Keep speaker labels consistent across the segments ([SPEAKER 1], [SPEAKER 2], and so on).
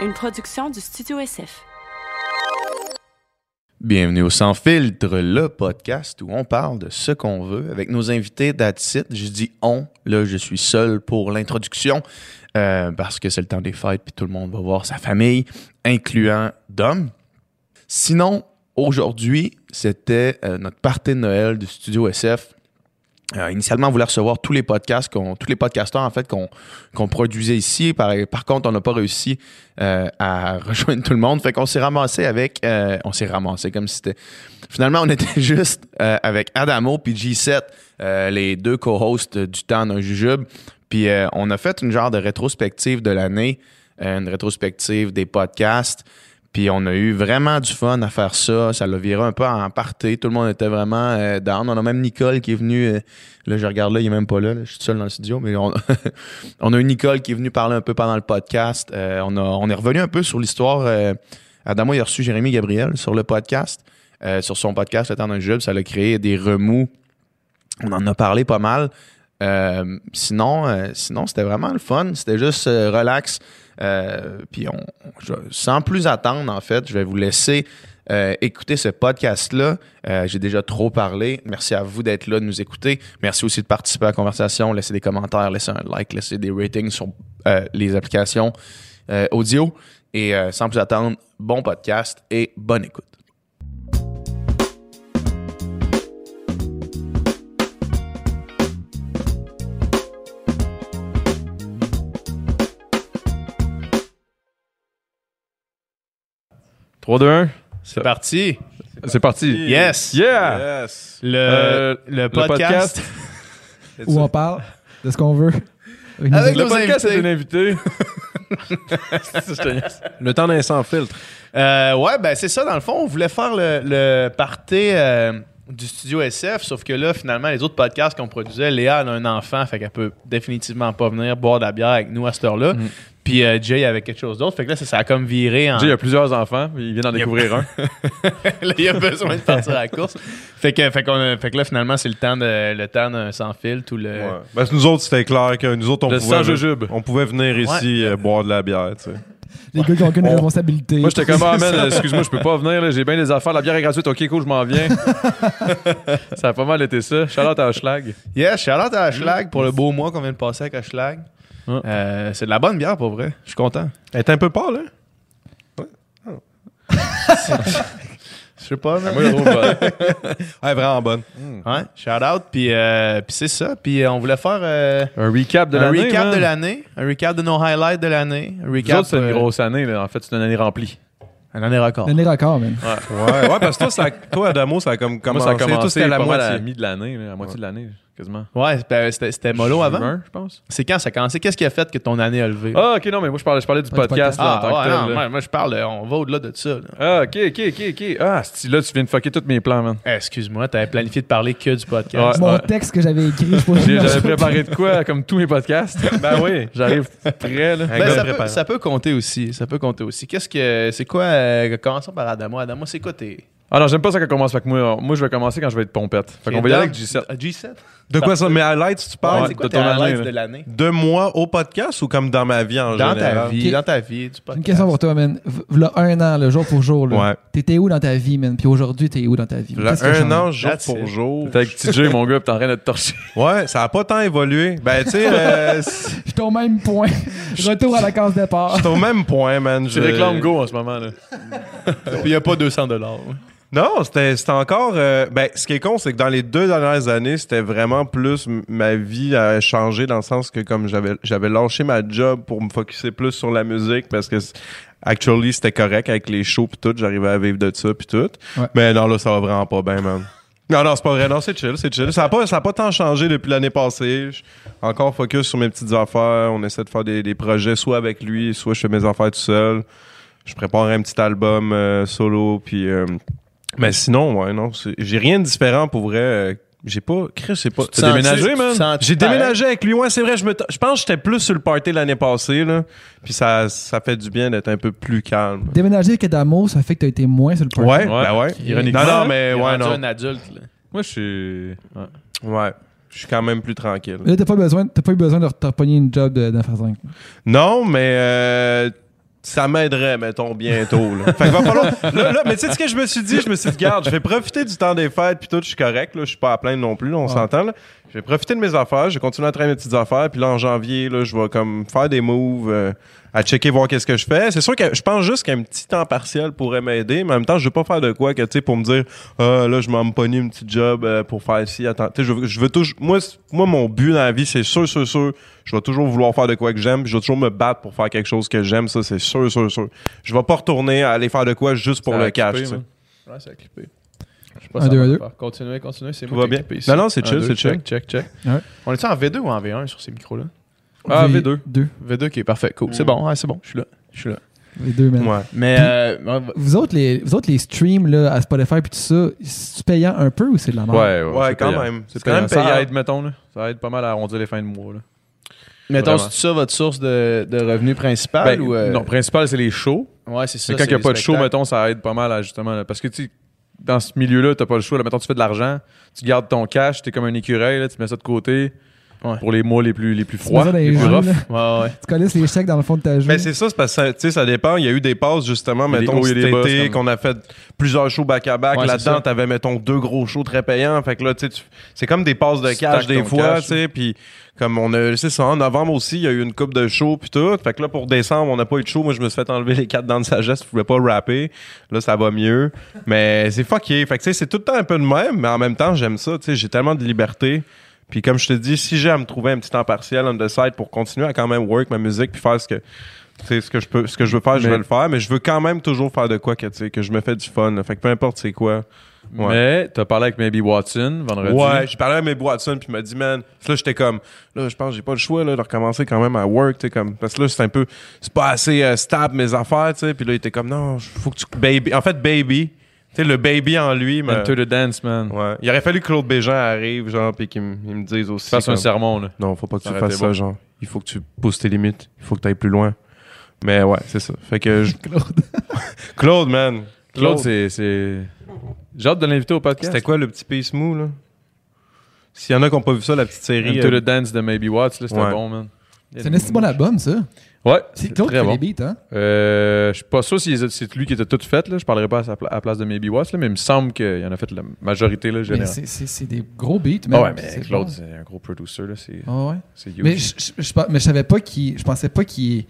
[SPEAKER 1] une production du Studio SF.
[SPEAKER 2] Bienvenue au Sans Filtre, le podcast où on parle de ce qu'on veut avec nos invités d'Atsit. Je dis on, là je suis seul pour l'introduction euh, parce que c'est le temps des fêtes puis tout le monde va voir sa famille, incluant Dom. Sinon, aujourd'hui, c'était euh, notre party de Noël du Studio SF. Euh, initialement, on voulait recevoir tous les podcasts, qu'on, tous les podcasteurs en fait qu'on, qu'on produisait ici. Par, par contre, on n'a pas réussi euh, à rejoindre tout le monde. Fait qu'on s'est ramassé avec, euh, on s'est ramassé comme si c'était. Finalement, on était juste euh, avec Adamo puis G7, euh, les deux co-hosts du temps d'un jujube. Puis euh, on a fait une genre de rétrospective de l'année, euh, une rétrospective des podcasts. Puis on a eu vraiment du fun à faire ça. Ça l'a viré un peu en party. Tout le monde était vraiment euh, down. On a même Nicole qui est venue. euh, là, je regarde là, il est même pas là, là. Je suis seul dans le studio. Mais on, on a eu Nicole qui est venue parler un peu pendant le podcast. Euh, on, a, on est revenu un peu sur l'histoire. euh, Adamo, il a reçu Jérémy Gabriel sur le podcast. euh, sur son podcast, Le temps d'un jeu. Ça l'a créé des remous. On en a parlé pas mal. Euh, sinon, euh, sinon c'était vraiment le fun. C'était juste euh, relax. Euh, puis on, je- sans plus attendre, en fait, je vais vous laisser euh, écouter ce podcast-là. Euh, J'ai déjà trop parlé. Merci à vous d'être là, de nous écouter. Merci aussi de participer à la conversation. Laissez des commentaires, laissez un like, laissez des ratings sur euh, les applications euh, audio. Et euh, sans plus attendre, bon podcast et bonne écoute. C'est parti.
[SPEAKER 3] C'est parti.
[SPEAKER 2] Yes.
[SPEAKER 3] Yeah!
[SPEAKER 4] Yes.
[SPEAKER 2] Le,
[SPEAKER 3] Euh,
[SPEAKER 2] le
[SPEAKER 3] le
[SPEAKER 2] podcast.
[SPEAKER 3] podcast.
[SPEAKER 5] où on parle de ce qu'on veut. Avec nous
[SPEAKER 2] Avec
[SPEAKER 3] Le
[SPEAKER 5] autres.
[SPEAKER 2] Nos
[SPEAKER 3] podcast
[SPEAKER 2] invités.
[SPEAKER 3] est un invité.
[SPEAKER 4] Le temps d'un sans filtre.
[SPEAKER 2] Euh, ouais, ben c'est ça. Dans le fond, on voulait faire le, le party euh, du studio SF, sauf que là, finalement, les autres podcasts qu'on produisait, Léa elle a un enfant, fait qu'elle peut définitivement pas venir boire de la bière avec nous à cette heure-là. Puis euh, Jay avait quelque chose d'autre. Fait que là, ça, ça a comme viré en.
[SPEAKER 3] Jay, il y a plusieurs enfants, puis il vient d'en
[SPEAKER 2] Il y a-
[SPEAKER 3] découvrir un.
[SPEAKER 2] Là, il a besoin de partir à la course. Fait que, fait qu'on a- fait que là, finalement, c'est le temps de le temps d'un sans fil, tout le.
[SPEAKER 4] Ouais. Parce que nous autres, c'était clair que nous autres, on,
[SPEAKER 3] Le
[SPEAKER 4] pouvait,
[SPEAKER 3] sans jujube.
[SPEAKER 4] on pouvait venir ici euh, boire de la bière. tu sais.
[SPEAKER 5] Les gars qui n'ont aucune
[SPEAKER 3] On-
[SPEAKER 5] responsabilité.
[SPEAKER 3] Moi, j'étais comme, ah, man, excuse-moi, je peux pas venir, là, j'ai bien des affaires, la bière est gratuite, ok, cool, je m'en viens. ça a pas mal été ça. Charlotte à Schlag.
[SPEAKER 2] Yeah, Charlotte à Schlag pour le beau mois qu'on vient de passer avec Schlag.
[SPEAKER 3] Ouais.
[SPEAKER 2] Euh, c'est de la bonne bière pour vrai. Je suis content.
[SPEAKER 4] Elle est un peu pâle, hein?
[SPEAKER 2] Je sais pas, mais...
[SPEAKER 3] Moi, je trouve. euh,
[SPEAKER 4] Elle est vraiment bonne.
[SPEAKER 2] Ouais, shout out. Puis, euh, puis c'est ça. Puis euh, on voulait faire euh,
[SPEAKER 3] un recap de
[SPEAKER 2] un
[SPEAKER 3] l'année.
[SPEAKER 2] recap
[SPEAKER 3] man.
[SPEAKER 2] de l'année, un recap de nos highlights de l'année, un
[SPEAKER 3] Nous
[SPEAKER 2] recap.
[SPEAKER 3] autres, c'est une
[SPEAKER 2] euh,
[SPEAKER 3] grosse année, là. En fait, c'est une année remplie.
[SPEAKER 2] Une année record.
[SPEAKER 5] Donner record, man.
[SPEAKER 4] Ouais, ouais, parce que toi, ça, toi, Adamo, ça a comme
[SPEAKER 3] Moi,
[SPEAKER 4] commencé.
[SPEAKER 3] ça a commencé
[SPEAKER 4] toi, c'était
[SPEAKER 3] pas
[SPEAKER 4] la
[SPEAKER 3] mal à la
[SPEAKER 4] moitié.
[SPEAKER 3] mi de l'année, là, à la moitié de l'année, quasiment.
[SPEAKER 2] Ouais, ben, c'était c'était mollo avant.
[SPEAKER 3] Juin, je pense.
[SPEAKER 2] C'est quand ça a commencé? Qu'est-ce qui a fait que ton année a levé? Ah,
[SPEAKER 3] Ah, ok, non, mais moi, je parlais, je parlais du
[SPEAKER 5] Pas du
[SPEAKER 3] podcast,
[SPEAKER 5] podcast.
[SPEAKER 3] là, en tant
[SPEAKER 2] ouais,
[SPEAKER 3] que tel,
[SPEAKER 2] non,
[SPEAKER 3] là.
[SPEAKER 2] moi, moi, je parle, euh, on va au-delà de ça. là.
[SPEAKER 3] Ah, ok, ok, ok, ok. Ah, c'ti, là, tu viens de fucker tous mes plans, man.
[SPEAKER 2] Eh, Excuse-moi, t'avais planifié de parler que du podcast.
[SPEAKER 3] Ouais.
[SPEAKER 5] Mon texte que j'avais écrit, je sais pas.
[SPEAKER 3] J'ai- J'avais préparé de quoi, comme tous mes podcasts. Ben oui. J'arrive prêt, là.
[SPEAKER 4] Un
[SPEAKER 2] Ben,
[SPEAKER 4] gars
[SPEAKER 2] ça, peut,
[SPEAKER 4] préparé.
[SPEAKER 2] ça peut compter aussi. Ça peut compter aussi. Qu'est-ce que. C'est quoi. euh, commençons par Adamo. Adamo, c'est quoi tes.
[SPEAKER 3] Ah non, j'aime pas ça quand commence. Fait que moi, moi, je vais commencer quand je vais être pompette. Fait qu'on va y aller avec G7.
[SPEAKER 2] Ah, G7.
[SPEAKER 4] De quoi ça? Mais highlights, tu parles
[SPEAKER 2] Ouais, c'est quoi
[SPEAKER 3] de
[SPEAKER 2] tes
[SPEAKER 3] ton année,
[SPEAKER 2] highlights
[SPEAKER 3] là.
[SPEAKER 2] de l'année?
[SPEAKER 4] de moi au podcast ou comme dans ma vie en
[SPEAKER 2] Dans
[SPEAKER 4] général?
[SPEAKER 2] ta vie,
[SPEAKER 5] Ok.
[SPEAKER 2] dans ta vie, du podcast.
[SPEAKER 5] Une question pour toi, man. V- V'là un an, le jour pour jour. Là.
[SPEAKER 4] Ouais.
[SPEAKER 5] T'étais où dans ta vie, man? Puis aujourd'hui, t'es où dans ta vie?
[SPEAKER 4] Là,
[SPEAKER 5] Qu'est-ce qui a
[SPEAKER 4] un
[SPEAKER 5] changé?
[SPEAKER 4] an, jour
[SPEAKER 2] That's
[SPEAKER 4] pour
[SPEAKER 2] it.
[SPEAKER 4] jour.
[SPEAKER 3] T'es avec TJ, mon gars, pis t'es en train de te torcher.
[SPEAKER 4] Ouais, ça a pas tant évolué. Ben, tu sais, euh, c'est-
[SPEAKER 5] Je suis au même point. Retour à la case départ.
[SPEAKER 4] c'est au même point, man.
[SPEAKER 3] Tu réclames Go en ce moment, là.
[SPEAKER 2] Puis il n'y a pas 200 dollars.
[SPEAKER 4] Non, c'était c'était encore. euh, ben, ce qui est con, c'est que dans les deux dernières années, c'était vraiment plus m- ma vie a changé dans le sens que comme j'avais j'avais lâché ma job pour me focuser plus sur la musique parce que c- actually c'était correct avec les shows puis tout, j'arrivais à vivre de ça puis tout.
[SPEAKER 5] Ouais.
[SPEAKER 4] Mais Ben non là, ça va vraiment pas bien, man. Non, non, c'est pas vrai. Non, c'est chill, c'est chill. Ça a pas, ça a pas tant changé depuis l'année passée. Je- encore focus sur mes petites affaires. On essaie de faire des, des projets soit avec lui, soit je fais mes affaires tout seul. Je prépare un petit album euh, solo, puis euh, mais sinon, ouais, non, c'est- j'ai rien de différent pour vrai. euh, J'ai pas, Chris, j'ai pas.
[SPEAKER 2] Tu te
[SPEAKER 3] déménagé,
[SPEAKER 2] sens-tu-
[SPEAKER 3] man?
[SPEAKER 2] tu te sens-tu
[SPEAKER 4] J'ai
[SPEAKER 2] pareil?
[SPEAKER 4] déménagé avec lui, ouais, c'est vrai. Je, me t- je pense que j'étais plus sur le party l'année passée, là. Puis ça, ça fait du bien d'être un peu plus calme.
[SPEAKER 5] Déménager avec Adamo, ça fait que t'as été moins sur le
[SPEAKER 4] Ouais,
[SPEAKER 5] point.
[SPEAKER 4] ben ouais.
[SPEAKER 3] Ironiquement.
[SPEAKER 4] Non, non,
[SPEAKER 3] là.
[SPEAKER 4] mais
[SPEAKER 2] Il est
[SPEAKER 4] ouais,
[SPEAKER 2] rendu
[SPEAKER 4] non.
[SPEAKER 2] un adulte. là.
[SPEAKER 3] Moi, je suis. ouais.
[SPEAKER 4] Ouais, je suis quand même plus tranquille.
[SPEAKER 5] Là, t'as pas, besoin, t'as pas eu besoin de te repogner une job de- d'un faire cinq.
[SPEAKER 4] Non, mais euh, ça m'aiderait, mettons, bientôt. Là. Fait que va falloir- là, là, mais tu sais ce que je me suis dit? Je me suis dit, garde, je vais profiter du temps des fêtes, puis tout, je suis correct, là, je suis pas à plaindre non plus, là, on
[SPEAKER 5] Ouais.
[SPEAKER 4] s'entend. là. Je vais profiter de mes affaires, je vais continuer à travailler mes petites affaires, puis là, en janvier, là, je vais comme faire des moves, euh, à checker, voir qu'est-ce que je fais. C'est sûr que je pense juste qu'un petit temps partiel pourrait m'aider, mais en même temps, je veux pas faire de quoi que, tu sais, pour me dire, ah, là, je m'en me pogner un petit job euh, pour faire ci, attends. Tu sais, je, veux- je veux toujours, moi, c'est- moi, mon but dans la vie, c'est sûr, sûr, sûr, je vais toujours vouloir faire de quoi que j'aime, puis je vais toujours me battre pour faire quelque chose que j'aime, ça, c'est sûr, sûr, sûr. Je vais pas retourner à aller faire de quoi juste pour
[SPEAKER 3] Ça a
[SPEAKER 4] le cash,
[SPEAKER 3] clippé,
[SPEAKER 4] tu sais.
[SPEAKER 3] man. Ouais, ça a clippé. Je sais pas
[SPEAKER 5] Un,
[SPEAKER 3] si ça
[SPEAKER 5] deux,
[SPEAKER 3] va
[SPEAKER 5] un,
[SPEAKER 3] le
[SPEAKER 5] deux.
[SPEAKER 3] faire. Continuez, continuez, c'est
[SPEAKER 4] Tout
[SPEAKER 3] moi
[SPEAKER 4] va
[SPEAKER 3] qui
[SPEAKER 4] bien.
[SPEAKER 3] ai clippé ici.
[SPEAKER 4] Non, non, c'est
[SPEAKER 3] Un,
[SPEAKER 4] chill,
[SPEAKER 3] deux,
[SPEAKER 4] c'est chill.
[SPEAKER 3] Check, check, check.
[SPEAKER 2] On est en V2 ou en V1 sur ces micros-là?
[SPEAKER 3] Ah,
[SPEAKER 5] V-
[SPEAKER 3] V2.
[SPEAKER 5] Deux.
[SPEAKER 2] V2 qui est parfait, cool. C'est bon, ouais, c'est bon, je suis là. Je suis là.
[SPEAKER 5] Les deux, man.
[SPEAKER 4] Ouais.
[SPEAKER 2] Mais euh, on va-
[SPEAKER 5] Vous autres, les, vous autres, les streams là, à Spotify puis tout ça, c'est payant un peu ou c'est de la merde?
[SPEAKER 3] Ouais,
[SPEAKER 4] Ouais,
[SPEAKER 3] c'est
[SPEAKER 4] quand
[SPEAKER 3] payant.
[SPEAKER 4] même.
[SPEAKER 3] C'est
[SPEAKER 4] C'est quand même
[SPEAKER 3] payant. Ça
[SPEAKER 4] payant.
[SPEAKER 3] aide, mettons, là. Ça aide pas mal à arrondir les fins de mois, là.
[SPEAKER 2] mettons,
[SPEAKER 4] Vraiment.
[SPEAKER 2] c'est ça votre source de, de revenus principale
[SPEAKER 3] Ben,
[SPEAKER 2] ou. euh,
[SPEAKER 3] Non, principal, c'est les shows.
[SPEAKER 2] Ouais, c'est ça.
[SPEAKER 3] Mais quand il n'y a pas de show,
[SPEAKER 2] maintenant
[SPEAKER 3] mettons, ça aide pas mal, à, justement. là, parce que, tu sais, dans ce milieu-là, t'as pas le choix. Là, mettons, tu fais de l'argent, tu gardes ton cash, t'es comme un écureuil, là, tu mets ça de côté
[SPEAKER 2] Ouais.
[SPEAKER 3] pour les mois les plus, les plus
[SPEAKER 5] Tu mets
[SPEAKER 3] froids,
[SPEAKER 5] ça dans
[SPEAKER 3] les
[SPEAKER 5] les
[SPEAKER 3] plus
[SPEAKER 5] jeux,
[SPEAKER 3] roughs.
[SPEAKER 5] là.
[SPEAKER 2] Ouais, ouais.
[SPEAKER 5] Tu colles les chèques dans le fond de ta joue.
[SPEAKER 3] Ben,
[SPEAKER 4] Mais Ben, c'est ça, c'est parce que ça- tu sais, ça dépend. Il y a eu des passes, justement,
[SPEAKER 3] Il y a des
[SPEAKER 4] mettons,
[SPEAKER 3] hauts et
[SPEAKER 4] cet
[SPEAKER 3] des bas,
[SPEAKER 4] été,
[SPEAKER 3] c'est comme-
[SPEAKER 4] qu'on a fait plusieurs shows back-à-back.
[SPEAKER 2] Ouais, c'est
[SPEAKER 4] Là-dedans,
[SPEAKER 2] ça.
[SPEAKER 4] t'avais, mettons, deux gros shows très payants. Fait que là, tu sais, tu- c'est comme des passes de
[SPEAKER 3] Tu
[SPEAKER 4] cash
[SPEAKER 3] stack
[SPEAKER 4] des
[SPEAKER 3] ton
[SPEAKER 4] fois,
[SPEAKER 3] cash,
[SPEAKER 4] tu sais. Puis, comme on a, c'est ça, en novembre aussi, il y a eu une coupe de shows, puis tout. Fait que là, pour décembre, on n'a pas eu de show. Moi, je me suis fait enlever les quatre dents de sagesse. Je pouvais pas rapper. Là, ça va mieux. Mais c'est fucké. Fait que, tu sais, c'est tout le temps un peu de même, mais en même temps, j'aime ça. Tu sais, j'ai tellement de liberté. Puis comme je te dis, si j'ai à me trouver un petit temps partiel on the side pour continuer à quand même work ma musique puis faire ce que tu sais, ce que je peux ce que je veux faire, je
[SPEAKER 3] Mais-
[SPEAKER 4] vais le faire, mais je veux quand même toujours faire de quoi que tu sais, que je me fais du fun. là. Fait que peu importe c'est quoi. Ouais.
[SPEAKER 3] Mais t'as parlé avec Maybe Watson vendredi.
[SPEAKER 4] Ouais, j'ai parlé à mes boîtes puis il m'a dit man, là j'étais comme là je pense que j'ai pas le choix là de recommencer quand même à work, tu sais comme parce que là c'est un peu c'est pas assez euh, stable mes affaires, tu sais, puis là il était comme non, faut que tu baby. En fait baby, tu sais le baby en lui mais
[SPEAKER 3] Enter the Dance, man.
[SPEAKER 4] Ouais, il aurait fallu que Claude Béjean arrive genre puis qu'il me il me dise aussi
[SPEAKER 3] Fasse un
[SPEAKER 4] comme-
[SPEAKER 3] sermon, là.
[SPEAKER 4] non, faut pas que
[SPEAKER 3] Ça
[SPEAKER 4] tu
[SPEAKER 3] aurait
[SPEAKER 4] fasses
[SPEAKER 3] été bon.
[SPEAKER 4] ça, genre. Il faut que tu pousses tes limites. Il faut que tu ailles plus loin. Mais ouais, c'est ça. Fait que je-
[SPEAKER 5] Claude.
[SPEAKER 4] Claude, man.
[SPEAKER 3] Claude, c'est- c'est. J'ai hâte de l'inviter au podcast.
[SPEAKER 4] C'était quoi le petit pays mou, là? S'il y en a qui n'ont pas vu ça, la petite série.
[SPEAKER 3] Into
[SPEAKER 4] euh,
[SPEAKER 3] the Dance de Maybe Watts, là, c'était
[SPEAKER 4] Ouais.
[SPEAKER 3] bon, man.
[SPEAKER 5] C'est un assez bon album, ça.
[SPEAKER 3] Ouais,
[SPEAKER 5] C'est Claude qui
[SPEAKER 3] très
[SPEAKER 5] fait
[SPEAKER 3] bon.
[SPEAKER 5] les beats, hein?
[SPEAKER 3] Euh, je suis pas sûr si les autres- c'est lui qui était tout fait, là. Je parlerai pas à, sa pla- à la place de Maybe Watts, là, mais il me semble qu'il y en a fait la majorité, là,
[SPEAKER 5] Mais
[SPEAKER 3] général.
[SPEAKER 5] c'est- C'est c'est des gros beats,
[SPEAKER 3] Ah
[SPEAKER 5] man.
[SPEAKER 3] ouais, mais
[SPEAKER 5] C'est
[SPEAKER 3] Claude,
[SPEAKER 5] bon.
[SPEAKER 3] c'est un gros producer, là. C'est
[SPEAKER 5] Ah ouais.
[SPEAKER 3] c'est
[SPEAKER 5] Mais
[SPEAKER 3] huge.
[SPEAKER 5] je, je, je, mais je savais pas qu'il. Je pensais pas qu'il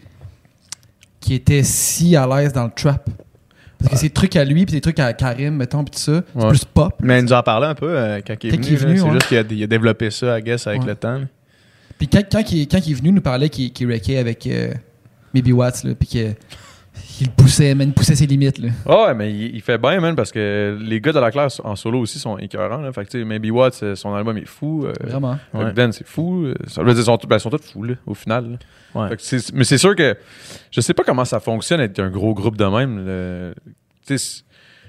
[SPEAKER 5] qu'il était si à l'aise dans le trap. Parce que c'est des trucs à lui, puis des trucs à Karim, mettons, puis tout ça. C'est
[SPEAKER 3] Ouais.
[SPEAKER 5] plus pop.
[SPEAKER 2] Mais il nous en parlait un peu euh, quand il est
[SPEAKER 5] Quand
[SPEAKER 2] venu.
[SPEAKER 5] il est
[SPEAKER 2] là.
[SPEAKER 5] venu,
[SPEAKER 2] c'est
[SPEAKER 5] ouais.
[SPEAKER 2] juste qu'il a, il a développé ça, I guess, avec
[SPEAKER 5] Ouais.
[SPEAKER 2] le temps. là.
[SPEAKER 5] Puis quand, quand, il, quand il est venu, il nous parlait qu'il qu'il wreckait avec euh, Maybe Watts, là, puis qu'il il poussait, man, il poussait ses limites. Là.
[SPEAKER 3] Ah ouais, mais il, il fait bien, man, parce que les gars de la classe en solo aussi sont écœurants, là. Fait que, tu sais, Maybe Watts, euh, son album est fou. euh,
[SPEAKER 5] Vraiment.
[SPEAKER 3] Fait que
[SPEAKER 2] Ouais.
[SPEAKER 3] Dan, c'est fou. euh, Ça veut dire, ils sont, tous- ben, ils sont tous fous, là, au final. là.
[SPEAKER 2] Ouais.
[SPEAKER 3] Fait que c'est- mais c'est sûr que je sais pas comment ça fonctionne être un gros groupe de même. le- tu sais, c'est-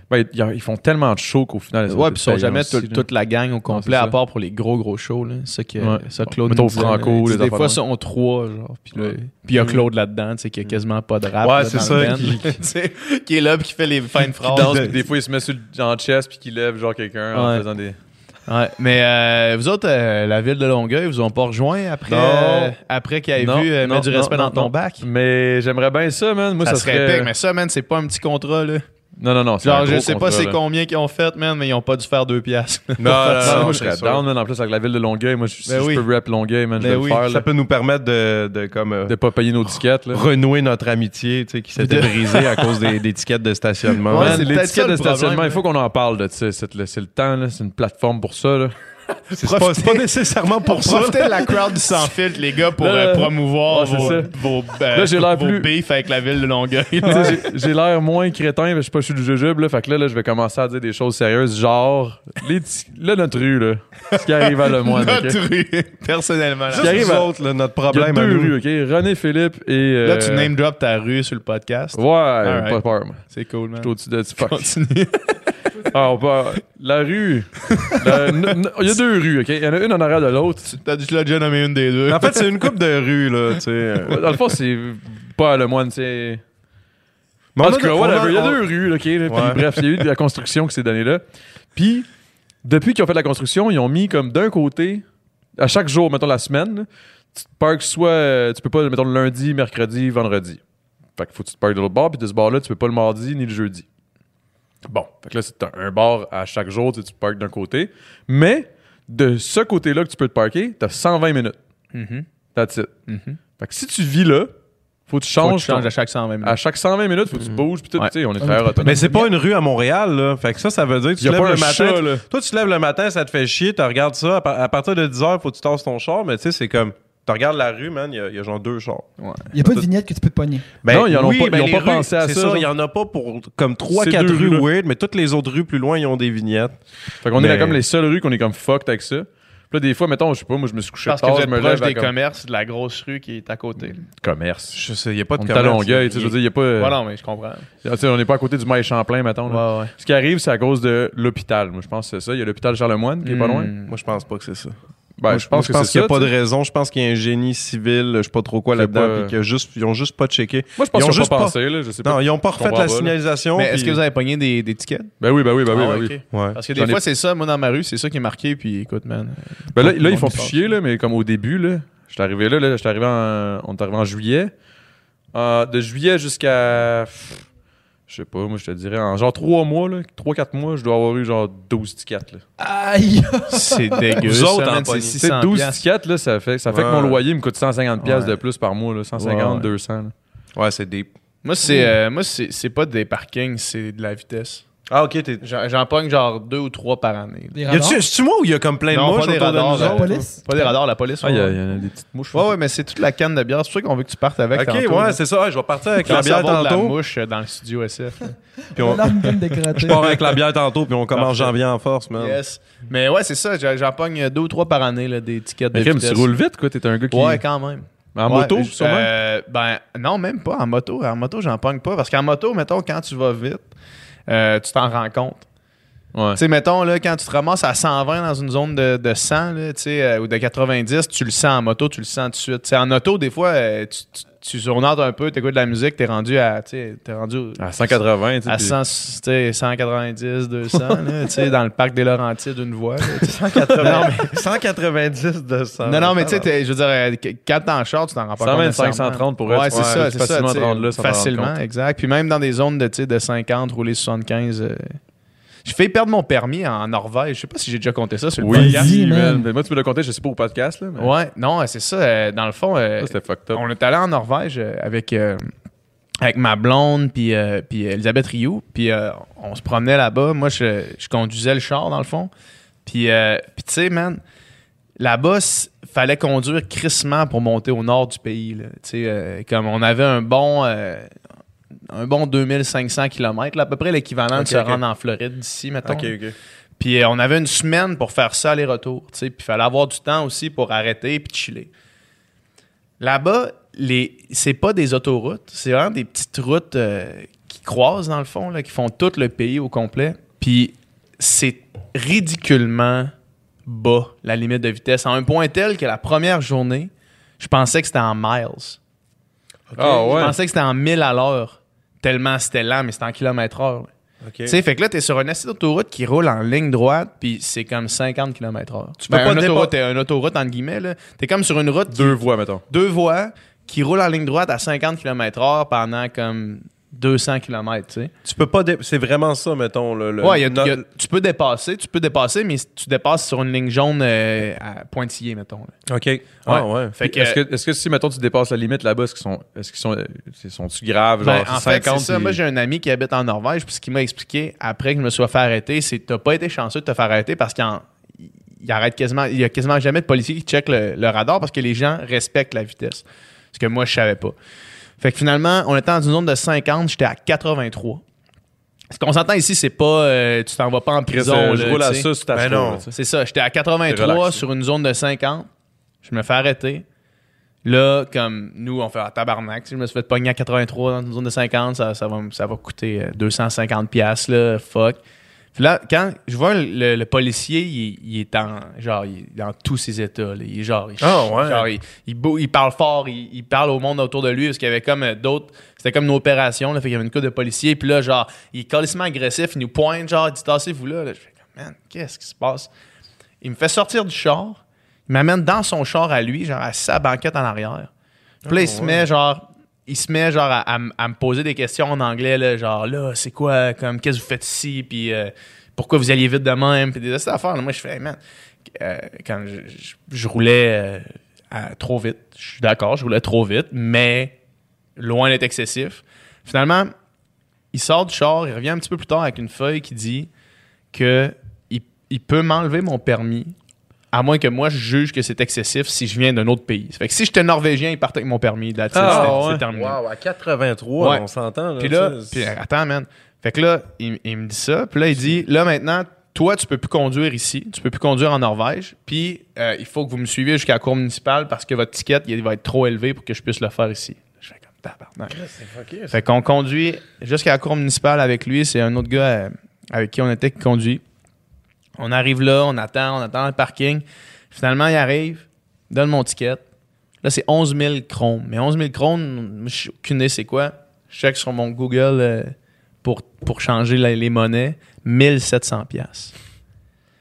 [SPEAKER 3] ben, y a- ils font tellement de shows qu'au final.
[SPEAKER 2] Ouais, puis ils sont
[SPEAKER 3] payants
[SPEAKER 2] jamais
[SPEAKER 3] aussi,
[SPEAKER 2] tout-
[SPEAKER 3] là.
[SPEAKER 2] toute la gang au complet,
[SPEAKER 3] c'est ça.
[SPEAKER 2] à part pour les gros gros shows. Là. Ça, que,
[SPEAKER 3] Ouais.
[SPEAKER 2] ça, Claude.
[SPEAKER 3] Mettons
[SPEAKER 2] nous disait, là.
[SPEAKER 3] Franco,
[SPEAKER 2] Il dit,
[SPEAKER 3] les
[SPEAKER 2] Des
[SPEAKER 3] affaires
[SPEAKER 2] fois,
[SPEAKER 3] de
[SPEAKER 2] ils sont trois, genre. Puis là-
[SPEAKER 3] Ouais. Mm.
[SPEAKER 2] puis il y a Claude là-dedans, tu sais, qui a quasiment pas de rap.
[SPEAKER 4] Ouais,
[SPEAKER 2] là,
[SPEAKER 4] c'est
[SPEAKER 2] dans
[SPEAKER 4] ça,
[SPEAKER 2] le band.
[SPEAKER 4] qui-
[SPEAKER 2] Tu sais, qui est là, puis qui fait les fins de
[SPEAKER 3] Qui danse,
[SPEAKER 2] phrases.
[SPEAKER 3] puis des fois, il se met sur le- en chest puis qu'il lève genre quelqu'un en
[SPEAKER 2] Ouais.
[SPEAKER 3] faisant des.
[SPEAKER 2] Ouais, mais euh, vous autres, euh, la ville de Longueuil, vous ont pas rejoint après,
[SPEAKER 3] Non.
[SPEAKER 2] euh, après qu'ils aient
[SPEAKER 3] Non,
[SPEAKER 2] vu euh,
[SPEAKER 3] non,
[SPEAKER 2] Mets du
[SPEAKER 3] non,
[SPEAKER 2] respect
[SPEAKER 3] non,
[SPEAKER 2] dans ton
[SPEAKER 3] non.
[SPEAKER 2] bac?
[SPEAKER 3] Mais j'aimerais bien ça, man. Moi, ça,
[SPEAKER 2] ça, serait épais, mais ça, man, c'est pas un petit contrat, là.
[SPEAKER 3] Non, non, non. c'est un
[SPEAKER 2] Genre, je
[SPEAKER 3] gros
[SPEAKER 2] sais
[SPEAKER 3] contrat,
[SPEAKER 2] pas c'est
[SPEAKER 3] là.
[SPEAKER 2] combien qu'ils ont fait, man, mais ils ont pas dû faire deux piastres.
[SPEAKER 4] Non,
[SPEAKER 3] Non,
[SPEAKER 4] non, non,
[SPEAKER 3] moi, je
[SPEAKER 4] c'est
[SPEAKER 3] serais
[SPEAKER 4] sûr.
[SPEAKER 3] down, man. En plus, avec la ville de Longueuil, moi, je- si
[SPEAKER 2] Ben oui.
[SPEAKER 3] je peux rap Longueuil, man, je
[SPEAKER 2] Ben
[SPEAKER 3] vais
[SPEAKER 2] oui,
[SPEAKER 3] le faire,
[SPEAKER 4] Ça
[SPEAKER 3] là,
[SPEAKER 4] peut nous permettre de, de comme, euh,
[SPEAKER 3] de pas payer nos tickets, là.
[SPEAKER 4] renouer notre amitié, tu sais, qui s'était
[SPEAKER 2] De-
[SPEAKER 4] brisée à cause des, des tickets de stationnement.
[SPEAKER 2] Ouais,
[SPEAKER 3] Man,
[SPEAKER 2] c'est
[SPEAKER 3] les
[SPEAKER 2] peut-être
[SPEAKER 3] tickets
[SPEAKER 2] ça
[SPEAKER 3] de
[SPEAKER 2] le problème,
[SPEAKER 3] stationnement, il
[SPEAKER 2] là.
[SPEAKER 3] faut qu'on en parle de ça. C'est le, c'est le temps, là. c'est une plateforme pour ça. Là.
[SPEAKER 4] c'est pas, c'est pas nécessairement pour ça.
[SPEAKER 2] Profitez de la crowd du sans filtre, les gars, pour
[SPEAKER 3] Là,
[SPEAKER 2] euh,
[SPEAKER 3] là,
[SPEAKER 2] promouvoir
[SPEAKER 3] ouais, c'est
[SPEAKER 2] vos,
[SPEAKER 3] ça.
[SPEAKER 2] vos, euh,
[SPEAKER 3] Là, j'ai l'air
[SPEAKER 2] vos
[SPEAKER 3] plus-
[SPEAKER 2] beefs avec la ville de Longueuil.
[SPEAKER 3] Tu sais, j'ai- J'ai l'air moins crétin, mais je suis pas, je suis du jujube. Là, fait que là, là, je vais commencer à dire des choses sérieuses, genre, les ti- là, notre rue, là, ce qui arrive à le moins. ok?
[SPEAKER 2] Notre rue, personnellement. là.
[SPEAKER 4] Juste
[SPEAKER 3] arrive
[SPEAKER 4] nous
[SPEAKER 3] à-
[SPEAKER 4] autres, là, notre
[SPEAKER 3] Il y a
[SPEAKER 4] problème à
[SPEAKER 3] deux
[SPEAKER 4] nous.
[SPEAKER 3] rues, OK? René Philippe et...
[SPEAKER 2] Là,
[SPEAKER 3] euh,
[SPEAKER 2] tu name drop ta rue sur le podcast.
[SPEAKER 3] Ouais, pas
[SPEAKER 2] right.
[SPEAKER 3] peur, moi.
[SPEAKER 2] C'est cool, man.
[SPEAKER 3] Je suis au-dessus de... Fuck.
[SPEAKER 2] Continue.
[SPEAKER 3] Ah, on peut- La rue... La- n- n- Il y a deux rues, OK? Il y en a une en arrière de l'autre.
[SPEAKER 2] T'as dû- tu l'as déjà nommé une des deux.
[SPEAKER 4] En fait, c'est une coupe de rue, là, tu sais. euh.
[SPEAKER 3] Ouais, Dans le fond, c'est pas le moine, c'est...
[SPEAKER 4] Mais on
[SPEAKER 3] En
[SPEAKER 4] a
[SPEAKER 3] tout cas,
[SPEAKER 4] de- on
[SPEAKER 3] whatever, il y a
[SPEAKER 4] on-
[SPEAKER 3] deux rues, OK? là, puis
[SPEAKER 4] Ouais.
[SPEAKER 3] bref, il y a eu de la construction que ces données-là. Puis, depuis qu'ils ont fait la construction, ils ont mis comme d'un côté, à chaque jour, mettons la semaine, tu te parques soit, euh, tu peux pas, mettons le lundi, mercredi, vendredi. Fait que faut que tu te parques de l'autre bar, puis de ce bar-là, tu peux pas le mardi ni le jeudi. Bon, fait que là, c'est un, un bar à chaque jour, tu, sais, tu te parques d'un côté. Mais de ce côté-là que tu peux te parquer, t'as 120 minutes.
[SPEAKER 2] Mhm.
[SPEAKER 3] That's it.
[SPEAKER 2] Mhm.
[SPEAKER 3] Fait que si tu vis là, faut que tu changes.
[SPEAKER 2] Faut que tu changes
[SPEAKER 3] ton-
[SPEAKER 2] à chaque 120 minutes.
[SPEAKER 3] à chaque 120 minutes, faut que tu bouges, puis tout,
[SPEAKER 2] Ouais.
[SPEAKER 3] tu sais, on est
[SPEAKER 5] Ah,
[SPEAKER 3] très
[SPEAKER 5] mais-
[SPEAKER 3] autonome.
[SPEAKER 4] Mais c'est pas une rue à Montréal, là. Fait que ça, ça veut dire que tu
[SPEAKER 3] Y a
[SPEAKER 4] te lèves
[SPEAKER 3] pas
[SPEAKER 4] le
[SPEAKER 3] un
[SPEAKER 4] matin.
[SPEAKER 3] chat,
[SPEAKER 4] tu-
[SPEAKER 3] là.
[SPEAKER 4] Toi, tu te lèves le matin, ça te fait chier, tu regardes ça. À, par- à partir de 10 h faut que tu tasses ton char, mais tu sais, c'est comme. Tu regardes la rue, man, il y, a- il y a genre deux chars. Ben,
[SPEAKER 5] Il n'y a pas de vignette que tu peux te pogner.
[SPEAKER 3] Non, ils en ont pas- ils ont
[SPEAKER 4] les
[SPEAKER 3] pas pensé à
[SPEAKER 4] c'est
[SPEAKER 3] ça,
[SPEAKER 4] ça.
[SPEAKER 3] genre.
[SPEAKER 4] Il y en a pas pour comme 3-4
[SPEAKER 3] deux
[SPEAKER 4] rues
[SPEAKER 3] rues-là.
[SPEAKER 4] weird, mais toutes les autres rues plus loin, ils ont des vignettes.
[SPEAKER 3] Fait qu'on est là
[SPEAKER 4] Mais-
[SPEAKER 3] comme les seules rues qu'on est comme fucked avec ça. Puis là, des fois, mettons, je sais pas, moi, je me suis couché
[SPEAKER 6] Parce que
[SPEAKER 3] tard,
[SPEAKER 6] vous
[SPEAKER 3] je
[SPEAKER 6] êtes
[SPEAKER 3] me
[SPEAKER 6] proche
[SPEAKER 3] lève à
[SPEAKER 6] des
[SPEAKER 3] comme...
[SPEAKER 6] commerces de la grosse rue qui est à côté.
[SPEAKER 3] commerce.
[SPEAKER 4] Je sais, il n'y a pas de
[SPEAKER 3] On est à Longueuil, tu sais,
[SPEAKER 4] là.
[SPEAKER 3] je veux dire, il y a pas...
[SPEAKER 6] Voilà, mais je comprends.
[SPEAKER 3] Tu sais, on n'est pas à côté du Mail Champlain, mettons. là.
[SPEAKER 6] ouais.
[SPEAKER 3] Ce qui arrive, c'est à cause de l'hôpital. Moi, je pense que c'est ça. Il y a l'hôpital Charlemagne qui est pas loin.
[SPEAKER 2] Mm.
[SPEAKER 4] Moi, je pense pas que c'est ça.
[SPEAKER 3] Ben,
[SPEAKER 4] Moi,
[SPEAKER 3] je pense que c'est
[SPEAKER 4] qu'il n'y
[SPEAKER 3] ça.
[SPEAKER 4] a pas
[SPEAKER 3] tu
[SPEAKER 4] de
[SPEAKER 3] sais.
[SPEAKER 4] raison. Je pense qu'il y a un génie civil, je sais pas trop quoi
[SPEAKER 3] C'est
[SPEAKER 4] là-dedans,
[SPEAKER 3] pas-
[SPEAKER 4] puis qu'ils juste, ils ont juste pas checké.
[SPEAKER 3] Moi, je pense
[SPEAKER 4] Ils ont
[SPEAKER 3] qu'ils ont
[SPEAKER 4] juste
[SPEAKER 3] pas
[SPEAKER 4] pas-
[SPEAKER 3] pensé, là. Je sais
[SPEAKER 4] Non,
[SPEAKER 3] pas.
[SPEAKER 4] ils n'ont pas refait
[SPEAKER 3] comprends
[SPEAKER 4] la
[SPEAKER 3] pas, là.
[SPEAKER 4] signalisation.
[SPEAKER 2] Mais est-ce que
[SPEAKER 4] puis-
[SPEAKER 2] vous avez pogné des, des tickets?
[SPEAKER 3] Ben oui, ben oui, ben oui,
[SPEAKER 2] Ah,
[SPEAKER 3] ben
[SPEAKER 2] ouais,
[SPEAKER 3] oui.
[SPEAKER 2] ok.
[SPEAKER 4] Ouais.
[SPEAKER 2] Parce que
[SPEAKER 3] J'en
[SPEAKER 2] des
[SPEAKER 3] ai-
[SPEAKER 2] fois, c'est ça, moi, dans ma rue, c'est ça qui est marqué, puis écoute, man.
[SPEAKER 3] Ben là,
[SPEAKER 2] Tout
[SPEAKER 3] là,
[SPEAKER 2] le
[SPEAKER 3] ils font
[SPEAKER 2] monde
[SPEAKER 3] plus
[SPEAKER 2] sort.
[SPEAKER 3] chier, là, mais comme au début, là, je suis arrivé là, là, je suis arrivé en, on est arrivé en juillet. Euh, de juillet jusqu'à, pff, je sais pas, moi, je te dirais, en genre 3 mois, là, 3-4 mois, je dois avoir eu genre 12 tickets, là.
[SPEAKER 5] Aïe!
[SPEAKER 2] C'est dégueu.
[SPEAKER 4] Vous
[SPEAKER 2] ça,
[SPEAKER 4] autres,
[SPEAKER 2] man,
[SPEAKER 4] en pogné.
[SPEAKER 2] c'est
[SPEAKER 3] Tu sais,
[SPEAKER 2] 600
[SPEAKER 3] 12
[SPEAKER 2] piastres.
[SPEAKER 3] tickets, là, ça fait, ça fait que mon
[SPEAKER 4] Ouais.
[SPEAKER 3] loyer me coûte 150 pièces de
[SPEAKER 2] Ouais.
[SPEAKER 3] plus par mois, là, 150,
[SPEAKER 2] Ouais, ouais.
[SPEAKER 3] 200. là.
[SPEAKER 4] Ouais, c'est des.
[SPEAKER 2] Moi, c'est euh, moi, c'est c'est pas des parkings, c'est de la vitesse.
[SPEAKER 4] Ah, ok, t'es.
[SPEAKER 6] J'en j'en pogne genre deux ou trois par année.
[SPEAKER 5] Des
[SPEAKER 4] Y a-tu,
[SPEAKER 5] radars,
[SPEAKER 4] c'est-tu moi ou il y a comme plein de
[SPEAKER 2] Non, pas
[SPEAKER 4] mouches
[SPEAKER 2] des
[SPEAKER 4] autour de
[SPEAKER 2] radars,
[SPEAKER 4] nous
[SPEAKER 5] la
[SPEAKER 2] là.
[SPEAKER 4] autres?
[SPEAKER 5] police.
[SPEAKER 2] Pas des radars, la police.
[SPEAKER 3] Ah, il y,
[SPEAKER 2] ouais.
[SPEAKER 3] a- il y en a des petites mouches.
[SPEAKER 2] Ouais, ouais, mais c'est toute la canne de bière. C'est pour ça qu'on veut que tu partes avec.
[SPEAKER 4] Ok,
[SPEAKER 2] tantôt, là.
[SPEAKER 4] ouais, c'est ça. Ouais, je vais partir avec la
[SPEAKER 2] Commence à
[SPEAKER 4] bière
[SPEAKER 2] avoir de la
[SPEAKER 4] tantôt.
[SPEAKER 2] mouche euh, dans le studio SF. là.
[SPEAKER 4] Puis on
[SPEAKER 5] l'arme comme décrottée.
[SPEAKER 4] je pars avec la bière tantôt, puis on commence
[SPEAKER 2] Parfait.
[SPEAKER 4] janvier en force, man.
[SPEAKER 2] Yes. Mais ouais, c'est ça. j'en- J'en pogne deux ou trois par année, là, des tickets de
[SPEAKER 3] Mais Kim,
[SPEAKER 2] vitesse.
[SPEAKER 3] tu roules vite, quoi. T'es un gars qui.
[SPEAKER 2] Ouais, quand même.
[SPEAKER 3] en
[SPEAKER 2] Ouais,
[SPEAKER 3] moto,
[SPEAKER 2] je-
[SPEAKER 3] sûrement.
[SPEAKER 2] euh, ben, non, même pas en moto. En moto, j'en pogne pas. Parce qu'en moto, mettons, quand tu vas vite, euh, tu t'en rends compte.
[SPEAKER 3] Ouais.
[SPEAKER 2] Tu sais, mettons, là, quand tu te ramasses à 120 dans une zone de, de 100 là, tu sais, euh, ou de 90, tu le sens en moto, tu le sens tout de suite. Tu sais, en auto, des fois, euh, tu, tu, tu zonardes un peu, tu écoutes de la musique, tu es rendu à. tu sais, t'es rendu au-
[SPEAKER 3] À 180, tu sais.
[SPEAKER 2] à
[SPEAKER 3] puis-
[SPEAKER 2] 100, tu sais, 190, 200, là, tu sais, dans le parc des Laurentides, d'une voie. là, tu sais.
[SPEAKER 4] 190 de ça.
[SPEAKER 2] Non, non, mais tu sais, t'es- je veux dire, euh, qu- quand t'es en char, tu t'en rends pas compte.
[SPEAKER 3] 125,
[SPEAKER 2] nécessairement.
[SPEAKER 3] 130 pour
[SPEAKER 2] Ouais,
[SPEAKER 3] être-
[SPEAKER 2] c'est
[SPEAKER 3] ouais,
[SPEAKER 2] ça,
[SPEAKER 3] tu
[SPEAKER 2] c'est
[SPEAKER 3] passes
[SPEAKER 2] ça.
[SPEAKER 3] facilement
[SPEAKER 2] tu sais,
[SPEAKER 3] de rendre là sans t'en rendre
[SPEAKER 2] facilement,
[SPEAKER 3] compte.
[SPEAKER 2] exact. Puis même dans des zones de, tu sais, de 50, rouler 75. euh, J'ai failli perdre mon permis en Norvège. Je sais pas si j'ai déjà compté ça sur le
[SPEAKER 3] Oui,
[SPEAKER 2] podcast.
[SPEAKER 5] Vas-y, man.
[SPEAKER 3] man. Mais moi, tu me l'as compté, je sais pas au podcast, là. mais-
[SPEAKER 2] Ouais, non, c'est ça. euh, Dans le fond, euh,
[SPEAKER 3] Ça, c'était fucked up.
[SPEAKER 2] on est allé en Norvège euh, avec, euh, avec ma blonde puis euh, puis Elisabeth Rioux. Puis euh, on se promenait là-bas. Moi, je, je conduisais le char, dans le fond. Puis, euh, puis tu sais, man, là-bas, c- fallait conduire crissement pour monter au nord du pays. là. Tu sais, euh, comme on avait un bon... euh, un bon 2500 km, à peu près l'équivalent de
[SPEAKER 4] Ok,
[SPEAKER 2] se
[SPEAKER 4] ok.
[SPEAKER 2] rendre en Floride d'ici, mettons.
[SPEAKER 4] Ah, Ok, ok.
[SPEAKER 2] Puis euh, on avait une semaine pour faire ça aller-retour. tu sais. Puis il fallait avoir du temps aussi pour arrêter puis chiller. Là-bas, les c'est pas des autoroutes, c'est vraiment des petites routes euh, qui croisent dans le fond, là, qui font tout le pays au complet. Puis c'est ridiculement bas la limite de vitesse. À un point tel que la première journée, je pensais que c'était en miles.
[SPEAKER 3] Ah,
[SPEAKER 2] Je
[SPEAKER 3] ouais.
[SPEAKER 2] pensais que c'était en 1000 à l'heure. Tellement c'était lent, mais c'était en kilomètre heure. là.
[SPEAKER 4] Ok.
[SPEAKER 2] Tu sais, fait que là, t'es sur une assise d'autoroute qui roule en ligne droite, puis c'est comme 50 km/h. Tu
[SPEAKER 4] peux
[SPEAKER 2] une
[SPEAKER 4] pas dépa-
[SPEAKER 2] Ben, autoroute, t'es- une autoroute, entre guillemets, là. T'es comme sur une route, qui-
[SPEAKER 3] Deux voies, mettons.
[SPEAKER 2] deux voies, qui roule en ligne droite à 50 km/h pendant comme 200 km, tu sais.
[SPEAKER 4] Tu peux pas. dé- C'est vraiment ça, mettons. Le, le-
[SPEAKER 2] Ouais, il y a-
[SPEAKER 4] notre-
[SPEAKER 2] il y a- tu peux dépasser, tu peux dépasser, mais tu dépasses sur une ligne jaune euh, à pointillé, mettons. là.
[SPEAKER 4] Ok. Ah, ouais.
[SPEAKER 2] Fait que,
[SPEAKER 3] Est-ce que, est-ce que si, mettons, tu dépasses la limite là-bas, est-ce qu'ils sont, est-ce qu'ils sont, euh, c'est- sont-tu graves,
[SPEAKER 2] Ben,
[SPEAKER 3] genre,
[SPEAKER 2] en
[SPEAKER 3] c'est
[SPEAKER 2] fait, c'est
[SPEAKER 3] 50
[SPEAKER 2] ça.
[SPEAKER 3] puis-
[SPEAKER 2] Moi, j'ai un ami qui habite en Norvège, puis ce qu'il m'a expliqué après que je me sois fait arrêter, c'est que t'as pas été chanceux de te faire arrêter parce qu'il en- il- il arrête quasiment, il y a quasiment jamais de policiers qui checkent le, le radar parce que les gens respectent la vitesse. Ce que moi, je savais pas. Fait que finalement, on était dans une zone de 50, j'étais à 83. Ce qu'on s'entend ici, c'est pas euh, tu t'en vas pas en
[SPEAKER 3] Chris,
[SPEAKER 2] prison.
[SPEAKER 3] euh,
[SPEAKER 2] là,
[SPEAKER 3] je roule à
[SPEAKER 2] tu sais.
[SPEAKER 3] ça sur ta
[SPEAKER 4] Ben
[SPEAKER 3] scroll,
[SPEAKER 4] non.
[SPEAKER 3] là, tu sais.
[SPEAKER 2] C'est ça, j'étais à 83
[SPEAKER 3] Relax.
[SPEAKER 2] sur une zone de 50. Je me fais arrêter. Là, comme nous, on fait à tabarnak. Si je me suis fait pogner à 83 dans une zone de 50, ça, ça, va, me- ça va coûter euh, 250 piastres, là, fuck. Puis là, quand je vois le, le- le policier, il, il est en, genre, il est dans tous ses états. là. Il est genre, il,
[SPEAKER 4] Ah, ouais.
[SPEAKER 2] genre, il, il bou- il parle fort, il, il parle au monde autour de lui parce qu'il y avait comme euh, d'autres. C'était comme une opération, là, fait qu'il y avait une couple de policiers. Puis là, genre, il est calissement agressif, il nous pointe, genre, il dit tassez-vous là. là. Je fais comme, man, qu'est-ce qui se passe? Il me fait sortir du char, il m'amène dans son char à lui, genre, à sa banquette en arrière. Puis là, il se met, genre, il se met genre à, à m- à me poser des questions en anglais, là, genre là, c'est quoi, comme, qu'est-ce que vous faites ici, puis euh, pourquoi vous alliez vite de même, puis des affaires. là. moi, je fais, Hey, man, euh, quand je, je- je roulais euh, à- trop vite, je suis d'accord, je roulais trop vite, mais loin d'être excessif. Finalement, il sort du char, il revient un petit peu plus tard avec une feuille qui dit que il, il peut m'enlever mon permis, à moins que moi je juge que c'est excessif si je viens d'un autre pays. Ça fait que si j'étais norvégien, il partait avec mon permis. Là,
[SPEAKER 3] Ah,
[SPEAKER 2] c'est,
[SPEAKER 3] ouais.
[SPEAKER 2] c'est terminé.
[SPEAKER 4] Wow, à 83,
[SPEAKER 2] Ouais.
[SPEAKER 4] on s'entend. Là, euh,
[SPEAKER 2] Puis là,
[SPEAKER 4] tu sais,
[SPEAKER 2] puis attends, man. Fait que là, il, il me dit ça. Puis là, il dit, là maintenant, toi, tu peux plus conduire ici. Tu peux plus conduire en Norvège. Puis euh, il faut que vous me suiviez jusqu'à la cour municipale parce que votre ticket, il va être trop élevé pour que je puisse le faire ici. Je fais comme tabarnak. Fait qu'on conduit jusqu'à la cour municipale avec lui. C'est un autre gars euh, avec qui on était qui conduit. On arrive là, on attend, on attend dans le parking. Finalement, il arrive, donne mon ticket. Là, c'est 11 000 crons. Mais 11 000 crons, je suis aucune idée c'est quoi. Je check sur mon Google euh, pour, pour changer la- les monnaies. 1700 pièces.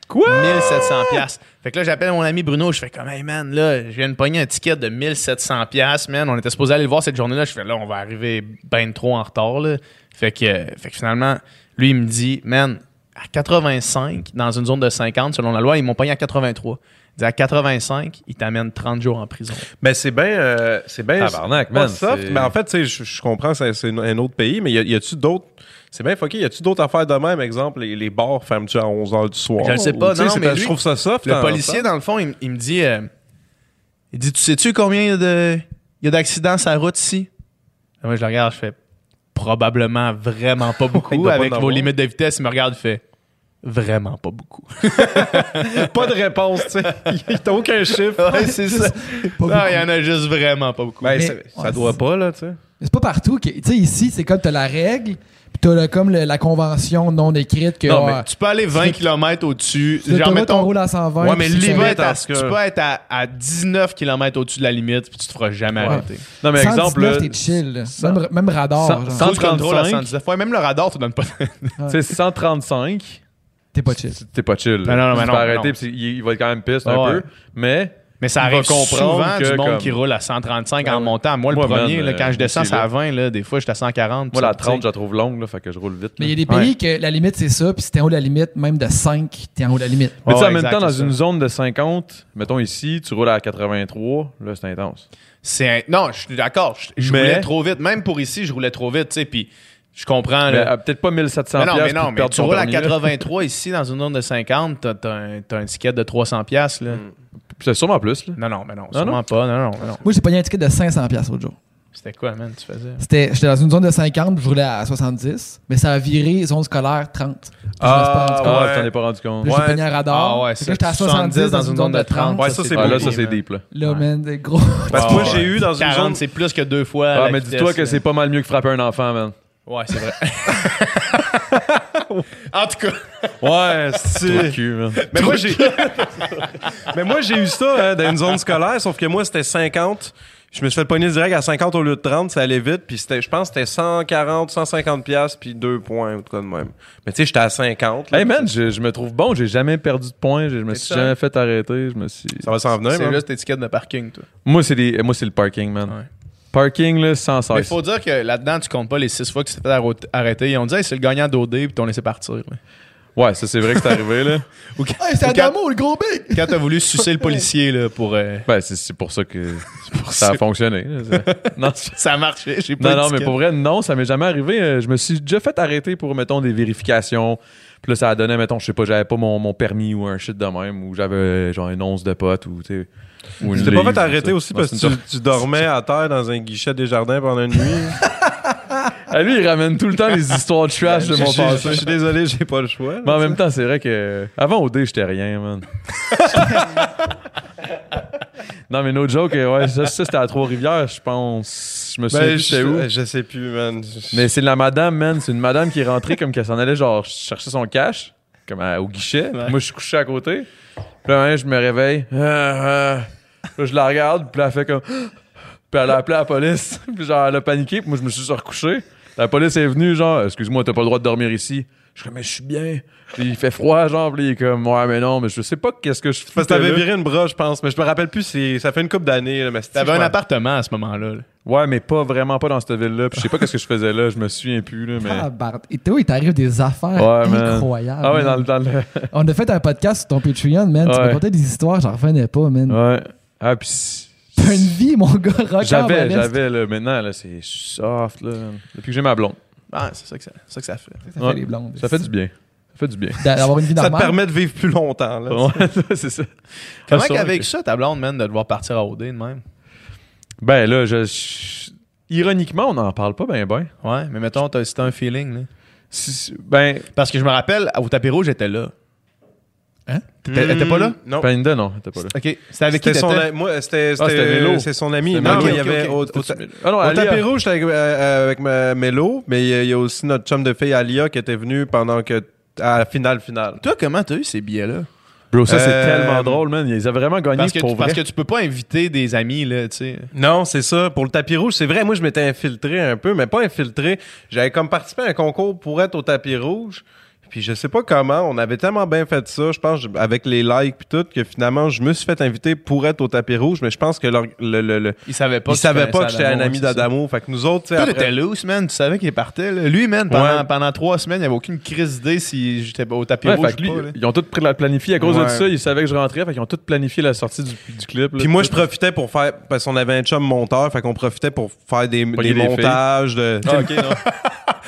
[SPEAKER 3] Quoi?
[SPEAKER 2] 1700 pièces. Fait que là, j'appelle mon ami Bruno. Je fais comme, hey man, là, je viens de pogner un ticket de 1700 pièces, man. On était supposé aller le voir cette journée-là. Je fais, là, on va arriver ben trop en retard, là. Fait que, euh, fait que finalement, lui, il me dit, man, à 85, dans une zone de 50, selon la loi, ils m'ont pogné à 83. Il dit, à 85, ils t'amènent 30 jours en prison.
[SPEAKER 4] Mais c'est bien. euh, c'est bien.
[SPEAKER 3] Tabarnak,
[SPEAKER 4] c'est pas
[SPEAKER 3] man,
[SPEAKER 4] soft.
[SPEAKER 3] c'est-
[SPEAKER 4] Mais en fait, tu sais, je je comprends, c'est c'est un autre pays, mais y a- y a-tu d'autres. C'est bien fucké. Y a-tu d'autres affaires de même, exemple, les, les bars ferment-tu à 11h du soir?
[SPEAKER 2] Je le sais pas,
[SPEAKER 4] Ou, tu
[SPEAKER 2] non,
[SPEAKER 4] c'est
[SPEAKER 2] mais
[SPEAKER 4] parce-
[SPEAKER 2] lui,
[SPEAKER 4] Je trouve ça soft.
[SPEAKER 2] Le
[SPEAKER 4] en-
[SPEAKER 2] policier, dans le fond, il, m- il me dit euh, Il dit Tu sais-tu combien il y a de- il y a d'accidents sur la route ici Et Moi, je le regarde, je fais Probablement vraiment pas
[SPEAKER 4] Il
[SPEAKER 2] beaucoup.
[SPEAKER 4] doit pas
[SPEAKER 2] avec
[SPEAKER 4] en
[SPEAKER 2] vos
[SPEAKER 4] avoir.
[SPEAKER 2] limites de vitesse, il me regarde, il fait Vraiment pas beaucoup.
[SPEAKER 4] pas de réponse, tu sais. T'as aucun chiffre.
[SPEAKER 2] ouais, c'est ça.
[SPEAKER 5] beaucoup.
[SPEAKER 2] Non, il y en a juste vraiment pas beaucoup.
[SPEAKER 4] Ben,
[SPEAKER 5] Mais-
[SPEAKER 4] ça, ça doit pas, là, tu sais.
[SPEAKER 5] Mais c'est pas partout. que- Tu sais, ici, c'est comme t'as la règle, puis t'as le- comme le- la convention non écrite que.
[SPEAKER 2] non,
[SPEAKER 5] ouais,
[SPEAKER 2] mais tu peux aller 20 km au-dessus.
[SPEAKER 5] sur
[SPEAKER 2] Genre,
[SPEAKER 5] l'autoroute, on
[SPEAKER 2] mettons.
[SPEAKER 5] roule à 120.
[SPEAKER 2] Ouais,
[SPEAKER 5] puis
[SPEAKER 2] mais
[SPEAKER 5] c'est ça.
[SPEAKER 2] limite,
[SPEAKER 4] limite,
[SPEAKER 2] à-
[SPEAKER 4] parce
[SPEAKER 2] tu
[SPEAKER 4] que-
[SPEAKER 2] peux être à, à 19 km au-dessus de la limite, puis tu te feras jamais
[SPEAKER 5] Ouais.
[SPEAKER 2] arrêter.
[SPEAKER 3] Non, mais
[SPEAKER 5] 119,
[SPEAKER 3] exemple, là,
[SPEAKER 5] t'es chill. là.
[SPEAKER 3] cent-
[SPEAKER 5] Même, même radar.
[SPEAKER 3] cent-
[SPEAKER 5] genre.
[SPEAKER 3] cent-
[SPEAKER 2] Cruise control à
[SPEAKER 3] 135.
[SPEAKER 2] 119. Ouais, même le radar te donne pas.
[SPEAKER 3] tu sais, 135,
[SPEAKER 5] T'es pas chill.
[SPEAKER 3] t'es pas chill.
[SPEAKER 2] Ben Non, non, non,
[SPEAKER 3] Tu
[SPEAKER 2] mais
[SPEAKER 3] te
[SPEAKER 2] non,
[SPEAKER 3] fais arrêter,
[SPEAKER 2] non.
[SPEAKER 3] puis c'est- il, il va être quand même piste un
[SPEAKER 2] Ouais.
[SPEAKER 3] peu. Mais
[SPEAKER 2] Mais ça
[SPEAKER 3] Il
[SPEAKER 2] arrive
[SPEAKER 3] va comprendre
[SPEAKER 2] souvent
[SPEAKER 3] que
[SPEAKER 2] du monde
[SPEAKER 3] comme-
[SPEAKER 2] qui roule à 135
[SPEAKER 3] Ah
[SPEAKER 2] en
[SPEAKER 3] ouais.
[SPEAKER 2] montant. Moi, le
[SPEAKER 3] Moi,
[SPEAKER 2] premier,
[SPEAKER 3] man,
[SPEAKER 2] là,
[SPEAKER 3] euh,
[SPEAKER 2] quand je descends,
[SPEAKER 3] aussi,
[SPEAKER 2] c'est à
[SPEAKER 3] là.
[SPEAKER 2] 20. Là, des fois, j'étais à 140.
[SPEAKER 3] moi, la
[SPEAKER 2] tu sais.
[SPEAKER 3] 30, je la trouve longue, là, fait que je roule vite.
[SPEAKER 5] Mais il y
[SPEAKER 3] là.
[SPEAKER 5] a des pays que la limite, c'est ça, puis si t'es en haut de la limite, même de 5, t'es en haut de la limite.
[SPEAKER 3] Mais tu sais, en
[SPEAKER 2] Ouais,
[SPEAKER 3] même
[SPEAKER 2] exact,
[SPEAKER 3] temps, dans
[SPEAKER 2] c'est
[SPEAKER 3] une
[SPEAKER 2] ça.
[SPEAKER 3] zone de 50, mettons ici, tu roules à 83, là, c'est intense.
[SPEAKER 2] C'est un- Non, je suis d'accord. Je, je
[SPEAKER 3] Mais-
[SPEAKER 2] roulais trop vite. Même pour ici, je roulais trop vite. tu sais, Puis je comprends.
[SPEAKER 3] Mais,
[SPEAKER 2] là.
[SPEAKER 3] ah, Peut-être pas 1700
[SPEAKER 2] Mais non, mais
[SPEAKER 3] piastres
[SPEAKER 2] non,
[SPEAKER 3] pour
[SPEAKER 2] mais
[SPEAKER 3] perdre
[SPEAKER 2] tu
[SPEAKER 3] ton
[SPEAKER 2] roules à
[SPEAKER 3] permis, là.
[SPEAKER 2] 83 ici, dans une zone de 50, t'as- t'as un, t'as un ticket de 300 piastres, là.
[SPEAKER 3] C'est sûrement plus, là.
[SPEAKER 2] Non, non, mais non,
[SPEAKER 3] Hmm. Non,
[SPEAKER 2] sûrement
[SPEAKER 3] non.
[SPEAKER 2] pas. Non, non, mais non.
[SPEAKER 5] Moi, j'ai pogné un ticket de 500$ piastres l'autre jour.
[SPEAKER 2] C'était quoi, man, tu faisais?
[SPEAKER 5] C'était- J'étais dans une zone de 50, puis je roulais à 70, mais ça a viré zone scolaire 30. Puis je me suis pas rendu compte.
[SPEAKER 3] Ah,
[SPEAKER 4] Ouais.
[SPEAKER 3] tu t'en es pas rendu compte.
[SPEAKER 5] Puis
[SPEAKER 4] Ouais.
[SPEAKER 5] J'ai pogné un radar.
[SPEAKER 2] Ah ouais,
[SPEAKER 5] Fait que
[SPEAKER 2] ça,
[SPEAKER 5] là, j'étais à
[SPEAKER 2] 70
[SPEAKER 5] 70 dans une zone de 30.
[SPEAKER 4] Ouais, ça, c'est
[SPEAKER 3] Ah, là,
[SPEAKER 4] beaucoup,
[SPEAKER 3] ça, c'est
[SPEAKER 2] man.
[SPEAKER 3] deep, là.
[SPEAKER 5] Là,
[SPEAKER 2] Ouais.
[SPEAKER 5] man, des gros.
[SPEAKER 4] Parce que moi,
[SPEAKER 2] Ah,
[SPEAKER 4] j'ai eu dans une
[SPEAKER 2] 40,
[SPEAKER 4] zone.
[SPEAKER 2] c'est plus que deux fois.
[SPEAKER 3] Ah,
[SPEAKER 2] la
[SPEAKER 3] mais dis-toi
[SPEAKER 2] vitesse,
[SPEAKER 3] que
[SPEAKER 2] là.
[SPEAKER 3] c'est pas mal mieux que frapper un enfant, man.
[SPEAKER 2] Ouais, c'est vrai. en tout cas.
[SPEAKER 3] Ouais, c'est cul, man.
[SPEAKER 4] Mais moi, j'ai. mais moi, j'ai eu ça hein, dans une zone scolaire, sauf que moi, c'était 50. Je me suis fait pogner direct à 50 au lieu de 30, ça allait vite. Puis c'était, je pense que c'était 140, 150 piastres, puis 2 points ou de quoi de même. Mais tu sais, j'étais à 50. là.
[SPEAKER 3] Hey, man, je, je me trouve bon, j'ai jamais perdu de points, je, je me suis
[SPEAKER 2] ça.
[SPEAKER 3] jamais fait arrêter, je me suis...
[SPEAKER 4] ça va s'en venir, hein.
[SPEAKER 2] C'est
[SPEAKER 4] man.
[SPEAKER 2] juste tes tickets de parking, toi.
[SPEAKER 3] Moi, c'est des... moi, c'est le parking, man.
[SPEAKER 2] Ouais.
[SPEAKER 3] Parking, là, sans
[SPEAKER 2] Mais
[SPEAKER 3] cesse.
[SPEAKER 2] faut dire que là-dedans, tu comptes pas les six fois que tu t'es fait arro- arrêter. Ils ont dit, Hey, c'est le gagnant d'OD, puis t'ont laissé partir. là.
[SPEAKER 3] Ouais, ça, c'est vrai que c'est arrivé, là.
[SPEAKER 5] Hey, c'est
[SPEAKER 2] Ou quatre-
[SPEAKER 5] Adamo, le gros big!
[SPEAKER 2] Quand t'as voulu sucer le policier, là, pour. euh,
[SPEAKER 3] Ben, c'est, c'est pour ça que ça a fonctionné. là, c'est- non, c'est-
[SPEAKER 2] Ça a marché, j'ai pas
[SPEAKER 3] non,
[SPEAKER 2] eu de
[SPEAKER 3] non, mais
[SPEAKER 2] ticket.
[SPEAKER 3] pour vrai, non, ça m'est jamais arrivé. Euh, Je me suis déjà fait arrêter pour, mettons, des vérifications. Puis là, ça a donné, mettons, je sais pas, j'avais pas mon, mon permis ou un shit de même, ou j'avais euh, genre une once de pote ou, tu sais. ou une
[SPEAKER 4] Tu t'es pas
[SPEAKER 3] livre,
[SPEAKER 4] fait arrêter
[SPEAKER 3] ça.
[SPEAKER 4] aussi
[SPEAKER 3] Ouais,
[SPEAKER 4] parce que
[SPEAKER 3] c'est une
[SPEAKER 4] tu, tu dormais à terre dans un guichet des jardins pendant une nuit.
[SPEAKER 3] Ah, lui, il ramène tout le temps les histoires de trash de
[SPEAKER 4] Je-
[SPEAKER 3] mon
[SPEAKER 4] je-
[SPEAKER 3] passé.
[SPEAKER 4] Je suis désolé, j'ai Ben, pas le choix. là,
[SPEAKER 3] Mais en
[SPEAKER 4] tu
[SPEAKER 3] même temps, c'est vrai que. Avant au dé, j'étais rien, man. non, mais no joke, euh, ouais, ça, ça, c'était à Trois-Rivières, je pense. Je me
[SPEAKER 4] sais.
[SPEAKER 3] souviens
[SPEAKER 4] Ben,
[SPEAKER 3] plus c'était où.
[SPEAKER 4] je, je sais plus, man. Je-
[SPEAKER 3] Mais c'est de la madame, man. C'est une madame qui est rentrée comme qu'elle s'en allait, genre, chercher son cash, comme à- au guichet. Puis Moi, je suis couché à côté. Puis là, un moment, je me réveille. Euh, euh. Là, je la regarde, puis là, elle fait comme. Puis elle a appelé la police. Puis genre, elle a paniqué, puis moi, je me suis juste recouché. La police est venue, genre, excuse-moi, t'as pas le droit de dormir ici. Je suis comme, mais je suis bien. Puis il fait froid, genre, puis il est comme, ouais, mais non, mais je sais pas qu'est-ce que je fais.
[SPEAKER 4] Parce que t'avais viré une broche, je pense, mais je me rappelle plus, c'est- ça fait une couple d'années. là, mais c'était-
[SPEAKER 7] T'avais
[SPEAKER 4] je
[SPEAKER 7] un
[SPEAKER 4] me-
[SPEAKER 7] appartement à ce moment-là. là.
[SPEAKER 3] Ouais, mais pas vraiment pas dans cette ville-là. Puis je sais pas qu'est-ce que je faisais là, je me souviens plus, là, mais.
[SPEAKER 5] Ah, Bart. Et Théo, il t'arrive des affaires
[SPEAKER 3] Ouais, man.
[SPEAKER 5] incroyables.
[SPEAKER 3] Ah ouais, dans
[SPEAKER 5] man.
[SPEAKER 3] le. Dans le...
[SPEAKER 5] On a fait un podcast sur ton Patreon, man. Tu
[SPEAKER 3] Ouais.
[SPEAKER 5] me contais des histoires, j'en revenais pas, man.
[SPEAKER 3] Ouais. Ah, puis. c-
[SPEAKER 5] T'as une vie, mon gars, rocker.
[SPEAKER 3] J'avais, j'avais, là. Maintenant, là, c'est soft, là. Depuis que j'ai ma blonde.
[SPEAKER 7] Ah, c'est ça, que ça, c'est ça que ça fait.
[SPEAKER 5] Ça
[SPEAKER 3] Ouais.
[SPEAKER 5] fait les blondes.
[SPEAKER 3] Ça fait du bien. Ça fait du bien.
[SPEAKER 5] D'a- D'avoir une vie
[SPEAKER 4] Ça te
[SPEAKER 5] normale.
[SPEAKER 4] permet de vivre plus longtemps. Là.
[SPEAKER 3] Ouais, c'est ça.
[SPEAKER 7] Comment
[SPEAKER 3] Assurément
[SPEAKER 7] qu'avec
[SPEAKER 3] que-
[SPEAKER 7] ça, ta blonde, man, de devoir partir à OD de même?
[SPEAKER 3] Ben là, je. je- Ironiquement, on n'en parle pas ben ben.
[SPEAKER 7] Ouais, mais mettons, t'as- c'était un feeling, là.
[SPEAKER 3] Si- si- ben,
[SPEAKER 7] Parce que je me rappelle, au Tapéro, j'étais là.
[SPEAKER 5] Hein?
[SPEAKER 7] T'étais- T'étais pas là?
[SPEAKER 4] Non.
[SPEAKER 3] Palinda, non, t'es pas là.
[SPEAKER 7] Ok. C'était avec qui
[SPEAKER 4] C'était son,
[SPEAKER 7] t'étais?
[SPEAKER 4] ami- moi, c'était,
[SPEAKER 3] Ah, c'était
[SPEAKER 4] c'était-
[SPEAKER 3] Mélo.
[SPEAKER 4] c'est son ami.
[SPEAKER 3] C'était
[SPEAKER 4] non,
[SPEAKER 3] Mélo.
[SPEAKER 4] mais il y
[SPEAKER 7] Ok,
[SPEAKER 4] avait
[SPEAKER 7] ok,
[SPEAKER 4] au, au,
[SPEAKER 3] T'es-tu- Ah non,
[SPEAKER 4] au
[SPEAKER 3] Alia.
[SPEAKER 4] tapis rouge, j'étais avec, euh, avec ma- Mélo, mais il y a- il y a aussi notre chum de fille Alia qui était venue pendant que à la finale finale.
[SPEAKER 7] Toi, comment t'as eu ces billets-là?
[SPEAKER 3] Bro, ça, c'est
[SPEAKER 4] Euh,
[SPEAKER 3] tellement drôle, man. Ils ont vraiment gagné
[SPEAKER 7] Parce que,
[SPEAKER 3] pour
[SPEAKER 7] tu, parce
[SPEAKER 3] vrai.
[SPEAKER 7] que tu peux pas inviter des amis, là, tu sais.
[SPEAKER 4] Non, c'est ça. Pour le tapis rouge, c'est vrai, moi je m'étais infiltré un peu, mais pas infiltré. J'avais comme participé à un concours pour être au tapis rouge. Puis je sais pas comment, on avait tellement bien fait ça, je pense, avec les likes puis tout, que finalement, je me suis fait inviter pour être au tapis rouge, mais je pense que leur- le, le, le-
[SPEAKER 7] Ils savaient pas
[SPEAKER 4] ils savaient pas que j'étais un ami
[SPEAKER 7] ouais, c'est ça.
[SPEAKER 4] d'Adamo. Fait que nous autres, tu sais,
[SPEAKER 7] Toi,
[SPEAKER 4] après-
[SPEAKER 7] t'étais loose, man. Tu savais qu'il partait. là. Lui, man, pendant,
[SPEAKER 4] Ouais.
[SPEAKER 7] pendant trois semaines, il n'y avait aucune crise d'idée si j'étais au tapis
[SPEAKER 3] Ouais,
[SPEAKER 7] rouge
[SPEAKER 3] fait que lui,
[SPEAKER 7] ou pas. là.
[SPEAKER 3] ils ont tout pris la planifié à cause de
[SPEAKER 4] Ouais.
[SPEAKER 3] ça. Ils savaient que je rentrais, fait qu'ils ont tout planifié la sortie du, du clip. là.
[SPEAKER 4] Puis moi, je profitais pour faire. Parce qu'on avait un chum monteur, fait qu'on profitait pour faire des,
[SPEAKER 3] Pogner
[SPEAKER 4] des
[SPEAKER 3] des
[SPEAKER 4] montages. De...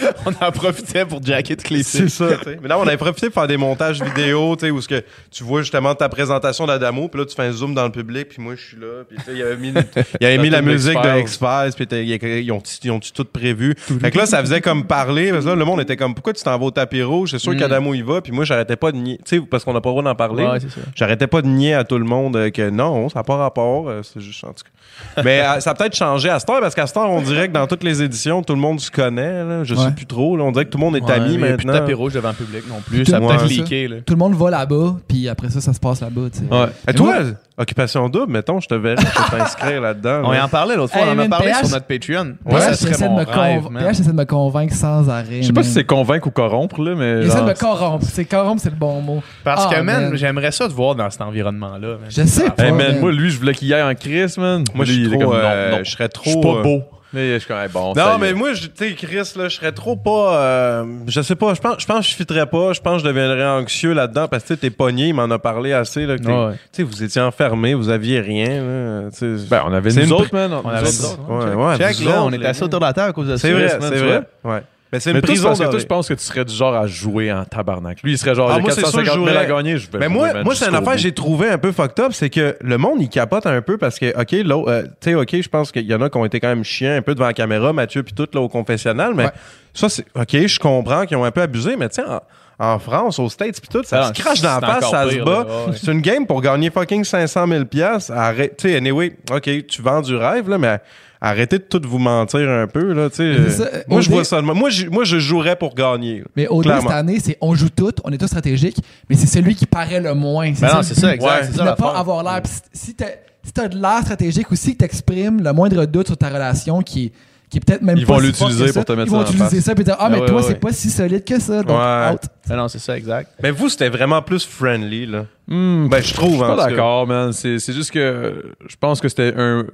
[SPEAKER 7] Ah, On en profitait pour jacket de
[SPEAKER 4] C'est ça, tu sais. Mais là, on avait profité pour faire des montages vidéo, tu sais, où ce que tu vois justement ta présentation d'Adamo, puis là, tu fais un zoom dans le public, puis moi, je suis là. Puis tu sais, il avait mis, il avait mis la
[SPEAKER 3] tune de
[SPEAKER 4] musique de
[SPEAKER 3] X-Files.
[SPEAKER 4] X-Files, puis t'as- ils ils ont ils ont-tu tout prévu. Fait que là, ça faisait comme parler. Parce que là, le monde était comme, pourquoi tu t'en vas au tapis rouge? C'est sûr qu'Adamo y va, puis moi, j'arrêtais pas de nier. Tu sais, parce qu'on n'a pas le droit d'en parler.
[SPEAKER 7] Ouais, c'est ça.
[SPEAKER 4] J'arrêtais pas de nier à tout le monde euh, que non, ça n'a pas rapport. euh, C'est juste en tout cas. Mais euh, ça a peut-être changé à cette heure, parce qu'à cette heure, on dirait que dans toutes les éditions, tout le monde se connaît. là. je
[SPEAKER 5] Ouais.
[SPEAKER 4] sais plus trop. là. On dirait que tout le monde est
[SPEAKER 7] Ouais,
[SPEAKER 4] ami
[SPEAKER 7] mais il y a plus de
[SPEAKER 4] maintenant.
[SPEAKER 7] tapis rouge devant le public non plus.
[SPEAKER 5] Tout
[SPEAKER 7] Ça a
[SPEAKER 4] le
[SPEAKER 7] peut-être
[SPEAKER 5] monde,
[SPEAKER 7] leaké, là.
[SPEAKER 5] Tout le monde va là-bas, puis après ça, ça se passe là-bas, tu sais.
[SPEAKER 4] Ouais. Et
[SPEAKER 5] Mais
[SPEAKER 4] toi, occupation double, mettons, je te verrais, je vais t'inscrire là-dedans.
[SPEAKER 7] On
[SPEAKER 4] là.
[SPEAKER 7] en parlait l'autre fois.
[SPEAKER 5] Hey,
[SPEAKER 7] on en a
[SPEAKER 5] man,
[SPEAKER 7] parlé
[SPEAKER 5] PH,
[SPEAKER 7] sur notre Patreon.
[SPEAKER 5] PH,
[SPEAKER 7] Ouais, ça
[SPEAKER 5] j'essaie
[SPEAKER 7] serait
[SPEAKER 5] de
[SPEAKER 7] mon
[SPEAKER 5] me
[SPEAKER 7] rêve,
[SPEAKER 5] conv-
[SPEAKER 7] man.
[SPEAKER 5] PH, j'essaie de me convaincre sans arrêt.
[SPEAKER 3] Je sais pas
[SPEAKER 5] man.
[SPEAKER 3] si c'est convaincre ou corrompre, là, mais.
[SPEAKER 5] J'essaie de
[SPEAKER 3] genre,
[SPEAKER 5] me corrompre. C'est corrompre, c'est le bon mot.
[SPEAKER 7] Parce
[SPEAKER 5] Ah,
[SPEAKER 7] que, man,
[SPEAKER 5] man.
[SPEAKER 7] j'aimerais ça te voir dans cet environnement-là. man. Ah,
[SPEAKER 5] Je sais pas.
[SPEAKER 3] Hey, man,
[SPEAKER 5] man.
[SPEAKER 3] moi, lui, je voulais qu'il y aille en crise, man.
[SPEAKER 4] Moi, je
[SPEAKER 3] Lui,
[SPEAKER 4] suis
[SPEAKER 3] il est
[SPEAKER 4] trop,
[SPEAKER 3] comme,
[SPEAKER 4] euh,
[SPEAKER 3] non, non.
[SPEAKER 4] je serais
[SPEAKER 3] Je suis
[SPEAKER 4] trop.
[SPEAKER 3] pas
[SPEAKER 4] euh,
[SPEAKER 3] beau. Mais je suis comme, hey, bon, ça
[SPEAKER 4] Non,
[SPEAKER 3] y est.
[SPEAKER 4] mais moi, je- tu sais, Chris, là, je serais trop pas. euh, je sais pas, je pense, je pense que je fitterais pas, je pense que je deviendrais anxieux là-dedans parce que tu sais, t'es pogné, il m'en a parlé assez. Là, que t'es-
[SPEAKER 7] Ouais.
[SPEAKER 4] Tu sais, vous étiez enfermé, vous aviez rien. Là, tu sais.
[SPEAKER 3] Ben, on avait
[SPEAKER 4] C'est
[SPEAKER 3] nous
[SPEAKER 4] une
[SPEAKER 3] autres, man.
[SPEAKER 7] On avait
[SPEAKER 3] nous
[SPEAKER 7] nous
[SPEAKER 3] autres.
[SPEAKER 7] autres.
[SPEAKER 4] ouais, ouais,
[SPEAKER 7] Check,
[SPEAKER 4] vous
[SPEAKER 7] là,
[SPEAKER 4] autres,
[SPEAKER 7] on
[SPEAKER 4] les
[SPEAKER 7] est assis
[SPEAKER 4] gars.
[SPEAKER 7] autour de la table à cause de ça.
[SPEAKER 4] hein. C'est vrai,
[SPEAKER 3] man,
[SPEAKER 4] c'est
[SPEAKER 3] tu
[SPEAKER 4] vrai. Ouais. Mais c'est une
[SPEAKER 3] Mais toi, c'est
[SPEAKER 4] prison
[SPEAKER 3] parce que toi,
[SPEAKER 4] dorée.
[SPEAKER 3] je pense que tu serais du genre à jouer en tabarnak. Lui, il serait genre,
[SPEAKER 4] Ah,
[SPEAKER 3] il y a
[SPEAKER 4] moi, c'est sûr,
[SPEAKER 3] 450
[SPEAKER 4] je
[SPEAKER 3] 000
[SPEAKER 4] jouerais.
[SPEAKER 3] à gagner, je Ben, vais
[SPEAKER 4] Mais
[SPEAKER 7] Ben,
[SPEAKER 3] jouer,
[SPEAKER 4] moi,
[SPEAKER 3] man,
[SPEAKER 4] moi c'est une
[SPEAKER 3] jusqu'au
[SPEAKER 4] affaire que
[SPEAKER 3] bout.
[SPEAKER 4] j'ai trouvé un peu fucked up, c'est que le monde, il capote un peu parce que, OK, là, euh, tu sais, OK, je pense qu'il y en a qui ont été quand même chiens un peu devant la caméra, Mathieu puis tout, là, au confessionnal, mais
[SPEAKER 5] Ouais.
[SPEAKER 4] ça, c'est, OK, je comprends qu'ils ont un peu abusé, mais tu sais, en, en France, aux States puis tout, ça
[SPEAKER 7] Ah,
[SPEAKER 4] se crache dans
[SPEAKER 7] c'est
[SPEAKER 4] la face,
[SPEAKER 7] encore
[SPEAKER 4] ça se
[SPEAKER 7] pire,
[SPEAKER 4] bat.
[SPEAKER 7] là, ouais, ouais.
[SPEAKER 4] C'est une game pour gagner fucking 500 000 piastres. Arrête- Tu sais, anyway, OK, tu vends du rêve, là, mais arrêtez de tout vous mentir un peu, là, tu sais.
[SPEAKER 5] C'est ça,
[SPEAKER 4] Euh, Moi, je
[SPEAKER 5] on
[SPEAKER 4] vois
[SPEAKER 5] dit-
[SPEAKER 4] ça de même. Moi, je- moi, je jouerais pour gagner. là.
[SPEAKER 5] Mais au début,
[SPEAKER 4] Clairement.
[SPEAKER 5] cette année, c'est on joue tout, on est tous stratégiques, mais c'est celui qui paraît le moins.
[SPEAKER 7] Ben non,
[SPEAKER 5] le
[SPEAKER 7] c'est
[SPEAKER 5] but.
[SPEAKER 7] ça, exact.
[SPEAKER 4] Ouais.
[SPEAKER 7] c'est
[SPEAKER 5] Puis
[SPEAKER 7] ça
[SPEAKER 5] ne
[SPEAKER 7] l'affaire.
[SPEAKER 5] pas avoir l'air. Puis si- si t'as si t'as de l'air stratégique aussi, que t'exprimes le moindre doute sur ta relation qui, qui est peut-être même
[SPEAKER 3] Ils
[SPEAKER 5] pas
[SPEAKER 3] vont
[SPEAKER 5] si
[SPEAKER 3] l'utiliser
[SPEAKER 5] forte que
[SPEAKER 3] pour te mettre
[SPEAKER 5] Ils vont
[SPEAKER 3] ça en
[SPEAKER 5] utiliser ça puis dire Ah, mais
[SPEAKER 7] ouais,
[SPEAKER 5] toi,
[SPEAKER 7] ouais,
[SPEAKER 5] c'est
[SPEAKER 7] ouais.
[SPEAKER 5] pas si solide que ça. Donc,
[SPEAKER 4] Ouais.
[SPEAKER 5] out.
[SPEAKER 7] Ah Non, c'est ça, exact.
[SPEAKER 4] Mais vous, c'était vraiment plus friendly, là.
[SPEAKER 3] Hmm,
[SPEAKER 4] Ben, je trouve,
[SPEAKER 3] Je suis
[SPEAKER 4] en tout
[SPEAKER 3] pas
[SPEAKER 4] cas.
[SPEAKER 3] d'accord, man. C'est c'est juste que euh, je pense que c'était un.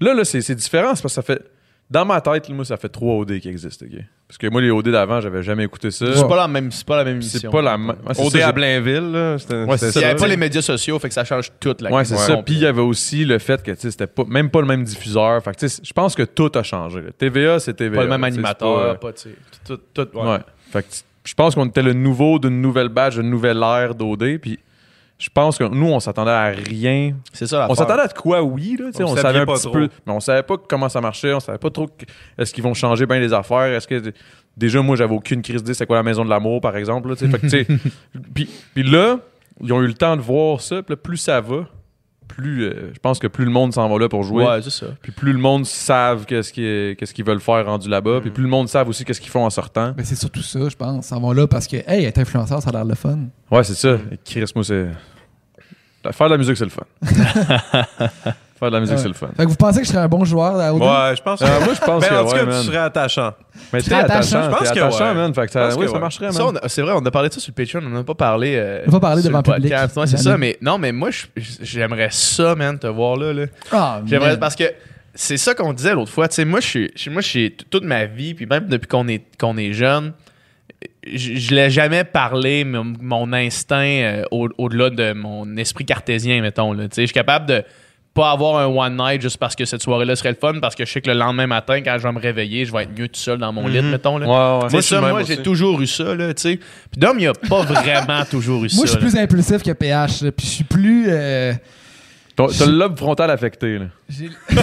[SPEAKER 3] Là, là, c'est c'est différent. C'est parce que ça fait. Dans ma tête, là, moi, ça fait trois OD qui existent, OK? Parce que moi, les OD d'avant, j'avais jamais écouté ça.
[SPEAKER 7] C'est pas la même, c'est pas la même
[SPEAKER 3] C'est
[SPEAKER 7] émission.
[SPEAKER 3] pas la même. Ouais, c'est
[SPEAKER 4] OD
[SPEAKER 3] ça,
[SPEAKER 4] à
[SPEAKER 3] j'ai-
[SPEAKER 4] Blainville, là. C'était
[SPEAKER 7] Ouais,
[SPEAKER 4] c'était
[SPEAKER 7] c'est ça. Il n'y avait pas
[SPEAKER 4] tu sais.
[SPEAKER 7] les médias sociaux, fait que ça change toute la
[SPEAKER 3] Ouais, c'est ça. Puis il y
[SPEAKER 7] complète.
[SPEAKER 3] avait aussi le fait que tu sais, c'était pas, même pas le même diffuseur. Fait que tu sais, je pense que tout a changé. là. TVA, c'est TVA.
[SPEAKER 7] Pas le même
[SPEAKER 3] Tu sais, euh, c'est
[SPEAKER 7] animateur, pas, tu sais, tout, tout, tout,
[SPEAKER 3] pas-
[SPEAKER 7] ouais.
[SPEAKER 3] ouais. Fait que tu- je pense qu'on était le nouveau d'une nouvelle batch, d'une nouvelle ère d'OD. Puis je pense que nous, on s'attendait à rien.
[SPEAKER 7] C'est ça, la
[SPEAKER 3] On s'attendait à de quoi, oui. Là, tu sais,
[SPEAKER 4] On
[SPEAKER 3] on,
[SPEAKER 4] savait
[SPEAKER 3] savait un
[SPEAKER 4] pas
[SPEAKER 3] petit
[SPEAKER 4] trop.
[SPEAKER 3] peu. Mais on savait pas comment ça marchait. On savait pas trop que- est-ce qu'ils vont changer bien les affaires. Est-ce que. Déjà, moi, j'avais aucune crise d'idée c'est quoi la maison de l'amour, par exemple. là, tu sais. Fait que, tu sais, puis, puis là, ils ont eu le temps de voir ça. Puis là, plus ça va, plus euh, je pense que plus le monde s'en va là pour jouer.
[SPEAKER 7] Ouais, c'est ça.
[SPEAKER 3] Puis plus le monde savent qu'est-ce qu'ils qu'est-ce qu'ils veulent faire rendu là-bas.
[SPEAKER 4] Mm.
[SPEAKER 3] Puis plus le monde savent aussi qu'est-ce qu'ils font en sortant.
[SPEAKER 5] Mais c'est surtout ça, je pense. Ils vont là parce que, hey, être influenceur, ça a l'air le fun.
[SPEAKER 4] Mm.
[SPEAKER 3] Ouais, c'est ça. Et Chris, moi, c'est. Faire de la musique, c'est le fun. Faire Faire de la musique,
[SPEAKER 5] Ouais.
[SPEAKER 3] c'est le fun.
[SPEAKER 5] Fait que vous pensez que je serais un bon joueur à Odin?
[SPEAKER 4] Ouais, je pense que.
[SPEAKER 3] Euh, moi, je pense
[SPEAKER 4] Ben,
[SPEAKER 3] que
[SPEAKER 4] en tout
[SPEAKER 3] ouais,
[SPEAKER 4] cas,
[SPEAKER 3] man.
[SPEAKER 4] tu serais attachant.
[SPEAKER 3] Mais
[SPEAKER 5] Tu
[SPEAKER 3] t'es
[SPEAKER 5] serais attachant.
[SPEAKER 3] attachant,
[SPEAKER 4] Je pense
[SPEAKER 3] t'es
[SPEAKER 4] que
[SPEAKER 3] attachant,
[SPEAKER 4] ouais.
[SPEAKER 3] man. Fait que
[SPEAKER 4] Je
[SPEAKER 3] ça,
[SPEAKER 4] pense
[SPEAKER 3] oui,
[SPEAKER 4] que
[SPEAKER 3] ça
[SPEAKER 4] ouais.
[SPEAKER 3] marcherait,
[SPEAKER 2] Ça,
[SPEAKER 3] man.
[SPEAKER 2] on a- c'est vrai, on a parlé de ça sur le Patreon, on n'en a pas parlé. euh,
[SPEAKER 5] On a pas parlé
[SPEAKER 2] sur
[SPEAKER 5] devant
[SPEAKER 2] le
[SPEAKER 5] le public.
[SPEAKER 2] podcast. Ouais, c'est
[SPEAKER 5] Jamais.
[SPEAKER 2] ça, mais non, mais moi, je- j'aimerais ça, man, te voir là. là.
[SPEAKER 5] Ah,
[SPEAKER 2] J'aimerais,
[SPEAKER 5] man.
[SPEAKER 2] parce que c'est ça qu'on disait l'autre fois. Tu sais, moi, je suis, je- moi, je suis- toute ma vie, puis même depuis qu'on est, qu'on est jeune, je, je l'ai jamais parlé, mon, mon instinct, euh, au- au-delà de mon esprit cartésien, mettons. là. Tu sais, je suis capable de pas avoir un one night juste parce que cette soirée-là serait le fun, parce que je sais que le lendemain matin, quand je vais me réveiller, je vais être mieux tout seul dans mon lit, mettons. Là.
[SPEAKER 3] Mm-hmm. Ouais,
[SPEAKER 2] Moi,
[SPEAKER 3] ouais.
[SPEAKER 4] je suis
[SPEAKER 2] ça,
[SPEAKER 4] le même
[SPEAKER 2] moi, j'ai
[SPEAKER 4] aussi.
[SPEAKER 2] toujours eu ça, là, tu sais. Puis Dom, il a pas vraiment toujours eu ça.
[SPEAKER 5] Moi, je suis
[SPEAKER 2] là.
[SPEAKER 5] plus impulsif que PH. là, Puis je suis plus. euh,
[SPEAKER 3] Ton- T'as le lobe frontal affecté, là.
[SPEAKER 5] j'ai- puis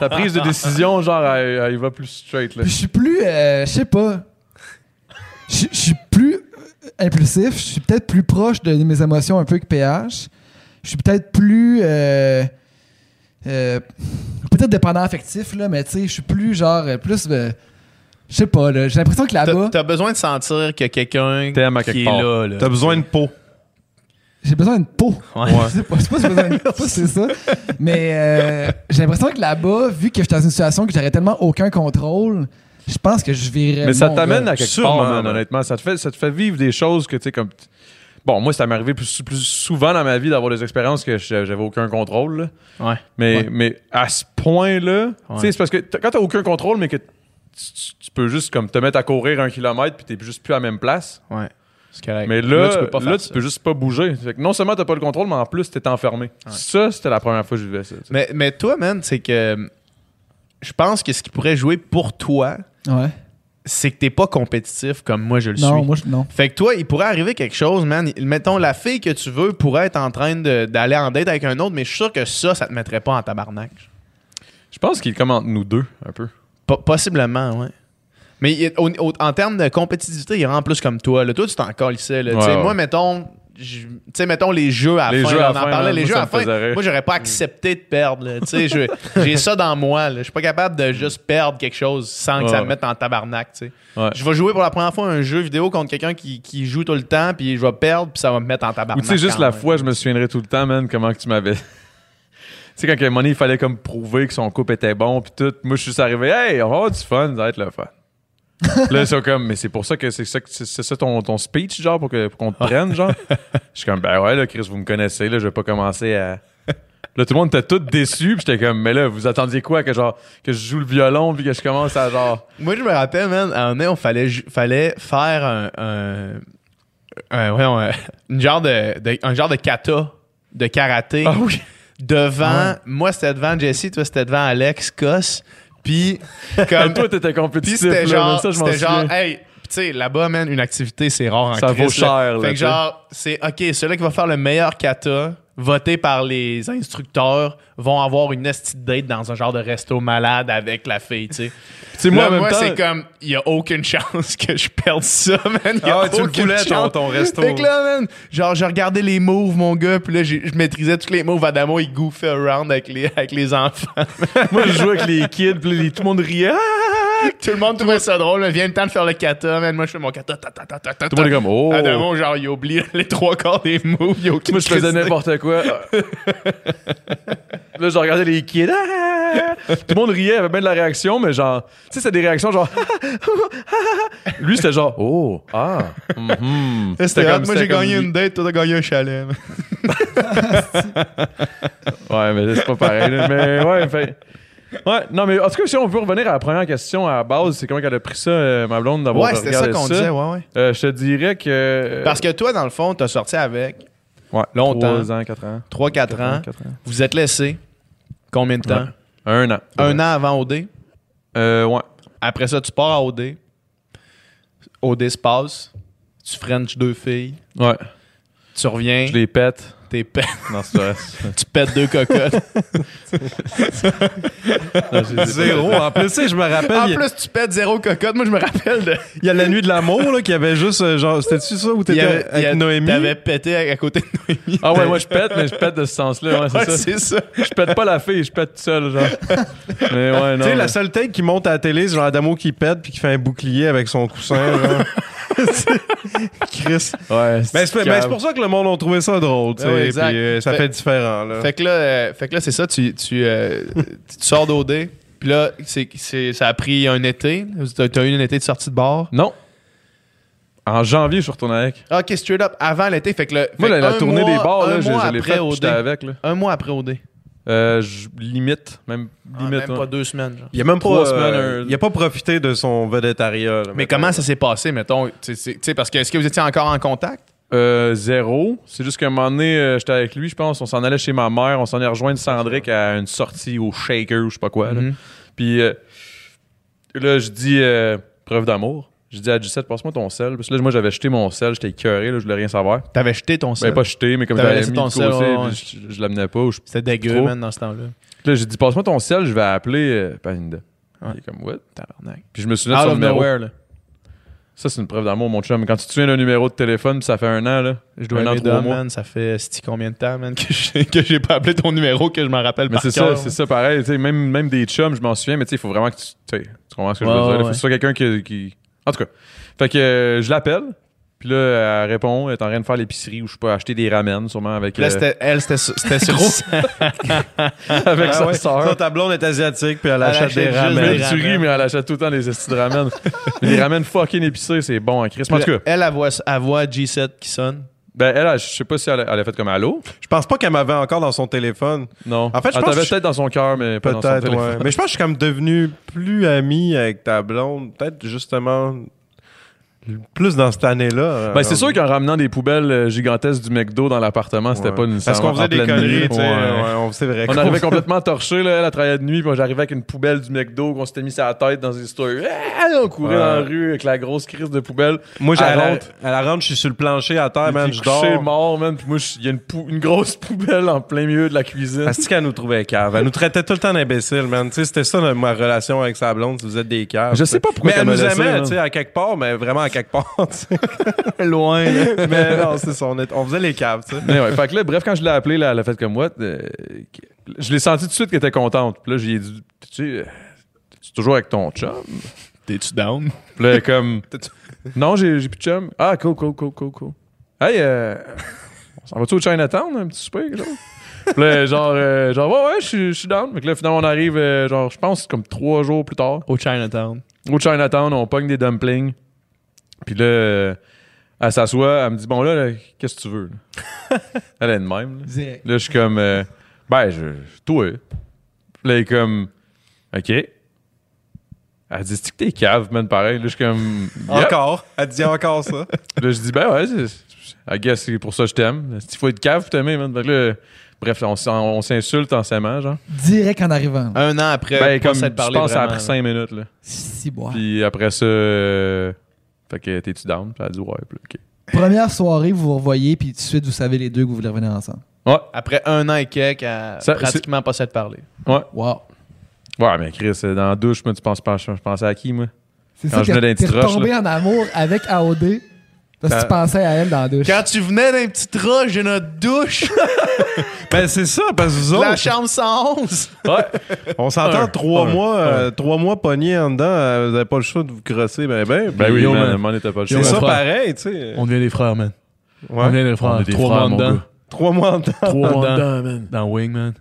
[SPEAKER 3] Ta prise de décision, genre, elle, elle y va plus straight, là.
[SPEAKER 5] je suis plus. euh, je sais pas. Je je suis plus euh, impulsif. Je suis peut-être plus proche de mes émotions un peu que PH. Je suis peut-être plus. euh, euh, peut-être dépendant affectif, là, mais tu sais, je suis plus genre. euh, Plus. euh, je sais pas, là. J'ai l'impression que
[SPEAKER 2] T'as
[SPEAKER 5] là-bas,
[SPEAKER 2] t'as besoin de sentir que quelqu'un
[SPEAKER 3] T'aimes à
[SPEAKER 2] qui
[SPEAKER 3] quelque
[SPEAKER 2] est
[SPEAKER 3] part.
[SPEAKER 2] là, là.
[SPEAKER 4] T'as besoin de peau.
[SPEAKER 5] j'ai besoin d'une peau.
[SPEAKER 2] Ouais.
[SPEAKER 5] Je sais pas, je sais pas si j'ai besoin de- je sais pas si c'est ça. Mais euh, j'ai l'impression que là-bas, vu que je suis dans une situation que j'aurais tellement aucun contrôle, je pense que je virais.
[SPEAKER 3] Mais ça
[SPEAKER 5] mon
[SPEAKER 3] t'amène
[SPEAKER 5] gars.
[SPEAKER 3] à quelque
[SPEAKER 4] Sûrement,
[SPEAKER 3] part, man,
[SPEAKER 4] man.
[SPEAKER 3] honnêtement. Ça te, fait, ça te fait vivre des choses que, tu sais, comme. Bon, moi, ça m'est arrivé plus, plus souvent dans ma vie d'avoir des expériences que je- j'avais aucun contrôle, là.
[SPEAKER 2] Ouais.
[SPEAKER 3] Mais,
[SPEAKER 2] Ouais.
[SPEAKER 3] mais à ce point-là,
[SPEAKER 2] Ouais.
[SPEAKER 3] tu sais, c'est parce que t'as- quand t'as aucun contrôle, mais que tu, tu- tu peux juste comme te mettre à courir un kilomètre puis t'es juste plus à la même place.
[SPEAKER 2] Ouais. C'est correct.
[SPEAKER 3] Mais là, là, tu peux,
[SPEAKER 2] pas faire ça.
[SPEAKER 3] juste pas bouger. Fait que non seulement t'as pas le contrôle, mais en plus t'es enfermé. Ça, c'était la première fois que je vivais ça. tu sais.
[SPEAKER 2] Mais, mais toi, man, c'est que hum, je pense que ce qui pourrait jouer pour toi,
[SPEAKER 5] Ouais.
[SPEAKER 2] c'est que t'es pas compétitif comme moi je le
[SPEAKER 5] Non,
[SPEAKER 2] suis.
[SPEAKER 5] moi, je, non.
[SPEAKER 2] Fait que toi, il pourrait arriver quelque chose, man. Mettons, la fille que tu veux pourrait être en train de- d'aller en date avec un autre, mais je suis sûr que ça, ça te mettrait pas en tabarnak.
[SPEAKER 3] Je pense qu'il est comme entre nous deux, un peu.
[SPEAKER 2] Po- possiblement, ouais. Mais il- au- au- en termes de compétitivité, il rend plus comme toi. Là. Toi, tu t'en calissais. là.
[SPEAKER 3] Ouais,
[SPEAKER 2] Tu sais,
[SPEAKER 3] ouais.
[SPEAKER 2] Moi, mettons, je- tu sais, mettons les jeux à la
[SPEAKER 3] Les
[SPEAKER 2] fin.
[SPEAKER 3] jeux
[SPEAKER 2] là,
[SPEAKER 3] à
[SPEAKER 2] on
[SPEAKER 3] la
[SPEAKER 2] en
[SPEAKER 3] fin,
[SPEAKER 2] parlait.
[SPEAKER 3] là,
[SPEAKER 2] les
[SPEAKER 3] moi,
[SPEAKER 2] jeux
[SPEAKER 3] ça
[SPEAKER 2] à la
[SPEAKER 3] me faisait
[SPEAKER 2] fin,
[SPEAKER 3] rire. Mm.
[SPEAKER 2] moi, j'aurais pas accepté de perdre. là. Tu sais, je- J'ai ça dans moi. là. Je suis pas capable de juste perdre quelque chose sans que
[SPEAKER 3] Mm. Ouais,
[SPEAKER 2] ça me
[SPEAKER 3] ouais.
[SPEAKER 2] mette en tabarnak. tu sais.
[SPEAKER 3] Ouais.
[SPEAKER 2] Je vais jouer pour la première fois un jeu vidéo contre quelqu'un qui, qui joue tout le temps, puis je vais perdre, puis ça va me mettre en
[SPEAKER 3] Ou
[SPEAKER 2] tabarnak.
[SPEAKER 3] tu sais, juste
[SPEAKER 2] quand
[SPEAKER 3] la
[SPEAKER 2] même.
[SPEAKER 3] fois, je me souviendrai tout le temps, man, comment que tu m'avais. tu sais, quand à un moment donné, il fallait comme prouver que son couple était bon, puis tout. Moi, je suis juste arrivé, hey, on va avoir du fun, ça va être le fun. là, ils sont comme, mais c'est pour ça que c'est ça, que- c'est c'est ça ton, ton speech, genre, pour que- pour qu'on te prenne, genre. Je suis comme, ben ouais, là, Chris, vous me connaissez, là, je vais pas commencer à. Là, tout le monde était tout déçu, puis j'étais comme, mais là, vous attendiez quoi? Que genre, que je joue le violon, puis que je commence à genre.
[SPEAKER 2] Moi, je me rappelle, man, à un moment donné, on fallait, ju- fallait faire un, un, un- voyons, euh, une genre de, de- un genre de kata, de karaté.
[SPEAKER 3] Ah
[SPEAKER 2] Devant, moi, c'était devant Jesse, toi, c'était devant Alex, Cos. Puis,
[SPEAKER 3] Comme
[SPEAKER 2] comme,
[SPEAKER 3] toi, t'étais
[SPEAKER 2] puis
[SPEAKER 3] compétitif, là,
[SPEAKER 2] c'était genre,
[SPEAKER 3] mais ça, je m'en
[SPEAKER 2] c'était genre,
[SPEAKER 3] souviens.
[SPEAKER 2] hey, puis tu sais, là-bas, man, une activité, c'est rare en
[SPEAKER 3] Ça
[SPEAKER 2] Christ,
[SPEAKER 3] vaut cher,
[SPEAKER 2] Fait
[SPEAKER 3] là,
[SPEAKER 2] que
[SPEAKER 3] tu sais.
[SPEAKER 2] genre, c'est, OK, celui qui va faire le meilleur kata, voté par les instructeurs, vont avoir une esti de date dans un genre de resto malade avec la fille, tu sais.
[SPEAKER 3] Tu sais,
[SPEAKER 2] Moi,
[SPEAKER 3] moi, en même
[SPEAKER 2] moi
[SPEAKER 3] temps-
[SPEAKER 2] c'est comme, il n'y a aucune chance que je perde ça, man. Y a
[SPEAKER 4] Ah ouais, tu le
[SPEAKER 2] aucune
[SPEAKER 4] voulais, ton-
[SPEAKER 2] chance.
[SPEAKER 4] ton resto.
[SPEAKER 2] Fait que là, man, genre, je regardais les moves, mon gars, puis là, j'ai- je maîtrisais tous les moves. Adamo, il goofait around avec les, avec les enfants.
[SPEAKER 3] Moi, je jouais avec les kids, puis les- tout le monde riait.
[SPEAKER 2] Tout le monde trouvait ça drôle. mais Vient le temps de faire le kata, man. Moi, je fais mon kata. Ta, ta, ta, ta, ta,
[SPEAKER 3] Tout le monde est comme, oh!
[SPEAKER 2] Adamo, genre, il oublie les trois quarts des moves. Il a aucune
[SPEAKER 3] Moi, je faisais
[SPEAKER 2] crise de-
[SPEAKER 3] n'importe quoi. là, je regardais les kids. Ah! Tout le monde riait, avait bien de la réaction, mais genre, tu sais, c'était des réactions genre. Lui, c'était genre, oh, ah. mhm.
[SPEAKER 2] C'était hot. Moi,
[SPEAKER 3] c'était
[SPEAKER 2] j'ai
[SPEAKER 3] comme-
[SPEAKER 2] gagné une date. Toi, t'as gagné un chalet. man.
[SPEAKER 3] Ouais, mais c'est pas pareil. là. Mais ouais, fait- Ouais, non, mais en tout cas, si on veut revenir à la première question à la base, c'est comment qu'elle a pris ça, euh, ma blonde, d'avoir
[SPEAKER 2] Ouais, c'était ça Euh.
[SPEAKER 3] regardé
[SPEAKER 2] qu'on disait. Ouais, ouais.
[SPEAKER 3] Euh, je te dirais que.
[SPEAKER 2] Parce que toi, dans le fond, t'as sorti avec
[SPEAKER 3] Ouais,
[SPEAKER 2] longtemps.
[SPEAKER 3] 3 ans, 4 ans.
[SPEAKER 2] 3-4
[SPEAKER 3] 4
[SPEAKER 2] ans.
[SPEAKER 3] ans, 4 ans.
[SPEAKER 2] Vous êtes laissé combien de temps?
[SPEAKER 3] Ouais. Un an.
[SPEAKER 2] Un an avant OD.
[SPEAKER 3] Euh, ouais.
[SPEAKER 2] Après ça, tu pars à OD. OD se passe. Tu French deux filles.
[SPEAKER 3] Ouais.
[SPEAKER 2] Tu reviens.
[SPEAKER 3] Je les pète.
[SPEAKER 2] t'es pe-
[SPEAKER 3] Non, c'est vrai.
[SPEAKER 2] tu pètes deux cocottes.
[SPEAKER 3] Non, je les ai pas
[SPEAKER 4] Zéro. En plus, tu sais, je me rappelle.
[SPEAKER 2] en
[SPEAKER 4] il y a-
[SPEAKER 2] plus, tu pètes zéro cocotte. Moi, je me rappelle de.
[SPEAKER 4] Il y a la nuit de l'amour, là, qui avait juste, euh, genre, c'était-tu ça ou
[SPEAKER 2] il y
[SPEAKER 4] t'étais
[SPEAKER 2] avait- il y
[SPEAKER 4] avec
[SPEAKER 2] a-
[SPEAKER 4] Noémie?
[SPEAKER 2] T'avais pété à, à côté de Noémie.
[SPEAKER 3] Ah ouais, moi je pète, mais je pète de ce sens-là, ouais, c'est
[SPEAKER 2] Ouais,
[SPEAKER 3] ça.
[SPEAKER 2] c'est ça.
[SPEAKER 3] Je pète pas la fille, je pète tout seul, genre. Mais ouais, non.
[SPEAKER 4] Tu sais,
[SPEAKER 3] mais-
[SPEAKER 4] la seule tête qui monte à la télé, c'est genre Adamo qui pète puis qui fait un bouclier avec son coussin, genre. Chris.
[SPEAKER 2] Ben,
[SPEAKER 7] Ouais,
[SPEAKER 4] Mais c'est mais c'est pour ça que le monde a trouvé ça drôle, tu sais.
[SPEAKER 7] Ouais, ouais, exact.
[SPEAKER 4] puis, euh, ça fait,
[SPEAKER 7] Fait-
[SPEAKER 4] différent, là.
[SPEAKER 2] Fait que là, euh, fait que là c'est ça, tu, tu, euh, tu sors d'OD, puis là, c'est- c'est- ça a pris un été. T'as t'as eu un été de sortie de bar.
[SPEAKER 3] Non. En janvier, je suis retourné avec.
[SPEAKER 2] Ah, Ok, straight up, avant l'été, fait que là.
[SPEAKER 3] Moi,
[SPEAKER 2] fait
[SPEAKER 3] la, la
[SPEAKER 2] un
[SPEAKER 3] tournée
[SPEAKER 2] mois-
[SPEAKER 3] des bars, là,
[SPEAKER 2] un
[SPEAKER 3] je
[SPEAKER 2] mois
[SPEAKER 3] je l'ai
[SPEAKER 2] après
[SPEAKER 3] faite, puis
[SPEAKER 2] OD.
[SPEAKER 3] j'étais avec. Là.
[SPEAKER 2] Un mois après OD.
[SPEAKER 3] Euh, je- limite, même
[SPEAKER 2] Ah,
[SPEAKER 3] limite. hein.
[SPEAKER 2] même
[SPEAKER 3] ouais.
[SPEAKER 2] pas deux semaines. genre.
[SPEAKER 4] Il a même
[SPEAKER 3] Trois
[SPEAKER 4] pas, euh,
[SPEAKER 3] semaines, un-
[SPEAKER 4] il a pas profité de son vedettariat. là,
[SPEAKER 2] Mais
[SPEAKER 4] mettons.
[SPEAKER 2] comment ça s'est passé, mettons? Tu sais, c'est- tu sais, parce que est-ce que vous étiez encore en contact?
[SPEAKER 3] Euh, zéro. C'est juste qu'à un moment donné, euh, j'étais avec lui, je pense. On s'en allait chez ma mère. On s'en est rejoint de Sandrick à une sortie au Shaker ou je sais pas quoi. là.
[SPEAKER 2] Mhm.
[SPEAKER 3] Puis euh, là, je dis euh, preuve d'amour. Je dis à J7, passe-moi ton sel. Parce que là, moi, j'avais jeté mon sel. J'étais écœuré. Là, je voulais rien savoir.
[SPEAKER 2] T'avais jeté ton
[SPEAKER 3] Ben,
[SPEAKER 2] sel.
[SPEAKER 3] pas jeté, mais comme
[SPEAKER 2] T'avais
[SPEAKER 3] j'avais
[SPEAKER 2] laissé
[SPEAKER 3] mis
[SPEAKER 2] ton
[SPEAKER 3] de
[SPEAKER 2] sel,
[SPEAKER 3] côté,
[SPEAKER 2] ouais,
[SPEAKER 3] puis
[SPEAKER 2] ouais.
[SPEAKER 3] je, je l'amenais pas. ou je-
[SPEAKER 2] C'était dégueu,
[SPEAKER 3] Trop.
[SPEAKER 2] man, dans ce temps-là.
[SPEAKER 3] Là, j'ai dit, passe-moi ton sel. Je vais appeler euh, Paninda.
[SPEAKER 2] Ouais.
[SPEAKER 3] Il est comme, what?
[SPEAKER 2] Tabarnak.
[SPEAKER 3] Puis je me souviens de
[SPEAKER 2] Out
[SPEAKER 3] son
[SPEAKER 2] of
[SPEAKER 3] numéro.
[SPEAKER 2] nowhere, là.
[SPEAKER 3] Ça, c'est une preuve d'amour, mon chum. Quand tu te souviens d'un numéro de téléphone, puis ça fait un an, là.
[SPEAKER 2] Je dois
[SPEAKER 3] Un an,
[SPEAKER 2] aimer
[SPEAKER 3] trois
[SPEAKER 2] Dom,
[SPEAKER 3] mois.
[SPEAKER 2] man. Ça fait c'ti combien de temps, man, que j'ai, que j'ai pas appelé ton numéro, que je m'en rappelle
[SPEAKER 3] Mais
[SPEAKER 2] par
[SPEAKER 3] c'est ça,
[SPEAKER 2] cœur.
[SPEAKER 3] c'est ça, pareil. tu sais, Même, même des chums, je m'en souviens, mais tu sais, il faut vraiment que tu. Tu sais, tu comprends ce que je veux
[SPEAKER 2] Ouais,
[SPEAKER 3] dire? Il faut
[SPEAKER 2] ouais.
[SPEAKER 3] que ce soit quelqu'un qui, qui- En tout cas. Fait que euh, je l'appelle, puis là, elle répond, elle est en train de faire l'épicerie ou je sais pas, acheter des ramen, sûrement avec,
[SPEAKER 2] Là,
[SPEAKER 3] euh,
[SPEAKER 2] c'était, elle, c'était, c'était sur
[SPEAKER 3] avec
[SPEAKER 4] Ah
[SPEAKER 3] sa
[SPEAKER 4] ouais,
[SPEAKER 3] sœur.
[SPEAKER 4] ça, ta blonde est asiatique, puis elle, achète des
[SPEAKER 2] achète juste
[SPEAKER 4] ramen.
[SPEAKER 3] Mais
[SPEAKER 2] des
[SPEAKER 3] tu
[SPEAKER 2] ramen.
[SPEAKER 3] ris, mais elle achète tout le temps des estis de ramen. Mais les ramen fucking épicés, c'est bon en Chris. En tout cas,
[SPEAKER 2] Elle, elle voit, elle voit G7 qui sonne.
[SPEAKER 3] ben, elle, elle, je sais pas si elle a, elle a fait comme allô.
[SPEAKER 4] Je pense pas qu'elle m'avait encore dans son téléphone.
[SPEAKER 3] Non.
[SPEAKER 4] En fait, je
[SPEAKER 3] elle
[SPEAKER 4] pense
[SPEAKER 3] t'avait
[SPEAKER 4] que je-
[SPEAKER 3] peut-être dans son cœur, mais pas dans son
[SPEAKER 4] Peut-être, ouais.
[SPEAKER 3] téléphone.
[SPEAKER 4] Mais je pense que je suis comme devenu plus ami avec ta blonde. Peut-être justement plus dans cette année-là.
[SPEAKER 3] Ben, c'est sûr qu'en ramenant des poubelles euh, gigantesques du McDo dans l'appartement, c'était
[SPEAKER 4] Ouais.
[SPEAKER 3] pas une
[SPEAKER 4] Parce qu'on faisait des conneries, tu sais. ouais, on- c'est vrai.
[SPEAKER 3] On
[SPEAKER 4] qu'on-
[SPEAKER 3] arrivait complètement torché, là. Elle elle travaillait de nuit, puis moi, j'arrivais avec une poubelle du McDo qu'on s'était mis sur la tête dans une histoire. on courait
[SPEAKER 4] Ouais.
[SPEAKER 3] dans la rue avec la grosse crise de poubelle.
[SPEAKER 4] Moi, j'ai-
[SPEAKER 3] Elle
[SPEAKER 4] elle
[SPEAKER 3] rentre.
[SPEAKER 4] rentre, elle rentre, je suis sur le plancher à terre, Ah, man,
[SPEAKER 3] J'ai
[SPEAKER 4] je
[SPEAKER 3] couché
[SPEAKER 4] dors.
[SPEAKER 3] mort, man. Puis moi, je- il y a une, pou- une grosse poubelle en plein milieu de la cuisine.
[SPEAKER 4] Parce qu'elle nous trouvait cave. Elle nous traitait tout le temps d'imbéciles, man. Tu sais, c'était ça ma relation avec sa blonde. Vous êtes des caves.
[SPEAKER 3] Je sais pas pourquoi
[SPEAKER 4] Mais
[SPEAKER 3] qu'elle
[SPEAKER 4] elle
[SPEAKER 3] m'a
[SPEAKER 4] nous
[SPEAKER 3] laissé,
[SPEAKER 4] aimait,
[SPEAKER 3] là.
[SPEAKER 4] tu sais, à quelque part, mais vraiment à quelque part. tu sais.
[SPEAKER 2] Loin,
[SPEAKER 4] mais non, c'est ça. On, est- on faisait les caves, tu sais.
[SPEAKER 3] Mais ouais, fait que là, bref, quand je l'ai appelé, là, elle a fait comme what. euh, je l'ai senti tout de suite qu'elle était contente. Puis là, j'ai dit, tu sais, euh, t'es-tu toujours avec ton chum.
[SPEAKER 2] T'es-tu down?
[SPEAKER 3] Puis là, elle est comme, non, j'ai j'ai plus de chum. Ah, cool, cool, cool, cool, cool. Hey, euh, on s'en va-tu au Chinatown, un petit souper, quelque chose? Puis là, genre, euh, genre, ouais, ouais, je suis- je suis down. Fait que là, finalement, on arrive, euh, genre, je pense, comme trois jours plus tard.
[SPEAKER 2] Au Chinatown.
[SPEAKER 3] Au Chinatown, on pogne des dumplings. Puis là, euh, elle s'assoit, elle me dit, bon, là, là, qu'est-ce que tu veux? là? elle est de même, là.
[SPEAKER 5] Direct.
[SPEAKER 3] Là, je suis comme, euh, ben, je, toi. Là, il est comme, OK. Elle dit, c'est que t'es cave, man, pareil. Là, je suis comme, Yep.
[SPEAKER 4] Encore. Elle dit encore ça.
[SPEAKER 3] Là, je dis, ben ouais, c'est- I guess c'est pour ça que je t'aime. Il faut être cave pour t'aimer, man. Fait que là, bref, on, s'en- on s'insulte en s'aimant, genre.
[SPEAKER 5] Direct en arrivant.
[SPEAKER 2] Un an après,
[SPEAKER 3] Ben,
[SPEAKER 2] pas
[SPEAKER 3] comme,
[SPEAKER 2] s'être
[SPEAKER 3] je
[SPEAKER 2] parlé
[SPEAKER 3] pense, ça a
[SPEAKER 2] vraiment, là.
[SPEAKER 3] pris
[SPEAKER 2] Ah.
[SPEAKER 3] cinq minutes, là.
[SPEAKER 5] Si, bois.
[SPEAKER 3] Puis après ça, euh, fait que t'es-tu down? Puis elle dit, ouais, puis là,
[SPEAKER 5] Première soirée, vous vous revoyez, puis tout de suite, vous savez les deux que vous voulez revenir ensemble.
[SPEAKER 3] OK.
[SPEAKER 2] Après un an et quelques, à
[SPEAKER 3] Ça,
[SPEAKER 2] pratiquement pas s'être parlé.
[SPEAKER 5] Wow.
[SPEAKER 3] Ouais, ouais, mais Chris, dans la douche, moi, tu penses pas, je pensais à qui, moi?
[SPEAKER 5] C'est
[SPEAKER 3] Quand
[SPEAKER 5] ça
[SPEAKER 3] je venais d'un
[SPEAKER 5] que
[SPEAKER 3] petit
[SPEAKER 5] t'es
[SPEAKER 3] rush,
[SPEAKER 5] retombé en amour avec AOD parce que tu pensais à elle dans la douche.
[SPEAKER 2] Quand tu venais d'un petit rush de notre douche,
[SPEAKER 4] Ben, c'est ça, parce que vous
[SPEAKER 2] la
[SPEAKER 4] autres,
[SPEAKER 2] chambre 111.
[SPEAKER 3] Ouais.
[SPEAKER 4] on s'entend
[SPEAKER 3] Un,
[SPEAKER 4] trois
[SPEAKER 3] un,
[SPEAKER 4] mois, euh, trois mois pognés en dedans, euh, vous avez pas le choix de vous crosser, ben, ben.
[SPEAKER 3] ben
[SPEAKER 4] puis,
[SPEAKER 3] oui,
[SPEAKER 4] yo,
[SPEAKER 3] man,
[SPEAKER 4] man,
[SPEAKER 3] man, était pas le
[SPEAKER 4] C'est
[SPEAKER 3] choix.
[SPEAKER 4] ça
[SPEAKER 2] frère.
[SPEAKER 4] pareil, tu sais.
[SPEAKER 2] devient des frères, man.
[SPEAKER 4] Ouais.
[SPEAKER 2] des
[SPEAKER 3] On est des frères, mon gars.
[SPEAKER 4] Trois mois en dedans.
[SPEAKER 2] Trois
[SPEAKER 8] mois
[SPEAKER 2] dedans.
[SPEAKER 8] dedans, man.
[SPEAKER 2] Dans Wing, man.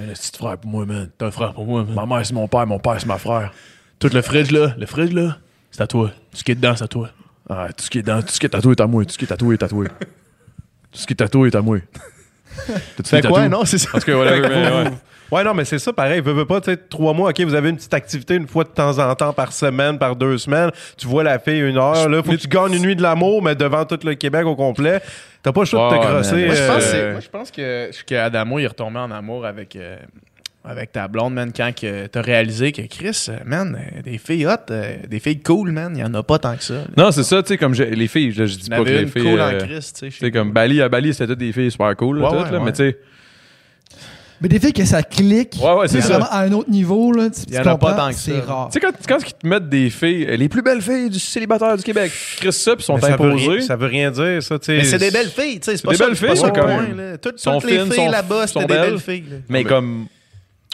[SPEAKER 8] Un petit frère pour moi, man. T'as un frère pour moi.
[SPEAKER 2] Ouais, man.
[SPEAKER 8] Ma mère, c'est mon père. Mon père, c'est ma frère.
[SPEAKER 2] Tout le fridge, là. Le fridge, là, c'est à toi. Ce qui est dedans, c'est à toi.
[SPEAKER 8] Ah, tout ce qui est dans, tout ce qui est tatoué est à moi. Tout ce qui est tatoué est à toi. tout ce qui est tatoué est à moi. T'as-tu
[SPEAKER 2] Fait
[SPEAKER 8] des
[SPEAKER 2] quoi,
[SPEAKER 8] tatous?
[SPEAKER 2] non, c'est ça.
[SPEAKER 3] Parce que, whatever, mais ouais.
[SPEAKER 4] Ouais, non, mais c'est ça, pareil. Veux, veux pas, tu sais, trois mois, OK, vous avez une petite activité une fois de temps en temps, par semaine, par deux semaines. Tu vois la fille une heure, là. Faut que tu gagnes une nuit de l'amour, mais devant tout le Québec au complet. T'as pas le choix de
[SPEAKER 3] Ouais,
[SPEAKER 4] te
[SPEAKER 3] ouais,
[SPEAKER 4] crosser.
[SPEAKER 3] man.
[SPEAKER 2] Moi, je pense, que
[SPEAKER 4] euh,
[SPEAKER 2] c'est- moi, je pense que, que Adamo, il est retombé en amour avec, euh, avec ta blonde, man, quand que t'as réalisé que Chris, euh, man, euh, des filles hot, euh, des filles cool, man, il y en a pas tant que ça.
[SPEAKER 3] Non, c'est ça, tu sais, comme j'ai- les filles, je, je dis
[SPEAKER 2] Il
[SPEAKER 3] pas que les
[SPEAKER 2] une
[SPEAKER 3] filles.
[SPEAKER 2] cool
[SPEAKER 3] euh,
[SPEAKER 2] en Chris, tu sais.
[SPEAKER 3] tu
[SPEAKER 2] chez
[SPEAKER 3] sais, comme
[SPEAKER 2] nous.
[SPEAKER 3] Bali, à Bali, c'était toutes des filles super cool, là,
[SPEAKER 2] Ouais,
[SPEAKER 3] toutes,
[SPEAKER 2] ouais,
[SPEAKER 3] là,
[SPEAKER 2] ouais.
[SPEAKER 3] mais tu sais.
[SPEAKER 5] Mais des filles que ça clique,
[SPEAKER 3] Ouais, ouais,
[SPEAKER 5] c'est
[SPEAKER 3] c'est ça.
[SPEAKER 5] vraiment à un autre niveau, là, tu,
[SPEAKER 2] Il y
[SPEAKER 5] tu
[SPEAKER 2] en a pas
[SPEAKER 5] comprends,
[SPEAKER 2] tant que ça.
[SPEAKER 5] c'est rare.
[SPEAKER 3] Tu sais, quand, quand ils te mettent des filles, euh, les plus belles filles du célibataire du Québec, Chris ça, puis sont
[SPEAKER 4] mais ça veut, rien,
[SPEAKER 3] imposées.
[SPEAKER 4] ça veut rien dire, ça, tu sais.
[SPEAKER 2] Mais c'est des belles filles, tu sais. C'est pas
[SPEAKER 3] des
[SPEAKER 2] ça-
[SPEAKER 3] belles
[SPEAKER 2] c'est pas
[SPEAKER 3] filles,
[SPEAKER 2] ça le
[SPEAKER 3] quand
[SPEAKER 2] point,
[SPEAKER 3] même.
[SPEAKER 2] là. Toutes,
[SPEAKER 3] Sont
[SPEAKER 2] toutes les
[SPEAKER 3] fines,
[SPEAKER 2] filles
[SPEAKER 3] sont-
[SPEAKER 2] là-bas,
[SPEAKER 3] sont
[SPEAKER 2] c'était des
[SPEAKER 3] belles.
[SPEAKER 2] belles filles. là.
[SPEAKER 3] Mais comme.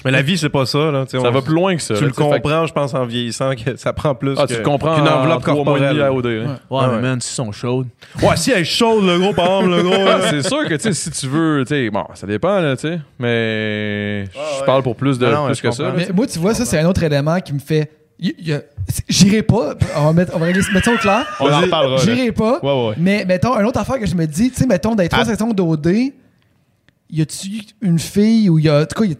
[SPEAKER 4] Mais la vie, c'est pas ça. Là. Tu sais,
[SPEAKER 3] Ça
[SPEAKER 4] on-
[SPEAKER 3] va plus loin que ça.
[SPEAKER 4] Tu
[SPEAKER 3] là, sais,
[SPEAKER 4] le
[SPEAKER 3] fait que-
[SPEAKER 4] comprends, je pense, en vieillissant, que ça prend plus
[SPEAKER 3] Ah,
[SPEAKER 4] que-
[SPEAKER 3] tu le comprends
[SPEAKER 4] qu'une
[SPEAKER 3] en
[SPEAKER 4] enveloppe
[SPEAKER 3] trois mois et demi à
[SPEAKER 4] corporelle.
[SPEAKER 3] OD, hein.
[SPEAKER 9] Ouais,
[SPEAKER 4] Ah
[SPEAKER 9] mais
[SPEAKER 4] ouais.
[SPEAKER 9] man, s'ils sont chaudes.
[SPEAKER 4] Ouais, si elle est chaude, le gros, par exemple, le gros.
[SPEAKER 3] Ouais,
[SPEAKER 4] là.
[SPEAKER 3] c'est sûr que tu sais, si tu veux, tu sais, bon, ça dépend, là, tu sais, mais je parle pour plus de
[SPEAKER 2] Ah non,
[SPEAKER 3] plus
[SPEAKER 2] je
[SPEAKER 3] que
[SPEAKER 2] comprends.
[SPEAKER 3] ça. là.
[SPEAKER 5] Mais moi, tu vois, ça, c'est un autre élément qui me fait. il- il y a- c'est- J'irai pas. On va mettre, on va régler- mettre ça au clair.
[SPEAKER 4] On en reparlera, là.
[SPEAKER 5] J'irai pas.
[SPEAKER 4] Ouais, Ah. ouais.
[SPEAKER 5] Mais mettons, une autre affaire que je me dis, tu sais, mettons, dans les trois saisons d'OD, y a-tu une fille ou y a. En tout cas, y a-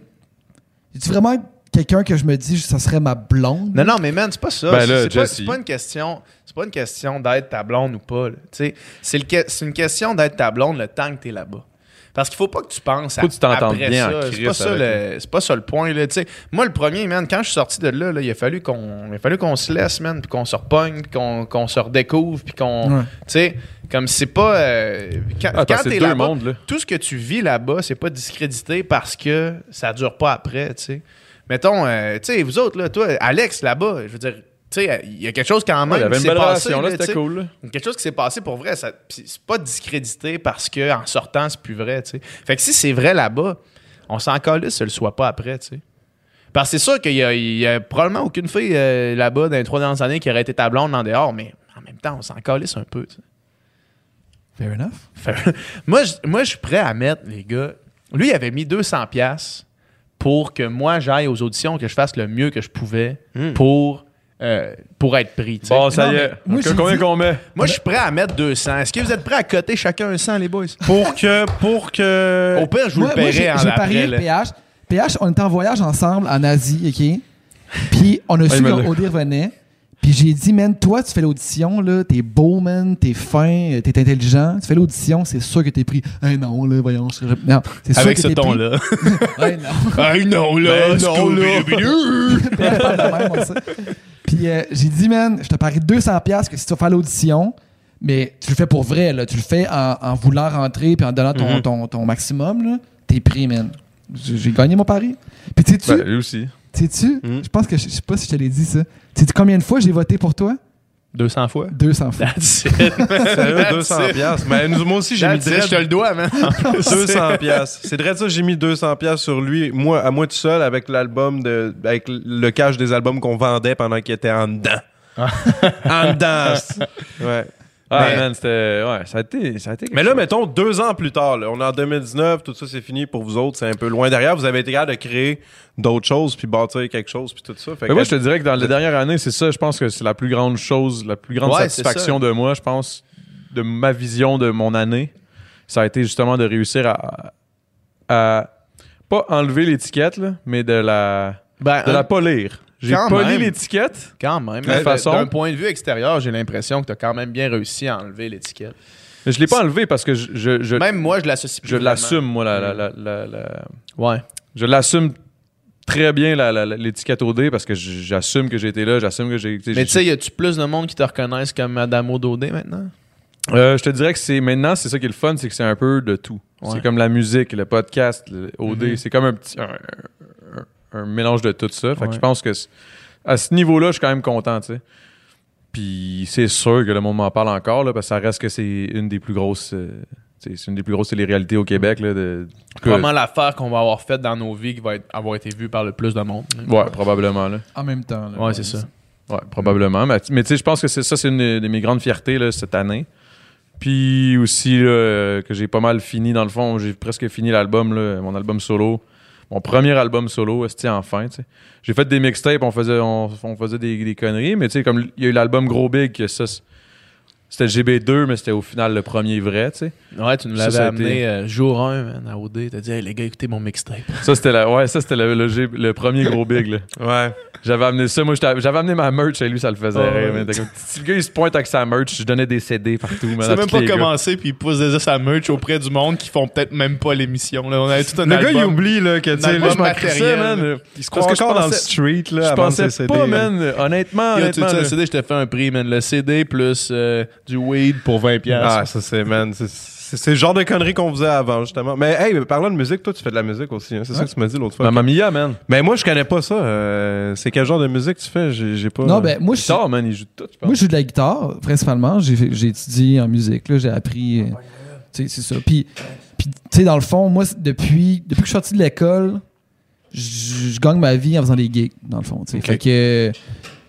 [SPEAKER 5] y a-tu vraiment quelqu'un que je me dis, ça serait ma blonde?
[SPEAKER 2] Non, non, mais man, c'est pas ça.
[SPEAKER 3] Ben
[SPEAKER 2] C'est-
[SPEAKER 3] là,
[SPEAKER 2] c'est pas-
[SPEAKER 3] Jesse.
[SPEAKER 2] c'est pas, une question. C'est pas une question d'être ta blonde ou pas. là. Tu sais, C'est le que- c'est une question d'être ta blonde le temps que t'es là-bas. Parce qu'il faut pas que tu penses à
[SPEAKER 3] Faut que tu t'entendes
[SPEAKER 2] après
[SPEAKER 3] bien en
[SPEAKER 2] ça. C'est
[SPEAKER 3] crise
[SPEAKER 2] pas, ça
[SPEAKER 3] avec
[SPEAKER 2] le- c'est pas ça le point. Là. Tu sais, Moi, le premier, man, quand je suis sorti de là, là, il a fallu qu'on il a fallu qu'on se laisse, man, puis qu'on se repogne, puis qu'on qu'on se redécouvre, puis qu'on.
[SPEAKER 5] Ouais.
[SPEAKER 2] Tu sais, comme c'est pas. euh, quand
[SPEAKER 3] Ah, parce
[SPEAKER 2] quand
[SPEAKER 3] que c'est
[SPEAKER 2] t'es
[SPEAKER 3] deux
[SPEAKER 2] là-bas,
[SPEAKER 3] mondes, là.
[SPEAKER 2] tout ce que tu vis là-bas, c'est pas discrédité parce que ça dure pas après, tu sais. Mettons, euh, tu sais, vous autres, là, toi, Alex, là-bas, je veux dire, tu sais, il y a quelque chose quand
[SPEAKER 3] Ouais, il
[SPEAKER 2] même
[SPEAKER 3] y avait
[SPEAKER 2] qui s'est
[SPEAKER 3] une belle
[SPEAKER 2] passé.
[SPEAKER 3] relation, là,
[SPEAKER 2] là, tu
[SPEAKER 3] c'était
[SPEAKER 2] sais.
[SPEAKER 3] cool. là.
[SPEAKER 2] Quelque chose qui s'est passé pour vrai, ça- pis c'est pas discrédité parce que en sortant, c'est plus vrai, tu sais. Fait que si c'est vrai là-bas, on s'en calisse, ça le soit pas après, tu sais. Parce que c'est sûr qu'il y, a- il y a probablement aucune fille euh, là-bas dans les trois dernières années qui aurait été ta blonde en dehors, mais en même temps, on s'en calisse un peu, tu sais.
[SPEAKER 5] Fair enough.
[SPEAKER 2] Fait- moi, je, moi, je suis prêt à mettre, les gars. Lui, il avait mis 200 pièces pour que moi, j'aille aux auditions, que je fasse le mieux que je pouvais pour, euh, pour être pris. tu sais.
[SPEAKER 3] Bon, ça
[SPEAKER 5] Non,
[SPEAKER 3] y
[SPEAKER 5] mais
[SPEAKER 3] est.
[SPEAKER 5] moi,
[SPEAKER 3] Donc,
[SPEAKER 5] j'ai
[SPEAKER 3] combien
[SPEAKER 5] dit-
[SPEAKER 3] qu'on met
[SPEAKER 2] moi, je suis prêt à mettre 200. Est-ce que vous êtes prêts à coter chacun un 100, les boys? Euh,
[SPEAKER 4] Pour que. Pour que.
[SPEAKER 2] Au pire, je vous
[SPEAKER 5] Moi,
[SPEAKER 2] le
[SPEAKER 5] moi, j'ai
[SPEAKER 2] paierai en
[SPEAKER 5] j'ai
[SPEAKER 2] après.
[SPEAKER 5] parié
[SPEAKER 2] là.
[SPEAKER 5] PH. PH, on était en voyage ensemble en Asie, OK? Puis on a su
[SPEAKER 3] il me l'a-
[SPEAKER 5] qu'Odé revenait. Puis j'ai dit, man, toi, tu fais l'audition, là, t'es beau, man, t'es fin, euh, t'es intelligent, tu fais l'audition, c'est sûr que t'es pris. Eh non, là, voyons, je serais- Non, c'est sûr
[SPEAKER 2] Avec
[SPEAKER 5] que
[SPEAKER 2] ce
[SPEAKER 5] t'es pris.
[SPEAKER 2] ton-là.
[SPEAKER 5] Eh non.
[SPEAKER 2] Ah non,
[SPEAKER 4] Ben,
[SPEAKER 2] là, Scooby-Doo.
[SPEAKER 5] Puis elle parle de même, on sait. Puis euh, j'ai dit, man, je te parie 200$ que si tu vas faire l'audition, mais tu le fais pour vrai, là. Tu le fais en, en voulant rentrer puis en donnant ton,
[SPEAKER 2] Mhm.
[SPEAKER 5] ton, ton maximum, là. T'es pris, man. J'ai j'ai gagné mon pari. Puis sais-tu,
[SPEAKER 3] Ben, lui aussi.
[SPEAKER 5] sais-tu,
[SPEAKER 2] mhm.
[SPEAKER 5] je pense que je je sais pas si je te l'ai dit ça. Sais-tu combien de fois j'ai voté pour toi?
[SPEAKER 2] 200 fois.
[SPEAKER 5] 200 fois.
[SPEAKER 2] That's it.
[SPEAKER 4] Sérieux, 200 piastres. Mais nous, moi aussi, j'ai mis
[SPEAKER 2] That's it, Je te
[SPEAKER 4] direct
[SPEAKER 2] le dois, man.
[SPEAKER 4] 200 piastres. C'est vrai ça, j'ai mis 200 piastres sur lui, moi, à moi tout seul, avec l'album de, avec le cash des albums qu'on vendait pendant qu'il était en dedans. en dedans. Ouais.
[SPEAKER 3] Ah,
[SPEAKER 2] Mais-
[SPEAKER 3] man, c'était. Ouais, ça a été. Ça a été quelque
[SPEAKER 4] Mais là,
[SPEAKER 3] chose.
[SPEAKER 4] mettons, deux ans plus tard, là, on est en 2019, tout ça c'est fini pour vous autres, c'est un peu loin derrière. Vous avez été capable de créer d'autres choses, puis bâtir quelque chose, puis tout ça. Fait
[SPEAKER 3] Mais
[SPEAKER 4] que-
[SPEAKER 3] moi, je te dirais que dans les dernières années, c'est ça, je pense que c'est la plus grande chose, la plus grande
[SPEAKER 2] Ouais, c'est
[SPEAKER 3] satisfaction de moi, je pense, de ma vision de mon année. Ça a été justement de réussir à. à pas enlever l'étiquette, là, mais de la.
[SPEAKER 2] Ben,
[SPEAKER 3] de la polir. J'ai
[SPEAKER 2] quand
[SPEAKER 3] poli
[SPEAKER 2] même.
[SPEAKER 3] l'étiquette.
[SPEAKER 2] quand même.
[SPEAKER 3] toute façon-
[SPEAKER 2] D'un point de vue extérieur, j'ai l'impression que t'as quand même bien réussi à enlever l'étiquette.
[SPEAKER 3] mais Je l'ai pas enlevé parce que je, je, je,
[SPEAKER 2] Même moi, je l'associe plus
[SPEAKER 3] je
[SPEAKER 2] vraiment.
[SPEAKER 3] l'assume, moi, la- la- la-
[SPEAKER 2] Mm.
[SPEAKER 3] la- la,
[SPEAKER 2] Ouais.
[SPEAKER 3] Je l'assume très bien, la- la- la- l'étiquette au dé, parce que j- j'assume que j'ai été là, j'assume que j'ai.
[SPEAKER 2] Mais
[SPEAKER 3] j'ai-
[SPEAKER 2] tu sais, y a-tu plus de monde qui te reconnaissent comme Madame O'Dodé maintenant?
[SPEAKER 3] Euh, je te dirais que c'est maintenant, c'est ça qui est le fun, c'est que c'est un peu de tout. C'est
[SPEAKER 2] Ouais. Mm-hmm.
[SPEAKER 3] comme la musique, le podcast, le OD, c'est comme un petit. Un, un- un mélange de tout ça. Fait que
[SPEAKER 2] Ouais.
[SPEAKER 3] je pense que c- à ce niveau-là, je suis quand même content, tu sais. Puis c'est sûr que le monde m'en parle encore, là, parce que ça reste que c'est une des plus grosses. euh, tu sais, c'est une des plus grosses télé-réalités au Québec. Là, de,
[SPEAKER 2] Vraiment l'affaire qu'on va avoir faite dans nos vies qui va être- avoir été vue par le plus de monde. hein.
[SPEAKER 3] Ouais, probablement. Là.
[SPEAKER 5] En même temps, là.
[SPEAKER 2] Ouais, c'est ça.
[SPEAKER 3] Ouais, probablement. Mais, mais tu sais, je pense que c'est ça, c'est une de mes grandes fiertés là, cette année. Puis aussi là, euh, que j'ai pas mal fini, dans le fond, j'ai presque fini l'album, là, mon album solo. Mon premier album solo, c'était enfin. tu sais. J'ai fait des mixtapes, on faisait, on, on faisait des, des conneries, mais tu sais, comme il y a eu l'album Gros Big, que ça, c'est- c'était GB2, mais c'était au final le premier vrai. tu sais.
[SPEAKER 2] Ouais, tu nous
[SPEAKER 3] Ça,
[SPEAKER 2] l'avais
[SPEAKER 3] ça a
[SPEAKER 2] amené
[SPEAKER 3] été-
[SPEAKER 2] euh, jour 1 man, à OD. T'as dit, hey, les gars, écoutez mon mixtape.
[SPEAKER 3] Ça, c'était la- ouais, ça, c'était le, le G- le premier Gros Big. là.
[SPEAKER 4] Ouais.
[SPEAKER 3] J'avais amené ça, moi j'étais- j'avais amené ma merch et lui ça le faisait
[SPEAKER 2] Oh,
[SPEAKER 3] rire.
[SPEAKER 2] ouais.
[SPEAKER 3] mais t'es comme, si le gars il se pointe avec sa merch, je donnais des CD partout. man, à
[SPEAKER 2] C'est même
[SPEAKER 3] tous
[SPEAKER 2] pas
[SPEAKER 3] les gars.
[SPEAKER 2] commencé, puis il pousse déjà sa merch auprès du monde qui font peut-être même pas l'émission. là. On avait tout un
[SPEAKER 4] Le gars,
[SPEAKER 2] album.
[SPEAKER 4] il oublie là, que tu sais,
[SPEAKER 2] album
[SPEAKER 4] là, je m'en
[SPEAKER 2] matériel.
[SPEAKER 4] crissais, man. Il se croit
[SPEAKER 3] Parce que je
[SPEAKER 4] encore dans le
[SPEAKER 3] pensais-
[SPEAKER 4] street. Là,
[SPEAKER 3] Je
[SPEAKER 4] avant de
[SPEAKER 3] pensais
[SPEAKER 4] se
[SPEAKER 3] pas,
[SPEAKER 4] céder, là.
[SPEAKER 3] man. Honnêtement,
[SPEAKER 2] Yo, tu
[SPEAKER 3] honnêtement.
[SPEAKER 2] sais,
[SPEAKER 3] là.
[SPEAKER 2] le CD, je te fais un prix, man. Le CD plus euh, du weed pour 20$.
[SPEAKER 4] Ah,
[SPEAKER 2] piastres.
[SPEAKER 4] ça c'est, man, c'est- c'est c'est le genre de conneries qu'on faisait avant, justement. Mais hey, mais parlant de musique, toi, tu fais de la musique aussi, hein, c'est ça que tu m'as dit l'autre fois.
[SPEAKER 3] Mamma Mia, man.
[SPEAKER 4] Mais moi, je connais pas ça. euh, c'est quel genre de musique tu fais? J'ai, j'ai pas...
[SPEAKER 5] Non, ben, moi,
[SPEAKER 3] Il
[SPEAKER 5] je suis-
[SPEAKER 3] sort, man. Il joue tout, je pense.
[SPEAKER 5] Moi, je joue de la guitare, principalement. J'ai fait- j'ai étudié en musique, là. j'ai appris. euh, tu sais, c'est ça. Puis, puis, tu sais, dans le fond, moi, c'est- depuis, depuis que je suis sorti de l'école, je je gagne ma vie en faisant des gigs, dans le fond. tu sais. Fait que.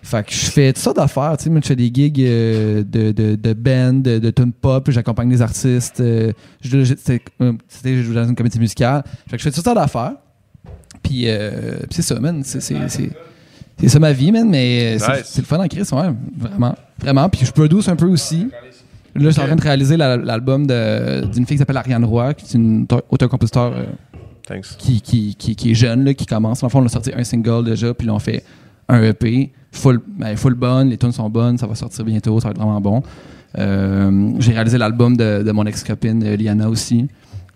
[SPEAKER 5] Fait que je fais toutes sortes d'affaires, tu sais, moi je fais des gigs euh, de, de, de band, de, de tune pop, j'accompagne des artistes, euh, je, je- c'était- euh, c'était- je joue dans une comédie musicale. Fait que je fais toutes sortes d'affaires. Puis, euh, puis c'est ça, man. C'est, c'est, c'est, c'est ça ma vie, man, mais euh, c'est,
[SPEAKER 4] Nice.
[SPEAKER 5] c'est le fun en crise, ouais, vraiment. Vraiment. Puis je produce un peu aussi. Là, je suis en train de réaliser la- l'album de- d'une fille qui s'appelle Ariane Roy, qui est une auteur- auteur-compositeur euh,
[SPEAKER 4] Thanks.
[SPEAKER 5] qui, qui, qui, qui est jeune, là, qui commence. Dans le fond, on a sorti un single déjà, puis là, on fait un EP. Full, ben, full bonne, les tunes sont bonnes, ça va sortir bientôt, ça va être vraiment bon. Euh, J'ai réalisé l'album de, de mon ex-copine euh, Liana aussi,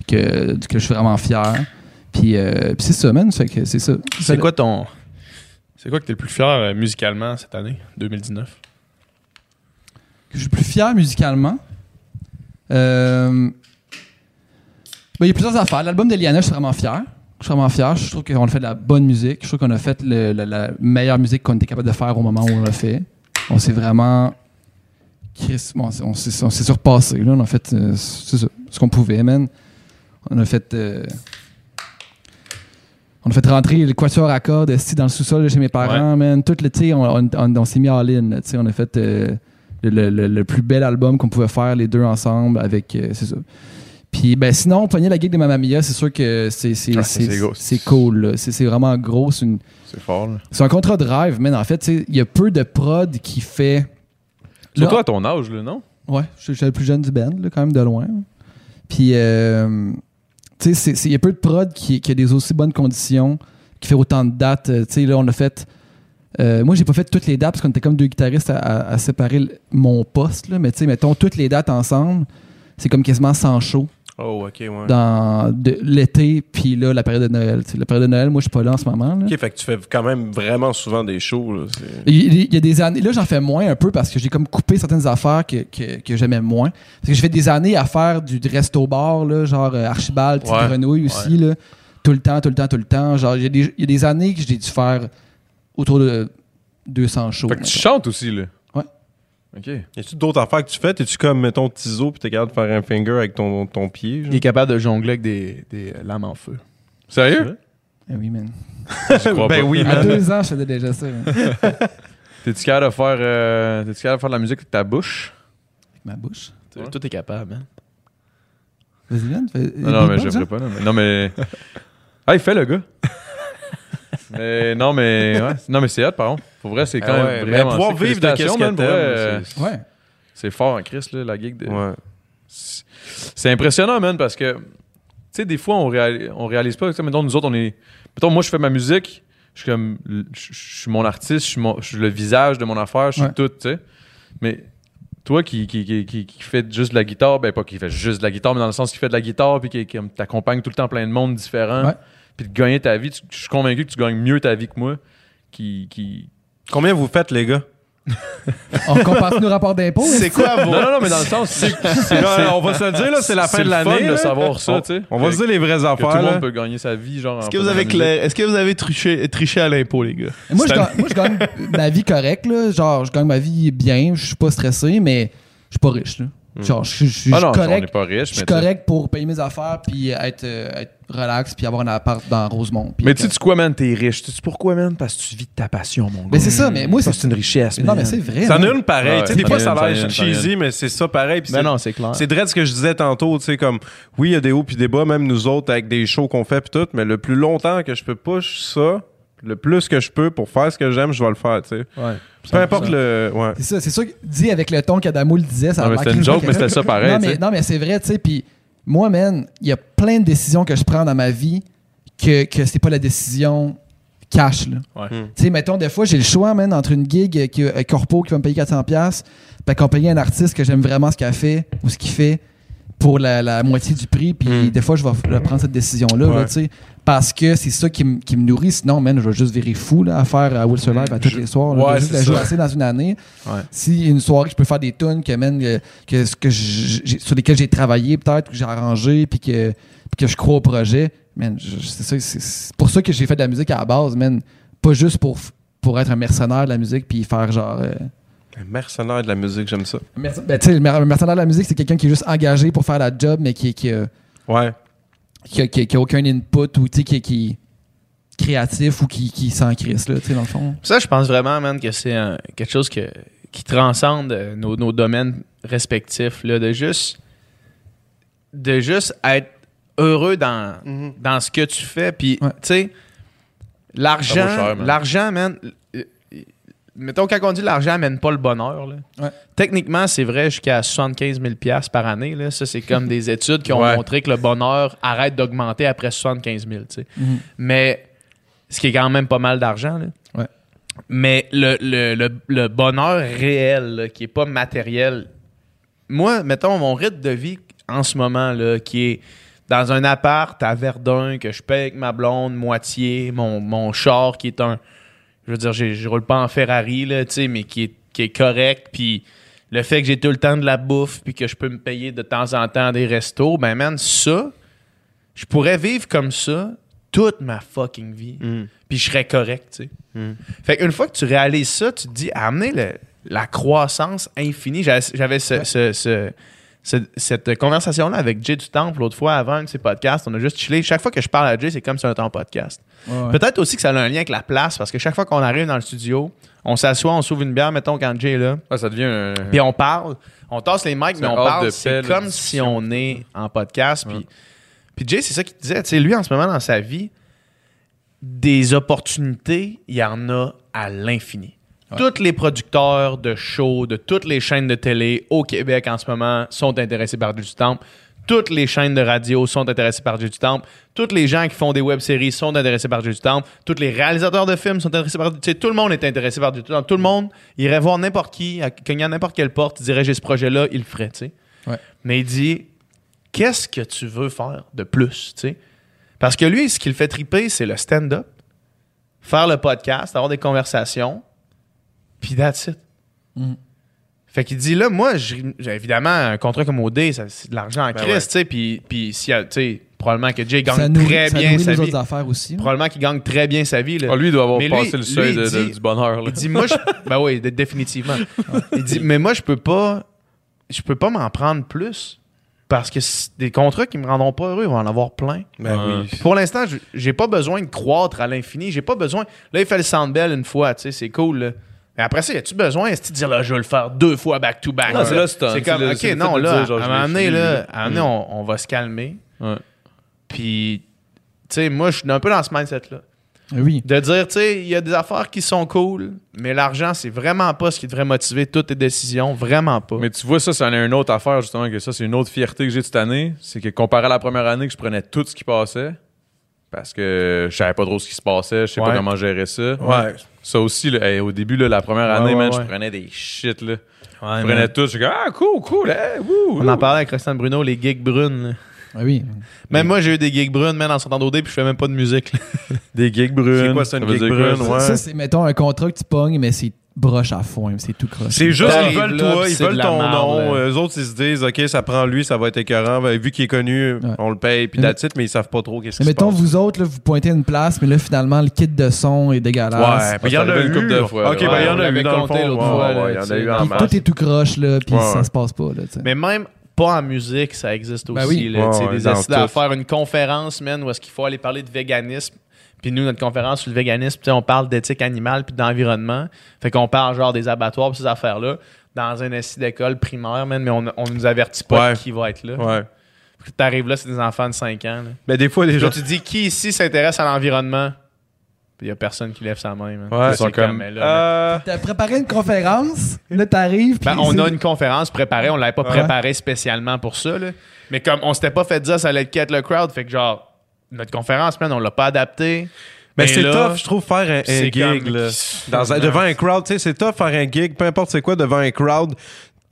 [SPEAKER 5] que, que je suis vraiment fier. Puis, euh, puis c'est ça, man, fait que c'est ça.
[SPEAKER 2] C'est quoi ton. C'est quoi que t'es le plus fier euh, musicalement cette année, 2019?
[SPEAKER 5] que je suis le plus fier musicalement. Euh, ben, Il y a plusieurs affaires. L'album d'Eliana, je suis vraiment fier. Je suis vraiment fier. Je trouve qu'on a fait de la bonne musique. Je trouve qu'on a fait le- la, la meilleure musique qu'on était capable de faire au moment où on l'a fait. On s'est vraiment. Chris, bon, on s'est- on s'est on s'est surpassé. Là. On a fait euh, c'est ça, ce qu'on pouvait, man. On a fait. euh, on a fait rentrer le quatuor à cordes esti, dans le sous-sol de chez mes parents, man. Tout le, tu sais, on, on, on- on s'est mis en ligne. là, tu sais. On a fait. euh, le, le- le- le plus bel album qu'on pouvait faire les deux ensemble avec euh, c'est ça puis ben sinon pogner la gig des Mamma Mia c'est sûr que c'est c'est
[SPEAKER 4] Ah, ça,
[SPEAKER 5] c'est
[SPEAKER 4] c'est gros.
[SPEAKER 5] c'est cool là. c'est c'est vraiment gros c'est une
[SPEAKER 4] C'est fort, là.
[SPEAKER 5] c'est un contrat de rêve mais en fait tu sais, il y a peu de prod qui fait
[SPEAKER 3] Surtout
[SPEAKER 4] Ah.
[SPEAKER 5] Là-
[SPEAKER 3] à ton âge, là, non?
[SPEAKER 5] Ouais, je suis le plus jeune du band, là, quand même, de loin. Puis, euh, tu sais, c'est- c'est- il y a peu de prod qui, qui a des aussi bonnes conditions, qui fait autant de dates. Euh, Tu sais, là, on a fait. euh, moi, j'ai pas fait toutes les dates parce qu'on était comme deux guitaristes à, à- à séparer le- mon poste, là, mais tu sais, mettons toutes les dates ensemble, c'est comme quasiment 100 shows
[SPEAKER 4] Oh, ok, ouais.
[SPEAKER 5] dans de- l'été, puis là, la période de Noël. Tu sais, La période de Noël, moi, je suis pas là en ce moment. là.
[SPEAKER 4] Ok, fait que tu fais quand même vraiment souvent des shows, là. c'est-
[SPEAKER 5] Il il y a des années, là j'en fais moins un peu parce que j'ai comme coupé certaines affaires que, que, que j'aimais moins. Parce que j'ai fait des années à faire du resto-bar, là, genre euh, Archibald, Petite
[SPEAKER 2] Ouais,
[SPEAKER 5] Grenouille aussi, là, tout le temps, tout le temps, tout le temps. Genre, il y, a des- il y a des années que j'ai dû faire autour de 200 shows.
[SPEAKER 3] Fait que tu
[SPEAKER 5] mettons.
[SPEAKER 3] chantes aussi, là.
[SPEAKER 5] Ouais.
[SPEAKER 3] OK.
[SPEAKER 4] Y a-tu d'autres affaires que tu fais? T'es-tu comme, mettons, ciseau puis t'es capable de faire un finger avec ton, ton pied? genre?
[SPEAKER 7] Il est capable de jongler avec des, des lames en feu.
[SPEAKER 3] Sérieux?
[SPEAKER 5] Eh oui, man.
[SPEAKER 3] Je crois
[SPEAKER 4] Ben
[SPEAKER 3] pas.
[SPEAKER 4] oui,
[SPEAKER 5] À
[SPEAKER 4] man.
[SPEAKER 5] deux ans, je faisais déjà ça. man. Avec
[SPEAKER 3] T'es-tu capable de faire, euh, t'es-tu capable de faire de la musique avec ta bouche?
[SPEAKER 5] ma bouche.
[SPEAKER 3] Ouais.
[SPEAKER 2] Tout est capable, hein?
[SPEAKER 5] Vas-y, man. fais-
[SPEAKER 3] Non, non,
[SPEAKER 5] des
[SPEAKER 3] mais
[SPEAKER 5] bonnes,
[SPEAKER 3] je ferai
[SPEAKER 5] genre.
[SPEAKER 3] pas. Non, mais. Non, mais... hey, fais le gars. mais non, mais. ouais. Non, mais c'est hot, par contre. Pour vrai, c'est quand
[SPEAKER 4] Ah
[SPEAKER 3] même.
[SPEAKER 4] ouais, mais
[SPEAKER 3] vraiment
[SPEAKER 4] pouvoir
[SPEAKER 3] sick.
[SPEAKER 4] vivre de qu'est-ce
[SPEAKER 3] Félicitations,
[SPEAKER 4] que
[SPEAKER 3] man, pour
[SPEAKER 4] t'aimes,
[SPEAKER 3] vrai,
[SPEAKER 4] c'est-
[SPEAKER 3] euh,
[SPEAKER 5] Ouais.
[SPEAKER 3] C'est fort en Christ, là, la gig de.
[SPEAKER 4] Ouais.
[SPEAKER 3] C'est c'est impressionnant, man, parce que. Tu sais, des fois, on, réalise, on réalise pas. Tu sais, Mettons, nous autres, on est. Mettons, moi, je fais ma musique. Je suis comme. Je je suis mon artiste. Je suis, mon- je suis le visage de mon affaire. Je suis
[SPEAKER 5] Ouais.
[SPEAKER 3] tout, tu sais. Mais. Toi qui, qui, qui, qui, qui fait juste de la guitare, ben pas qui fait juste de la guitare, mais dans le sens qui fait de la guitare puis qui, qui comme, t'accompagne tout le temps plein de monde différent,
[SPEAKER 5] Ouais.
[SPEAKER 3] puis de gagner ta vie, tu- je suis convaincu que tu gagnes mieux ta vie que moi, qui, qui...
[SPEAKER 4] Combien vous faites, les gars?
[SPEAKER 5] On compense nos rapports d'impôts. hein.
[SPEAKER 7] C'est quoi
[SPEAKER 3] Non,
[SPEAKER 7] vos.
[SPEAKER 3] non, non, mais dans le sens, c'est
[SPEAKER 4] on va se le dire, là, c'est la fin
[SPEAKER 3] c'est
[SPEAKER 4] de
[SPEAKER 3] le
[SPEAKER 4] l'année.
[SPEAKER 3] fun de
[SPEAKER 4] là.
[SPEAKER 3] savoir ça,
[SPEAKER 4] On-
[SPEAKER 3] tu sais.
[SPEAKER 4] On va
[SPEAKER 3] Fait
[SPEAKER 4] se dire les vraies
[SPEAKER 3] que tout le
[SPEAKER 4] affaires.
[SPEAKER 3] monde
[SPEAKER 4] là.
[SPEAKER 3] peut gagner sa vie, genre.
[SPEAKER 7] Est-ce que, vous avez clair- est-ce que vous avez triché, triché à l'impôt, les gars?
[SPEAKER 5] Et Moi je, gagne, moi, je gagne ma vie correcte, là. Genre, je gagne ma vie bien, je suis pas stressé, mais je suis pas riche, là. Genre, je suis- je suis
[SPEAKER 3] Ah non, on n'est
[SPEAKER 5] correct.
[SPEAKER 3] pas riche,
[SPEAKER 5] Je
[SPEAKER 3] mais.
[SPEAKER 5] suis
[SPEAKER 3] tu sais.
[SPEAKER 5] correct pour payer mes affaires, puis être, euh, être relax, puis avoir un appart dans Rosemont. puis
[SPEAKER 3] Mais
[SPEAKER 5] être- euh,
[SPEAKER 3] tu sais quoi, man, t'es riche. Tu sais pourquoi, man? Parce que tu vis de ta passion, mon gars.
[SPEAKER 5] Mais c'est ça, mais moi,
[SPEAKER 3] Ça,
[SPEAKER 5] c'est-
[SPEAKER 3] c'est une richesse,
[SPEAKER 5] Non,
[SPEAKER 3] man.
[SPEAKER 5] mais c'est vrai.
[SPEAKER 4] Ça en
[SPEAKER 5] non?
[SPEAKER 4] a une pareille.
[SPEAKER 3] Ouais,
[SPEAKER 4] tu sais, des
[SPEAKER 3] ça
[SPEAKER 4] fois,
[SPEAKER 3] en a une,
[SPEAKER 4] ça a
[SPEAKER 3] ça en a une.
[SPEAKER 4] l'air cheesy, mais c'est ça pareil. puis
[SPEAKER 7] Ben
[SPEAKER 4] c'est-
[SPEAKER 7] non, c'est clair.
[SPEAKER 4] C'est vrai ce que je disais tantôt, tu sais, comme, oui, il y a des hauts puis des bas, même nous autres, avec des shows qu'on fait puis tout, mais le plus longtemps que je peux push ça, le plus que je peux pour faire ce que j'aime, je vais le faire, tu sais. Peu importe le... Ouais.
[SPEAKER 5] C'est ça, c'est sûr que dit avec le ton qu'Adamo le disait, ça a
[SPEAKER 3] Non, mais
[SPEAKER 5] l'air
[SPEAKER 3] c'était une
[SPEAKER 5] que-
[SPEAKER 3] joke, mais c'était ça pareil,
[SPEAKER 5] Non,
[SPEAKER 3] tu
[SPEAKER 5] mais,
[SPEAKER 3] sais.
[SPEAKER 5] non, mais c'est vrai, tu sais. Puis moi, man, il y a plein de décisions que je prends dans ma vie que, que c'est pas la décision cash, là.
[SPEAKER 2] Ouais.
[SPEAKER 4] Hmm.
[SPEAKER 5] Tu sais, mettons, des fois, j'ai le choix, man, entre une gig euh, qui, euh, corpo qui va me payer 400$, puis accompagner un artiste que j'aime vraiment ce qu'il a fait ou ce qu'il fait pour la, la moitié du prix, puis
[SPEAKER 4] Hmm.
[SPEAKER 5] des fois, je vais f- là, prendre cette décision-là, là,
[SPEAKER 4] Ouais.
[SPEAKER 5] tu sais. Parce que c'est ça qui, me- qui me nourrit. Sinon, man, je vais juste virer fou là, à faire à Will Survive à tous les soirs. là.
[SPEAKER 4] Ouais,
[SPEAKER 5] Je vais juste
[SPEAKER 4] c'est
[SPEAKER 5] la jouer
[SPEAKER 4] ça.
[SPEAKER 5] assez dans une année
[SPEAKER 2] Ouais.
[SPEAKER 5] si une soirée que je peux faire des tunes que, man, euh, que, ce que j- j'ai- sur lesquelles j'ai travaillé peut-être que j'ai arrangé puis que puis que je crois au projet man, je- c'est ça c'est- c'est pour ça que j'ai fait de la musique à la base man pas juste pour f- pour être un mercenaire de la musique puis faire genre euh,
[SPEAKER 4] Un mercenaire de la musique, j'aime ça.
[SPEAKER 5] un merce- ben, tu sais, le mer- un mercenaire de la musique c'est quelqu'un qui est juste engagé pour faire la job mais qui qui a-
[SPEAKER 4] Ouais.
[SPEAKER 5] qui a, qui a- qui a aucun input ou tu sais, qui, qui, créatifs ou qui, qui s'en crissent, là, tu sais, dans le fond.
[SPEAKER 2] Ça, je pense vraiment, man, que c'est un- quelque chose que- qui transcende euh, nos, nos domaines respectifs. Là, de juste de juste être heureux dans,
[SPEAKER 3] Mhm.
[SPEAKER 2] dans ce que tu fais. Puis,
[SPEAKER 5] Ouais.
[SPEAKER 2] tu sais,
[SPEAKER 3] Ça vaut
[SPEAKER 2] l'argent,
[SPEAKER 3] cher, man.
[SPEAKER 2] l'argent, man, euh, euh, mettons, quand on dit l'argent amène pas le bonheur, là.
[SPEAKER 5] Ouais.
[SPEAKER 2] techniquement, c'est vrai jusqu'à 75 000 par année. Là. Ça, c'est comme des études qui ont
[SPEAKER 3] Ouais.
[SPEAKER 2] montré que le bonheur arrête d'augmenter après 75 000. tu sais.
[SPEAKER 5] Mhm.
[SPEAKER 2] Mais ce qui est quand même pas mal d'argent. là.
[SPEAKER 5] Ouais.
[SPEAKER 2] Mais le, le- le- le bonheur réel, là, qui est pas matériel, moi, mettons, mon rythme de vie en ce moment, là, qui est dans un appart à Verdun, que je paye avec ma blonde moitié, mon, mon char qui est un. Je veux dire, j'ai- je roule pas en Ferrari, là, tu sais, mais qui est, qui est correct, puis le fait que j'ai tout le temps de la bouffe, puis que je peux me payer de temps en temps des restos, ben man, ça, je pourrais vivre comme ça toute ma fucking vie, puis je serais correct, tu sais. Fait qu'une fois que tu réalises ça, tu te dis, amener le- la croissance infinie. J'avais j'avais ce- ce- ce- ce- cette conversation-là avec Jay du Temple l'autre fois avant un de ses podcasts. On a juste chillé. Chaque fois que je parle à Jay, c'est comme si on était en podcast.
[SPEAKER 5] Ouais, ouais.
[SPEAKER 2] Peut-être aussi que ça a un lien avec la place, parce que chaque fois qu'on arrive dans le studio, on s'assoit, on s'ouvre une bière, mettons, quand Jay est là,
[SPEAKER 3] Ouais, Ah, ça devient un.
[SPEAKER 2] puis on parle, on tasse les mics,
[SPEAKER 3] C'est
[SPEAKER 2] mais on
[SPEAKER 3] un hors
[SPEAKER 2] parle.
[SPEAKER 3] de paix,
[SPEAKER 2] C'est
[SPEAKER 3] la
[SPEAKER 2] comme si
[SPEAKER 3] discussion.
[SPEAKER 2] on est en podcast. Puis, puis Jay, c'est ça qu'il disait. Tu sais, lui, en ce moment, dans sa vie, des opportunités, il y en a à l'infini. Tous les producteurs de shows, de toutes les chaînes de télé au Québec en ce moment sont intéressés par Jay du Temple. Toutes les chaînes de radio sont intéressées par Jay du Temple. Tous les gens qui font des web-séries sont intéressés par Jay du Temple. Tous les réalisateurs de films sont intéressés par... Tu sais, tout le monde est intéressé par Jay du Temple. Tout le monde irait voir n'importe qui, à- cogner à n'importe quelle porte, il dirait « j'ai ce projet-là », il le ferait, tu sais.
[SPEAKER 5] Ouais.
[SPEAKER 2] Mais il dit « qu'est-ce que tu veux faire de plus ?» tu sais? Parce que lui, ce qui le fait triper, c'est le stand-up, faire le podcast, avoir des conversations, puis that's it.
[SPEAKER 5] Mm.
[SPEAKER 2] Fait qu'il dit, là, moi, j'ai j'ai évidemment un contrat comme OD, ça, c'est de l'argent en crise, tu sais, puis- puis s'il y a- tu sais, probablement que Jay gagne
[SPEAKER 5] Ben ça nourrit,
[SPEAKER 2] très
[SPEAKER 5] ça
[SPEAKER 2] bien
[SPEAKER 5] nourrit
[SPEAKER 2] sa
[SPEAKER 5] les
[SPEAKER 2] vie.
[SPEAKER 5] autres affaires aussi.
[SPEAKER 2] Probablement qu'il gagne très bien sa vie, là.
[SPEAKER 3] Ah, lui, il doit avoir
[SPEAKER 2] Mais lui-
[SPEAKER 3] passé le
[SPEAKER 2] lui,
[SPEAKER 3] seuil
[SPEAKER 2] il
[SPEAKER 3] de- de-
[SPEAKER 2] dit-
[SPEAKER 3] du bonheur. Là.
[SPEAKER 2] Il dit, moi, je... ben oui, dé- définitivement. Il dit, mais moi, je peux pas, je peux pas m'en prendre plus parce que c'est des contrats qui me rendront pas heureux, ils vont en avoir plein.
[SPEAKER 4] Ben oui.
[SPEAKER 2] Puis Pour l'instant, je- j'ai pas besoin de croître à l'infini. J'ai pas besoin. Là, il fait le Sandbell une fois, tu sais, c'est cool. là. Mais après ça, y a-tu besoin est-ce que tu dis là, je vais le faire deux fois back to back
[SPEAKER 3] Non, c'est là, c'est un-
[SPEAKER 2] C'est comme,
[SPEAKER 3] c'est le-
[SPEAKER 2] ok,
[SPEAKER 3] c'est le fait
[SPEAKER 2] non,
[SPEAKER 3] de
[SPEAKER 2] là,
[SPEAKER 3] dire, genre,
[SPEAKER 2] à
[SPEAKER 3] je
[SPEAKER 2] un moment
[SPEAKER 3] l'ai
[SPEAKER 2] donné,
[SPEAKER 3] fini,
[SPEAKER 2] là,
[SPEAKER 3] là. Mm.
[SPEAKER 2] à un moment donné, on, on va se calmer.
[SPEAKER 3] Ouais.
[SPEAKER 2] Puis, tu sais, moi, je suis un peu dans ce mindset-là.
[SPEAKER 5] Oui.
[SPEAKER 2] De dire, tu sais, il y a des affaires qui sont cool, mais l'argent, c'est vraiment pas ce qui devrait motiver toutes tes décisions. Vraiment pas.
[SPEAKER 3] Mais tu vois, ça, c'en est une autre affaire, justement, que ça, c'est une autre fierté que j'ai de cette année. C'est que comparé à la première année que je prenais tout ce qui passait, parce que je savais pas trop ce qui se passait, je sais
[SPEAKER 2] Ouais.
[SPEAKER 3] pas comment gérer ça.
[SPEAKER 4] Ouais.
[SPEAKER 3] Ça aussi, là, hey, au début, là, la première année,
[SPEAKER 2] ouais,
[SPEAKER 3] man,
[SPEAKER 2] ouais.
[SPEAKER 3] je prenais des shit, là.
[SPEAKER 2] Ouais,
[SPEAKER 3] je
[SPEAKER 2] man.
[SPEAKER 3] prenais tout, je suis comme, ah, cool, cool, hey, wouh,
[SPEAKER 2] on en parlait avec Roxane Bruno, les gigs brunes. là.
[SPEAKER 5] Ah oui.
[SPEAKER 2] Même moi, j'ai eu des gigs brunes, man, en sortant d'OD, puis je fais même pas de musique. là.
[SPEAKER 3] Des gigs brunes.
[SPEAKER 4] C'est quoi, c'est une
[SPEAKER 3] veut
[SPEAKER 4] gig
[SPEAKER 3] dire quoi,
[SPEAKER 4] brune,
[SPEAKER 3] ça?
[SPEAKER 4] ouais.
[SPEAKER 5] Ça, c'est, mettons, un contrat que tu pognes, mais c'est broche à foin, c'est tout croche.
[SPEAKER 4] C'est juste, ils
[SPEAKER 2] T'arrives
[SPEAKER 4] veulent
[SPEAKER 2] là,
[SPEAKER 4] toi,
[SPEAKER 2] puis
[SPEAKER 4] ils
[SPEAKER 2] c'est de
[SPEAKER 4] veulent
[SPEAKER 2] la
[SPEAKER 4] ton
[SPEAKER 2] merde,
[SPEAKER 4] nom.
[SPEAKER 2] là.
[SPEAKER 4] Eux autres, ils se disent, OK, ça prend lui, ça va être écœurant. Ben, vu qu'il est connu, on le paye, puis that's it, mais ils savent pas trop qu'est-ce
[SPEAKER 5] Mais
[SPEAKER 4] qui se
[SPEAKER 5] mettons,
[SPEAKER 4] passe.
[SPEAKER 5] vous autres, là, vous pointez une place, mais là, finalement, le kit de son est dégueulasse.
[SPEAKER 4] Ouais, puis il y en
[SPEAKER 3] Ça
[SPEAKER 4] a
[SPEAKER 3] arrive
[SPEAKER 4] eu.
[SPEAKER 3] une couple de fois,
[SPEAKER 4] OK,
[SPEAKER 3] là.
[SPEAKER 4] ben, il y
[SPEAKER 3] Ouais,
[SPEAKER 2] on
[SPEAKER 4] en a eu
[SPEAKER 2] l'avait
[SPEAKER 4] dans le
[SPEAKER 2] compté
[SPEAKER 4] fond.
[SPEAKER 2] l'autre
[SPEAKER 4] Ouais,
[SPEAKER 2] fois,
[SPEAKER 4] ouais,
[SPEAKER 2] là,
[SPEAKER 4] Il
[SPEAKER 2] tu
[SPEAKER 4] y en a
[SPEAKER 2] sais.
[SPEAKER 4] eu en
[SPEAKER 5] Puis
[SPEAKER 4] masse.
[SPEAKER 5] tout est tout croche, là, puis
[SPEAKER 4] Ouais,
[SPEAKER 5] ça
[SPEAKER 4] ouais.
[SPEAKER 5] se passe pas, là, tu sais.
[SPEAKER 2] Mais même pas en musique, ça existe aussi.
[SPEAKER 5] Ben oui.
[SPEAKER 2] là, tu sais,
[SPEAKER 4] Ouais,
[SPEAKER 2] des
[SPEAKER 4] dans
[SPEAKER 2] assises à
[SPEAKER 4] tout.
[SPEAKER 2] faire une conférence, man, où est-ce qu'il faut aller parler de véganisme. Puis nous, notre conférence sur le véganisme, tu sais, on parle d'éthique animale puis d'environnement. Fait qu'on parle genre des abattoirs puis ces affaires-là dans un assis d'école primaire, man, mais on, on nous avertit pas
[SPEAKER 4] Ouais.
[SPEAKER 2] qui va être là.
[SPEAKER 4] Ouais.
[SPEAKER 2] Puis T'arrives là, c'est des enfants de 5 ans. Là.
[SPEAKER 4] Mais ben, des fois, les
[SPEAKER 2] Puis
[SPEAKER 4] gens.
[SPEAKER 2] là, tu dis qui ici s'intéresse à l'environnement? Puis y a personne qui lève sa main, man.
[SPEAKER 3] Ouais,
[SPEAKER 2] Puis
[SPEAKER 3] ils sont
[SPEAKER 2] c'est
[SPEAKER 3] comme,
[SPEAKER 2] mais là,
[SPEAKER 4] Euh,
[SPEAKER 5] T'as préparé une conférence, là, t'arrives, puis
[SPEAKER 2] Ben, on a une conférence préparée, on l'avait pas
[SPEAKER 5] Ouais.
[SPEAKER 2] préparée spécialement pour ça. là. Mais comme on s'était pas fait dire ça allait être cut le crowd, fait que genre, notre conférence, man, on l'a pas adaptée.
[SPEAKER 4] Mais ben, c'est
[SPEAKER 2] là,
[SPEAKER 4] tough, je trouve, faire un- un,
[SPEAKER 2] c'est
[SPEAKER 4] gig,
[SPEAKER 2] comme-
[SPEAKER 4] là. Dans un- devant un crowd, tu sais, c'est tough faire un gig, peu importe c'est quoi, devant un crowd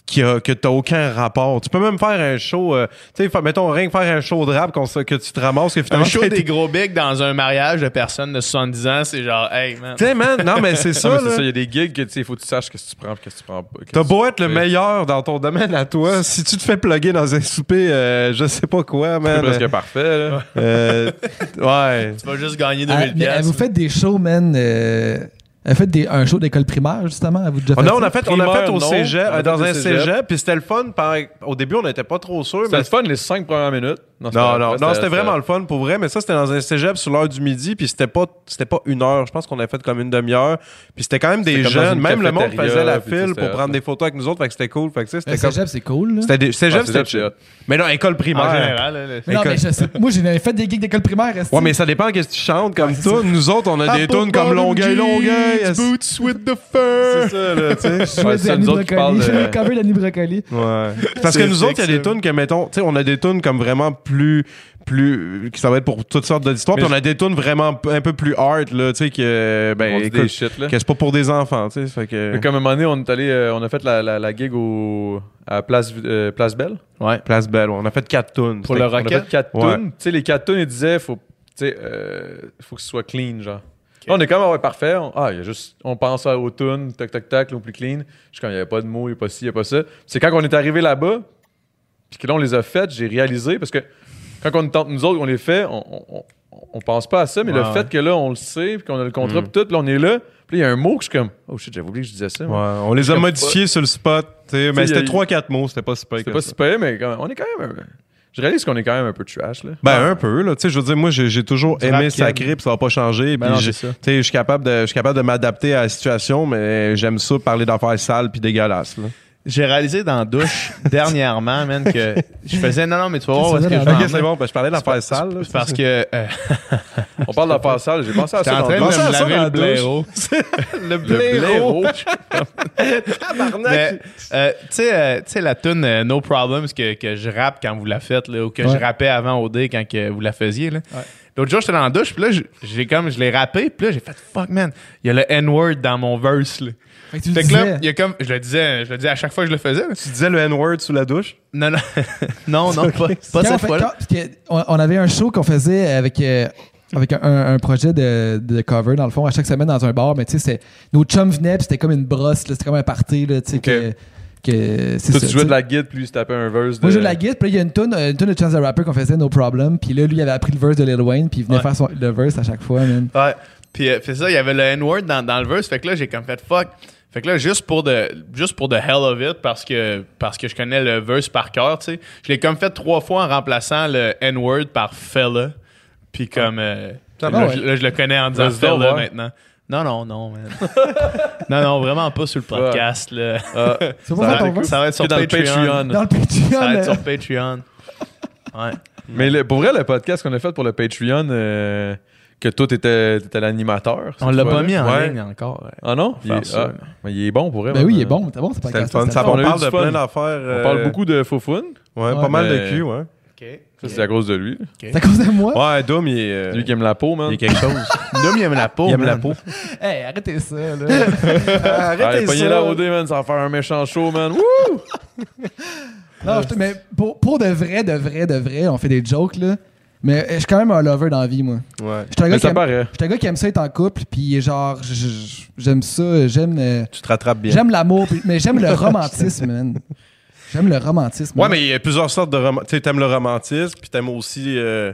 [SPEAKER 4] qui a, que t'as aucun rapport. Tu peux même faire un show, euh, tu sais, fa- mettons, rien que faire un show de rap qu'on se- que tu te ramasses, que
[SPEAKER 2] Un
[SPEAKER 4] finalement...
[SPEAKER 2] show
[SPEAKER 4] t'es-
[SPEAKER 2] des gros bigs dans un mariage de personnes de 70 ans, c'est genre, hey, man.
[SPEAKER 4] Tu sais, man, non, mais c'est
[SPEAKER 3] Non,
[SPEAKER 4] ça,
[SPEAKER 3] Ah, mais c'est
[SPEAKER 4] là.
[SPEAKER 3] ça, il y a des gigs que, tu sais, il faut que tu saches qu'est-ce que tu prends, puis qu'est-ce que tu prends pas. qu'est-ce
[SPEAKER 4] T'as
[SPEAKER 3] que
[SPEAKER 4] beau être le
[SPEAKER 3] Oui.
[SPEAKER 4] meilleur dans ton domaine à toi, si tu te fais plugger dans un souper, euh, je sais pas quoi,
[SPEAKER 3] C'est
[SPEAKER 4] man.
[SPEAKER 3] presque parfait, là.
[SPEAKER 4] Euh, ouais.
[SPEAKER 2] Tu vas juste gagner
[SPEAKER 5] Ah,
[SPEAKER 2] 2000
[SPEAKER 5] mais, ah,
[SPEAKER 2] pièces.
[SPEAKER 5] vous faites des shows, man, euh, Elle a fait des- un show d'école primaire, justement. Avez-vous déjà fait
[SPEAKER 4] Non, on
[SPEAKER 5] ça?
[SPEAKER 4] a fait, on a
[SPEAKER 3] Primaire,
[SPEAKER 4] fait au
[SPEAKER 3] non. On
[SPEAKER 4] cégep,
[SPEAKER 3] a
[SPEAKER 4] euh,
[SPEAKER 3] fait
[SPEAKER 4] dans
[SPEAKER 3] des
[SPEAKER 4] un
[SPEAKER 3] cégeps.
[SPEAKER 4] cégep, puis c'était le fun. par- Au début, on n'était pas trop sûr.
[SPEAKER 3] C'était le
[SPEAKER 4] mais
[SPEAKER 3] fun les cinq premières minutes.
[SPEAKER 4] Non, non, non, c'était vraiment le fun pour vrai, mais ça, c'était dans un cégep sur l'heure du midi, puis c'était pas, c'était pas une heure. Je pense qu'on a fait comme une demi-heure. Puis c'était quand même
[SPEAKER 3] C'était
[SPEAKER 4] des
[SPEAKER 3] comme dans
[SPEAKER 4] jeunes.
[SPEAKER 3] une
[SPEAKER 4] Même le monde
[SPEAKER 3] cafétéria,
[SPEAKER 4] faisait la
[SPEAKER 3] puis tout,
[SPEAKER 4] file
[SPEAKER 3] c'était
[SPEAKER 4] pour
[SPEAKER 3] hot,
[SPEAKER 4] prendre
[SPEAKER 3] là.
[SPEAKER 4] des photos avec nous autres. Fait que c'était cool. Fait que tu sais,
[SPEAKER 5] Le
[SPEAKER 4] c'était comme.
[SPEAKER 5] cégep, c'est cool. là.
[SPEAKER 4] C'était des cégep,
[SPEAKER 3] Ouais, Ah, cégep,
[SPEAKER 4] c'était
[SPEAKER 3] c'est hot.
[SPEAKER 4] Mais non, école
[SPEAKER 2] En
[SPEAKER 4] primaire.
[SPEAKER 2] général, là, là, c'est-
[SPEAKER 5] Mais non,
[SPEAKER 4] École-
[SPEAKER 5] mais je sais- moi, j'ai fait des gigs d'école primaire. est-ce que-
[SPEAKER 4] Ouais, mais ça dépend qu'est-ce que tu chantes comme tune. Nous autres, on
[SPEAKER 3] Ah,
[SPEAKER 4] a des tunes comme Longueuil, Longueuil. est-
[SPEAKER 7] Boots with the fur.
[SPEAKER 4] C'est ça, là, tu sais.
[SPEAKER 5] Je jouais
[SPEAKER 3] Ouais,
[SPEAKER 5] du
[SPEAKER 3] c'est
[SPEAKER 5] Annie
[SPEAKER 3] nous autres qui
[SPEAKER 5] Brocoli.
[SPEAKER 3] parlent euh, de-
[SPEAKER 5] J'ai cover d'Annie Brocoli.
[SPEAKER 4] Ouais. Parce que
[SPEAKER 7] C'est
[SPEAKER 4] nous autres, il y a
[SPEAKER 7] fixe,
[SPEAKER 4] des tunes que, mettons, tu sais, on a des tunes comme vraiment plus. plus qui ça va être pour toutes sortes d'histoires.
[SPEAKER 3] Mais
[SPEAKER 4] Puis on a des tunes vraiment p- un peu plus hard, là, tu sais, que.
[SPEAKER 3] On
[SPEAKER 4] Ben,
[SPEAKER 3] dit des
[SPEAKER 4] écoute,
[SPEAKER 3] shit, là.
[SPEAKER 4] que c'est pas pour des enfants, tu sais. Fait que.
[SPEAKER 3] Mais Comme un moment donné, on est allé, euh, on a fait la, la, la gig au, à Place, euh, Place Belle.
[SPEAKER 4] Place Belle, ouais. on a fait quatre tunes.
[SPEAKER 2] Pour
[SPEAKER 4] C'était-
[SPEAKER 2] le
[SPEAKER 4] on a
[SPEAKER 2] rocket?
[SPEAKER 4] fait-
[SPEAKER 3] fait quatre
[SPEAKER 4] Ouais.
[SPEAKER 3] tunes. Tu sais, les quatre tunes, ils disaient, faut, tu sais, euh, faut que ce soit clean, genre. Là, on est comme, ah ouais, parfait. On, ah, il y a juste, on pense à- aux tunes, tac, tac, tac, le plus clean. Je suis comme, il n'y avait pas de mots, il n'y a pas ci, il n'y a pas ça. C'est quand on est arrivé là-bas, puis que là, on les a faites, j'ai réalisé, parce que quand on tente, nous autres, on les fait, on, on, on- on pense pas à ça, mais le fait que là, on le sait, puis qu'on a le contrat, puis tout, puis là, on est là, puis là, il y a un mot que je suis comme, oh shit, j'avais oublié que je disais ça.
[SPEAKER 4] Ouais,
[SPEAKER 3] moi.
[SPEAKER 4] on les a modifiés sur le spot, tu sais. Mais
[SPEAKER 3] y a-
[SPEAKER 4] c'était trois, quatre mots, c'était pas super.
[SPEAKER 3] C'était pas si payé, mais quand même- on est quand même. un- Je réalise qu'on est quand même un peu trash, là.
[SPEAKER 4] Ben, un peu, là. Tu sais, je veux dire, moi, j'ai j'ai toujours aimé sacré, puis ça va pas changer.
[SPEAKER 3] non,
[SPEAKER 4] Puis, j'ai- tu
[SPEAKER 3] c'est ça.
[SPEAKER 4] sais, je suis capable de, je suis capable de m'adapter à la situation, mais j'aime ça parler d'affaires sales puis dégueulasses, là.
[SPEAKER 2] J'ai réalisé dans la douche dernièrement, man, que je faisais non, non, mais tu vas voir où est-ce que je
[SPEAKER 5] Ok,
[SPEAKER 2] vais en
[SPEAKER 4] Ok,
[SPEAKER 2] venir.
[SPEAKER 4] Ah, c'est bon, parce que je parlais d'affaires sales, là.
[SPEAKER 2] Parce que euh,
[SPEAKER 3] On parle d'affaires sales, j'ai pensé à
[SPEAKER 2] j'étais
[SPEAKER 3] ça.
[SPEAKER 2] en
[SPEAKER 3] dans
[SPEAKER 2] train de
[SPEAKER 3] le-
[SPEAKER 4] pensez à
[SPEAKER 2] me
[SPEAKER 4] ça
[SPEAKER 2] laver
[SPEAKER 4] dans
[SPEAKER 2] le
[SPEAKER 4] la douche.
[SPEAKER 2] blaireau. le blaireau. Mais, euh, tu sais, euh, tu sais, la tune euh, No Problems que, que je rappe quand vous la faites, là, ou que je
[SPEAKER 5] Ouais.
[SPEAKER 2] rappais avant au dé quand que vous la faisiez. là. L'autre jour, j'étais dans la douche, puis là, je- j'ai comme, je l'ai rappé, puis là, j'ai fait fuck, man, il y a le N-word dans mon verse. Là.
[SPEAKER 5] Fait que tu le
[SPEAKER 2] Fait que là,
[SPEAKER 5] disais.
[SPEAKER 2] il y a comme, je le disais, je le disais à chaque fois que je le faisais. là.
[SPEAKER 4] Tu disais le N-word sous la douche?
[SPEAKER 2] Non, non, non, non, pas, pas
[SPEAKER 5] Quand on
[SPEAKER 2] cette
[SPEAKER 5] fait-
[SPEAKER 2] fois-là.
[SPEAKER 5] quand- parce que on, on avait un show qu'on faisait avec, euh, avec un, un projet de, de cover, dans le fond, à chaque semaine dans un bar. Mais tu sais, c'était- nos chums venaient, puis c'était comme une brosse, là, c'était comme un party. Là, tu sais, que, que, c'est
[SPEAKER 3] Toi,
[SPEAKER 5] ça,
[SPEAKER 3] tu jouais
[SPEAKER 5] tu
[SPEAKER 3] de la guide, puis lui, il se tapait un verse.
[SPEAKER 5] Moi,
[SPEAKER 3] de-
[SPEAKER 5] je la guide, puis là, il y a une tune, une tune de Chance the Rapper qu'on faisait, No Problem. Puis là, lui, il avait appris le verse de Lil Wayne, puis il venait
[SPEAKER 2] Ouais.
[SPEAKER 5] faire son, le verse à chaque fois, man.
[SPEAKER 2] Ouais. Puis euh, c'est ça, il y avait le N-word dans, dans le verse. Fait que là, j'ai comme fait fuck. Fait que là, juste pour de juste pour the hell of it, parce que parce que je connais le verse par cœur, tu sais, je l'ai comme fait trois fois en remplaçant le N-word par fella. Puis comme euh,
[SPEAKER 5] Ça
[SPEAKER 2] là,
[SPEAKER 5] va,
[SPEAKER 2] je,
[SPEAKER 5] ouais.
[SPEAKER 2] là, je le connais en disant
[SPEAKER 3] Let's go,
[SPEAKER 2] fella
[SPEAKER 3] ouais.
[SPEAKER 2] maintenant. Non, non, non, man. non, non, vraiment pas sur le podcast, là.
[SPEAKER 3] Ah,
[SPEAKER 2] Ça,
[SPEAKER 5] C'est pas ça ton
[SPEAKER 2] va,
[SPEAKER 5] verse?
[SPEAKER 2] ça va être sur
[SPEAKER 3] que dans le Patreon.
[SPEAKER 5] Dans
[SPEAKER 2] Ça
[SPEAKER 5] le
[SPEAKER 2] va être sur
[SPEAKER 5] Patreon.
[SPEAKER 2] Patreon. Ouais.
[SPEAKER 3] Mais le- pour vrai, le podcast qu'on a fait pour le Patreon, euh, que toi, t'étais étais, l'animateur. cette
[SPEAKER 2] On l'a pas
[SPEAKER 3] fois-là.
[SPEAKER 2] mis en
[SPEAKER 3] Ouais.
[SPEAKER 2] ligne encore. ouais.
[SPEAKER 3] Ah non? Il
[SPEAKER 2] Faire
[SPEAKER 3] est,
[SPEAKER 2] ça,
[SPEAKER 3] ah, mais il est bon pour vrai.
[SPEAKER 5] Ben
[SPEAKER 3] man.
[SPEAKER 5] oui, il est bon, c'est bon, c'est pas
[SPEAKER 4] C'était le
[SPEAKER 5] grave.
[SPEAKER 4] fun. Ça,
[SPEAKER 3] fun.
[SPEAKER 4] on,
[SPEAKER 3] On a eu
[SPEAKER 4] parle
[SPEAKER 3] du
[SPEAKER 4] de
[SPEAKER 3] fun.
[SPEAKER 4] plein d'affaires. euh,
[SPEAKER 3] On
[SPEAKER 2] Euh,
[SPEAKER 3] parle beaucoup de Fofun.
[SPEAKER 4] Ouais,
[SPEAKER 5] Ouais.
[SPEAKER 4] pas mal
[SPEAKER 3] Mais-
[SPEAKER 4] de cul, ouais.
[SPEAKER 3] Ça, c'est à cause de lui.
[SPEAKER 5] C'est à cause de moi?
[SPEAKER 4] Ouais, Dom, il est. euh,
[SPEAKER 3] Lui qui aime la peau, man.
[SPEAKER 4] il est quelque chose.
[SPEAKER 2] Dom, il aime la peau.
[SPEAKER 4] il aime la
[SPEAKER 2] man.
[SPEAKER 4] peau.
[SPEAKER 5] Hey, arrêtez ça, là.
[SPEAKER 3] Arrêtez pogné la OD, man. Ça va faire un méchant show, man. Wouh!
[SPEAKER 5] Non, je te- mais pour, pour de vrai, de vrai, de vrai, on fait des jokes, là. Mais euh, je suis quand même un lover dans la vie, moi.
[SPEAKER 4] Ouais.
[SPEAKER 5] Je suis un gars
[SPEAKER 3] Mais
[SPEAKER 5] qui
[SPEAKER 3] ça
[SPEAKER 5] aime-
[SPEAKER 3] paraît.
[SPEAKER 5] je suis un gars qui aime ça être en couple, puis genre, je- je- j'aime ça, j'aime euh,
[SPEAKER 4] Tu te rattrapes bien.
[SPEAKER 5] j'aime l'amour, puis- mais j'aime le romantisme, man. J'aime le romantisme.
[SPEAKER 4] Ouais,
[SPEAKER 5] man.
[SPEAKER 4] mais il y a plusieurs sortes de romantisme. Tu sais, t'aimes le romantisme, puis t'aimes aussi. euh,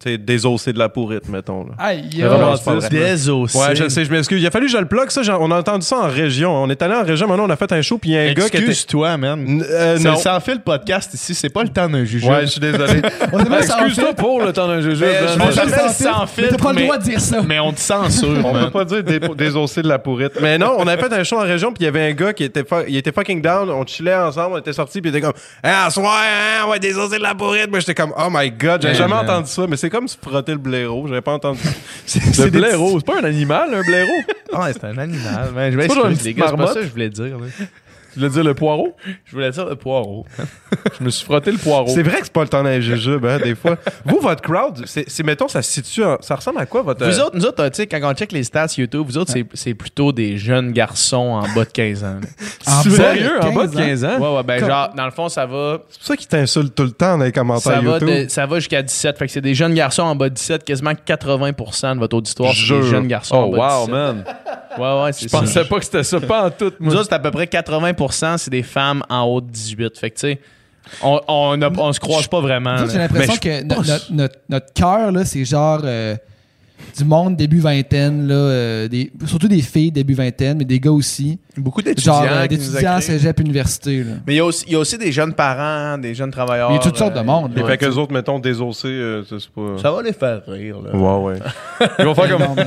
[SPEAKER 4] Tu sais, désosser de la pourrite, mettons. Là.
[SPEAKER 5] Aïe,
[SPEAKER 4] Le
[SPEAKER 5] yo.
[SPEAKER 4] romantisme, c'est pas vrai.
[SPEAKER 2] Désossé.
[SPEAKER 4] Ouais, je sais, je m'excuse. Il a fallu que je le bloque, ça. j'en- On a entendu ça en région. On est allé en région, maintenant, on a fait un show, puis il y a un gars qui était.
[SPEAKER 2] Excuse-toi, man.
[SPEAKER 4] N- euh,
[SPEAKER 2] C'est
[SPEAKER 4] non.
[SPEAKER 2] le sans fil podcast ici, c'est pas le temps d'un jugement.
[SPEAKER 4] Ouais, je suis désolé.
[SPEAKER 5] On s'est même senti-
[SPEAKER 3] Excuse-toi pour le temps d'un jeu.
[SPEAKER 2] Mais,
[SPEAKER 3] man.
[SPEAKER 2] je vais
[SPEAKER 5] on s'est
[SPEAKER 2] j'appelle
[SPEAKER 5] senti-
[SPEAKER 2] sans fil,
[SPEAKER 5] mais T'as pas le
[SPEAKER 2] mais-
[SPEAKER 5] droit de dire ça.
[SPEAKER 2] Mais on te censure,
[SPEAKER 4] On peut
[SPEAKER 2] man.
[SPEAKER 4] pas dire dé- désosser de la pourrite. Mais non, on avait fait un show en région, puis il y avait un gars qui était, fu- il était fucking down. On chillait ensemble, on était sortis, puis il était comme Ah, à soir, hein, on va désosser de la pourrite. Moi, j'étais comme Oh my god, j'avais
[SPEAKER 3] Hey,
[SPEAKER 4] jamais
[SPEAKER 3] man.
[SPEAKER 4] entendu ça. Mais c'est comme se frotter le blaireau, j'avais pas entendu ça. C'est
[SPEAKER 3] Le
[SPEAKER 4] c'est des
[SPEAKER 3] blaireau, c'est pas un animal, un blaireau.
[SPEAKER 2] Ouais, Ah, c'est un animal, man. Je vais
[SPEAKER 3] C'est pas genre une
[SPEAKER 2] expliquer, les gars. C'est pas
[SPEAKER 3] marmotte?
[SPEAKER 2] ça que je voulais dire. là.
[SPEAKER 3] Tu voulais dire le poireau?
[SPEAKER 2] Je voulais dire le poireau.
[SPEAKER 3] Je me suis frotté le poireau.
[SPEAKER 4] C'est vrai que c'est pas le temps d'un jujube, hein, des fois. Vous, votre crowd, c'est, c'est, mettons, ça se situe, en- ça ressemble à quoi votre.
[SPEAKER 2] Vous autres, nous autres, euh, tu sais, quand on check les stats YouTube, vous autres, c'est- c'est plutôt des jeunes garçons en bas de 15 ans. là.
[SPEAKER 5] En bas de
[SPEAKER 3] Sérieux, en bas de 15 ans?
[SPEAKER 2] Ouais, ouais, ben
[SPEAKER 4] Comme-
[SPEAKER 2] genre, dans le fond, ça va.
[SPEAKER 4] C'est pour ça qu'ils t'insultent tout le temps dans les commentaires
[SPEAKER 2] Ça va,
[SPEAKER 4] YouTube.
[SPEAKER 2] de- ça va jusqu'à 17. Fait que c'est des jeunes garçons en bas de 17. Quasiment 80% de votre auditoire, c'est
[SPEAKER 4] Jure.
[SPEAKER 2] des jeunes garçons en
[SPEAKER 3] Oh,
[SPEAKER 2] bas
[SPEAKER 3] wow,
[SPEAKER 2] de 17.
[SPEAKER 3] man.
[SPEAKER 2] Ouais, ouais, c'est
[SPEAKER 3] Je pensais pas que c'était ça, pas en tout,
[SPEAKER 2] Nous
[SPEAKER 3] moi.
[SPEAKER 2] autres, c'est à peu près 80 c'est des femmes en haut de 18. Fait que, tu sais, on, on, a- on se croise pas vraiment.
[SPEAKER 5] Nous autres, J'ai
[SPEAKER 2] là.
[SPEAKER 5] l'impression que no- no- notre, notre cœur, là, c'est genre. euh, du monde début vingtaine, là, euh, des, surtout des filles début vingtaine, mais des gars aussi.
[SPEAKER 2] Beaucoup
[SPEAKER 5] Genre
[SPEAKER 2] d'étudiants.
[SPEAKER 5] euh,
[SPEAKER 2] qui nous
[SPEAKER 5] d'étudiants,
[SPEAKER 2] écrivent.
[SPEAKER 5] cégep, université. Là.
[SPEAKER 2] Mais il y, a aussi- il y a aussi des jeunes parents, des jeunes travailleurs. euh,
[SPEAKER 5] Il y a toutes sortes de monde,
[SPEAKER 4] Les
[SPEAKER 5] là.
[SPEAKER 2] ouais.
[SPEAKER 4] fait qu'eux autres, mettons, désossés, euh, c'est c'est pas.
[SPEAKER 2] Ça va les faire rire. Là.
[SPEAKER 4] Ouais, ouais.
[SPEAKER 3] Ils vont faire
[SPEAKER 5] Non,
[SPEAKER 3] comme
[SPEAKER 5] mais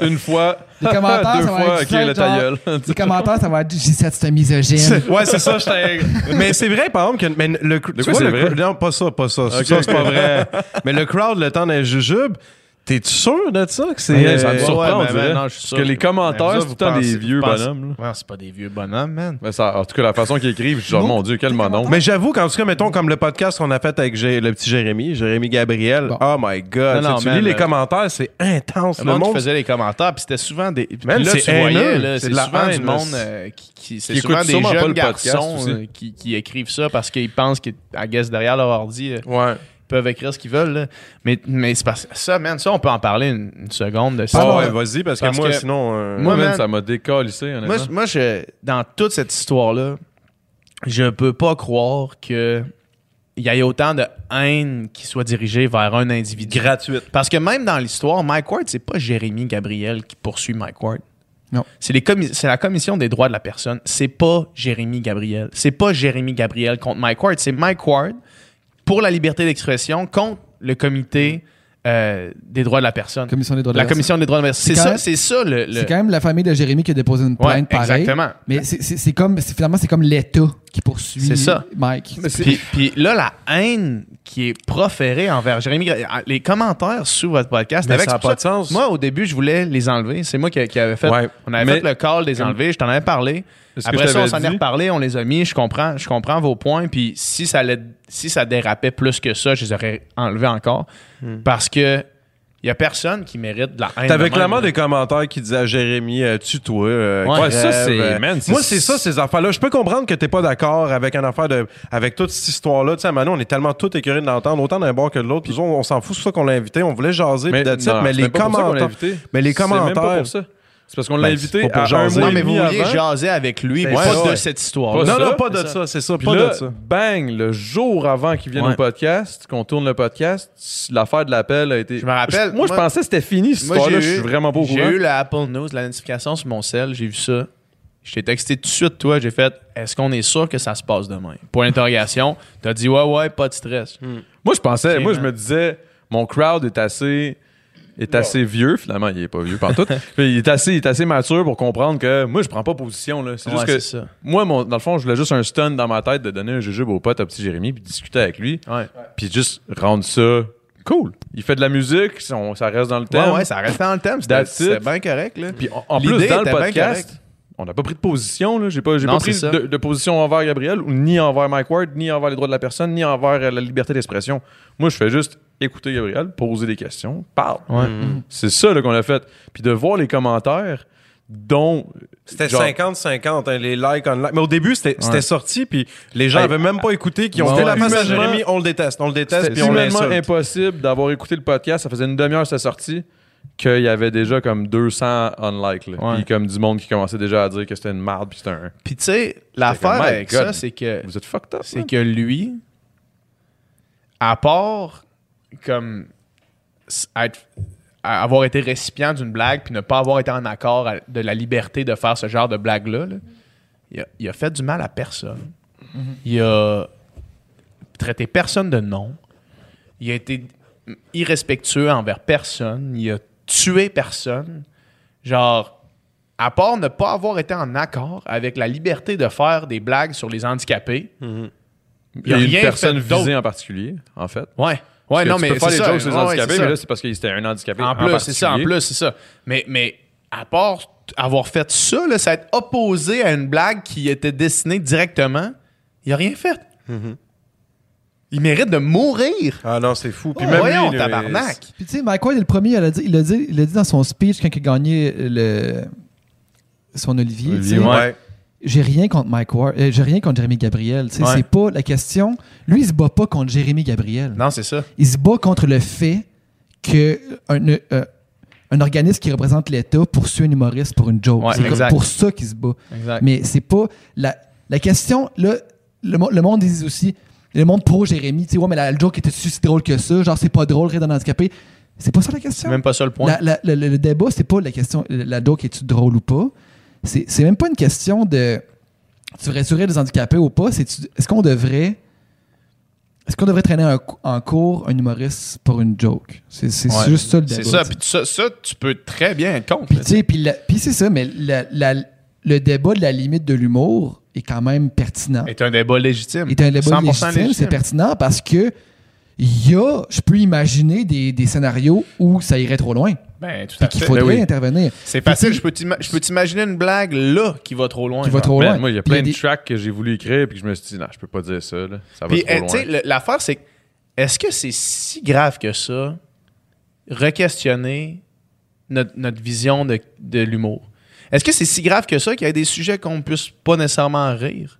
[SPEAKER 3] une fois,
[SPEAKER 5] Les commentaires,
[SPEAKER 3] deux
[SPEAKER 5] ça va
[SPEAKER 3] fois,
[SPEAKER 5] être
[SPEAKER 3] ok, le
[SPEAKER 5] straight,
[SPEAKER 3] ta
[SPEAKER 5] genre.
[SPEAKER 3] gueule.
[SPEAKER 5] les commentaires, ça va être G7, c'est un misogyne.
[SPEAKER 4] ouais, c'est ça, je t'ai- Mais c'est vrai, par exemple, que. Mais le, cr- tu
[SPEAKER 3] quoi
[SPEAKER 4] vois,
[SPEAKER 3] c'est
[SPEAKER 4] le
[SPEAKER 3] vrai?
[SPEAKER 4] cr- Non, pas ça, pas ça. Ça, c'est pas vrai. Mais le crowd, le temps d'un jujube, t'es-tu sûr de ça? Que c'est.
[SPEAKER 3] Ouais, ça me
[SPEAKER 4] euh,
[SPEAKER 3] surprend,
[SPEAKER 2] ouais,
[SPEAKER 3] on
[SPEAKER 2] mais
[SPEAKER 3] dirait.
[SPEAKER 2] non, je suis
[SPEAKER 3] Parce que
[SPEAKER 2] sûr.
[SPEAKER 3] les commentaires,
[SPEAKER 2] Mais vous
[SPEAKER 3] c'est tout le
[SPEAKER 2] autres,
[SPEAKER 3] temps
[SPEAKER 2] vous
[SPEAKER 3] des
[SPEAKER 2] pensez-
[SPEAKER 3] vieux
[SPEAKER 2] vous pensez-
[SPEAKER 3] bonhommes. là.
[SPEAKER 2] Ouais, c'est pas des vieux bonhommes, man.
[SPEAKER 3] Mais ça, en tout cas, la façon qu'ils écrivent, je suis genre, mon Dieu, quel monon.
[SPEAKER 4] Mais j'avoue qu'en tout cas, mettons, comme le podcast qu'on a fait avec Jé- le petit Jérémy, Jérémy Gabriel,
[SPEAKER 5] Bon.
[SPEAKER 4] oh my God,
[SPEAKER 2] Non, non,
[SPEAKER 4] tu sais, tu
[SPEAKER 2] man,
[SPEAKER 4] lis les
[SPEAKER 2] euh,
[SPEAKER 4] commentaires, c'est intense.
[SPEAKER 2] Le
[SPEAKER 4] Le
[SPEAKER 2] monde, qui
[SPEAKER 4] monde,
[SPEAKER 2] faisait les commentaires, puis c'était souvent des. Puis
[SPEAKER 4] Man,
[SPEAKER 2] là,
[SPEAKER 4] c'est
[SPEAKER 2] tu voyais,
[SPEAKER 4] haineux.
[SPEAKER 2] là,
[SPEAKER 4] C'est
[SPEAKER 2] c'est
[SPEAKER 4] de la
[SPEAKER 2] souvent
[SPEAKER 4] haine,
[SPEAKER 2] du monde
[SPEAKER 4] là.
[SPEAKER 2] euh, qui, qui- c'est
[SPEAKER 3] Qui écoute
[SPEAKER 2] souvent des
[SPEAKER 3] sûrement pas
[SPEAKER 2] jeunes
[SPEAKER 3] le podcast
[SPEAKER 2] garçons
[SPEAKER 3] aussi.
[SPEAKER 2] euh, qui, qui écrivent ça parce qu'ils pensent qu'ils, I guess, derrière leur ordi, euh,
[SPEAKER 4] Ouais.
[SPEAKER 2] ils peuvent écrire ce qu'ils veulent. là. Mais, mais c'est parce ça, man, ça, on peut en parler une, une seconde de ça.
[SPEAKER 4] Ah ouais, vas-y, parce,
[SPEAKER 2] Parce
[SPEAKER 4] que moi,
[SPEAKER 2] que-
[SPEAKER 4] sinon. euh,
[SPEAKER 2] Moi,
[SPEAKER 3] Moi, man,
[SPEAKER 2] man-
[SPEAKER 3] ça m'a décalissé,
[SPEAKER 2] Moi,
[SPEAKER 3] honnêtement.
[SPEAKER 2] je- moi, je, dans toute cette histoire-là, je peux pas croire que il y ait autant de haine qui soit dirigée vers un individu. Gratuite. Parce que même dans l'histoire, Mike Ward, c'est pas Jérémy Gabriel qui poursuit Mike Ward.
[SPEAKER 5] Non.
[SPEAKER 2] C'est, les commis- c'est la commission des droits de la personne. C'est pas Jérémy Gabriel. C'est pas Jérémy Gabriel contre Mike Ward. C'est Mike Ward pour la liberté d'expression contre le comité euh, des droits de la personne.
[SPEAKER 5] Commission des droits de
[SPEAKER 2] la
[SPEAKER 5] la personne.
[SPEAKER 2] commission des droits de la personne.
[SPEAKER 5] C'est
[SPEAKER 2] C'est
[SPEAKER 5] quand
[SPEAKER 2] ça,
[SPEAKER 5] même-
[SPEAKER 2] c'est ça le. le-
[SPEAKER 5] C'est quand même la famille de Jérémy qui a déposé une plainte
[SPEAKER 2] Ouais,
[SPEAKER 5] pareil.
[SPEAKER 2] exactement.
[SPEAKER 5] Mais c'est- c'est c'est comme, c'est- finalement, c'est comme l'État qui poursuit
[SPEAKER 2] C'est ça.
[SPEAKER 5] Mike.
[SPEAKER 2] Puis, puis là, la haine qui est proférée envers Jérémy, Gra- ah, les commentaires sous votre podcast,
[SPEAKER 4] Mais
[SPEAKER 2] avec
[SPEAKER 4] ça a
[SPEAKER 2] c'est pour
[SPEAKER 4] pas de sens.
[SPEAKER 2] Moi, au début, je voulais les enlever. C'est moi qui, qui avait fait.
[SPEAKER 4] Ouais.
[SPEAKER 2] On avait
[SPEAKER 3] Mais-
[SPEAKER 2] fait le call des enlevés. Je t'en avais parlé.
[SPEAKER 3] Est-ce que
[SPEAKER 2] Après
[SPEAKER 3] je
[SPEAKER 2] ça, on
[SPEAKER 3] t'avais
[SPEAKER 2] s'en
[SPEAKER 3] dit?
[SPEAKER 2] est reparlé. On les a mis. Je comprends. Je comprends vos points. Puis si ça allait- si ça dérapait plus que ça, je les aurais enlevés encore parce que il y a personne qui mérite de la haine.
[SPEAKER 4] Hmm. T'avais
[SPEAKER 2] de même,
[SPEAKER 4] clairement
[SPEAKER 2] là.
[SPEAKER 4] des commentaires qui disaient à Jérémy, euh, tue-toi. euh,
[SPEAKER 3] Ouais,
[SPEAKER 4] crève,
[SPEAKER 3] ça, c'est-
[SPEAKER 4] euh.
[SPEAKER 3] man, c'est-
[SPEAKER 4] Moi, c'est ça, ces affaires-là. Je peux comprendre que t'es pas d'accord avec une affaire de. avec toute cette histoire-là. Tu sais, Manon, on est tellement tout écœurés de l'entendre, autant d'un bord que de l'autre. Puis on, on s'en fout, c'est pour ça qu'on l'a invité. On voulait jaser, mais,
[SPEAKER 3] non,
[SPEAKER 4] de ça, mais
[SPEAKER 3] c'est
[SPEAKER 4] les
[SPEAKER 3] même pas pour ça qu'on l'a
[SPEAKER 4] commentaires.
[SPEAKER 3] invité.
[SPEAKER 4] mais les
[SPEAKER 3] C'est même pas
[SPEAKER 4] commentaires.
[SPEAKER 3] pour ça. C'est parce qu'on l'a
[SPEAKER 4] Ben, c'est
[SPEAKER 3] invité
[SPEAKER 4] pas pour
[SPEAKER 3] à un
[SPEAKER 4] jaser.
[SPEAKER 3] mois
[SPEAKER 2] Non,
[SPEAKER 3] et
[SPEAKER 2] mais vous
[SPEAKER 3] demi
[SPEAKER 2] vouliez
[SPEAKER 3] avant.
[SPEAKER 2] jaser avec lui,
[SPEAKER 4] Ben,
[SPEAKER 2] pas
[SPEAKER 4] ouais,
[SPEAKER 2] de
[SPEAKER 4] ouais.
[SPEAKER 2] cette histoire.
[SPEAKER 3] Pas
[SPEAKER 4] Non,
[SPEAKER 3] ça,
[SPEAKER 4] non, pas de
[SPEAKER 2] c'est
[SPEAKER 4] ça, c'est ça.
[SPEAKER 3] Puis
[SPEAKER 4] pas
[SPEAKER 3] là,
[SPEAKER 4] de ça.
[SPEAKER 3] bang, le jour avant qu'il vienne
[SPEAKER 2] Ouais.
[SPEAKER 3] au podcast, qu'on tourne le podcast, l'affaire de l'appel a été.
[SPEAKER 2] Je me rappelle,
[SPEAKER 3] moi, je
[SPEAKER 2] moi-
[SPEAKER 3] pensais que c'était fini, cette
[SPEAKER 2] Moi,
[SPEAKER 3] histoire-là.
[SPEAKER 2] j'ai
[SPEAKER 3] Je
[SPEAKER 2] eu-
[SPEAKER 3] suis vraiment pas au courant.
[SPEAKER 2] J'ai eu la Apple News, la notification sur mon cell, j'ai vu ça. Je t'ai texté tout de suite, toi. J'ai fait Est-ce qu'on est sûr que ça se passe demain Point d'interrogation. T'as dit Ouais, ouais, pas de stress.
[SPEAKER 3] Moi, je pensais,
[SPEAKER 2] Ok,
[SPEAKER 3] moi, je
[SPEAKER 2] man.
[SPEAKER 3] me disais, mon crowd est assez est assez vieux finalement il est pas vieux partout il est assez il est assez mature pour comprendre que moi je prends pas position là c'est
[SPEAKER 2] Ouais,
[SPEAKER 3] juste que
[SPEAKER 2] c'est ça.
[SPEAKER 3] moi mon- dans le fond je voulais juste un stun dans ma tête de donner un jujube au pote à petit Jérémy puis discuter avec lui
[SPEAKER 2] Ouais.
[SPEAKER 3] puis juste rendre ça cool il fait de la musique son- ça reste dans le thème
[SPEAKER 2] Ouais, ouais, ça reste dans le thème. C'était
[SPEAKER 3] That's
[SPEAKER 2] c'était
[SPEAKER 3] it.
[SPEAKER 2] bien correct, là.
[SPEAKER 3] puis en- en
[SPEAKER 2] L'idée
[SPEAKER 3] plus dans le
[SPEAKER 2] était bien
[SPEAKER 3] podcast
[SPEAKER 2] correcte.
[SPEAKER 3] on n'a pas pris de position là j'ai pas j'ai
[SPEAKER 2] Non,
[SPEAKER 3] pas
[SPEAKER 2] c'est
[SPEAKER 3] pris
[SPEAKER 2] ça.
[SPEAKER 3] de, de position envers Gabriel ou ni envers Mike Ward ni envers les droits de la personne ni envers euh, la liberté d'expression moi je fais juste écouter Gabriel poser des questions parle
[SPEAKER 2] Mm-hmm.
[SPEAKER 3] c'est ça là, qu'on a fait puis de voir les commentaires dont
[SPEAKER 4] C'était
[SPEAKER 3] genre-
[SPEAKER 4] 50-50, hein, les likes on like. Mais au début, c'était c'était sorti, puis les gens
[SPEAKER 3] Hey,
[SPEAKER 4] avaient même pas écouté, qui ont
[SPEAKER 3] ouais,
[SPEAKER 4] fait la face à
[SPEAKER 3] humainement-
[SPEAKER 4] Jérémy, on le déteste, on le déteste,
[SPEAKER 3] C'était
[SPEAKER 4] puis on
[SPEAKER 3] tellement
[SPEAKER 4] l'insulte.
[SPEAKER 3] impossible d'avoir écouté le podcast. Ça faisait une demi-heure sa sortie qu'il y avait déjà comme 200 unlikes. là.
[SPEAKER 2] Ouais.
[SPEAKER 3] Puis comme du monde qui commençait déjà à dire que c'était une merde puis c'était un...
[SPEAKER 2] Puis tu sais, l'affaire
[SPEAKER 3] comme, My
[SPEAKER 2] avec
[SPEAKER 3] God.
[SPEAKER 2] ça, c'est que
[SPEAKER 3] Vous êtes fucked up.
[SPEAKER 2] c'est
[SPEAKER 3] man.
[SPEAKER 2] que lui, à part comme s- être- à- avoir été récipient d'une blague puis ne pas avoir été en accord à- de la liberté de faire ce genre de blague-là, là, il, a, il a fait du mal à personne. Il a traité personne de non. Il a été irrespectueux envers personne. Il a tué personne. Genre, à part ne pas avoir été en accord avec la liberté de faire des blagues sur les handicapés,
[SPEAKER 3] Il y a une
[SPEAKER 2] rien
[SPEAKER 3] personne
[SPEAKER 2] fait d'autre.
[SPEAKER 3] visée en particulier, en fait.
[SPEAKER 2] Ouais.
[SPEAKER 3] Parce
[SPEAKER 2] Ouais,
[SPEAKER 3] que
[SPEAKER 2] non,
[SPEAKER 3] tu
[SPEAKER 2] mais
[SPEAKER 3] peux faire
[SPEAKER 2] c'est
[SPEAKER 3] des
[SPEAKER 2] ça.
[SPEAKER 3] jokes sur les
[SPEAKER 2] Ouais,
[SPEAKER 3] handicapés,
[SPEAKER 2] c'est
[SPEAKER 3] mais
[SPEAKER 2] ça.
[SPEAKER 3] là, c'est parce qu'il était un handicapé.
[SPEAKER 2] En plus, c'est ça, en
[SPEAKER 3] particulier.
[SPEAKER 2] plus, c'est ça. Mais, mais à part t- avoir fait ça, là, ça être opposé à une blague qui était destinée directement, il a rien fait. Mm-hmm. Il mérite de mourir.
[SPEAKER 4] Ah non, c'est fou. Puis
[SPEAKER 2] Oh,
[SPEAKER 4] même
[SPEAKER 2] voyons,
[SPEAKER 4] lui, là,
[SPEAKER 2] tabarnak.
[SPEAKER 5] Puis tu sais, Mike Ward est le premier, il a dit, il a dit, il a dit dans son speech quand il a gagné le, son Olivier. tu sais,
[SPEAKER 4] il- Ouais.
[SPEAKER 5] J'ai rien contre Mike Ward, euh, j'ai rien contre Jérémy Gabriel. Tu sais,
[SPEAKER 2] Ouais.
[SPEAKER 5] C'est pas la question. Lui, il se bat pas contre Jérémy Gabriel.
[SPEAKER 2] Non, c'est ça.
[SPEAKER 5] Il se bat contre le fait que un, euh, un organisme qui représente l'État poursuit un humoriste pour une joke.
[SPEAKER 2] Ouais,
[SPEAKER 5] c'est
[SPEAKER 2] exact.
[SPEAKER 5] comme pour ça qu'il se bat.
[SPEAKER 2] Exact.
[SPEAKER 5] Mais c'est pas la, la question. Là, le, mo- le monde dit aussi, le monde pro Jérémy, tu sais, ouais, mais la, le joke était si drôle que ça, genre c'est pas drôle, rire d'un handicapé. C'est pas ça la
[SPEAKER 2] C'est
[SPEAKER 5] question.
[SPEAKER 2] même pas ça le point.
[SPEAKER 5] La- la- le, le- le débat, c'est pas la question, la doc est-tu drôle ou pas. C'est c'est même pas une question de tu devrais sourire des handicapés ou pas. C'est tu- est-ce qu'on devrait est-ce qu'on devrait traîner un cou- en cours un humoriste pour une joke? C'est c'est
[SPEAKER 2] Ouais.
[SPEAKER 5] juste ça le débat.
[SPEAKER 2] C'est ça.
[SPEAKER 5] tu sais.
[SPEAKER 2] Puis ça, ça, tu peux très bien être contre.
[SPEAKER 5] Puis tu sais, puis la- puis c'est ça, mais la- la- le débat de la limite de l'humour est quand même pertinent.
[SPEAKER 2] C'est un débat légitime.
[SPEAKER 5] est un débat
[SPEAKER 2] 100%
[SPEAKER 5] légitime, c'est pertinent parce que il y a, je peux imaginer des, des scénarios où ça irait trop loin,
[SPEAKER 2] Ben, tout
[SPEAKER 5] puis
[SPEAKER 2] à
[SPEAKER 5] qu'il
[SPEAKER 2] fait.
[SPEAKER 5] faudrait
[SPEAKER 2] Ben oui.
[SPEAKER 5] intervenir.
[SPEAKER 2] C'est facile. Je peux t'ima- je peux t'imaginer une blague là qui va trop loin.
[SPEAKER 5] qui va
[SPEAKER 2] genre.
[SPEAKER 5] trop
[SPEAKER 3] Man,
[SPEAKER 5] loin.
[SPEAKER 3] moi, il y a
[SPEAKER 5] Puis
[SPEAKER 3] plein de
[SPEAKER 5] des-
[SPEAKER 3] tracks que j'ai voulu écrire puis que je me suis dit, non, je peux pas dire ça. Là. Ça va
[SPEAKER 2] Puis,
[SPEAKER 3] trop
[SPEAKER 2] euh, tu sais,
[SPEAKER 3] loin.
[SPEAKER 2] le- l'affaire, c'est que est-ce que c'est si grave que ça, re-questionner notre, notre vision de, de l'humour? Est-ce que c'est si grave que ça qu'il y a des sujets qu'on ne puisse pas nécessairement rire?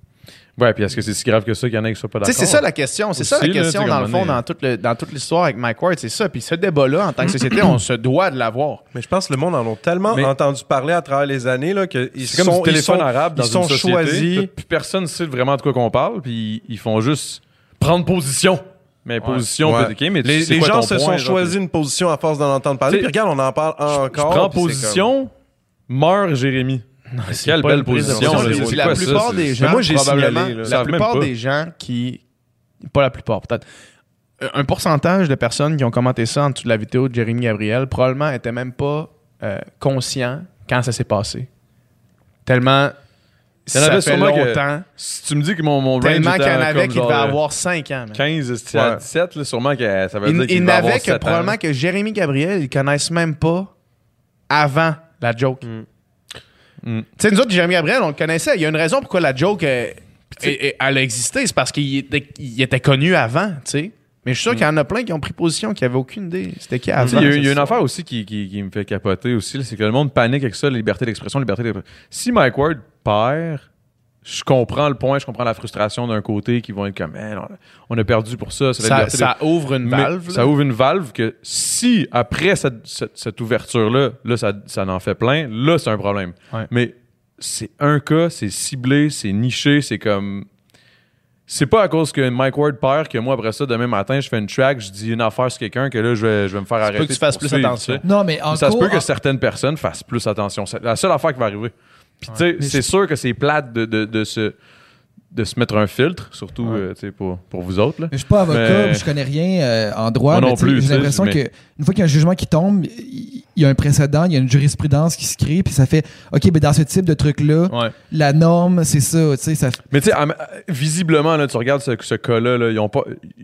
[SPEAKER 3] Ouais, puis est-ce que c'est si grave que ça qu'il y en a qui soient pas
[SPEAKER 2] Tu sais,
[SPEAKER 3] d'accord?
[SPEAKER 2] c'est ça la question. C'est ça la
[SPEAKER 3] Aussi, là,
[SPEAKER 2] question,
[SPEAKER 3] tu sais,
[SPEAKER 2] dans le
[SPEAKER 3] comme
[SPEAKER 2] fond,
[SPEAKER 3] on est-
[SPEAKER 2] dans toute, le- dans toute l'histoire avec Mike Ward. C'est ça. Puis ce débat-là, en tant que société, on se doit de l'avoir.
[SPEAKER 4] Mais je pense que le monde en a tellement
[SPEAKER 3] Mais-
[SPEAKER 4] entendu parler à travers les années là, que ils
[SPEAKER 3] C'est comme
[SPEAKER 4] sont,
[SPEAKER 3] du téléphone
[SPEAKER 4] ils sont,
[SPEAKER 3] arabe dans
[SPEAKER 4] ils
[SPEAKER 3] une
[SPEAKER 4] sont
[SPEAKER 3] société.
[SPEAKER 4] choisis.
[SPEAKER 3] Là, Plus personne ne sait vraiment de quoi qu'on parle, puis ils font juste prendre position. Mais position,
[SPEAKER 4] Ouais.
[SPEAKER 3] peut-être, ok, mais tu-
[SPEAKER 4] Les,
[SPEAKER 3] c'est
[SPEAKER 4] les
[SPEAKER 3] quoi
[SPEAKER 4] gens
[SPEAKER 3] ton
[SPEAKER 4] se
[SPEAKER 3] point,
[SPEAKER 4] sont
[SPEAKER 3] genre,
[SPEAKER 4] choisis une position à force d'en entendre parler.
[SPEAKER 3] Tu
[SPEAKER 4] Puis
[SPEAKER 3] sais,
[SPEAKER 4] regarde, on en parle
[SPEAKER 3] Je
[SPEAKER 4] encore.
[SPEAKER 3] prends
[SPEAKER 4] puis c'est
[SPEAKER 3] position, meurt Jérémy. Quelle
[SPEAKER 2] pas
[SPEAKER 3] belle
[SPEAKER 2] une prise de position,
[SPEAKER 3] position. là,
[SPEAKER 2] je
[SPEAKER 3] c'est
[SPEAKER 2] dis, la
[SPEAKER 3] quoi ça,
[SPEAKER 2] plupart
[SPEAKER 3] c'est-
[SPEAKER 2] des
[SPEAKER 3] c'est-
[SPEAKER 2] gens,
[SPEAKER 4] moi, j'ai
[SPEAKER 2] probablement,
[SPEAKER 4] signalé, là.
[SPEAKER 2] la
[SPEAKER 3] Savent même
[SPEAKER 2] plupart
[SPEAKER 3] pas.
[SPEAKER 2] des gens qui, pas la plupart peut-être, Euh, un pourcentage de personnes qui ont commenté ça en dessous de la vidéo de Jérémy Gabriel probablement n'étaient même pas euh, conscients quand ça s'est passé. Tellement
[SPEAKER 3] Il y en
[SPEAKER 2] ça
[SPEAKER 3] avait
[SPEAKER 2] fait
[SPEAKER 3] sûrement que-
[SPEAKER 2] longtemps,
[SPEAKER 3] Si tu me dis que mon, mon range
[SPEAKER 2] tellement qu'il y en
[SPEAKER 3] était
[SPEAKER 2] avait
[SPEAKER 3] comme
[SPEAKER 2] qui devaient
[SPEAKER 3] genre, euh,
[SPEAKER 2] avoir 5 ans. man.
[SPEAKER 3] 15, c'est à
[SPEAKER 4] Ouais.
[SPEAKER 3] 17, là, sûrement que ça veut
[SPEAKER 2] Il,
[SPEAKER 3] dire qu'il
[SPEAKER 2] il
[SPEAKER 3] devait avoir
[SPEAKER 2] n'avait que
[SPEAKER 3] 7 ans.
[SPEAKER 2] probablement que Jérémy Gabriel, ils connaissent même pas avant la joke.
[SPEAKER 3] Mm.
[SPEAKER 2] Tu sais, nous autres, Jérémy Gabriel, on le connaissait. Il y a une raison pourquoi la joke, euh, est- est- elle a existé. C'est parce qu'il était, il était connu avant, tu sais. Mais je
[SPEAKER 3] Mm.
[SPEAKER 2] suis sûr qu'il y en a plein qui ont pris position, qui n'avaient aucune idée. C'était qui
[SPEAKER 3] Tu sais,
[SPEAKER 2] avant.
[SPEAKER 3] Il y a, il y a
[SPEAKER 2] Ah, ça.
[SPEAKER 3] une affaire aussi qui, qui- qui me fait capoter aussi, là, c'est que le monde panique avec ça, la liberté d'expression, liberté d'expression. Si Mike Ward perd, je comprends le point, je comprends la frustration d'un côté qui vont être comme,
[SPEAKER 4] Eh
[SPEAKER 3] Man, on on a perdu pour ça, c'est la
[SPEAKER 2] Ça,
[SPEAKER 3] liberté
[SPEAKER 2] ça ouvre une
[SPEAKER 3] Mais
[SPEAKER 2] valve. là.
[SPEAKER 3] Ça ouvre une valve que si, après cette, cette- cette ouverture-là, là, ça, ça en fait plein, là, c'est un problème.
[SPEAKER 2] Ouais.
[SPEAKER 3] Mais c'est un cas, c'est ciblé, c'est niché, c'est comme. C'est pas à cause que Mike Ward perd que moi, après ça, demain matin, je fais une track, je dis une affaire sur quelqu'un que là, je vais, je vais me faire
[SPEAKER 2] Ça se
[SPEAKER 3] arrêter.
[SPEAKER 2] peut que tu fasses plus
[SPEAKER 3] poursuivre,
[SPEAKER 2] attention.
[SPEAKER 3] tu sais.
[SPEAKER 5] Non, mais en
[SPEAKER 3] Mais ça se
[SPEAKER 5] cours-
[SPEAKER 3] peut que
[SPEAKER 5] en-
[SPEAKER 3] certaines personnes fassent plus attention. C'est la seule affaire qui va arriver. Puis, tu sais,
[SPEAKER 5] Mais
[SPEAKER 3] c'est sûr que c'est plate de, de, de se, de se mettre un filtre, surtout euh, tu sais, pour, pour vous autres. Là.
[SPEAKER 5] mais je suis pas avocat,
[SPEAKER 3] Mais-
[SPEAKER 5] puis je connais rien euh, en droit,
[SPEAKER 3] Moi
[SPEAKER 5] mais
[SPEAKER 3] non
[SPEAKER 5] tu sais,
[SPEAKER 3] plus, tu
[SPEAKER 5] j'ai
[SPEAKER 3] sais,
[SPEAKER 5] l'impression
[SPEAKER 3] mais-
[SPEAKER 5] que une fois qu'il y a un jugement qui tombe, il il y a un précédent, il y a une jurisprudence qui se crée, puis ça fait OK, ben dans ce type de truc là,
[SPEAKER 3] Ouais.
[SPEAKER 5] la norme, c'est ça, tu sais, ça
[SPEAKER 3] Mais tu sais, am- visiblement, là, tu regardes ce, ce cas-là, là, ils ont pas.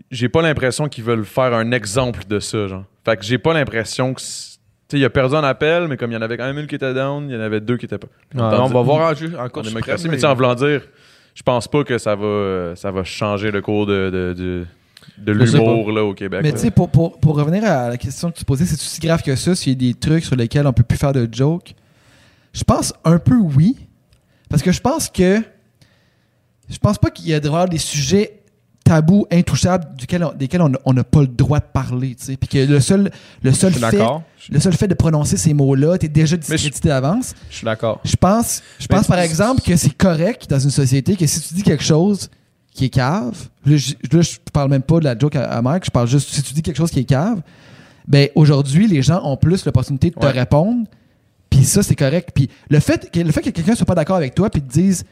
[SPEAKER 3] J'ai pas l'impression qu'ils veulent faire un exemple de ça, genre. Fait que j'ai pas l'impression que. c'est- Tu sais, il a perdu un appel, mais comme il y en avait quand même une qui était down, il y en avait deux qui étaient pas.
[SPEAKER 2] Ouais, Ah, on va voir en, ju- en
[SPEAKER 3] en
[SPEAKER 2] cours
[SPEAKER 3] démocratie.
[SPEAKER 2] suprême,
[SPEAKER 3] Mais tu sais, en voulant dire, je pense pas que ça va, ça va changer le cours de, de, de, de
[SPEAKER 5] Je sais
[SPEAKER 3] l'humour là, au Québec.
[SPEAKER 5] Mais
[SPEAKER 3] là.
[SPEAKER 5] tu sais, pour, pour, pour revenir à la question que tu posais, c'est aussi grave que ça s'il y a des trucs sur lesquels on peut plus faire de joke? Je pense un peu oui. Parce que je pense que. Je pense pas qu'il y a de- vraiment des sujets tabous, intouchables, duquel on- desquels on on n'a pas le droit de parler. tu sais. Puis que le seul, le, seul
[SPEAKER 2] Je suis
[SPEAKER 5] fait,
[SPEAKER 2] d'accord.
[SPEAKER 5] le seul fait de prononcer ces mots-là, tu es déjà discrédité d'avance.
[SPEAKER 2] Je suis d'accord.
[SPEAKER 5] Je pense, je
[SPEAKER 2] Ben,
[SPEAKER 5] pense par exemple que c'est correct dans une société que si tu dis quelque chose qui est cave, là je, là, je parle même pas de la joke à, à Mike, je parle juste si tu dis quelque chose qui est cave, ben aujourd'hui les gens ont plus l'opportunité de te
[SPEAKER 2] Ouais.
[SPEAKER 5] répondre, puis ça c'est correct. Puis le fait que le fait que quelqu'un soit pas d'accord avec toi puis te dise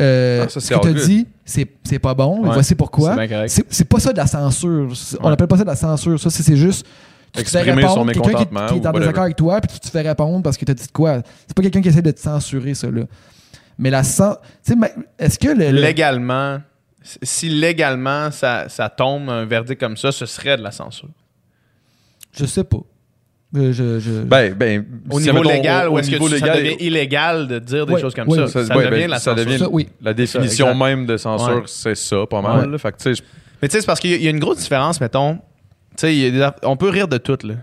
[SPEAKER 5] euh,
[SPEAKER 3] Ah, ça,
[SPEAKER 5] ce
[SPEAKER 3] c'est
[SPEAKER 5] que t'as
[SPEAKER 3] hard good.
[SPEAKER 5] dit, c'est c'est pas bon,
[SPEAKER 2] Ouais.
[SPEAKER 5] voici pourquoi.
[SPEAKER 2] C'est bien correct.
[SPEAKER 5] C'est c'est pas ça de la censure. C'est- On
[SPEAKER 3] Ouais.
[SPEAKER 5] appelle pas ça de la censure. Ça, c'est c'est juste. Tu te fais
[SPEAKER 3] Exprimer
[SPEAKER 5] répondre,
[SPEAKER 3] son
[SPEAKER 5] quelqu'un qui-
[SPEAKER 3] mécontentement
[SPEAKER 5] Qui,
[SPEAKER 3] ou
[SPEAKER 5] est en
[SPEAKER 3] whatever.
[SPEAKER 5] désaccord avec toi, puis tu te fais répondre parce que t'as dit de quoi. C'est pas quelqu'un qui essaie de te censurer, ça, là. Mais la censure. Tu sais, mais est-ce que le. le-
[SPEAKER 2] Légalement, si légalement ça, ça tombe un verdict comme ça, ce serait de la censure.
[SPEAKER 5] Je sais pas. Euh, Je, je-
[SPEAKER 3] Ben, ben,
[SPEAKER 2] Au
[SPEAKER 3] si,
[SPEAKER 2] niveau
[SPEAKER 3] mettons,
[SPEAKER 2] légal,
[SPEAKER 3] au-
[SPEAKER 2] ou
[SPEAKER 3] au
[SPEAKER 2] est-ce que
[SPEAKER 3] niveau
[SPEAKER 2] tu- ça
[SPEAKER 3] légal,
[SPEAKER 2] devient illégal de dire des
[SPEAKER 5] Ouais,
[SPEAKER 2] choses comme
[SPEAKER 5] ouais.
[SPEAKER 2] ça?
[SPEAKER 3] Ça-
[SPEAKER 2] Ça,
[SPEAKER 3] ouais,
[SPEAKER 2] devient
[SPEAKER 3] ben,
[SPEAKER 2] la
[SPEAKER 3] ça
[SPEAKER 2] censure.
[SPEAKER 3] devient-
[SPEAKER 5] Ça, oui.
[SPEAKER 3] La définition
[SPEAKER 2] exact.
[SPEAKER 3] même de censure,
[SPEAKER 2] Ouais.
[SPEAKER 3] c'est ça, pas mal.
[SPEAKER 5] Ouais.
[SPEAKER 3] là. Fait que, tu sais, je-
[SPEAKER 2] Mais tu sais, c'est parce qu'il y a- il y a une grosse différence, mettons. Tu sais, il y a des aff- on peut rire de tout, là.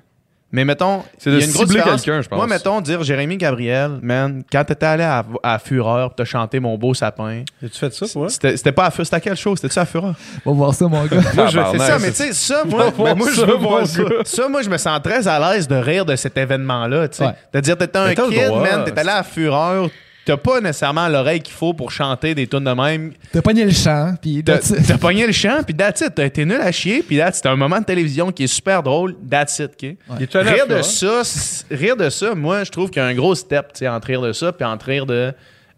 [SPEAKER 2] Mais mettons,
[SPEAKER 3] C'est de
[SPEAKER 2] il y a une grosse
[SPEAKER 3] cibler
[SPEAKER 2] différence.
[SPEAKER 3] quelqu'un, je pense.
[SPEAKER 2] Moi, mettons, dire Jérémy Gabriel, man, quand t'étais allé à, à Fureur, t'as chanté Mon beau sapin.
[SPEAKER 4] comme- As-tu fait ça, toi?
[SPEAKER 2] C'était c'était pas à Fureur, c'était à quelle chose? C'était-tu à Fureur?
[SPEAKER 5] On va voir ça, mon gars.
[SPEAKER 2] Moi, je- c'est
[SPEAKER 3] Tabarnak,
[SPEAKER 2] ça,
[SPEAKER 3] ça,
[SPEAKER 2] mais tu sais, ça, moi,
[SPEAKER 3] Faut
[SPEAKER 2] ben, moi, je
[SPEAKER 3] voir
[SPEAKER 2] veux
[SPEAKER 3] ça, mon
[SPEAKER 2] voir ça.
[SPEAKER 3] gars.
[SPEAKER 2] Ça, moi, je me sens très à l'aise de rire de cet événement-là, tu sais.
[SPEAKER 5] Ouais.
[SPEAKER 2] De dire, t'étais un
[SPEAKER 4] Mais t'as le
[SPEAKER 2] kid,
[SPEAKER 4] droit.
[SPEAKER 2] man, t'es allé à Fureur, t'as pas nécessairement l'oreille qu'il faut pour chanter des tunes de même.
[SPEAKER 5] T'as pogné le champ, puis
[SPEAKER 2] T'as
[SPEAKER 5] that's it.
[SPEAKER 2] t'as pogné le chant, puis that's it. T'as été nul à chier, puis that's it. T'as un moment de télévision qui est super drôle, that's it, OK? Rire de ça, c- rire de ça, moi, je trouve qu'il y a un gros step, tu sais, entre rire de ça, puis entre rire de...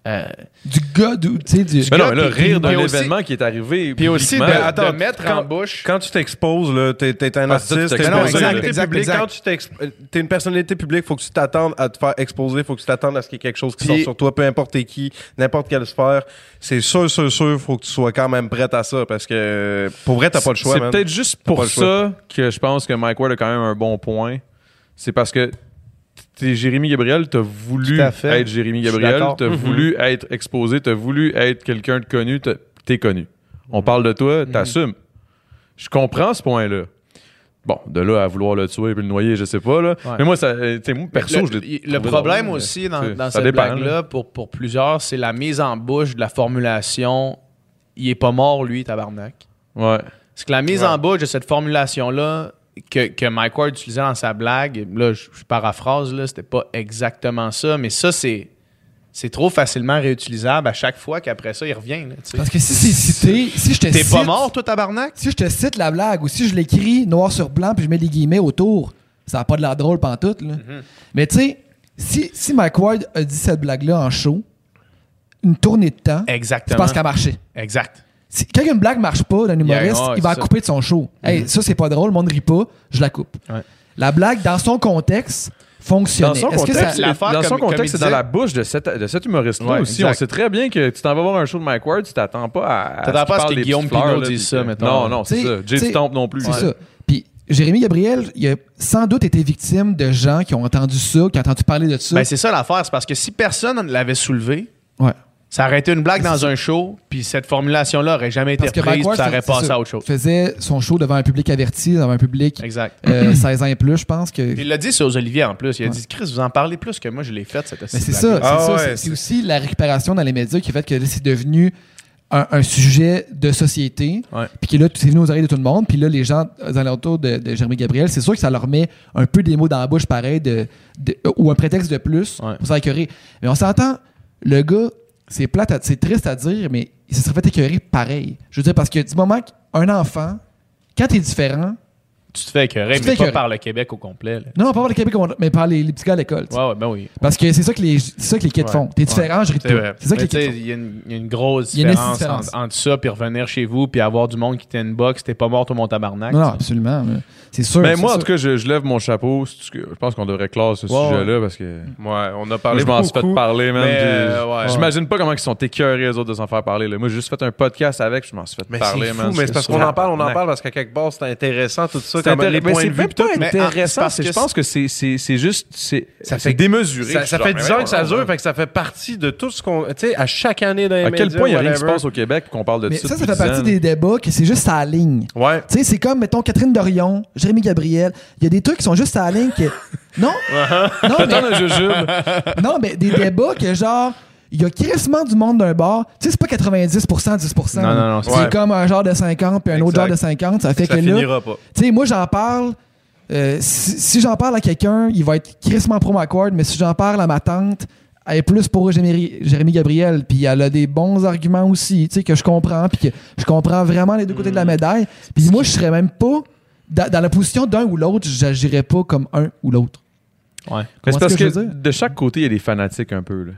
[SPEAKER 2] euh,
[SPEAKER 5] du gars d'où, tu sais, du.
[SPEAKER 3] Mais non, mais là,
[SPEAKER 2] puis-
[SPEAKER 3] rire de
[SPEAKER 2] puis aussi-
[SPEAKER 3] l'événement qui est arrivé.
[SPEAKER 2] puis aussi ben, de,
[SPEAKER 3] publiquement.
[SPEAKER 2] de
[SPEAKER 4] attends,
[SPEAKER 2] mettre
[SPEAKER 4] quand-
[SPEAKER 2] en bouche...
[SPEAKER 4] Quand tu t'exposes, là, t'es, t'es un
[SPEAKER 3] Ah, c'est ça, tu
[SPEAKER 4] artiste, t'es
[SPEAKER 3] t'exposes,
[SPEAKER 4] une
[SPEAKER 3] là.
[SPEAKER 4] personnalité
[SPEAKER 7] Exact,
[SPEAKER 4] publique.
[SPEAKER 7] exact,
[SPEAKER 4] Quand tu t'ex- euh, t'es une personnalité publique, faut que tu t'attendes à te faire exposer, faut que tu t'attendes à ce qu'il y ait quelque chose qui
[SPEAKER 7] Puis-
[SPEAKER 4] sort sur toi, peu importe t'es qui, n'importe quelle sphère. C'est sûr, sûr, sûr, faut que tu sois quand même prête à ça, parce que euh, pour vrai, t'as pas le choix,
[SPEAKER 3] C'est
[SPEAKER 4] man.
[SPEAKER 3] peut-être juste
[SPEAKER 4] pas
[SPEAKER 3] pour
[SPEAKER 4] le choix.
[SPEAKER 3] ça que je pense que Mike Ward a quand même un bon point. C'est parce que t'es Jérémy Gabriel, t'as voulu
[SPEAKER 2] Tout à fait.
[SPEAKER 3] être Jérémy
[SPEAKER 2] Je suis
[SPEAKER 3] Gabriel,
[SPEAKER 2] d'accord. Mm-hmm.
[SPEAKER 3] t'as voulu être exposé, t'as voulu être quelqu'un de connu, t'as- t'es connu.
[SPEAKER 2] Mm-hmm.
[SPEAKER 3] On parle de toi, t'assumes. Je comprends ce point-là. Bon, de là à vouloir le tuer et le noyer, je sais pas, là.
[SPEAKER 2] Ouais.
[SPEAKER 3] Mais moi, ça, euh, t'sais, moi, perso,
[SPEAKER 2] le,
[SPEAKER 3] je l'ai
[SPEAKER 2] le
[SPEAKER 3] trouvé
[SPEAKER 2] problème
[SPEAKER 3] drôle, mais
[SPEAKER 2] aussi dans,
[SPEAKER 3] c'est-
[SPEAKER 2] dans
[SPEAKER 3] ça
[SPEAKER 2] cette
[SPEAKER 3] dépend,
[SPEAKER 2] blague-là, pour, pour plusieurs, c'est la mise en bouche de la formulation « il est pas mort, lui, tabarnak ».
[SPEAKER 3] Ouais.
[SPEAKER 2] C'est que la mise en bouche de cette formulation-là que, que Mike Ward utilisait dans sa blague, là, je, je paraphrase, là, c'était pas exactement ça, mais ça, c'est, c'est trop facilement réutilisable à chaque fois qu'après ça, il revient. là, tu sais.
[SPEAKER 5] Parce que si c'est cité, si je te
[SPEAKER 2] T'es
[SPEAKER 5] cite.
[SPEAKER 2] pas mort, toi, tabarnak?
[SPEAKER 5] Si je te cite la blague ou si je l'écris noir sur blanc puis je mets des guillemets autour, ça n'a pas de l'air drôle pantoute. Là.
[SPEAKER 3] Mhm.
[SPEAKER 5] Mais tu sais, si, si Mike Ward a dit cette blague-là en show, une tournée de temps, tu
[SPEAKER 2] Exactement.
[SPEAKER 5] penses qu'elle a marché.
[SPEAKER 2] Exact.
[SPEAKER 5] Si, quand une blague marche pas d'un humoriste,
[SPEAKER 2] ouais,
[SPEAKER 5] il va
[SPEAKER 2] c'est
[SPEAKER 5] la
[SPEAKER 2] ça.
[SPEAKER 5] couper de son show. Hey, ça c'est pas drôle, le monde rit pas, je la coupe.
[SPEAKER 2] Ouais.
[SPEAKER 5] La blague, dans son contexte, fonctionnait.
[SPEAKER 3] Dans son
[SPEAKER 5] Est-ce que ça-
[SPEAKER 3] contexte, c'est-
[SPEAKER 2] l'affaire,
[SPEAKER 3] dans son
[SPEAKER 2] comme- comme
[SPEAKER 3] contexte,
[SPEAKER 2] il
[SPEAKER 3] c'est dans
[SPEAKER 2] disait-
[SPEAKER 3] la bouche de cet, de cet humoriste-là
[SPEAKER 2] Ouais,
[SPEAKER 3] aussi.
[SPEAKER 2] exact.
[SPEAKER 3] On sait très bien que tu t'en vas voir un show de Mike Ward, tu t'attends pas à. à
[SPEAKER 2] T'attends pas à ce que
[SPEAKER 3] qu'il parle des
[SPEAKER 2] Guillaume
[SPEAKER 3] petites fleurs,
[SPEAKER 2] Pinot
[SPEAKER 3] là,
[SPEAKER 2] dise
[SPEAKER 3] puis
[SPEAKER 2] ça,
[SPEAKER 3] que-
[SPEAKER 2] mettons.
[SPEAKER 3] Non, non,
[SPEAKER 5] T'sais,
[SPEAKER 3] c'est ça. Jay
[SPEAKER 5] t'sais,
[SPEAKER 3] Stump non plus.
[SPEAKER 5] C'est ça. Puis Jérémy Gabriel, il a sans doute été victime de gens qui ont entendu ça, qui ont entendu parler de ça.
[SPEAKER 2] Ben, c'est ça l'affaire, c'est parce que si personne ne l'avait soulevé,
[SPEAKER 5] ouais.
[SPEAKER 2] ça aurait été une blague dans un show, puis cette formulation-là aurait jamais été
[SPEAKER 5] Parce que Mike
[SPEAKER 2] reprise, puis
[SPEAKER 5] Ward,
[SPEAKER 2] ça aurait
[SPEAKER 5] c'est- c'est
[SPEAKER 2] passé
[SPEAKER 5] ça.
[SPEAKER 2] à autre chose.
[SPEAKER 5] faisait son show devant un public averti, devant un public
[SPEAKER 2] Exact.
[SPEAKER 5] euh, 16 ans et plus, je pense. que
[SPEAKER 2] Il
[SPEAKER 5] Mais
[SPEAKER 2] l'a dit sur Olivier en plus. Il a
[SPEAKER 5] Ouais.
[SPEAKER 2] dit Chris, vous en parlez plus que moi, je l'ai faite cette
[SPEAKER 5] c'est
[SPEAKER 2] blague-là.
[SPEAKER 5] ça, c'est
[SPEAKER 4] Ah
[SPEAKER 5] ça.
[SPEAKER 4] ouais,
[SPEAKER 5] c'est-
[SPEAKER 4] c'est-
[SPEAKER 5] c'est aussi la récupération dans les médias qui fait que là, c'est devenu un, un sujet de société,
[SPEAKER 3] Ouais.
[SPEAKER 5] puis que là, c'est venu aux oreilles de tout le monde, puis là, les gens euh, dans l'entour de, de Jérémy Gabriel, c'est sûr que ça leur met un peu des mots dans la bouche pareil, de, de- euh, ou un prétexte de plus
[SPEAKER 2] Ouais.
[SPEAKER 5] pour s'écœurer. Mais on s'entend, le gars, c'est plate, à- c'est triste à dire, mais il se serait fait écœurer pareil. Je veux dire, parce que du moment qu'un enfant, quand t'es différent,
[SPEAKER 2] Tu te fais écœurer,
[SPEAKER 5] Tu te fais
[SPEAKER 2] mais pas
[SPEAKER 5] écœurer.
[SPEAKER 2] par le Québec au complet. là.
[SPEAKER 5] Non, pas par les Québec, mais par les, les petits gars à l'école. tu sais.
[SPEAKER 2] Ouais, ouais, ben oui.
[SPEAKER 5] Parce que c'est ça que les, c'est ça que les kids font. T'es différent, je ris de
[SPEAKER 2] C'est
[SPEAKER 5] toi.
[SPEAKER 2] vrai.
[SPEAKER 5] C'est ça que
[SPEAKER 2] Mais
[SPEAKER 5] les
[SPEAKER 2] tu sais,
[SPEAKER 5] kids font.
[SPEAKER 2] Il y, a une- il y a une grosse
[SPEAKER 5] Il y a une
[SPEAKER 2] différence,
[SPEAKER 5] différence.
[SPEAKER 2] Entre, entre ça, puis revenir chez vous, puis avoir du monde qui t'inbox, t'es pas mort, au mon tabarnak.
[SPEAKER 5] Non, non,
[SPEAKER 2] tu sais.
[SPEAKER 5] absolument. là. C'est sûr.
[SPEAKER 3] Mais
[SPEAKER 5] c'est
[SPEAKER 3] Ben, moi, en
[SPEAKER 5] sûr.
[SPEAKER 3] tout cas, je, je lève mon chapeau. C'est ce que- Je pense qu'on devrait clore ce
[SPEAKER 2] Ouais,
[SPEAKER 3] sujet-là parce que.
[SPEAKER 4] Ouais, on a
[SPEAKER 3] Moi,
[SPEAKER 4] parlé
[SPEAKER 3] je m'en suis
[SPEAKER 4] beaucoup.
[SPEAKER 3] fait parler, man.
[SPEAKER 2] Mais,
[SPEAKER 3] puis
[SPEAKER 2] euh, ouais.
[SPEAKER 3] J'imagine pas comment ils sont écœurés, les autres, de s'en faire parler. là. Moi, j'ai juste fait un podcast avec, je m'en suis fait
[SPEAKER 4] Mais
[SPEAKER 3] parler,
[SPEAKER 4] c'est fou,
[SPEAKER 3] man.
[SPEAKER 4] mais c'est parce qu'on en parle, on en parle parce qu'à quelque part, c'est intéressant tout ça.
[SPEAKER 3] C'est
[SPEAKER 4] comme les
[SPEAKER 3] intéressant. Mais
[SPEAKER 4] points
[SPEAKER 3] c'est
[SPEAKER 4] de vue,
[SPEAKER 3] même
[SPEAKER 4] puis tout.
[SPEAKER 3] pas
[SPEAKER 2] Mais en- c'est
[SPEAKER 3] intéressant.
[SPEAKER 2] parce
[SPEAKER 3] c'est-
[SPEAKER 2] que
[SPEAKER 3] Je pense que c'est- c'est c'est juste. c'est-
[SPEAKER 4] Ça
[SPEAKER 3] C'est
[SPEAKER 4] fait-
[SPEAKER 3] démesuré.
[SPEAKER 4] Ça,
[SPEAKER 3] Je
[SPEAKER 4] ça
[SPEAKER 3] suis
[SPEAKER 4] fait
[SPEAKER 3] genre,
[SPEAKER 4] 10
[SPEAKER 3] mais
[SPEAKER 4] ans que ça
[SPEAKER 3] voyons
[SPEAKER 4] dure,
[SPEAKER 3] donc.
[SPEAKER 4] fait que ça fait partie de tout ce qu'on. Tu sais, à chaque année dans les
[SPEAKER 3] À quel
[SPEAKER 4] médias,
[SPEAKER 3] point il y a rien qui se
[SPEAKER 4] whatever.
[SPEAKER 3] passe au Québec puis qu'on parle de
[SPEAKER 5] Mais
[SPEAKER 3] ça
[SPEAKER 5] ça, ça
[SPEAKER 3] depuis
[SPEAKER 5] fait partie
[SPEAKER 3] 10 ans.
[SPEAKER 5] des débats que c'est juste à la ligne.
[SPEAKER 4] Ouais.
[SPEAKER 5] Tu sais, c'est comme, mettons, Catherine Dorion, Jérémy Gabriel. Il y a des trucs qui sont juste à la ligne que. Non? non, mais,
[SPEAKER 3] Attends, je jure.
[SPEAKER 5] non, mais des débats que genre. Il y a crissement du monde d'un bar. Tu sais, c'est pas 90 10
[SPEAKER 2] Non, non, non,
[SPEAKER 5] C'est
[SPEAKER 2] c'est-
[SPEAKER 4] Ouais.
[SPEAKER 5] comme un genre de 50 puis un autre
[SPEAKER 4] Exact.
[SPEAKER 5] genre de 50. Ça fait
[SPEAKER 4] Ça
[SPEAKER 5] que là.
[SPEAKER 4] finira pas.
[SPEAKER 5] Tu sais, moi, j'en parle. euh, si si j'en parle à quelqu'un, il va être crissement pro McCord, mais si j'en parle à ma tante, elle est plus pour Jérémy, Jérémy Gabriel. Puis elle a des bons arguments aussi, tu sais, que je comprends. Puis que je comprends vraiment les deux côtés de
[SPEAKER 2] Mm.
[SPEAKER 5] la médaille. Puis moi, je serais même pas. Dans, dans la position d'un ou l'autre, j'agirais pas comme un ou l'autre.
[SPEAKER 2] Ouais.
[SPEAKER 3] Mais
[SPEAKER 5] Comment
[SPEAKER 3] c'est parce
[SPEAKER 5] est-ce que
[SPEAKER 3] que,
[SPEAKER 5] je veux dire?
[SPEAKER 3] de chaque côté, il y a des fanatiques un peu. là.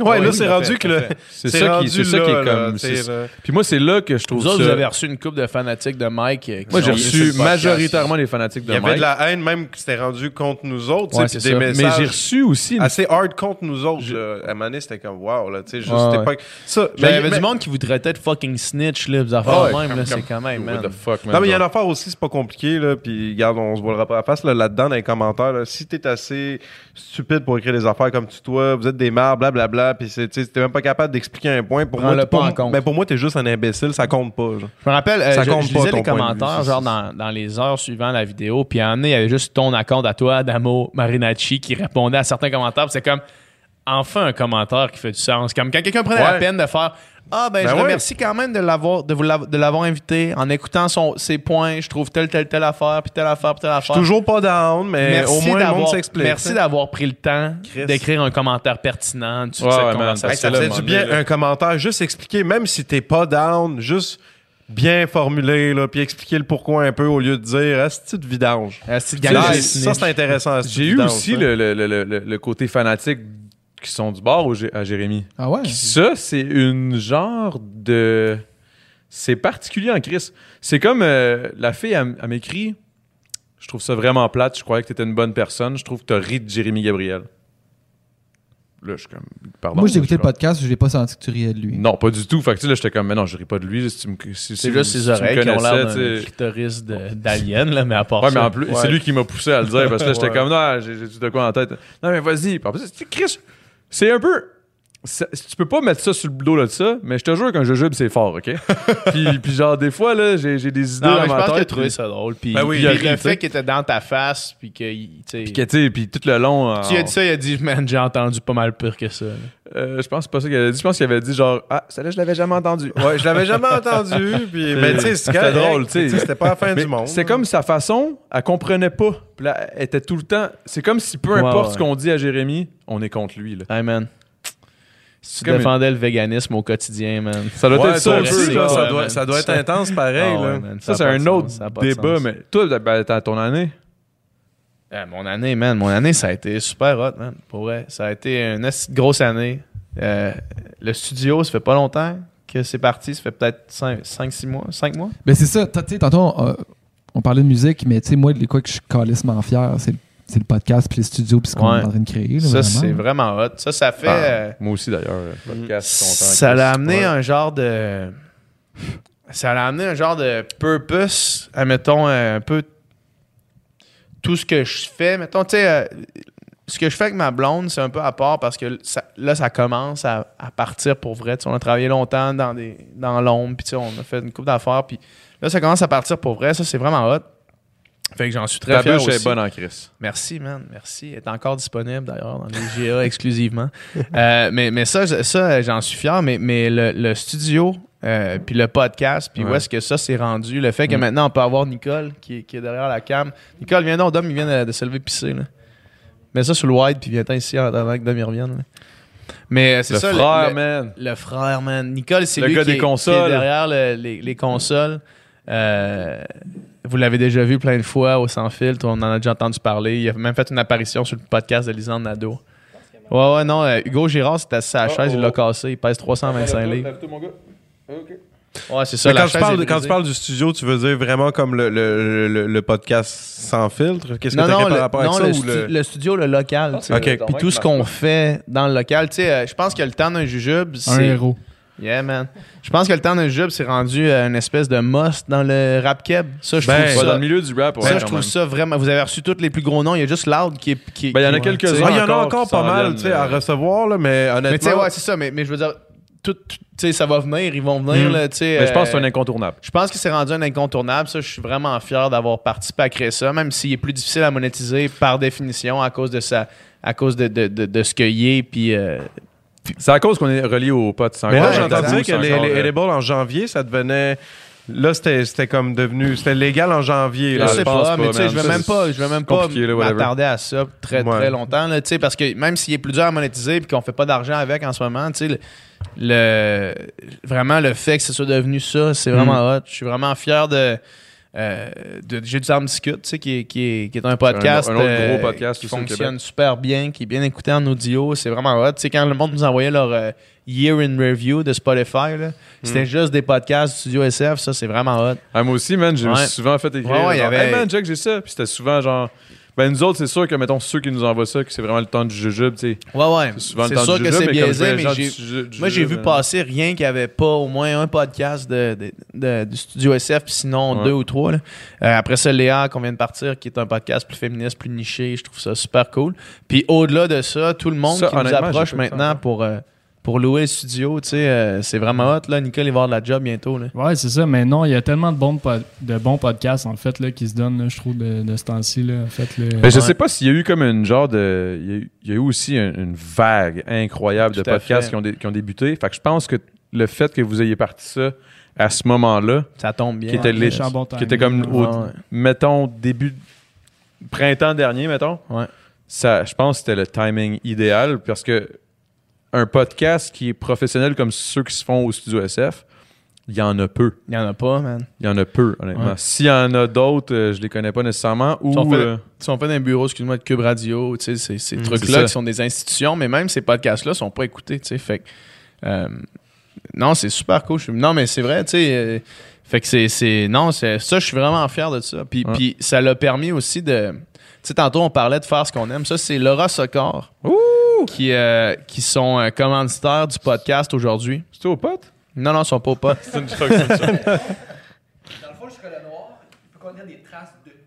[SPEAKER 4] Ouais, là,
[SPEAKER 2] oui,
[SPEAKER 4] c'est
[SPEAKER 2] tout à
[SPEAKER 4] rendu
[SPEAKER 2] fait,
[SPEAKER 4] que
[SPEAKER 2] tout à
[SPEAKER 4] le.
[SPEAKER 2] fait.
[SPEAKER 3] C'est ça qui- c'est ça qui est
[SPEAKER 4] là,
[SPEAKER 3] comme-
[SPEAKER 4] tu sais,
[SPEAKER 3] c'est-
[SPEAKER 4] là.
[SPEAKER 3] Puis moi, c'est là que je trouve
[SPEAKER 2] Vous autres,
[SPEAKER 3] ça.
[SPEAKER 2] vous avez reçu une coupe de fanatiques de Mike. euh, qui
[SPEAKER 3] Moi, j'ai
[SPEAKER 2] sont-
[SPEAKER 3] reçu majoritairement des fanatiques
[SPEAKER 4] Il
[SPEAKER 3] de
[SPEAKER 4] y avait
[SPEAKER 3] Mike.
[SPEAKER 4] de la haine même qui s'était rendue contre nous autres, tu
[SPEAKER 2] Ouais,
[SPEAKER 4] sais,
[SPEAKER 2] c'est
[SPEAKER 4] puis
[SPEAKER 2] ça. Mais
[SPEAKER 4] des
[SPEAKER 3] Mais j'ai
[SPEAKER 4] messages
[SPEAKER 3] reçu aussi une
[SPEAKER 4] assez hard contre nous autres. là. À un moment donné, c'était comme wow, là, tu sais, juste
[SPEAKER 2] Ouais,
[SPEAKER 4] c'était
[SPEAKER 2] ouais.
[SPEAKER 4] pas. Ça,
[SPEAKER 2] Ben, il y
[SPEAKER 4] mais-
[SPEAKER 2] avait
[SPEAKER 4] mais-
[SPEAKER 2] du monde qui vous traitait de fucking snitch, là, des
[SPEAKER 4] Ah
[SPEAKER 2] affaires
[SPEAKER 4] ouais,
[SPEAKER 2] de même,
[SPEAKER 4] comme-
[SPEAKER 2] là, c'est
[SPEAKER 4] comme-
[SPEAKER 2] quand même, man.
[SPEAKER 3] What the fuck, man.
[SPEAKER 4] Non, mais il y a une affaire aussi, c'est pas compliqué, là. Puis, regarde, on se voit le rapport à la face, là, là-dedans, dans les commentaires, là. Si t'es assez stupide pour écrire des affaires comme tu, toi, vous êtes des marres, blablabla, puis c'est, tu sais, t'es même pas capable d'expliquer un point. Pour moi,
[SPEAKER 2] Prends-le
[SPEAKER 4] t'es
[SPEAKER 2] pas en compte.
[SPEAKER 4] Ben, pour moi, t'es juste un imbécile, ça compte pas, genre.
[SPEAKER 2] Je me rappelle, euh,
[SPEAKER 4] Ça
[SPEAKER 2] je,
[SPEAKER 4] compte
[SPEAKER 2] je
[SPEAKER 4] pas,
[SPEAKER 2] lisais
[SPEAKER 4] ton
[SPEAKER 2] les
[SPEAKER 4] point de vue,
[SPEAKER 2] commentaires,
[SPEAKER 4] c'est-
[SPEAKER 2] genre dans, dans les heures suivant la vidéo, puis à un moment donné, il y avait juste ton account à toi, Adamo Marinacci, qui répondait à certains commentaires, puis c'est comme, enfin un commentaire qui fait du sens. Comme quand quelqu'un prenait la
[SPEAKER 4] Ouais.
[SPEAKER 2] peine de faire Ah, ben,
[SPEAKER 4] Ben
[SPEAKER 2] je
[SPEAKER 4] ouais.
[SPEAKER 2] remercie quand même de l'avoir de vous l'av- de l'avoir invité. En écoutant son, ses points, je trouve telle, telle, telle affaire, puis telle affaire, puis telle affaire.
[SPEAKER 4] Toujours pas down, mais
[SPEAKER 2] Merci
[SPEAKER 4] au moins le monde
[SPEAKER 2] d'avoir-
[SPEAKER 4] s'explique.
[SPEAKER 2] Merci d'avoir pris le temps
[SPEAKER 4] Chris.
[SPEAKER 2] d'écrire un commentaire pertinent du
[SPEAKER 3] Ouais,
[SPEAKER 2] cette
[SPEAKER 3] ouais, man.
[SPEAKER 2] conversation.
[SPEAKER 3] Hey,
[SPEAKER 4] Ça
[SPEAKER 3] C'est là,
[SPEAKER 4] faisait
[SPEAKER 3] à un
[SPEAKER 4] du
[SPEAKER 3] moment
[SPEAKER 4] bien
[SPEAKER 3] donné, là.
[SPEAKER 4] un commentaire, juste expliquer, même si t'es pas down, juste bien formulé, là, puis expliquer le pourquoi un peu au lieu de dire ah, c'est de vidange.
[SPEAKER 2] Là,
[SPEAKER 4] Là,
[SPEAKER 2] j'ai-
[SPEAKER 4] ça, c'est intéressant. asti de
[SPEAKER 3] J'ai eu
[SPEAKER 4] vidange,
[SPEAKER 3] aussi
[SPEAKER 4] ça.
[SPEAKER 3] le, le- le- le- le côté fanatique qui sont du bord au Gé- à Jérémy.
[SPEAKER 5] Ah ouais?
[SPEAKER 3] Puis Ça, c'est une genre de. C'est particulier en crise. C'est comme euh, la fille, elle, m- elle m'écrit Je trouve ça vraiment plate, je croyais que t'étais une bonne personne, je trouve que t'as ri de Jérémy Gabriel. Là, je suis comme. Pardon.
[SPEAKER 5] Moi, j'ai
[SPEAKER 3] là,
[SPEAKER 5] écouté
[SPEAKER 3] je
[SPEAKER 5] le podcast, je l'ai pas senti que tu riais de lui.
[SPEAKER 3] Non, pas du tout. Fait que tu sais, là, j'étais comme, mais non, je ris pas de lui. Si tu me- si- si-
[SPEAKER 2] C'est juste
[SPEAKER 3] si
[SPEAKER 2] ses
[SPEAKER 3] tu me
[SPEAKER 2] oreilles qui ont
[SPEAKER 3] connaissais,
[SPEAKER 2] l'air
[SPEAKER 3] tu
[SPEAKER 2] d'un
[SPEAKER 3] sais.
[SPEAKER 2] clitoris de- d'alien, là, mais à part
[SPEAKER 3] Ouais, mais
[SPEAKER 2] ça.
[SPEAKER 3] en plus, c'est lui qui m'a poussé à le dire parce que là, j'étais comme, non, j'ai j'ai de quoi en tête. Non, mais vas-y. Puis en plus, tu sais, Chris, c'est un peu. ça- tu peux pas mettre ça sur le dos là, de ça, mais je te jure qu'un jujube, c'est fort, OK? puis, puis genre, des fois, là, j'ai j'ai des idées
[SPEAKER 2] Non,
[SPEAKER 3] dans
[SPEAKER 2] mais je
[SPEAKER 3] ma
[SPEAKER 2] pense qu'il a
[SPEAKER 3] tête.
[SPEAKER 2] trouvé
[SPEAKER 3] puis-
[SPEAKER 2] ça drôle. Puis,
[SPEAKER 3] Ben oui,
[SPEAKER 2] puis
[SPEAKER 3] il a
[SPEAKER 2] le
[SPEAKER 3] ri, tu
[SPEAKER 2] fait
[SPEAKER 3] sais.
[SPEAKER 2] qu'il était dans ta face, puis que, il- tu sais,
[SPEAKER 3] puis que, tu sais, puis tout le long.
[SPEAKER 2] tu lui
[SPEAKER 3] en-
[SPEAKER 2] as dit ça, il a dit, man, j'ai entendu pas mal pire que ça. là.
[SPEAKER 3] Euh, je pense pas ça qu'il avait dit. Je pense qu'il avait dit genre, ah, celle-là, je l'avais jamais entendu.
[SPEAKER 4] Ouais, je l'avais jamais entendu, puis mais tu sais, c'est
[SPEAKER 3] C'était
[SPEAKER 4] correct,
[SPEAKER 3] drôle, tu sais.
[SPEAKER 4] C'était pas la fin
[SPEAKER 3] Mais
[SPEAKER 4] du monde.
[SPEAKER 3] C'est comme sa façon, elle comprenait pas. Puis là, elle était tout le temps. C'est comme si peu
[SPEAKER 2] Ouais,
[SPEAKER 3] importe
[SPEAKER 2] ouais.
[SPEAKER 3] ce qu'on dit à Jérémy, on est contre lui. Là.
[SPEAKER 2] Hey, man. Si tu
[SPEAKER 3] Comme
[SPEAKER 2] défendais le véganisme au quotidien, man.
[SPEAKER 3] Ça doit
[SPEAKER 4] Ouais,
[SPEAKER 3] être ça
[SPEAKER 4] t'as
[SPEAKER 3] un
[SPEAKER 4] vu,
[SPEAKER 3] peu,
[SPEAKER 2] aussi,
[SPEAKER 4] là,
[SPEAKER 3] là.
[SPEAKER 2] ouais,
[SPEAKER 4] ça, doit,
[SPEAKER 2] man.
[SPEAKER 4] ça doit être
[SPEAKER 2] Ça-
[SPEAKER 4] intense pareil.
[SPEAKER 2] Ah ouais,
[SPEAKER 4] là.
[SPEAKER 2] man,
[SPEAKER 3] Ça,
[SPEAKER 2] a
[SPEAKER 3] c'est
[SPEAKER 2] pas
[SPEAKER 3] un
[SPEAKER 2] de
[SPEAKER 3] autre
[SPEAKER 2] sens, ça a pas de
[SPEAKER 3] débat.
[SPEAKER 2] sens.
[SPEAKER 3] Mais toi, ben, t'as ton année.
[SPEAKER 2] Eh, mon année, man, mon année, ça a été super hot, man. Pour vrai, ça a été une assez grosse année. Euh, le studio, ça fait pas longtemps que c'est parti. Ça fait peut-être 5-6 mois. 5 mois?
[SPEAKER 5] Ben c'est ça, tu sais, tantôt on, euh, on parlait de musique, mais tu sais, moi, de quoi que je suis calissement fier, c'est le- c'est le podcast, puis les studios, puis ce qu'on
[SPEAKER 2] Ouais.
[SPEAKER 5] est en train de créer. là,
[SPEAKER 2] Ça,
[SPEAKER 5] vraiment.
[SPEAKER 2] c'est vraiment hot. Ça, ça fait.
[SPEAKER 3] Ah.
[SPEAKER 2] euh,
[SPEAKER 3] Moi aussi, d'ailleurs.
[SPEAKER 2] ça l'a amené un genre de. Ça l'a amené un genre de purpose, admettons, euh, un peu tout ce que je fais. Mettons, tu sais, euh, ce que je fais avec ma blonde, c'est un peu à part parce que ça- là, ça commence à, à partir pour vrai. Tu sais, on a travaillé longtemps dans, des, dans l'ombre, puis tu sais, on a fait une coupe d'affaires, puis là, ça commence à partir pour vrai. Ça, c'est vraiment hot. Fait que j'en suis très
[SPEAKER 3] La
[SPEAKER 2] fier
[SPEAKER 3] bûche
[SPEAKER 2] aussi.
[SPEAKER 3] est bonne en crise.
[SPEAKER 2] Merci, man. Merci. Elle est encore disponible, d'ailleurs, dans les GA exclusivement. Euh, mais, mais ça, je- ça j'en suis fier. Mais, mais le, le studio, euh, puis le podcast, puis où
[SPEAKER 3] Ouais. Mm.
[SPEAKER 2] est-ce que ça s'est rendu? Le fait que maintenant, on peut avoir Nicole qui, est- qui est derrière la cam. Nicole, viens donc, Dom, il vient de, de se lever pisser. Là. Mets ça sur le wide, puis viens-t'en ici en attendant que Dom il revienne. là. Mais euh, c'est
[SPEAKER 3] Le
[SPEAKER 2] ça,
[SPEAKER 3] frère,
[SPEAKER 2] le,
[SPEAKER 3] man.
[SPEAKER 2] le frère, man. Nicole, c'est
[SPEAKER 3] Le
[SPEAKER 2] lui
[SPEAKER 3] gars
[SPEAKER 2] qui,
[SPEAKER 3] des
[SPEAKER 2] est,
[SPEAKER 3] consoles.
[SPEAKER 2] qui est derrière le- les, les consoles. Euh, vous l'avez déjà vu plein de fois au Sans Filtre. On en a déjà entendu parler. Il a même fait une apparition sur le podcast de Lisanne Nadeau. Ouais, ouais, non. euh, Hugo Girard, c'était assis à la
[SPEAKER 3] Oh,
[SPEAKER 2] chaise. Il
[SPEAKER 3] oh.
[SPEAKER 2] l'a cassé. Il pèse 325 livres. Ah, Ouais, c'est ça.
[SPEAKER 4] Mais
[SPEAKER 2] la
[SPEAKER 4] quand, tu
[SPEAKER 2] chaise
[SPEAKER 4] parles,
[SPEAKER 2] est
[SPEAKER 4] de- quand
[SPEAKER 2] brisée.
[SPEAKER 4] tu parles du studio, tu veux dire vraiment comme le, le, le, le podcast sans filtre? Qu'est-ce que
[SPEAKER 2] Non,
[SPEAKER 4] tu
[SPEAKER 2] non,
[SPEAKER 4] par
[SPEAKER 2] le,
[SPEAKER 4] rapport à
[SPEAKER 2] non,
[SPEAKER 4] ça?
[SPEAKER 2] le
[SPEAKER 4] ou le-
[SPEAKER 2] stu- le studio, le local. tu sais.
[SPEAKER 4] Ok,
[SPEAKER 2] Puis tout ce qu'on fait dans le local. Tu sais, euh, je pense que le temps d'un jujube,
[SPEAKER 5] un
[SPEAKER 2] c'est
[SPEAKER 5] héros.
[SPEAKER 2] Yeah, man. Je pense que le temps d'un jub s'est rendu à une espèce de must dans le rap keb. Ça, je
[SPEAKER 4] Ben,
[SPEAKER 2] trouve
[SPEAKER 3] Ouais,
[SPEAKER 2] ça.
[SPEAKER 3] Dans le milieu du rap, ouais,
[SPEAKER 2] ça,
[SPEAKER 3] quand
[SPEAKER 2] je trouve
[SPEAKER 3] même.
[SPEAKER 2] ça vraiment. Vous avez reçu tous les plus gros noms. Il y a juste Loud qui est. Qui,
[SPEAKER 3] Ben, il y en a
[SPEAKER 2] qui-
[SPEAKER 3] quelques-uns.
[SPEAKER 4] Ah, il y en a
[SPEAKER 3] encore
[SPEAKER 4] encore
[SPEAKER 3] qui
[SPEAKER 4] pas
[SPEAKER 3] s'en
[SPEAKER 4] mal
[SPEAKER 3] viennent,
[SPEAKER 4] tu sais, à
[SPEAKER 3] euh,
[SPEAKER 4] recevoir, là, mais honnêtement.
[SPEAKER 2] Mais tu sais, ouais, c'est ça. Mais, mais je veux dire, tout, tout- tu sais, ça va venir. Ils vont venir,
[SPEAKER 3] Mm.
[SPEAKER 2] là, tu sais.
[SPEAKER 3] Mais je pense que
[SPEAKER 2] euh,
[SPEAKER 3] c'est un incontournable.
[SPEAKER 2] je pense que c'est rendu un incontournable. Ça, je suis vraiment fier d'avoir participé à créer ça, même s'il est plus difficile à monétiser par définition à cause de ça, à cause de, de, de, de ce qu'il est. Puis, euh,
[SPEAKER 3] C'est à cause qu'on est relié aux potes. c'est
[SPEAKER 4] Mais
[SPEAKER 3] encore-
[SPEAKER 4] là, j'ai
[SPEAKER 2] Ouais, exact.
[SPEAKER 4] entendu dire que les,
[SPEAKER 3] encore,
[SPEAKER 4] les
[SPEAKER 3] euh,
[SPEAKER 4] Edibles en janvier, ça devenait. Là, c'était c'était comme devenu. C'était légal en janvier.
[SPEAKER 2] Je
[SPEAKER 4] Là,
[SPEAKER 3] Là,
[SPEAKER 2] sais
[SPEAKER 3] Ah, je
[SPEAKER 2] pas,
[SPEAKER 3] pense
[SPEAKER 2] mais
[SPEAKER 3] pas,
[SPEAKER 2] tu sais,
[SPEAKER 3] man.
[SPEAKER 2] je vais
[SPEAKER 3] Ça,
[SPEAKER 2] même
[SPEAKER 3] c'est
[SPEAKER 2] pas, je vais même pas
[SPEAKER 3] compliqué, là, whatever.
[SPEAKER 2] m'attarder à ça très
[SPEAKER 4] Ouais.
[SPEAKER 2] très longtemps là, tu sais, parce que même s'il est plus dur à monétiser et qu'on fait pas d'argent avec en ce moment, tu sais, le, le- vraiment le fait que ce soit devenu ça, c'est vraiment
[SPEAKER 3] Mm.
[SPEAKER 2] hot. Je suis vraiment fier de euh, de J'ai du temps discute, tu sais, qui, est- qui, est- qui est un podcast,
[SPEAKER 3] un autre gros
[SPEAKER 2] euh,
[SPEAKER 3] podcast
[SPEAKER 2] qui
[SPEAKER 3] aussi au
[SPEAKER 2] fonctionne super bien, qui est bien écouté en audio, c'est vraiment hot. Tu sais, quand le monde nous envoyait leur euh, Year in Review de Spotify,
[SPEAKER 3] Mm.
[SPEAKER 2] là, c'était juste des podcasts du Studio SF, ça c'est vraiment hot.
[SPEAKER 3] Ah, moi aussi, man, j'ai
[SPEAKER 2] Ouais.
[SPEAKER 3] souvent fait écrire.
[SPEAKER 2] Ouais, ouais, il y
[SPEAKER 3] genre,
[SPEAKER 2] avait-
[SPEAKER 3] Hey, man, Jack, j'ai ça. Puis c'était souvent genre. Ben, nous autres, c'est sûr que, mettons, ceux qui nous envoient ça, que c'est vraiment le temps du jujube, tu sais.
[SPEAKER 2] Ouais ouais,
[SPEAKER 3] C'est souvent le
[SPEAKER 2] c'est
[SPEAKER 3] temps
[SPEAKER 2] sûr
[SPEAKER 3] du
[SPEAKER 2] que
[SPEAKER 3] jujube,
[SPEAKER 2] c'est
[SPEAKER 3] comme
[SPEAKER 2] biaisé,
[SPEAKER 3] les
[SPEAKER 2] mais
[SPEAKER 3] gens
[SPEAKER 2] j'ai
[SPEAKER 3] du ju- du
[SPEAKER 2] Moi, j'ai
[SPEAKER 3] jujube,
[SPEAKER 2] vu
[SPEAKER 3] hein.
[SPEAKER 2] passer rien qui avait pas au moins un podcast de, de- de- du studio SF, puis sinon
[SPEAKER 3] Ouais.
[SPEAKER 2] deux ou trois. là. Euh, après ça, Léa, qu'on vient de partir, qui est un podcast plus féministe, plus niché, je trouve ça super cool. Puis au-delà de ça, tout le monde
[SPEAKER 3] Ça,
[SPEAKER 2] qui nous
[SPEAKER 3] honnêtement,
[SPEAKER 2] approche
[SPEAKER 3] j'ai pas eu ça
[SPEAKER 2] maintenant
[SPEAKER 3] encore.
[SPEAKER 2] pour, euh, pour louer le studio, tu sais, euh, c'est vraiment hot. Là. Nicole, il va avoir de la job bientôt. Là.
[SPEAKER 10] Ouais, c'est ça. Mais non, il y a tellement de bons, pod- Ah, de bons podcasts, en fait, là, qui se donnent, là, je trouve, de, de ce temps-ci, là, en fait. Là,
[SPEAKER 3] Mais je sais pas s'il y a eu comme une genre de. Il y a eu, il y a eu aussi un- une vague incroyable
[SPEAKER 2] Tout
[SPEAKER 3] de
[SPEAKER 2] à
[SPEAKER 3] podcasts
[SPEAKER 2] fait.
[SPEAKER 3] qui ont, dé- qui ont débuté. Fait que je pense que le fait que vous ayez parti ça à ce moment-là,
[SPEAKER 2] Ça tombe bien.
[SPEAKER 3] qui était,
[SPEAKER 10] le
[SPEAKER 3] les-
[SPEAKER 10] charbon
[SPEAKER 3] qui était comme,
[SPEAKER 10] timing,
[SPEAKER 3] au,
[SPEAKER 2] ouais, ouais.
[SPEAKER 3] mettons, début printemps dernier, mettons.
[SPEAKER 2] Ouais.
[SPEAKER 3] Ça, je pense que c'était le timing idéal parce que un podcast qui est professionnel comme ceux qui se font au studio SF, il y en a peu.
[SPEAKER 2] Il n'y en a pas, man.
[SPEAKER 3] Il y en a peu, honnêtement.
[SPEAKER 2] Ouais.
[SPEAKER 3] S'il y en a d'autres, euh, je les connais pas nécessairement. Ou,
[SPEAKER 2] Ils sont faits-
[SPEAKER 3] euh,
[SPEAKER 2] Ils sont pas dans un bureau, excuse-moi, de Cube Radio, tu sais, ces, ces
[SPEAKER 3] Mm, c'est
[SPEAKER 2] trucs-là
[SPEAKER 3] ça.
[SPEAKER 2] qui sont des institutions, mais même ces podcasts-là sont pas écoutés, tu sais. Fait que, euh, non, c'est super cool. je suis- non, mais c'est vrai, tu sais. euh, fait que c'est, c'est- non, c'est, ça, je suis vraiment fier de ça. Puis,
[SPEAKER 3] Ouais.
[SPEAKER 2] puis ça l'a permis aussi de, tu sais, tantôt on parlait de faire ce qu'on aime. Ça, c'est Laura Socor. Qui, euh, qui sont euh, commanditaires du podcast aujourd'hui.
[SPEAKER 3] c'est au pote?
[SPEAKER 2] Non, non, ils sont pas au pot.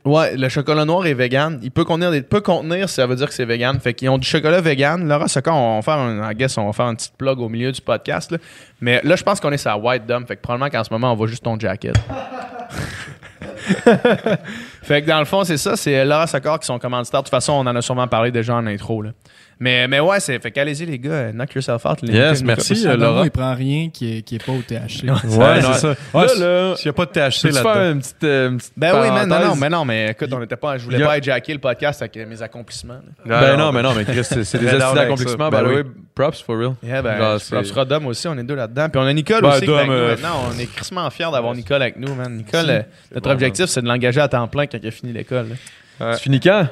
[SPEAKER 2] Ouais, le chocolat noir est vegan. Il peut contenir, des- peut contenir, ça veut dire que c'est vegan. Fait qu'ils ont du chocolat vegan. Laura Socon, on va faire un, I guess, on va faire une petite plug au milieu du podcast. là. Mais là, je pense qu'on est sur la White Dom. Fait que probablement qu'en ce moment, on voit juste ton jacket. fait que dans le fond, c'est ça. C'est Laura Socor qui sont commanditaires. De toute façon, on en a sûrement parlé déjà en intro. Là. Mais, mais ouais, c'est, fait qu'allez-y, les gars. Knock yourself out. les-
[SPEAKER 3] Yes,
[SPEAKER 2] les-
[SPEAKER 3] merci, euh,
[SPEAKER 10] Laura.
[SPEAKER 3] Laura.
[SPEAKER 10] ben Il prend rien qui est, qui est pas au THC.
[SPEAKER 4] Ouais, c'est ça.
[SPEAKER 3] Là,
[SPEAKER 4] Là,
[SPEAKER 3] là,
[SPEAKER 4] S'il n'y a pas de THC
[SPEAKER 3] peux-tu
[SPEAKER 4] là-dedans.
[SPEAKER 3] faire une petite, euh, une petite
[SPEAKER 2] Ben oui, mais non,
[SPEAKER 3] parenthèse?
[SPEAKER 2] non, mais non, mais écoute, on n'était pas, je voulais
[SPEAKER 3] Y a-
[SPEAKER 2] pas hijacker le podcast avec euh, mes accomplissements. là.
[SPEAKER 3] Ben non, mais non, mais Chris, c'est c'est des
[SPEAKER 4] Mais non,
[SPEAKER 3] astuces
[SPEAKER 4] avec
[SPEAKER 3] d'accomplissement.
[SPEAKER 4] ça,
[SPEAKER 3] Ben
[SPEAKER 4] ben
[SPEAKER 3] oui, props for real.
[SPEAKER 2] Yeah, ben,
[SPEAKER 3] Genre,
[SPEAKER 2] je
[SPEAKER 3] c'est-
[SPEAKER 2] pense que Rodom aussi, on est deux là-dedans. Puis on a Nicole
[SPEAKER 3] Ben,
[SPEAKER 2] aussi qui est
[SPEAKER 3] Dom,
[SPEAKER 2] avec nous
[SPEAKER 3] euh,
[SPEAKER 2] maintenant. On est crissement fiers d'avoir Nicole avec nous, man. Nicole, euh, notre
[SPEAKER 3] bon,
[SPEAKER 2] objectif, c'est de l'engager à temps plein quand il a fini l'école. là.
[SPEAKER 3] Tu finis quand?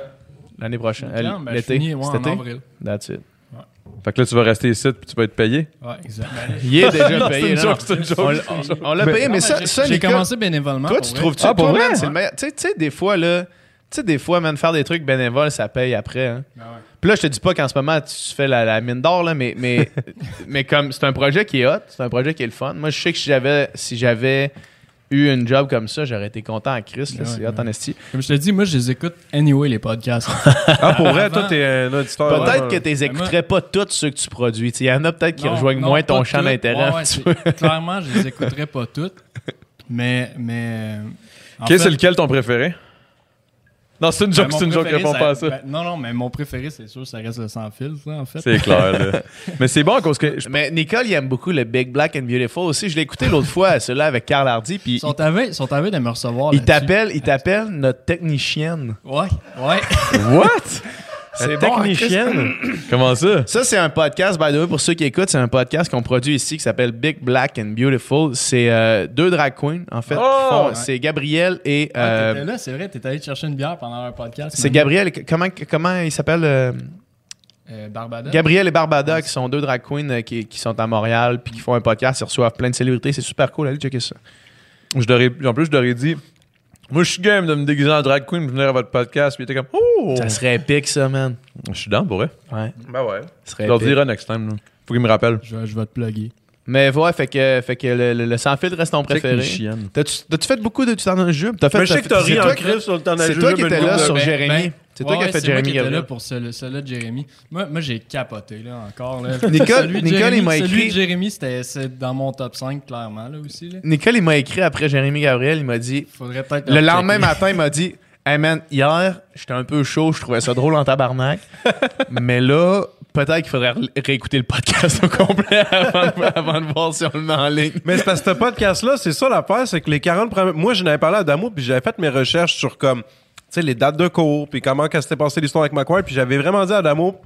[SPEAKER 2] L'année prochaine. Euh,
[SPEAKER 10] Ben, je
[SPEAKER 2] L'été.
[SPEAKER 10] finis, ouais,
[SPEAKER 2] Cet
[SPEAKER 10] en
[SPEAKER 2] été?
[SPEAKER 10] avril.
[SPEAKER 2] That's it.
[SPEAKER 3] Fait que là, tu vas rester ici puis tu vas être payé.
[SPEAKER 10] Ouais, exact.
[SPEAKER 2] Il est déjà payé.
[SPEAKER 3] une
[SPEAKER 2] non,
[SPEAKER 3] joke,
[SPEAKER 2] non.
[SPEAKER 3] c'est une joke,
[SPEAKER 2] On l'a- On l'a payé, Eh, mais ça,
[SPEAKER 10] j'ai-
[SPEAKER 2] ça
[SPEAKER 10] J'ai
[SPEAKER 2] Nicole,
[SPEAKER 10] commencé bénévolement.
[SPEAKER 2] toi,
[SPEAKER 10] pour
[SPEAKER 2] tu
[SPEAKER 10] vrai.
[SPEAKER 2] trouves-tu
[SPEAKER 3] Ah, pour
[SPEAKER 2] toi,
[SPEAKER 3] vrai?
[SPEAKER 2] man, c'est le meilleur- Tu sais- tu sais, des fois, là, tu sais, des fois, man, faire des trucs bénévoles, ça paye après. hein.
[SPEAKER 10] Ah ouais.
[SPEAKER 2] Puis là, je te dis pas qu'en ce moment, tu fais la, la mine d'or, là, mais, mais, mais comme c'est un projet qui est hot, c'est un projet qui est le fun. Moi, je sais que si j'avais, si j'avais eu une job comme ça, j'aurais été content à Chris. là,
[SPEAKER 10] Ben Ouais,
[SPEAKER 2] c'est hot
[SPEAKER 10] ouais.
[SPEAKER 2] en esti.
[SPEAKER 10] Comme je te dis, moi, je les écoute anyway, les podcasts.
[SPEAKER 4] Ah, pour vrai,
[SPEAKER 10] Avant-
[SPEAKER 4] toi, t'es un auditeur.
[SPEAKER 2] Peut-être
[SPEAKER 4] hein.
[SPEAKER 2] que tu écouterais pas tous ceux que tu produis. Il y en a peut-être qui
[SPEAKER 10] Ben Non,
[SPEAKER 2] rejoignent
[SPEAKER 10] non,
[SPEAKER 2] moins
[SPEAKER 10] pas
[SPEAKER 2] ton champ
[SPEAKER 10] toutes.
[SPEAKER 2] d'intérêt.
[SPEAKER 10] Ouais, ouais,
[SPEAKER 2] tu
[SPEAKER 10] c'est-
[SPEAKER 2] vois.
[SPEAKER 10] clairement, je les écouterais pas toutes. Mais. mais euh, en
[SPEAKER 3] Chris,
[SPEAKER 10] fait,
[SPEAKER 3] c'est lequel ton préféré? Non, c'est une
[SPEAKER 10] ben,
[SPEAKER 3] joke,
[SPEAKER 10] mon
[SPEAKER 3] c'est une joke,
[SPEAKER 10] préféré,
[SPEAKER 3] réponds pas à ça.
[SPEAKER 10] ben, non, non, mais mon préféré, c'est sûr, ça reste le sans fil, là, en fait.
[SPEAKER 3] C'est clair, là. Mais c'est bon à cause que. je-
[SPEAKER 2] Mais Nicole, il aime beaucoup le Big Black and Beautiful aussi. Je l'ai écouté l'autre fois, celui-là avec Carl Hardy.
[SPEAKER 10] Ils
[SPEAKER 2] Puis
[SPEAKER 10] sont aveux, ils sont aveux de me recevoir.
[SPEAKER 2] il, il
[SPEAKER 10] là-dessus.
[SPEAKER 2] t'appelle, il t'appelle notre technicienne.
[SPEAKER 10] Ouais, ouais.
[SPEAKER 3] What?
[SPEAKER 2] C'est bon, hein, Chris?
[SPEAKER 4] Technicienne.
[SPEAKER 3] Comment ça?
[SPEAKER 2] Ça, c'est un podcast, by the way, pour ceux qui écoutent, c'est un podcast qu'on produit ici qui s'appelle Big Black and Beautiful. C'est euh, deux drag queens, en
[SPEAKER 4] Oh!
[SPEAKER 2] fait. qui font-
[SPEAKER 10] Ouais.
[SPEAKER 2] C'est Gabriel et. euh,
[SPEAKER 10] Ouais, Ah, t'étais là, c'est vrai, t'es allé te chercher une bière pendant leur podcast.
[SPEAKER 2] c'est
[SPEAKER 10] même.
[SPEAKER 2] Gabriel, et- comment, comment il s'appelle euh,
[SPEAKER 10] Euh, Barbada.
[SPEAKER 2] Gabriel et Barbada, qui sont deux drag queens euh, qui, qui sont à Montréal puis qui font un podcast. Ils reçoivent plein de célébrités. C'est super cool. Allez checker ça.
[SPEAKER 3] Je l'aurais- en plus, je l'aurais dit. Moi, je suis game de me déguiser en drag queen, puis venir à votre podcast, puis il était comme, oh!
[SPEAKER 2] Ça serait épique, ça, man.
[SPEAKER 3] Je suis dans pour vrai.
[SPEAKER 2] Ouais.
[SPEAKER 3] Ben ouais.
[SPEAKER 2] Ça
[SPEAKER 3] Je
[SPEAKER 2] serait
[SPEAKER 3] leur
[SPEAKER 2] épique.
[SPEAKER 3] dirai next time, là. Faut qu'ils me rappellent.
[SPEAKER 10] Je, je vais te plugger.
[SPEAKER 2] Mais ouais, fait que, fait que le, le- le sans fil reste ton préféré.
[SPEAKER 3] Chienne.
[SPEAKER 2] T'as-tu t'as-tu fait beaucoup de. Tu t'en as joué? T'as fait-
[SPEAKER 4] Mais je sais
[SPEAKER 2] t'as fait-
[SPEAKER 4] que t'as
[SPEAKER 2] c'est
[SPEAKER 4] ri en
[SPEAKER 2] toi qui-
[SPEAKER 4] crise sur le temps
[SPEAKER 2] C'est toi qui étais là sur
[SPEAKER 10] Ben,
[SPEAKER 2] Jérémy.
[SPEAKER 10] ben,
[SPEAKER 2] C'est toi qui
[SPEAKER 10] ouais,
[SPEAKER 2] as fait
[SPEAKER 10] c'est moi
[SPEAKER 2] Jérémy
[SPEAKER 10] qui étais là
[SPEAKER 2] Gabriel.
[SPEAKER 10] pour celui- celui-là de Jérémy. Moi, moi j'ai capoté, là, encore. Là.
[SPEAKER 2] Nicole-
[SPEAKER 10] Celui de
[SPEAKER 2] Nicole,
[SPEAKER 10] Jérémy-
[SPEAKER 2] il m'a
[SPEAKER 10] Celui
[SPEAKER 2] écrit-
[SPEAKER 10] de Jérémy, c'était c'est dans mon top 5, clairement, là, aussi. Là.
[SPEAKER 2] Nicole, il m'a écrit après Jérémy Gabriel, il m'a dit.
[SPEAKER 10] Faudrait peut-être...
[SPEAKER 2] Le lendemain
[SPEAKER 10] checker.
[SPEAKER 2] matin, il m'a dit Hey man, hier, j'étais un peu chaud, je trouvais ça drôle en tabarnak. mais là, peut-être qu'il faudrait ré- réécouter le podcast au complet avant de, avant de voir si on le met en ligne.
[SPEAKER 4] Mais c'est parce que ce podcast-là, c'est ça l'affaire, c'est que les 40 premières... Moi, je n'avais parlé à Damo, puis j'avais fait mes recherches sur comme, tu sais, les dates de cours, puis comment qu'elle s'était passée l'histoire avec McQuarrie, puis j'avais vraiment dit à Damo,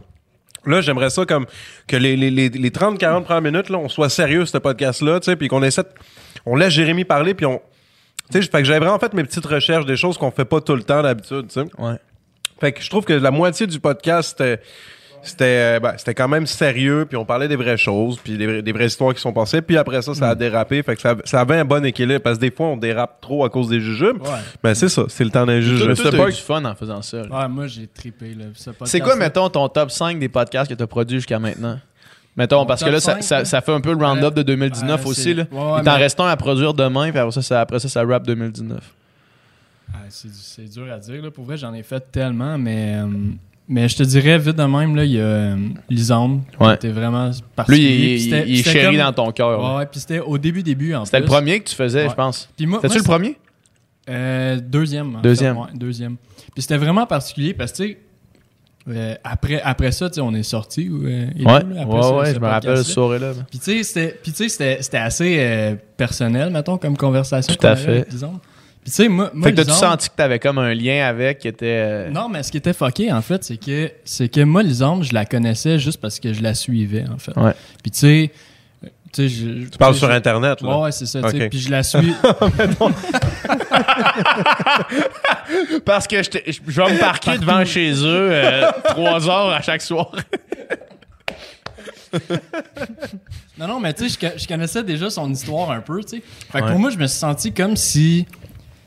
[SPEAKER 4] là, j'aimerais ça comme que les, les, les, les 30-40 premières minutes, là, on soit sérieux, ce podcast-là, tu sais, puis qu'on essaie... de- On laisse Jérémy parler, puis on... Tu sais, fait que j'avais vraiment fait mes petites recherches des choses qu'on fait pas tout le temps d'habitude, tu sais.
[SPEAKER 2] Ouais.
[SPEAKER 4] Fait que je trouve que la moitié du podcast, c'était. C'était, euh, ben, c'était quand même sérieux, puis on parlait des vraies choses, puis des, vra- des vraies histoires qui sont passées. Puis après ça, ça a dérapé, fait que ça, ça avait un bon équilibre, parce que des fois, on dérape trop à cause des jujubes.
[SPEAKER 10] Ouais.
[SPEAKER 4] Ben c'est ça, c'est le temps d'un jujube.
[SPEAKER 2] Toi, t'as eu du fun en faisant ça. là.
[SPEAKER 10] Ouais, moi, j'ai trippé, là. ce
[SPEAKER 2] C'est quoi,
[SPEAKER 10] podcast-là.
[SPEAKER 2] mettons, ton top 5 des podcasts que t'as produits jusqu'à maintenant Mettons,
[SPEAKER 10] Mon
[SPEAKER 2] parce que
[SPEAKER 10] top
[SPEAKER 2] là, ça,
[SPEAKER 10] 5,
[SPEAKER 2] ça-
[SPEAKER 10] là?
[SPEAKER 2] ça fait un peu le round-up de
[SPEAKER 10] Ouais.
[SPEAKER 2] 2019
[SPEAKER 10] Ouais,
[SPEAKER 2] aussi.
[SPEAKER 10] c'est-
[SPEAKER 2] Là.
[SPEAKER 10] Ouais, ouais,
[SPEAKER 2] Il t'en
[SPEAKER 10] mais-
[SPEAKER 2] reste un à produire demain, puis après ça, ça, après ça, ça rap 2019.
[SPEAKER 10] Ah, c'est, du- c'est dur à dire. Là. Pour vrai, j'en ai fait tellement, mais, euh, mais je te dirais vite de même, là, il y a euh, Lisandre. qui
[SPEAKER 2] Ouais.
[SPEAKER 10] était vraiment
[SPEAKER 2] Lui, il,
[SPEAKER 10] particulier.
[SPEAKER 2] il-
[SPEAKER 10] Puis c'était-
[SPEAKER 2] il est
[SPEAKER 10] c'était
[SPEAKER 2] chéri
[SPEAKER 10] comme-
[SPEAKER 2] dans ton cœur. là.
[SPEAKER 10] Ouais, ouais, puis c'était au début, début, en
[SPEAKER 2] C'était le
[SPEAKER 10] plus.
[SPEAKER 2] premier que tu faisais,
[SPEAKER 10] Ouais.
[SPEAKER 2] je pense.
[SPEAKER 10] Puis moi,
[SPEAKER 2] C'était-tu
[SPEAKER 10] moi,
[SPEAKER 2] le premier?
[SPEAKER 10] Euh, deuxième. en
[SPEAKER 2] Deuxième.
[SPEAKER 10] fait, ouais, deuxième. Puis c'était vraiment particulier parce que, tu sais, Euh, après, après ça, tu sais, on est sorti. euh, Ouais,
[SPEAKER 2] Ouais, ouais, ouais, je me rappelle cette soirée-là.
[SPEAKER 10] Puis tu sais, c'était- puis, tu sais, c'était c'était assez euh, personnel, mettons, comme conversation.
[SPEAKER 2] Tout à
[SPEAKER 10] qu'on avait avec
[SPEAKER 2] fait.
[SPEAKER 10] Lisandre. Puis tu sais, moi, moi,
[SPEAKER 2] Fait que t'as-tu
[SPEAKER 10] Lisandre-
[SPEAKER 2] senti que t'avais comme un lien avec qui était. euh,
[SPEAKER 10] Non, mais ce qui était fucké, en fait, c'est que, c'est que moi, Lisandre, je la connaissais juste parce que je la suivais, en fait.
[SPEAKER 2] Ouais.
[SPEAKER 10] Puis tu sais... euh, Tu sais, je-
[SPEAKER 4] Tu parles
[SPEAKER 10] je-
[SPEAKER 4] sur Internet, là.
[SPEAKER 10] Ouais, ouais, c'est ça. tu sais.
[SPEAKER 4] Ok.
[SPEAKER 10] Puis je la suis.
[SPEAKER 2] Parce que je t'ai- je je vais me parquer devant chez eux euh, trois heures à chaque soir.
[SPEAKER 10] non, non, mais tu sais, je co- je, connaissais déjà son histoire un peu, tu sais. Fait que pour moi, je me suis senti comme si.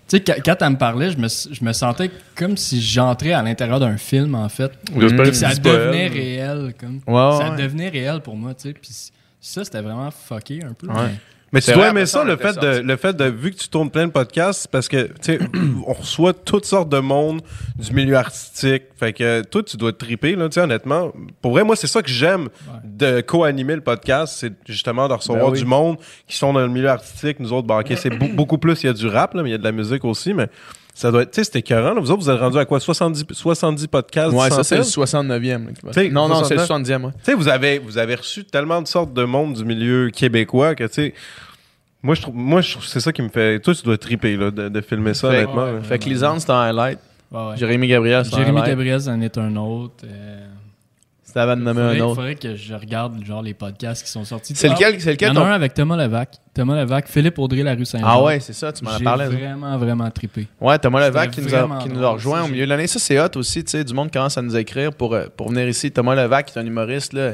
[SPEAKER 10] Tu sais, quand- quand elle me parlait, je me, je me sentais comme si j'entrais à l'intérieur d'un film, en fait.
[SPEAKER 3] J'espère que
[SPEAKER 10] Ça
[SPEAKER 3] tu dis pas elle.
[SPEAKER 10] devenait réel, comme.
[SPEAKER 2] ouais,
[SPEAKER 10] ça
[SPEAKER 2] ouais.
[SPEAKER 10] devenait réel pour moi, tu sais. Puis c- ça, c'était vraiment fucké un peu. mais-
[SPEAKER 4] Mais tu
[SPEAKER 2] C'est
[SPEAKER 4] dois
[SPEAKER 2] vrai,
[SPEAKER 4] aimer
[SPEAKER 2] après ça,
[SPEAKER 4] ça,
[SPEAKER 2] on
[SPEAKER 4] le
[SPEAKER 2] était
[SPEAKER 4] fait, de, le fait de, vu que tu tournes plein de podcasts, c'est parce que, tu sais, on reçoit toutes sortes de monde du milieu artistique. Fait que toi, tu dois te triper, là, tu sais, honnêtement. Pour vrai, moi, c'est ça que j'aime de co-animer le podcast, c'est justement de recevoir du monde qui sont dans le milieu artistique. Nous autres, bah, ok, c'est beau- beaucoup plus, il y a du rap, là, mais il y a de la musique aussi, mais ça doit être, tu sais, c'était écœurant, là. Vous autres, vous êtes rendus à quoi? 70, 70 podcasts?
[SPEAKER 2] Ouais, ça, c'est le
[SPEAKER 4] centaines?
[SPEAKER 2] 69e. là, qui va-
[SPEAKER 4] T'sais,
[SPEAKER 2] Non, non, c'est le
[SPEAKER 4] 69e.
[SPEAKER 2] 70e. ouais.
[SPEAKER 4] Tu sais, vous avez, vous avez reçu tellement de sortes de monde du milieu québécois que, tu sais, moi, je trouve, moi, je trouve que c'est ça qui me fait. Toi, tu dois triper, là, de, de filmer ça,
[SPEAKER 2] Fait-
[SPEAKER 4] honnêtement. là.
[SPEAKER 2] Fait que Lisande, c'était un highlight.
[SPEAKER 10] Ouais, ouais.
[SPEAKER 2] Jérémy Gabriel, c'était un
[SPEAKER 10] Jérémy
[SPEAKER 2] highlight.
[SPEAKER 10] Gabriel, en est un autre. euh,
[SPEAKER 2] C'était avant de nommer un
[SPEAKER 10] faudrait-
[SPEAKER 2] autre.
[SPEAKER 10] faudrait que je regarde genre les podcasts qui sont sortis.
[SPEAKER 2] C'est
[SPEAKER 10] Ah,
[SPEAKER 2] lequel, c'est
[SPEAKER 10] Il y
[SPEAKER 2] lequel
[SPEAKER 10] en a
[SPEAKER 2] ton...
[SPEAKER 10] un avec Thomas Levac. Thomas Levac, Philippe Audrey, la rue Saint-Jean.
[SPEAKER 2] Ah ouais, c'est ça, tu m'en as
[SPEAKER 10] J'ai
[SPEAKER 2] parlé. hein. ça.
[SPEAKER 10] vraiment, vraiment trippé.
[SPEAKER 2] Ouais, Thomas Levac qui
[SPEAKER 10] C'était
[SPEAKER 2] nous a,
[SPEAKER 10] vraiment
[SPEAKER 2] qui nous a
[SPEAKER 10] drôle,
[SPEAKER 2] rejoint
[SPEAKER 10] ça,
[SPEAKER 2] au
[SPEAKER 10] j'ai-
[SPEAKER 2] milieu de l'année. Ça, c'est hot aussi, tu sais. Du monde commence à nous écrire pour, euh, pour venir ici. Thomas Levac, qui est un humoriste, là,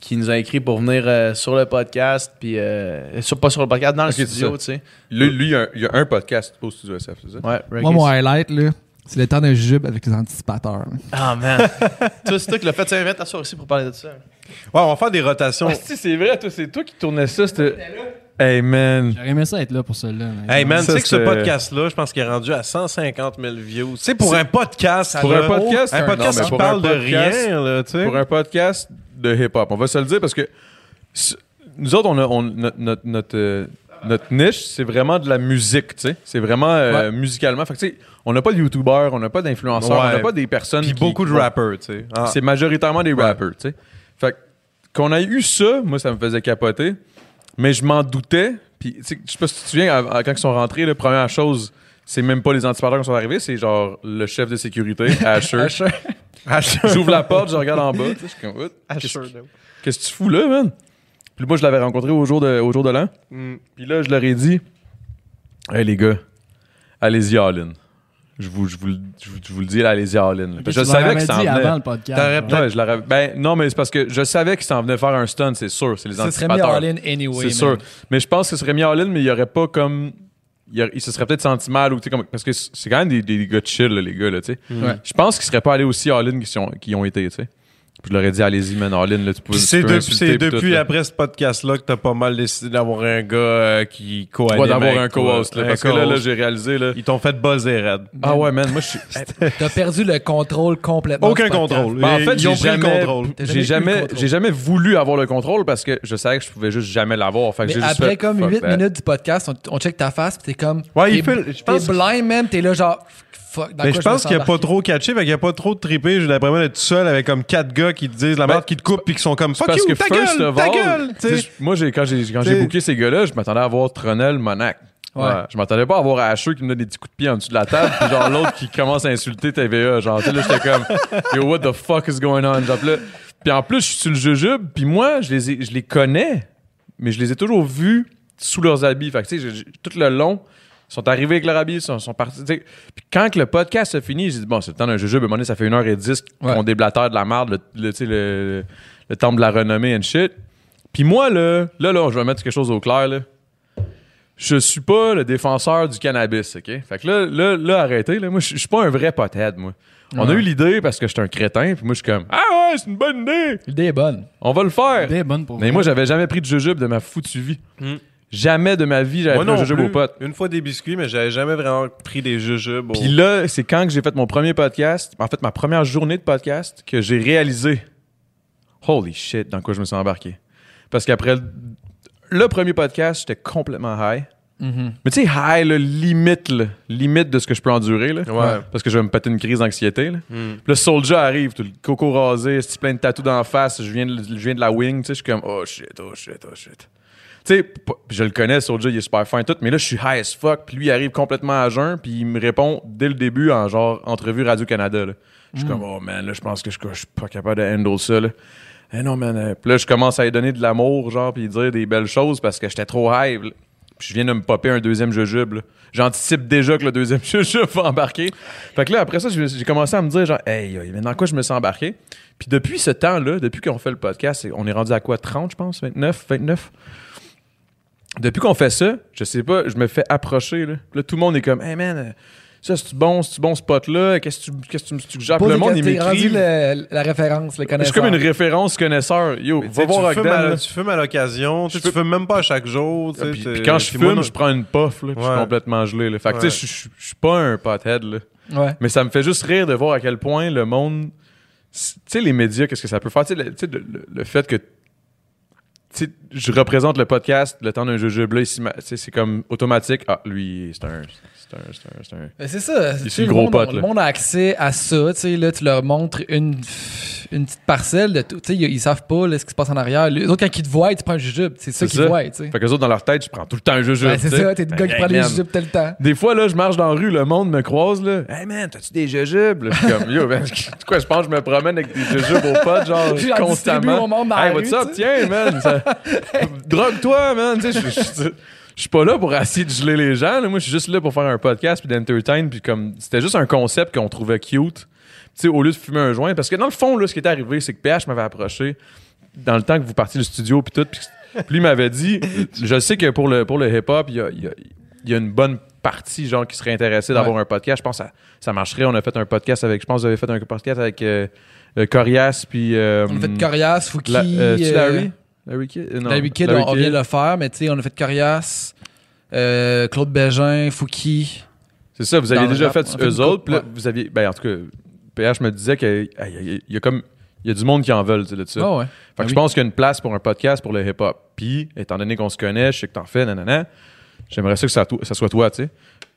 [SPEAKER 2] qui nous a écrit pour venir euh, sur le podcast, puis euh, sur, pas sur le podcast, dans le
[SPEAKER 3] Ok, c'est
[SPEAKER 2] studio,
[SPEAKER 3] ça.
[SPEAKER 2] tu sais.
[SPEAKER 3] Lui, lui, il y a un- il y a un podcast au Studio SF, c'est ça?
[SPEAKER 2] Ouais,
[SPEAKER 5] Moi,
[SPEAKER 2] reggae,
[SPEAKER 5] mon
[SPEAKER 2] c'est-
[SPEAKER 5] highlight, là, c'est le temps d'un jujube avec les anticipateurs.
[SPEAKER 2] Ah, man. Toi, c'est toi qui l'as fait. Tiens, viens t'asseoir ici pour parler de ça.
[SPEAKER 4] Ouais, on va faire des rotations.
[SPEAKER 3] si, c'est vrai, toi, c'est toi qui tournais ça. c'était- Hey, man.
[SPEAKER 10] J'aurais aimé ça être là pour celle-là. mais-
[SPEAKER 4] Hey man, tu
[SPEAKER 3] Ça,
[SPEAKER 4] sais que ce
[SPEAKER 3] c'est-
[SPEAKER 4] podcast-là, je pense qu'il est rendu à 150 000 views. Tu sais, pour un podcast, ça
[SPEAKER 3] Pour
[SPEAKER 4] doit-
[SPEAKER 3] un podcast, c'est
[SPEAKER 4] un
[SPEAKER 3] un-
[SPEAKER 4] podcast
[SPEAKER 3] non, mais
[SPEAKER 4] qui
[SPEAKER 3] pour
[SPEAKER 4] parle
[SPEAKER 3] un
[SPEAKER 4] de
[SPEAKER 3] podcast-
[SPEAKER 4] rien, là, tu sais.
[SPEAKER 3] Pour un podcast de hip-hop, on va se le dire parce que s- nous autres, on a, on- notre, notre, notre, euh, notre niche, c'est vraiment de la musique, tu sais. C'est vraiment euh, musicalement. Fait que, tu sais, on n'a pas de youtubeurs, on n'a pas d'influenceurs,
[SPEAKER 4] Ouais.
[SPEAKER 3] on n'a pas des personnes
[SPEAKER 4] Puis
[SPEAKER 3] qui-
[SPEAKER 4] beaucoup de
[SPEAKER 3] qui-
[SPEAKER 4] rappers, tu sais. Ah.
[SPEAKER 3] C'est majoritairement des rappers, tu sais. Fait que, qu'on a eu ça, moi, ça me faisait capoter, mais je m'en doutais. Puis, tu sais, je sais pas si tu te souviens, à- à- quand ils sont rentrés, la première chose, c'est même pas les anticipateurs qui sont arrivés, c'est genre le chef de sécurité, Asher. J'ouvre la porte, je regarde en bas, tu sais, je suis comme, What? qu'est-ce que- qu'est-ce que tu fous là, man? Puis moi, je l'avais rencontré au jour de, au jour de l'an.
[SPEAKER 10] Mm.
[SPEAKER 3] Puis là, je leur ai dit, hey les gars, allez-y all in. Je vous, je, vous, le- je, vous, je vous le dis, là, allez-y all in. là. Parce que
[SPEAKER 10] Tu
[SPEAKER 3] je savais
[SPEAKER 10] l'aurais
[SPEAKER 3] que ça en
[SPEAKER 10] dit
[SPEAKER 3] venait.
[SPEAKER 10] avant le podcast.
[SPEAKER 4] T'aurais
[SPEAKER 10] genre.
[SPEAKER 4] peut-être-
[SPEAKER 3] Ouais, je l'aurais- ben, non, mais c'est parce que je savais qu'ils s'en venaient faire un stun, c'est sûr. C'est les
[SPEAKER 5] Ça serait mis
[SPEAKER 3] anticipateurs.
[SPEAKER 5] all-in anyway.
[SPEAKER 3] c'est sûr. Mais je pense que ce serait mis all-in, mais il y aurait pas comme. Il, y aurait- il se serait peut-être senti mal ou tu sais, comme. Parce que c'est quand même des, des gars de chill, là, les gars, là, tu sais.
[SPEAKER 5] Ouais.
[SPEAKER 3] Je pense qu'ils seraient pas allés aussi all-in qu'ils sont- qu'ils ont été, tu sais. Puis je leur ai dit, allez-y, man, all-in, là, tu peux.
[SPEAKER 4] Puis
[SPEAKER 3] tu
[SPEAKER 4] c'est
[SPEAKER 3] peux
[SPEAKER 4] de-
[SPEAKER 3] insulter,
[SPEAKER 4] c'est
[SPEAKER 3] puis tout,
[SPEAKER 4] depuis
[SPEAKER 3] là.
[SPEAKER 4] après ce podcast-là que t'as pas mal décidé d'avoir un gars euh, qui co-anime.
[SPEAKER 3] Ouais, d'avoir
[SPEAKER 4] avec
[SPEAKER 3] un
[SPEAKER 4] toi.
[SPEAKER 3] co-host, là,
[SPEAKER 4] Un
[SPEAKER 3] Parce que là, là,
[SPEAKER 4] co-host.
[SPEAKER 3] j'ai réalisé, là.
[SPEAKER 4] ils t'ont fait buzzer, Red.
[SPEAKER 3] Ah ouais, man, moi, je suis.
[SPEAKER 5] T'as perdu le contrôle complètement.
[SPEAKER 4] Aucun
[SPEAKER 5] du podcast.
[SPEAKER 4] contrôle.
[SPEAKER 3] Ben, en fait,
[SPEAKER 4] ils ont
[SPEAKER 3] j'ai
[SPEAKER 4] pris le
[SPEAKER 3] jamais,
[SPEAKER 4] contrôle.
[SPEAKER 5] T'as
[SPEAKER 3] j'ai
[SPEAKER 5] jamais eu le
[SPEAKER 3] jamais,
[SPEAKER 5] contrôle.
[SPEAKER 3] j'ai jamais voulu avoir le contrôle parce que je savais que je pouvais juste jamais l'avoir. Fait que
[SPEAKER 5] Mais
[SPEAKER 3] j'ai juste
[SPEAKER 5] après
[SPEAKER 3] fait,
[SPEAKER 5] comme
[SPEAKER 3] fuck
[SPEAKER 5] 8
[SPEAKER 3] that.
[SPEAKER 5] minutes du podcast, on, on check ta face, puis t'es comme.
[SPEAKER 4] Ouais,
[SPEAKER 5] t'es-
[SPEAKER 4] il fait- je
[SPEAKER 5] T'es
[SPEAKER 4] pense-
[SPEAKER 5] blind, même, t'es là, genre. Fuck, dans quoi
[SPEAKER 4] Mais je
[SPEAKER 5] me
[SPEAKER 4] pense
[SPEAKER 5] suis
[SPEAKER 4] qu'il n'y a pas
[SPEAKER 5] embarqué?
[SPEAKER 4] trop catché, fait qu'il n'y a pas trop de trippé. J'ai l'impression d'être tout seul avec comme quatre gars qui te disent la
[SPEAKER 3] Ben,
[SPEAKER 4] merde, qui te coupent, puis qui sont comme fuck
[SPEAKER 3] parce
[SPEAKER 4] you,
[SPEAKER 3] que
[SPEAKER 4] ta
[SPEAKER 3] first
[SPEAKER 4] gueule,
[SPEAKER 3] of
[SPEAKER 4] ta
[SPEAKER 3] all,
[SPEAKER 4] gueule.
[SPEAKER 3] tu sais, je- moi j'ai quand j'ai quand j'ai
[SPEAKER 4] T'sais.
[SPEAKER 3] booké ces gars-là, je m'attendais à voir Tronel Monac.
[SPEAKER 5] Ouais.
[SPEAKER 3] Je m'attendais pas à voir Asher qui me donne des petits coups de pied en dessous de la table, puis genre l'autre qui commence à insulter TVA. Genre, tu sais, là, j'étais comme, yo, what the fuck is going on? Genre, puis là- puis en plus, je suis sur le jujube, puis moi, je les, ai- je les connais, mais je les ai toujours vus sous leurs habits. Fait que, tu sais, j'ai- j'ai- tout le long, ils sont arrivés avec leurs habits, ils sont, sont partis. tu sais. Puis quand que le podcast se finit, j'ai dit, bon, c'est le temps d'un jujube, à un moment donné, ça fait 1h10
[SPEAKER 5] Ouais.
[SPEAKER 3] qu'on déblatère de la merde, le, le, tu sais, le, le temple de la renommée and shit. Puis moi, là, là, là, je vais mettre quelque chose au clair, là. Je suis pas le défenseur du cannabis, OK? Fait que là, là, là arrêtez, là. Moi, je je suis pas un vrai pothead, moi. On a eu l'idée parce que j'étais un crétin, puis moi, je suis comme, ah ouais, c'est une bonne idée!
[SPEAKER 5] L'idée est bonne.
[SPEAKER 3] On va le faire!
[SPEAKER 10] Des bonnes pour
[SPEAKER 3] Mais moi, j'avais jamais pris de jujube de ma foutue vie. Jamais de ma vie, j'avais
[SPEAKER 4] Hmm. Moi
[SPEAKER 3] pris un
[SPEAKER 4] non
[SPEAKER 3] jujube
[SPEAKER 4] plus.
[SPEAKER 3] aux potes.
[SPEAKER 4] Une fois des biscuits, mais j'avais jamais vraiment pris des jujubes. au-
[SPEAKER 3] Puis là, c'est quand que j'ai fait mon premier podcast, en fait, ma première journée de podcast, que j'ai réalisé Holy shit, dans quoi je me suis embarqué. Parce qu'après le- le premier podcast, j'étais complètement high. Mais tu sais, high, là, limite, là, limite de ce que je peux endurer. Là,
[SPEAKER 4] Ouais.
[SPEAKER 3] Parce que je vais me péter une crise d'anxiété. Là. Puis le soldier arrive, tout le coco rasé, esti, plein de tatous dans la face, je viens de, je viens de la wing, tu sais, je suis comme, oh shit, oh shit, oh shit. Tu sais, p- je le connais, Soldier, il est super fin et tout, mais là, je suis high as fuck, puis lui, il arrive complètement à jeun, puis il me répond dès le début en genre entrevue Radio-Canada. là. Je suis comme, oh man, là, je pense que je je suis pas capable de handle ça. Là. Eh non, man. euh. Puis là, je commence à lui donner de l'amour, genre, puis lui dire des belles choses parce que j'étais trop hype. là. Puis je viens de me popper un deuxième jujube. là. J'anticipe déjà que le deuxième jujube va embarquer. Fait que là, après ça, j'ai j'ai commencé à me dire, genre, hey, euh, maintenant quoi je me suis embarqué? Puis depuis ce temps-là, depuis qu'on fait le podcast, on est rendu à quoi? 30, je pense? 29? 29? depuis qu'on fait ça, je sais pas, je me fais approcher. Là, Puis là tout le monde est comme, hey man, euh, ça c'est-tu bon, c'est-tu bon ce spot-là? Qu'est-ce que tu, qu'est-ce que tu me suggères? Puis
[SPEAKER 5] Pas
[SPEAKER 3] le
[SPEAKER 5] des-
[SPEAKER 3] monde, il
[SPEAKER 5] t'es rendu
[SPEAKER 3] m'écrit.
[SPEAKER 5] le- la référence, le
[SPEAKER 3] Je
[SPEAKER 5] connaisseur.
[SPEAKER 3] suis comme une référence connaisseur. Yo,
[SPEAKER 4] Mais
[SPEAKER 3] va
[SPEAKER 4] tu sais,
[SPEAKER 3] voir
[SPEAKER 4] tu, fumes à,
[SPEAKER 3] Agdal.
[SPEAKER 4] tu fumes à l'occasion, tu, sais, tu fumes même pas à chaque jour. tu sais,
[SPEAKER 3] Puis,
[SPEAKER 4] t'es-
[SPEAKER 3] puis quand je
[SPEAKER 4] puis moi,
[SPEAKER 3] fume,
[SPEAKER 4] non-
[SPEAKER 3] je prends une puff, là, puis je suis
[SPEAKER 4] Ouais.
[SPEAKER 3] complètement gelé. Là. Fait que tu sais, je je- je suis pas un pothead, là.
[SPEAKER 5] Ouais.
[SPEAKER 3] Mais ça me fait juste rire de voir à quel point le monde. Tu sais, les médias, qu'est-ce que ça peut faire? Tu sais, le, tu sais, le- le- le fait que. tu sais, je représente le podcast, le temps d'un jeu bleu, ici, ma- tu sais, c'est comme automatique. Ah, lui, c'est un. C'est un. C'est un. c'est un-
[SPEAKER 5] Mais c'est ça.
[SPEAKER 3] Il
[SPEAKER 5] tu
[SPEAKER 3] suit
[SPEAKER 5] sais,
[SPEAKER 3] le gros
[SPEAKER 5] monde,
[SPEAKER 3] pote,
[SPEAKER 5] Le
[SPEAKER 3] là.
[SPEAKER 5] monde a accès à ça. Tu sais, là, tu leur montres une, une petite parcelle de tout. Tu sais, ils, ils savent pas là, ce qui se passe en arrière. Les autres, quand ils te voient, tu prends un jujube. C'est ça
[SPEAKER 3] C'est
[SPEAKER 5] qu'ils
[SPEAKER 3] ça.
[SPEAKER 5] voient. tu sais.
[SPEAKER 3] Fait que les autres, dans leur tête, je prends tout le temps un jeu
[SPEAKER 5] Ouais, Ben, c'est ça. T'es le gars qui prend les jujubes tout le temps.
[SPEAKER 3] Des fois, là, je marche dans la rue, le monde me croise, là. Hey man, t'as-tu des jujubes? Là, je suis comme, yo, man, de quoi, je pense que je me promène avec des jujubes aux potes, genre,
[SPEAKER 5] Puis j'en distribue
[SPEAKER 3] constamment.
[SPEAKER 5] au monde dans la
[SPEAKER 3] hey,
[SPEAKER 5] rue,
[SPEAKER 3] what's up?
[SPEAKER 5] tu
[SPEAKER 3] Tiens, man, ça- drogue-toi, man. Tu sais, je- je- je je suis pas là pour essayer de geler les gens, là. Moi, je suis juste là pour faire un podcast puis d'entertain. Puis comme, c'était juste un concept qu'on trouvait cute. Tu sais, au lieu de fumer un joint. Parce que dans le fond, là, ce qui est arrivé, c'est que PH m'avait approché dans le temps que vous partiez du studio puis tout. Puis puis lui m'avait dit, je sais que pour le, pour le hip-hop, il y a, il y a- il y a une bonne partie, genre, qui serait intéressée d'avoir un podcast. Je pense que ça, ça marcherait. On a fait un podcast avec, je pense que vous avez fait un podcast avec euh, euh, Corias, puis... euh,
[SPEAKER 5] On a fait Corias, Fouki.
[SPEAKER 3] la- euh, tu
[SPEAKER 5] euh,
[SPEAKER 3] Larry? Larry Kidd? Euh, non,
[SPEAKER 5] Larry Kidd,
[SPEAKER 3] Larry
[SPEAKER 5] on, on vient
[SPEAKER 3] Kidd.
[SPEAKER 5] de le faire, mais tu sais, on a fait Corias, euh, Claude Bégin, Fouki.
[SPEAKER 3] C'est ça, vous aviez
[SPEAKER 5] Dans le
[SPEAKER 3] déjà
[SPEAKER 5] rap,
[SPEAKER 3] fait
[SPEAKER 5] on a fait une
[SPEAKER 3] eux autres,
[SPEAKER 5] coupe,
[SPEAKER 3] puis là,
[SPEAKER 5] ouais.
[SPEAKER 3] vous aviez... Ben, en tout cas, PH me disait qu'il y, a- il y a comme... Il y a du monde qui en veulent, tu sais, de ça.
[SPEAKER 5] Ah ouais.
[SPEAKER 3] Fait que
[SPEAKER 4] Ben
[SPEAKER 5] Ah
[SPEAKER 3] je
[SPEAKER 5] oui.
[SPEAKER 3] pense qu'il y a une place pour un podcast pour le hip-hop. Puis, étant donné qu'on se connaît, je sais que t'en fais, nanana, j'aimerais ça que ça, to- ça soit toi, tu sais.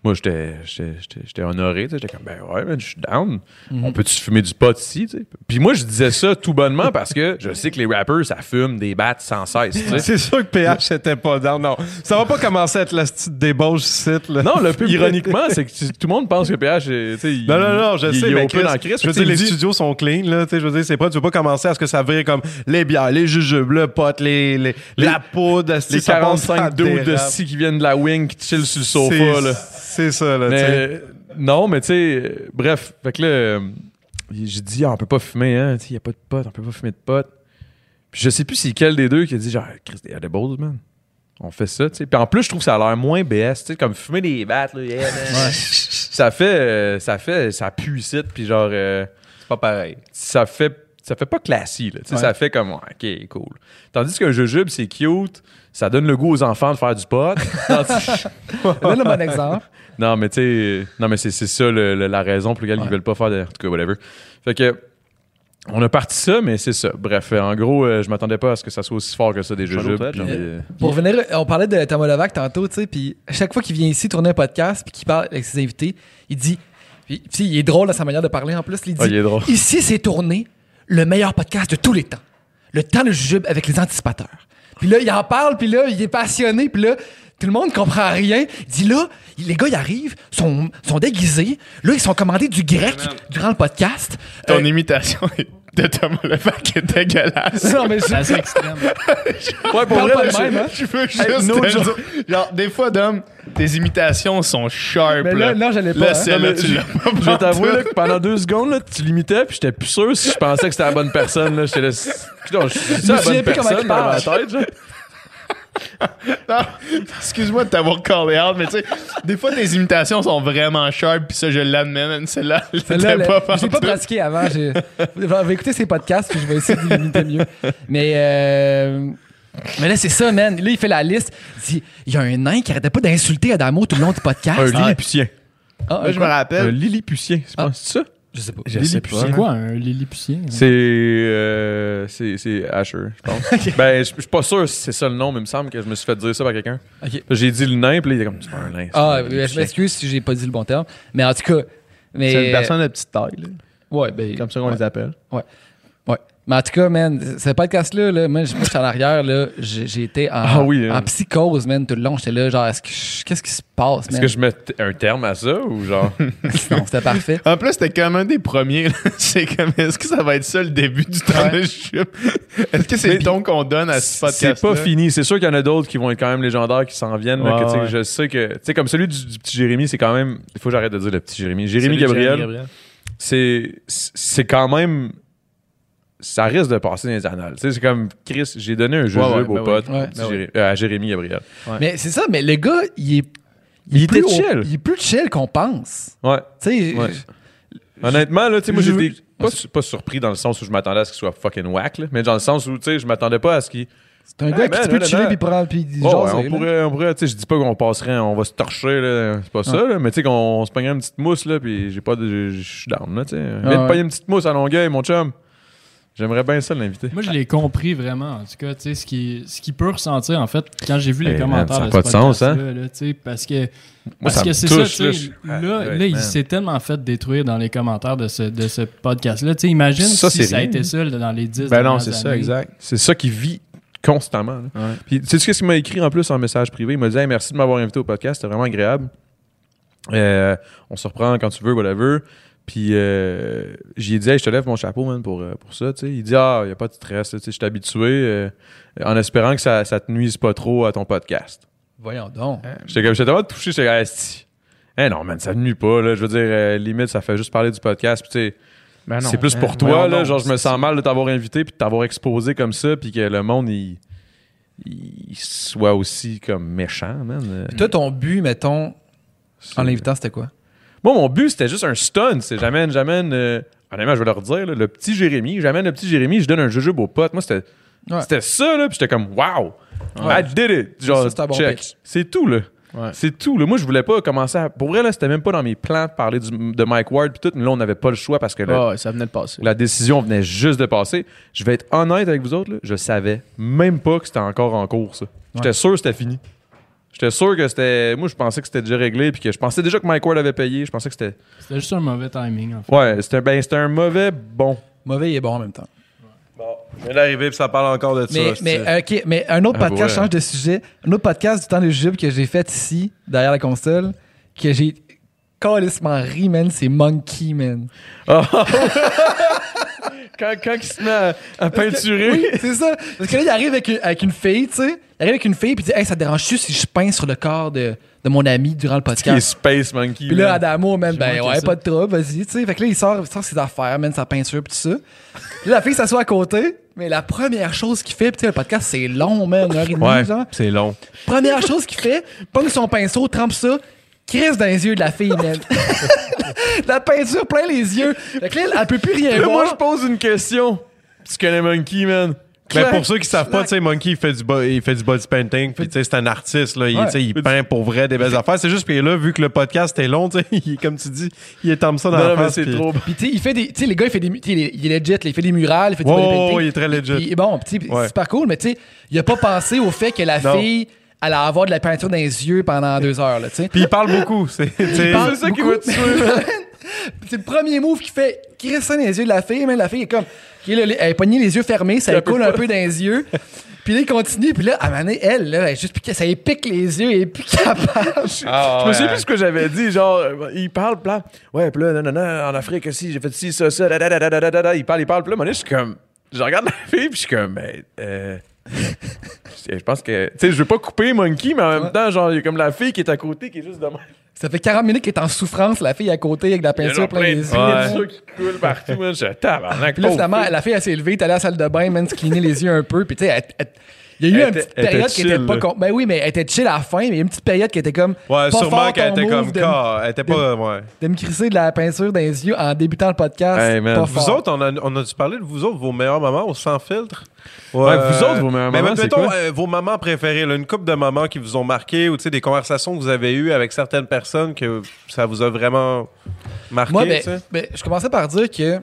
[SPEAKER 3] Moi, j'étais j'étais- j'étais- j'étais honoré, tu sais. J'étais comme, ben ouais, man, je suis down.
[SPEAKER 4] Mhm.
[SPEAKER 3] On peut-tu fumer du pot ici, tu sais? Puis moi, je disais ça tout bonnement parce que je sais que les rappers, ça fume des battes sans cesse, tu sais.
[SPEAKER 4] C'est sûr que PH était pas down. Non, ça va pas commencer à être la petite débauche site. Là.
[SPEAKER 3] Non, le plus ironiquement, c'est que tu- tout le monde pense que PH, est- tu sais, il-
[SPEAKER 4] Non, non, non, je
[SPEAKER 3] il-
[SPEAKER 4] sais,
[SPEAKER 3] il est
[SPEAKER 4] mais
[SPEAKER 3] open
[SPEAKER 4] Chris,
[SPEAKER 3] en Christ,
[SPEAKER 4] je veux
[SPEAKER 3] tu sais,
[SPEAKER 4] dire, les
[SPEAKER 3] il dit-
[SPEAKER 4] studios sont clean, là, tu sais, je veux dire, c'est pas, tu veux pas commencer à ce que ça vire comme les bières, les jujubes, le pot, les, les, la poudre,
[SPEAKER 3] les 45 dos de scie qui viennent de la wing qui chillent sur le sofa, là.
[SPEAKER 4] C'est ça, là, tu sais.
[SPEAKER 3] Mais, non, mais tu sais, euh, bref, fait que là, euh, j'ai dit, Ah, on peut pas fumer, hein, il n'y a pas de pote, on peut pas fumer de pote. Puis je sais plus c'est quel des deux qui a dit, genre, Chris, des edibles, man. On fait ça, tu sais. Puis en plus, je trouve que ça a l'air moins BS, tu sais, comme fumer des battes, là, yeah, man. ça fait, euh, ça fait, ça pue ici, puis genre, euh,
[SPEAKER 11] C'est pas pareil.
[SPEAKER 3] ça fait ça fait pas classique là, Tu sais, ça fait comme ouais, OK, cool. Tandis qu'un jujube c'est cute, ça donne le goût aux enfants de faire du pot. Tandis-
[SPEAKER 5] Donne le bon exemple.
[SPEAKER 3] non, mais tu sais, non mais c'est c'est ça le- le- la raison pour laquelle ils veulent pas faire de en tout cas whatever. Fait que on a parti ça, mais c'est ça. Bref, euh, en gros, euh, je m'attendais pas à ce que ça soit aussi fort que ça des jujubes.
[SPEAKER 2] l'autre,
[SPEAKER 3] puis,
[SPEAKER 2] genre.
[SPEAKER 3] euh,
[SPEAKER 5] Pour revenir, on parlait de Thomas Levac tantôt, tu sais, puis à chaque fois qu'il vient ici tourner un podcast puis qu'il parle avec ses invités, il dit, puis puis il est drôle à sa manière de parler en plus, il dit,
[SPEAKER 3] Ah, il est drôle.
[SPEAKER 5] ici c'est tourné le meilleur podcast de tous les temps, le temps de jujube avec les anticipateurs. Puis là il en parle, puis là il est passionné, puis là tout le monde comprend rien. Il dit là, les gars ils arrivent, sont sont déguisés, là ils sont commandés du grec durant le podcast.
[SPEAKER 2] Ton
[SPEAKER 5] Euh,
[SPEAKER 2] imitation de Thomas Levac est dégueulasse.
[SPEAKER 5] non mais je-
[SPEAKER 10] C'est assez extrême.
[SPEAKER 3] Ouais, pour
[SPEAKER 5] Parle
[SPEAKER 3] Ah, vrai,
[SPEAKER 5] pas de
[SPEAKER 3] je-
[SPEAKER 5] même, hein?
[SPEAKER 2] Je veux juste
[SPEAKER 5] Hey, no
[SPEAKER 2] te
[SPEAKER 5] joke.
[SPEAKER 2] dire, genre, des fois, Dom, tes imitations sont sharp.
[SPEAKER 5] Mais là, non, j'allais pas, hein.
[SPEAKER 2] Là, celle-là,
[SPEAKER 3] Non, mais
[SPEAKER 2] tu l'as pas
[SPEAKER 3] Je vais t'avouer
[SPEAKER 2] pantoute.
[SPEAKER 3] là, que pendant deux secondes, là, tu l'imitais, puis j'étais plus sûr si je pensais que c'était la bonne personne. Là. J'étais là, Putain, je suis
[SPEAKER 5] Je me
[SPEAKER 3] la bonne
[SPEAKER 5] souviens plus comment
[SPEAKER 3] personne
[SPEAKER 5] il
[SPEAKER 3] dans ma
[SPEAKER 5] parle.
[SPEAKER 3] tête. genre.
[SPEAKER 2] Non, Excuse-moi de t'avoir callé out, mais tu sais, des fois, tes imitations sont vraiment sharp, puis ça, je l'admets, man. Celle-là, elle
[SPEAKER 5] Celle-là,
[SPEAKER 2] était
[SPEAKER 5] le-
[SPEAKER 2] pas
[SPEAKER 5] je l'ai pas
[SPEAKER 2] pantoute.
[SPEAKER 5] pratiqué avant. J'ai, je vais écouter ses podcasts puis je vais essayer de l'imiter mieux. Mais, euh, mais là, c'est ça, man. Là, il fait la liste. Il dit il y a un nain qui arrêtait pas d'insulter Adamo tout le long du podcast.
[SPEAKER 3] Un lilliputien.
[SPEAKER 5] Ah, un
[SPEAKER 2] Moi, je me
[SPEAKER 5] quoi?
[SPEAKER 2] rappelle,
[SPEAKER 3] Un lilliputien, c'est pas-
[SPEAKER 5] Ah.
[SPEAKER 3] c'est ça?
[SPEAKER 5] Je sais pas.
[SPEAKER 2] Je sais pas.
[SPEAKER 10] C'est quoi un Lilliputien?
[SPEAKER 3] C'est euh, c'est c'est Asher, je pense. Ben, je je suis pas sûr si c'est ça le nom, mais il me semble que je me suis fait dire ça par quelqu'un.
[SPEAKER 5] Ok.
[SPEAKER 3] J'ai dit le nain, puis là, il était comme c'est pas un nain. c'est
[SPEAKER 5] Ah,
[SPEAKER 3] un
[SPEAKER 5] euh, je
[SPEAKER 3] lilliputien.
[SPEAKER 5] m'excuse si j'ai pas dit le bon terme. Mais en tout cas. Mais...
[SPEAKER 12] C'est une
[SPEAKER 3] euh,
[SPEAKER 12] personne de petite taille, là.
[SPEAKER 5] Ouais, ben,
[SPEAKER 12] comme ça qu'on les appelle.
[SPEAKER 5] ouais. Mais en tout cas, man, ce podcast-là, là, moi, je moi, je suis en arrière, là, j'ai j'ai été en,
[SPEAKER 3] Ah oui, hein.
[SPEAKER 5] en psychose, man, tout le long. J'étais là, genre, est-ce que je- qu'est-ce qui se passe,
[SPEAKER 3] Est-ce
[SPEAKER 5] man?
[SPEAKER 3] que je mets t- un terme à ça ou genre
[SPEAKER 5] Non, c'était parfait.
[SPEAKER 2] En plus, c'était comme un des premiers. là. C'est comme, est-ce que ça va être ça le début du temps de chip? Est-ce que c'est le ton qu'on donne à ce podcast?
[SPEAKER 3] C'est pas fini. C'est sûr qu'il y en a d'autres qui vont être quand même légendaires qui s'en viennent. là,
[SPEAKER 12] Ouais,
[SPEAKER 3] que, tu sais,
[SPEAKER 12] ouais.
[SPEAKER 3] Je sais que, tu sais, comme celui du, du petit Jérémy, c'est quand même. Il faut que j'arrête de dire le petit Jérémy. Jérémy Gabriel, c'est c'est quand même. Ça risque de passer dans les annales. Tu sais, c'est comme Chris, j'ai donné un jeu
[SPEAKER 12] Ouais, ouais,
[SPEAKER 3] au
[SPEAKER 12] ben
[SPEAKER 3] pote,
[SPEAKER 5] ouais.
[SPEAKER 3] au petit Jéré- euh, à Jérémy Gabriel.
[SPEAKER 5] Mais c'est ça, mais le gars, il est. Il, est
[SPEAKER 3] était
[SPEAKER 5] plus au-
[SPEAKER 3] chill.
[SPEAKER 5] il est plus chill qu'on pense.
[SPEAKER 3] Ouais.
[SPEAKER 5] Tu sais,
[SPEAKER 3] Ouais. Honnêtement, là, tu sais, moi,
[SPEAKER 5] je-
[SPEAKER 3] j'étais pas, su- pas surpris dans le sens où je m'attendais à ce qu'il soit fucking whack, là, mais dans le sens où, tu sais, je m'attendais pas à ce qu'il.
[SPEAKER 13] C'est un
[SPEAKER 3] Hey,
[SPEAKER 5] Ah,
[SPEAKER 13] gars
[SPEAKER 3] man,
[SPEAKER 13] qui peut
[SPEAKER 3] là,
[SPEAKER 13] chiller
[SPEAKER 3] là,
[SPEAKER 13] puis prendre puis il
[SPEAKER 3] Oh,
[SPEAKER 13] jase,
[SPEAKER 3] ouais,
[SPEAKER 13] là.
[SPEAKER 3] on pourrait, on pourrait, tu sais, je dis pas qu'on passerait, on va se torcher, là, c'est pas ça, là, mais tu sais, qu'on se pognerait une petite mousse, là, puis j'ai pas de. je- Je suis down, là, tu sais. Viens
[SPEAKER 13] ouais.
[SPEAKER 3] te pogner une petite mousse à Longueuil, mon chum. J'aimerais bien ça l'inviter.
[SPEAKER 10] Moi, je l'ai compris vraiment, en tout cas, tu sais, ce qu'il ce qu'il peut ressentir, en fait, quand j'ai vu les
[SPEAKER 3] Hey, man,
[SPEAKER 10] commentaires
[SPEAKER 3] ça a
[SPEAKER 10] de
[SPEAKER 3] pas
[SPEAKER 10] ce
[SPEAKER 3] de sens, hein?
[SPEAKER 10] podcast-là, là, tu sais, parce que,
[SPEAKER 3] Moi,
[SPEAKER 10] parce
[SPEAKER 3] ça
[SPEAKER 10] que
[SPEAKER 3] me
[SPEAKER 10] c'est
[SPEAKER 3] touche,
[SPEAKER 10] ça, tu sais,
[SPEAKER 3] là,
[SPEAKER 10] là,
[SPEAKER 3] je-
[SPEAKER 10] là,
[SPEAKER 3] Hey,
[SPEAKER 10] il
[SPEAKER 3] man.
[SPEAKER 10] s'est tellement fait détruire dans les commentaires de ce, de ce podcast-là, tu sais, imagine
[SPEAKER 3] Ça,
[SPEAKER 10] si
[SPEAKER 3] c'est
[SPEAKER 10] ça a
[SPEAKER 3] rien.
[SPEAKER 10] été ça là, dans les 10
[SPEAKER 12] Ben non,
[SPEAKER 10] dernières
[SPEAKER 12] c'est ça,
[SPEAKER 10] années.
[SPEAKER 12] exact.
[SPEAKER 3] C'est ça qui vit constamment. là. Puis, tu sais, ce qu'il m'a écrit en plus en message privé? Il m'a dit Hey, merci de m'avoir invité au podcast, c'était vraiment agréable. Euh, on se reprend quand tu veux, whatever. Puis, euh, j'y ai dit Hey, je te lève mon chapeau, man, pour, euh, pour ça. tu sais. Il dit Ah, il n'y a pas de stress, là, tu sais, je suis habitué, euh, en espérant que ça ne te nuise pas trop à ton podcast.
[SPEAKER 5] Voyons donc.
[SPEAKER 3] J'étais comme, j'étais tellement touché, j'étais comme, Asti. Eh non, man, ça ne nuit pas, là. Je veux dire, euh, limite, ça fait juste parler du podcast. Puis, tu sais,
[SPEAKER 5] Ben
[SPEAKER 3] c'est plus pour toi, là. Genre, je me sens mal de t'avoir invité, puis de t'avoir exposé comme ça, puis que le monde, il, il soit aussi comme méchant, man. Euh,
[SPEAKER 5] Puis toi, ton but, mettons, en l'invitant, c'était quoi?
[SPEAKER 3] Moi, mon but, c'était juste un stun. C'est j'amène, j'amène. euh, honnêtement, je vais leur dire, là, le petit Jérémy. J'amène le petit Jérémy, je donne un jujube au pote. Moi, c'était.
[SPEAKER 5] Ouais.
[SPEAKER 3] C'était ça, là, puis j'étais comme, wow, I did it.
[SPEAKER 5] Ça,
[SPEAKER 3] Genre,
[SPEAKER 5] c'était un bon
[SPEAKER 3] check.
[SPEAKER 5] pitch.
[SPEAKER 3] C'est tout, là.
[SPEAKER 12] Ouais.
[SPEAKER 3] C'est tout, là. Moi, je voulais pas commencer à. Pour vrai, là, c'était même pas dans mes plans de parler du- de Mike Ward, puis tout, mais là, on n'avait pas le choix parce que là,
[SPEAKER 12] ouais, ça venait de passer.
[SPEAKER 3] la décision venait juste de passer. Je vais être honnête avec vous autres, là, je savais même pas que c'était encore en cours, ça. J'étais sûr que c'était fini. J'étais sûr que c'était. Moi, je pensais que c'était déjà réglé, puis que je pensais déjà que Mike Ward avait payé. Je pensais que c'était.
[SPEAKER 10] C'était juste un mauvais timing, en fait.
[SPEAKER 3] Ouais, c'était ben, c'était un mauvais bon.
[SPEAKER 5] Mauvais et bon en même temps.
[SPEAKER 4] Je viens d'arriver, puis ça parle encore de
[SPEAKER 5] Mais,
[SPEAKER 4] ça.
[SPEAKER 5] mais,
[SPEAKER 4] c'est-
[SPEAKER 5] ok, mais un autre
[SPEAKER 3] Ah,
[SPEAKER 5] podcast,
[SPEAKER 3] ouais.
[SPEAKER 5] change de sujet. Un autre podcast du temps des jujubes que j'ai fait ici, derrière la console, que j'ai calissement ri, man, c'est Monkey, man.
[SPEAKER 3] Quand, quand il se met à, à peinturer.
[SPEAKER 5] Oui, c'est ça. Parce que là, il arrive avec une, avec une fille, tu sais. Il arrive avec une fille, puis il dit Hey, ça te dérange-tu si je peins sur le corps de, de mon ami durant le
[SPEAKER 3] Qui est
[SPEAKER 5] podcast
[SPEAKER 3] Space Monkey.
[SPEAKER 5] Puis là,
[SPEAKER 3] man.
[SPEAKER 5] Adamo, man, ben
[SPEAKER 10] manqué
[SPEAKER 5] ouais,
[SPEAKER 10] ça.
[SPEAKER 5] pas de trouble, vas-y, tu sais. Fait que là, il sort, il sort ses affaires, man, sa peinture, pis tout ça. Puis là, la fille s'assoit à côté, mais la première chose qu'il fait, pis tu sais, le podcast, c'est long, man, une heure et demie,
[SPEAKER 4] Ouais,
[SPEAKER 5] genre.
[SPEAKER 4] c'est long.
[SPEAKER 5] Première chose qu'il fait, pogne son pinceau, trempe ça, crisse dans les yeux de la fille, man. la peinture plein les yeux. Fait que là, elle peut plus rien
[SPEAKER 3] Là, moi,
[SPEAKER 5] voir.
[SPEAKER 3] je pose une question. Tu connais Monkey, man?
[SPEAKER 4] Mais
[SPEAKER 5] Clac,
[SPEAKER 4] pour ceux qui savent pas, tu sais, Monkey, il fait du, bo- il fait du body painting, puis tu sais, c'est un artiste, là. Il,
[SPEAKER 5] Ouais.
[SPEAKER 4] tu sais, il peint pour vrai des belles affaires. C'est juste, puis là, vu que le podcast est long, tu sais, il- comme tu dis, il étame ça dans
[SPEAKER 3] Non,
[SPEAKER 4] la
[SPEAKER 3] mais
[SPEAKER 4] face.
[SPEAKER 3] c'est
[SPEAKER 4] puis-
[SPEAKER 3] trop.
[SPEAKER 5] Puis tu sais, il fait des. Tu sais, les gars, il fait des. mu- Tu sais, il est- il est legit, là, il fait des murales, il fait du
[SPEAKER 4] Ouais,
[SPEAKER 5] body
[SPEAKER 4] ouais,
[SPEAKER 5] painting.
[SPEAKER 4] ouais, il est très legit.
[SPEAKER 5] Puis- puis bon, tu sais,
[SPEAKER 4] Ouais.
[SPEAKER 5] c'est super cool, mais tu sais, il a pas pensé au fait que la
[SPEAKER 4] Non.
[SPEAKER 5] fille allait avoir de la peinture dans les yeux pendant deux heures, là, tu sais.
[SPEAKER 4] Puis il parle beaucoup. C'est tu sais,
[SPEAKER 5] parle
[SPEAKER 4] c'est ça qui
[SPEAKER 5] beaucoup.
[SPEAKER 4] va te tuer. là.
[SPEAKER 5] Puis C'est le premier move qu'il fait, qui reste dans les yeux de la fille, mais la fille est comme, qui est là, elle est pognée les yeux fermés, ça lui coule un peu dans les yeux. Puis là, il continue, puis là, à un moment donné, elle, là, elle est juste piquée, ça lui pique les yeux, elle est plus capable.
[SPEAKER 3] je me souviens plus ce que j'avais dit. Genre, euh, il parle, pis là, ouais, pis là, non, non, non, en Afrique, si, j'ai fait ci, ça, ça, da, da, da, da, da, da, da, da. Il parle, il parle, pis là, mon je suis comme, je regarde la fille, pis je suis comme, mais, euh, je pense que, tu sais, je veux pas couper Monkey, mais en même temps, genre, il y a comme la fille qui est à côté, qui est juste de même.
[SPEAKER 5] ça fait 40 minutes qu'elle est en souffrance, la fille à côté, avec de la
[SPEAKER 3] Il y a
[SPEAKER 5] peinture
[SPEAKER 3] genre
[SPEAKER 5] plein les
[SPEAKER 3] plein de
[SPEAKER 5] yeux.
[SPEAKER 3] yeux qui coulent partout, man. Je suis tabarnak,
[SPEAKER 5] Puis là,
[SPEAKER 3] pauvre
[SPEAKER 5] finalement,
[SPEAKER 3] fille.
[SPEAKER 5] la fille, elle s'est levée, elle est allée à la salle de bain, même se cligner les yeux un peu, puis tu sais, elle- elle- il y a eu
[SPEAKER 3] Elle
[SPEAKER 5] une
[SPEAKER 3] était-
[SPEAKER 5] petite
[SPEAKER 3] elle était
[SPEAKER 5] période qui était
[SPEAKER 3] chill,
[SPEAKER 5] pas.
[SPEAKER 3] là.
[SPEAKER 5] con- Ben oui, mais elle était chill à la fin, mais il y a eu une petite période qui était comme. pas
[SPEAKER 4] Ouais,
[SPEAKER 5] fort
[SPEAKER 4] sûrement qu'elle
[SPEAKER 5] ton
[SPEAKER 4] était
[SPEAKER 5] move
[SPEAKER 4] comme
[SPEAKER 5] de-
[SPEAKER 4] corps. Elle était pas. Ouais.
[SPEAKER 5] De me crisser de la peinture dans les yeux en débutant le podcast.
[SPEAKER 3] Hey, man.
[SPEAKER 5] pas
[SPEAKER 4] Vous
[SPEAKER 5] fort.
[SPEAKER 4] autres, on a, on a dû parler de vous autres, vos meilleurs moments au sans filtre.
[SPEAKER 3] Ouais, vous autres, vos meilleurs
[SPEAKER 4] mais
[SPEAKER 3] moments, c'est
[SPEAKER 4] mettons,
[SPEAKER 3] quoi?
[SPEAKER 4] euh, vos mamans préférées, là, une couple de mamans qui vous ont marqué ou tu sais, des conversations que vous avez eues avec certaines personnes que ça vous a vraiment.
[SPEAKER 14] Marqué,
[SPEAKER 5] Moi, ben,
[SPEAKER 14] tu sais.
[SPEAKER 5] ben, je commençais par dire que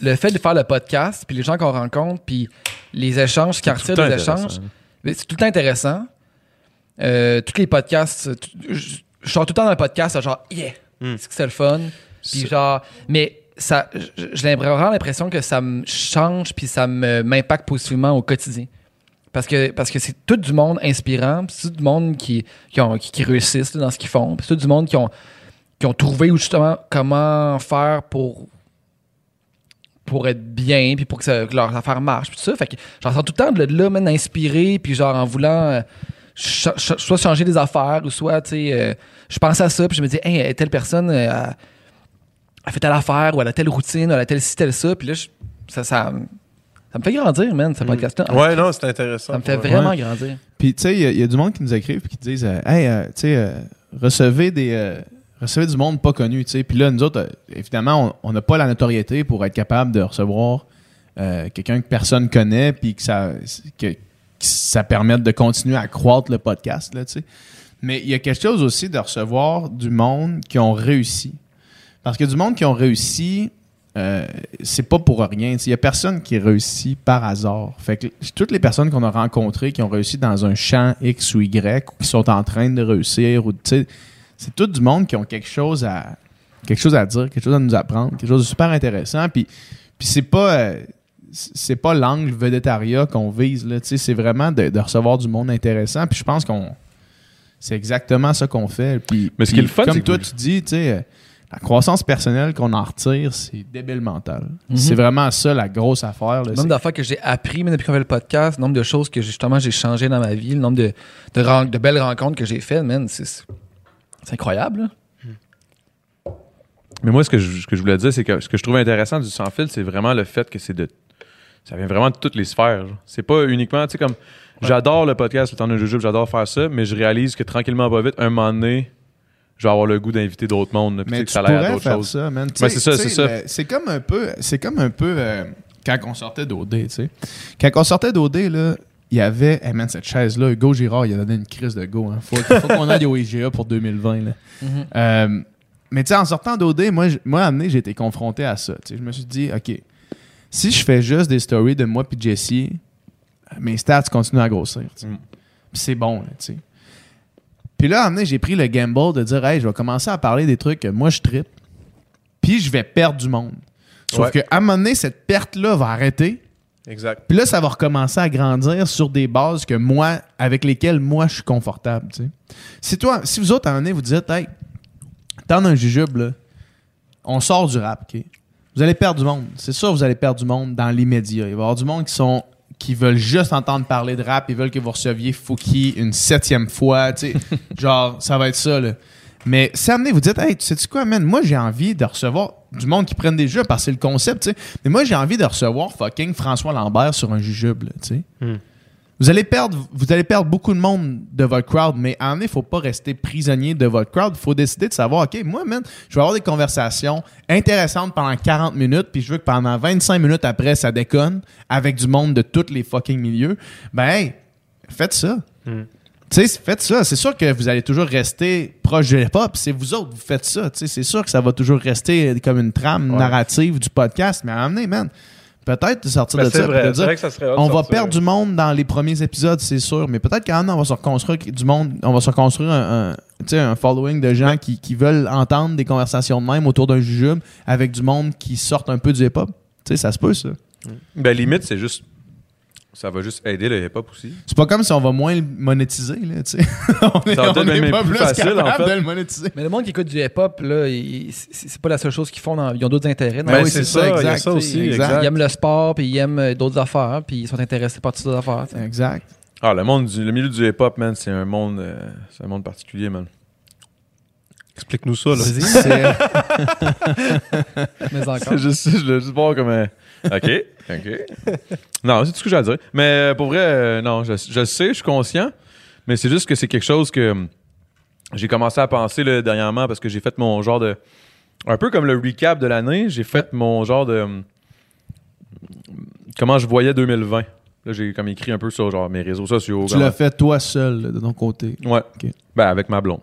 [SPEAKER 5] le fait de faire le podcast, puis les gens qu'on rencontre, puis les échanges, qui en retirent des échanges, ben, c'est tout le temps intéressant. Euh, tous les podcasts, tout- je je sors tout le temps dans le podcast, genre, yeah,
[SPEAKER 14] Mm.
[SPEAKER 5] c'est que c'est le fun. Puis genre, mais ça, j- j- j'ai vraiment l'impression que ça me change, puis ça me- m'impacte positivement au quotidien. Parce que, parce que c'est tout du monde inspirant, puis c'est tout du monde qui, qui, ont- qui- qui réussissent là, dans ce qu'ils font, puis c'est tout du monde qui ont, qui ont trouvé où, justement comment faire pour pour être bien puis pour que, ça- que leur affaire marche puis tout ça fait que j'en sors tout le temps de là même inspiré puis genre en voulant euh, cha- cha- soit changer des affaires ou soit tu sais euh, je pense à ça puis je me dis hey telle personne euh, elle, elle fait telle affaire ou elle a telle routine ou elle a telle ci telle ça puis là je- ça, ça ça me fait grandir man ce podcast là
[SPEAKER 14] Ouais, non, c'est intéressant.
[SPEAKER 5] ça me fait
[SPEAKER 14] pour
[SPEAKER 5] vraiment grandir
[SPEAKER 15] Puis, tu sais, il y a- il y, a du monde qui nous écrivent et qui disent euh, Hey, euh, tu sais, euh, recevez des. euh, recevez du monde pas connu, tu sais. Puis là, nous autres, euh, évidemment, on on n'a pas la notoriété pour être capable de recevoir euh, quelqu'un que personne connaît puis que ça, que, que ça permette de continuer à croître le podcast, là, tu sais. Mais il y a quelque chose aussi de recevoir du monde qui ont réussi. Parce que du monde qui ont réussi, euh, c'est pas pour rien. Il y a personne qui réussit par hasard. Fait que toutes les personnes qu'on a rencontrées qui ont réussi dans un champ X ou Y ou qui sont en train de réussir ou tu sais, c'est tout du monde qui ont quelque chose à quelque chose à dire, quelque chose à nous apprendre, quelque chose de super intéressant puis puis c'est pas euh, c'est pas l'angle végétariat qu'on vise là, tu sais, c'est vraiment de, de recevoir du monde intéressant puis je pense qu'on c'est exactement ça qu'on fait puis
[SPEAKER 4] Mais ce qui est
[SPEAKER 15] puis
[SPEAKER 4] le fun, c'est
[SPEAKER 15] comme
[SPEAKER 4] que
[SPEAKER 15] toi
[SPEAKER 4] vous-
[SPEAKER 15] tu dis, tu sais euh, la croissance personnelle qu'on en retire, c'est débile mental.
[SPEAKER 4] Mhm.
[SPEAKER 15] C'est vraiment ça la grosse affaire. là.
[SPEAKER 5] nombre d'affaires que j'ai appris mais depuis qu'on fait le podcast, le nombre de choses que j'ai- justement j'ai changé dans ma vie, le nombre de, de, ren- de belles rencontres que j'ai faites, man, c'est c'est incroyable. là.
[SPEAKER 4] Mais moi, ce que je, ce que je voulais dire, c'est que ce que je trouve intéressant du sans fil, c'est vraiment le fait que c'est de. Ça vient vraiment de toutes les sphères. genre. C'est pas uniquement, tu sais, comme. J'adore le podcast, le temps de jujube, j'adore faire ça, mais je réalise que tranquillement, pas vite, un moment donné, je vais avoir le goût d'inviter d'autres mondes. là, puis tu sais,
[SPEAKER 15] Mais
[SPEAKER 4] que
[SPEAKER 15] tu
[SPEAKER 4] ça a l'air à
[SPEAKER 15] pourrais
[SPEAKER 4] d'autres
[SPEAKER 15] faire
[SPEAKER 4] choses.
[SPEAKER 15] ça, man. Tu
[SPEAKER 4] Ouais,
[SPEAKER 15] sais-
[SPEAKER 4] c'est ça,
[SPEAKER 15] tu sais,
[SPEAKER 4] c'est ça.
[SPEAKER 15] le- C'est comme un peu, c'est comme un peu euh, quand on sortait d'OD, tu sais. Quand on sortait d'OD, là, il y avait, hey, man, cette chaise-là, Hugo Girard, il a donné une crise de go. Hein. Faut, faut qu'on aille au IGA pour 2020, là.
[SPEAKER 4] Mm-hmm.
[SPEAKER 15] Euh, mais tu sais, en sortant d'OD, moi, j- moi, amené, j'ai été confronté à ça. Tu sais, je me suis dit, OK, si je fais juste des stories de moi puis Jesse, mes stats continuent à grossir. tu sais.
[SPEAKER 4] Mm.
[SPEAKER 15] Puis c'est bon, là, tu sais. Puis là, amené, j'ai pris le gamble de dire, hey, je vais commencer à parler des trucs que moi je tripe, puis je vais perdre du monde. Sauf qu'à un moment donné, cette perte-là va arrêter.
[SPEAKER 14] Exact.
[SPEAKER 15] Puis là, ça va recommencer à grandir sur des bases que moi, avec lesquelles moi, je suis confortable. tu sais. Si toi, si vous autres, à un moment donné, vous dites, hey, t'en as un jujube, là, on sort du rap, OK? Vous allez perdre du monde. C'est sûr, vous allez perdre du monde dans l'immédiat. Il va y avoir du monde qui sont qui veulent juste entendre parler de rap, ils veulent que vous receviez Fouki une septième fois, tu sais. genre, ça va être ça, là. Mais si amenez, vous dites, hey, tu sais-tu quoi, man? Moi, j'ai envie de recevoir du monde qui prenne des jeux parce que c'est le concept, tu sais. Mais moi, j'ai envie de recevoir fucking François Lambert sur un jujube, là, tu sais. Vous allez perdre, vous allez perdre beaucoup de monde de votre crowd, mais en il faut pas rester prisonnier de votre crowd. Il faut décider de savoir, OK, moi, man, je vais avoir des conversations intéressantes pendant 40 minutes, puis je veux que pendant 25 minutes après, ça déconne avec du monde de tous les fucking milieux. Ben, hey, faites ça.
[SPEAKER 14] Hmm.
[SPEAKER 15] Tu sais, faites ça. C'est sûr que vous allez toujours rester proche de l'hip-hop. C'est vous autres, vous faites ça. Tu sais, c'est sûr que ça va toujours rester comme une trame narrative du podcast, mais amenez, man. Peut-être de sortir
[SPEAKER 14] Ben,
[SPEAKER 15] de
[SPEAKER 14] c'est
[SPEAKER 15] ça. puis
[SPEAKER 14] vrai.
[SPEAKER 15] de dire,
[SPEAKER 14] C'est vrai que ça serait hot de
[SPEAKER 15] on va
[SPEAKER 14] sortir.
[SPEAKER 15] perdre du monde dans les premiers épisodes, c'est sûr, mais peut-être qu'en on va se reconstruire du monde, on va se reconstruire un, un, tu sais, un following de gens qui, qui veulent entendre des conversations de même autour d'un jujube avec du monde qui sortent un peu du hip-hop. Tu sais, ça se peut, ça.
[SPEAKER 4] Ben, limite, c'est juste. Ça va juste aider le hip-hop aussi.
[SPEAKER 15] C'est pas comme si on va moins le monétiser, là, tu sais. on est,
[SPEAKER 4] Ça va peut-être
[SPEAKER 15] on est
[SPEAKER 4] même
[SPEAKER 15] pas
[SPEAKER 4] plus
[SPEAKER 15] plus
[SPEAKER 4] facile, en
[SPEAKER 15] capable
[SPEAKER 4] fait.
[SPEAKER 15] de le monétiser.
[SPEAKER 5] Mais le monde qui écoute du hip-hop, là, il- c'est c'est pas la seule chose qu'ils font. dans- ils ont d'autres intérêts. dans
[SPEAKER 14] Ben,
[SPEAKER 5] la vie.
[SPEAKER 14] c'est ça, il y a ça
[SPEAKER 15] tu sais,
[SPEAKER 14] aussi,
[SPEAKER 5] Ils
[SPEAKER 15] Exact.
[SPEAKER 5] aiment le sport, puis ils aiment euh, d'autres affaires, puis ils sont intéressés par toutes ces affaires. tu sais.
[SPEAKER 15] Exact.
[SPEAKER 4] Ah, le monde du, le milieu du hip-hop, man, c'est un monde. euh, c'est un monde particulier, man.
[SPEAKER 14] Explique-nous ça, là.
[SPEAKER 15] C'est-
[SPEAKER 5] Mais encore.
[SPEAKER 4] C'est juste, je voulais juste voir comme. euh, OK, OK. non, c'est tout ce que j'ai à dire. Mais euh, pour vrai, euh, non, je, je sais, je suis conscient, mais c'est juste que c'est quelque chose que hum, j'ai commencé à penser là, dernièrement parce que j'ai fait mon genre de. Un peu comme le recap de l'année, j'ai fait mon genre de. hum, Comment je voyais 2020. Là, j'ai comme écrit un peu sur genre mes réseaux sociaux.
[SPEAKER 15] Tu
[SPEAKER 4] comment-
[SPEAKER 15] l'as fait toi seul, là, de ton côté.
[SPEAKER 4] Ouais.
[SPEAKER 15] Ok.
[SPEAKER 4] Ben, avec ma blonde.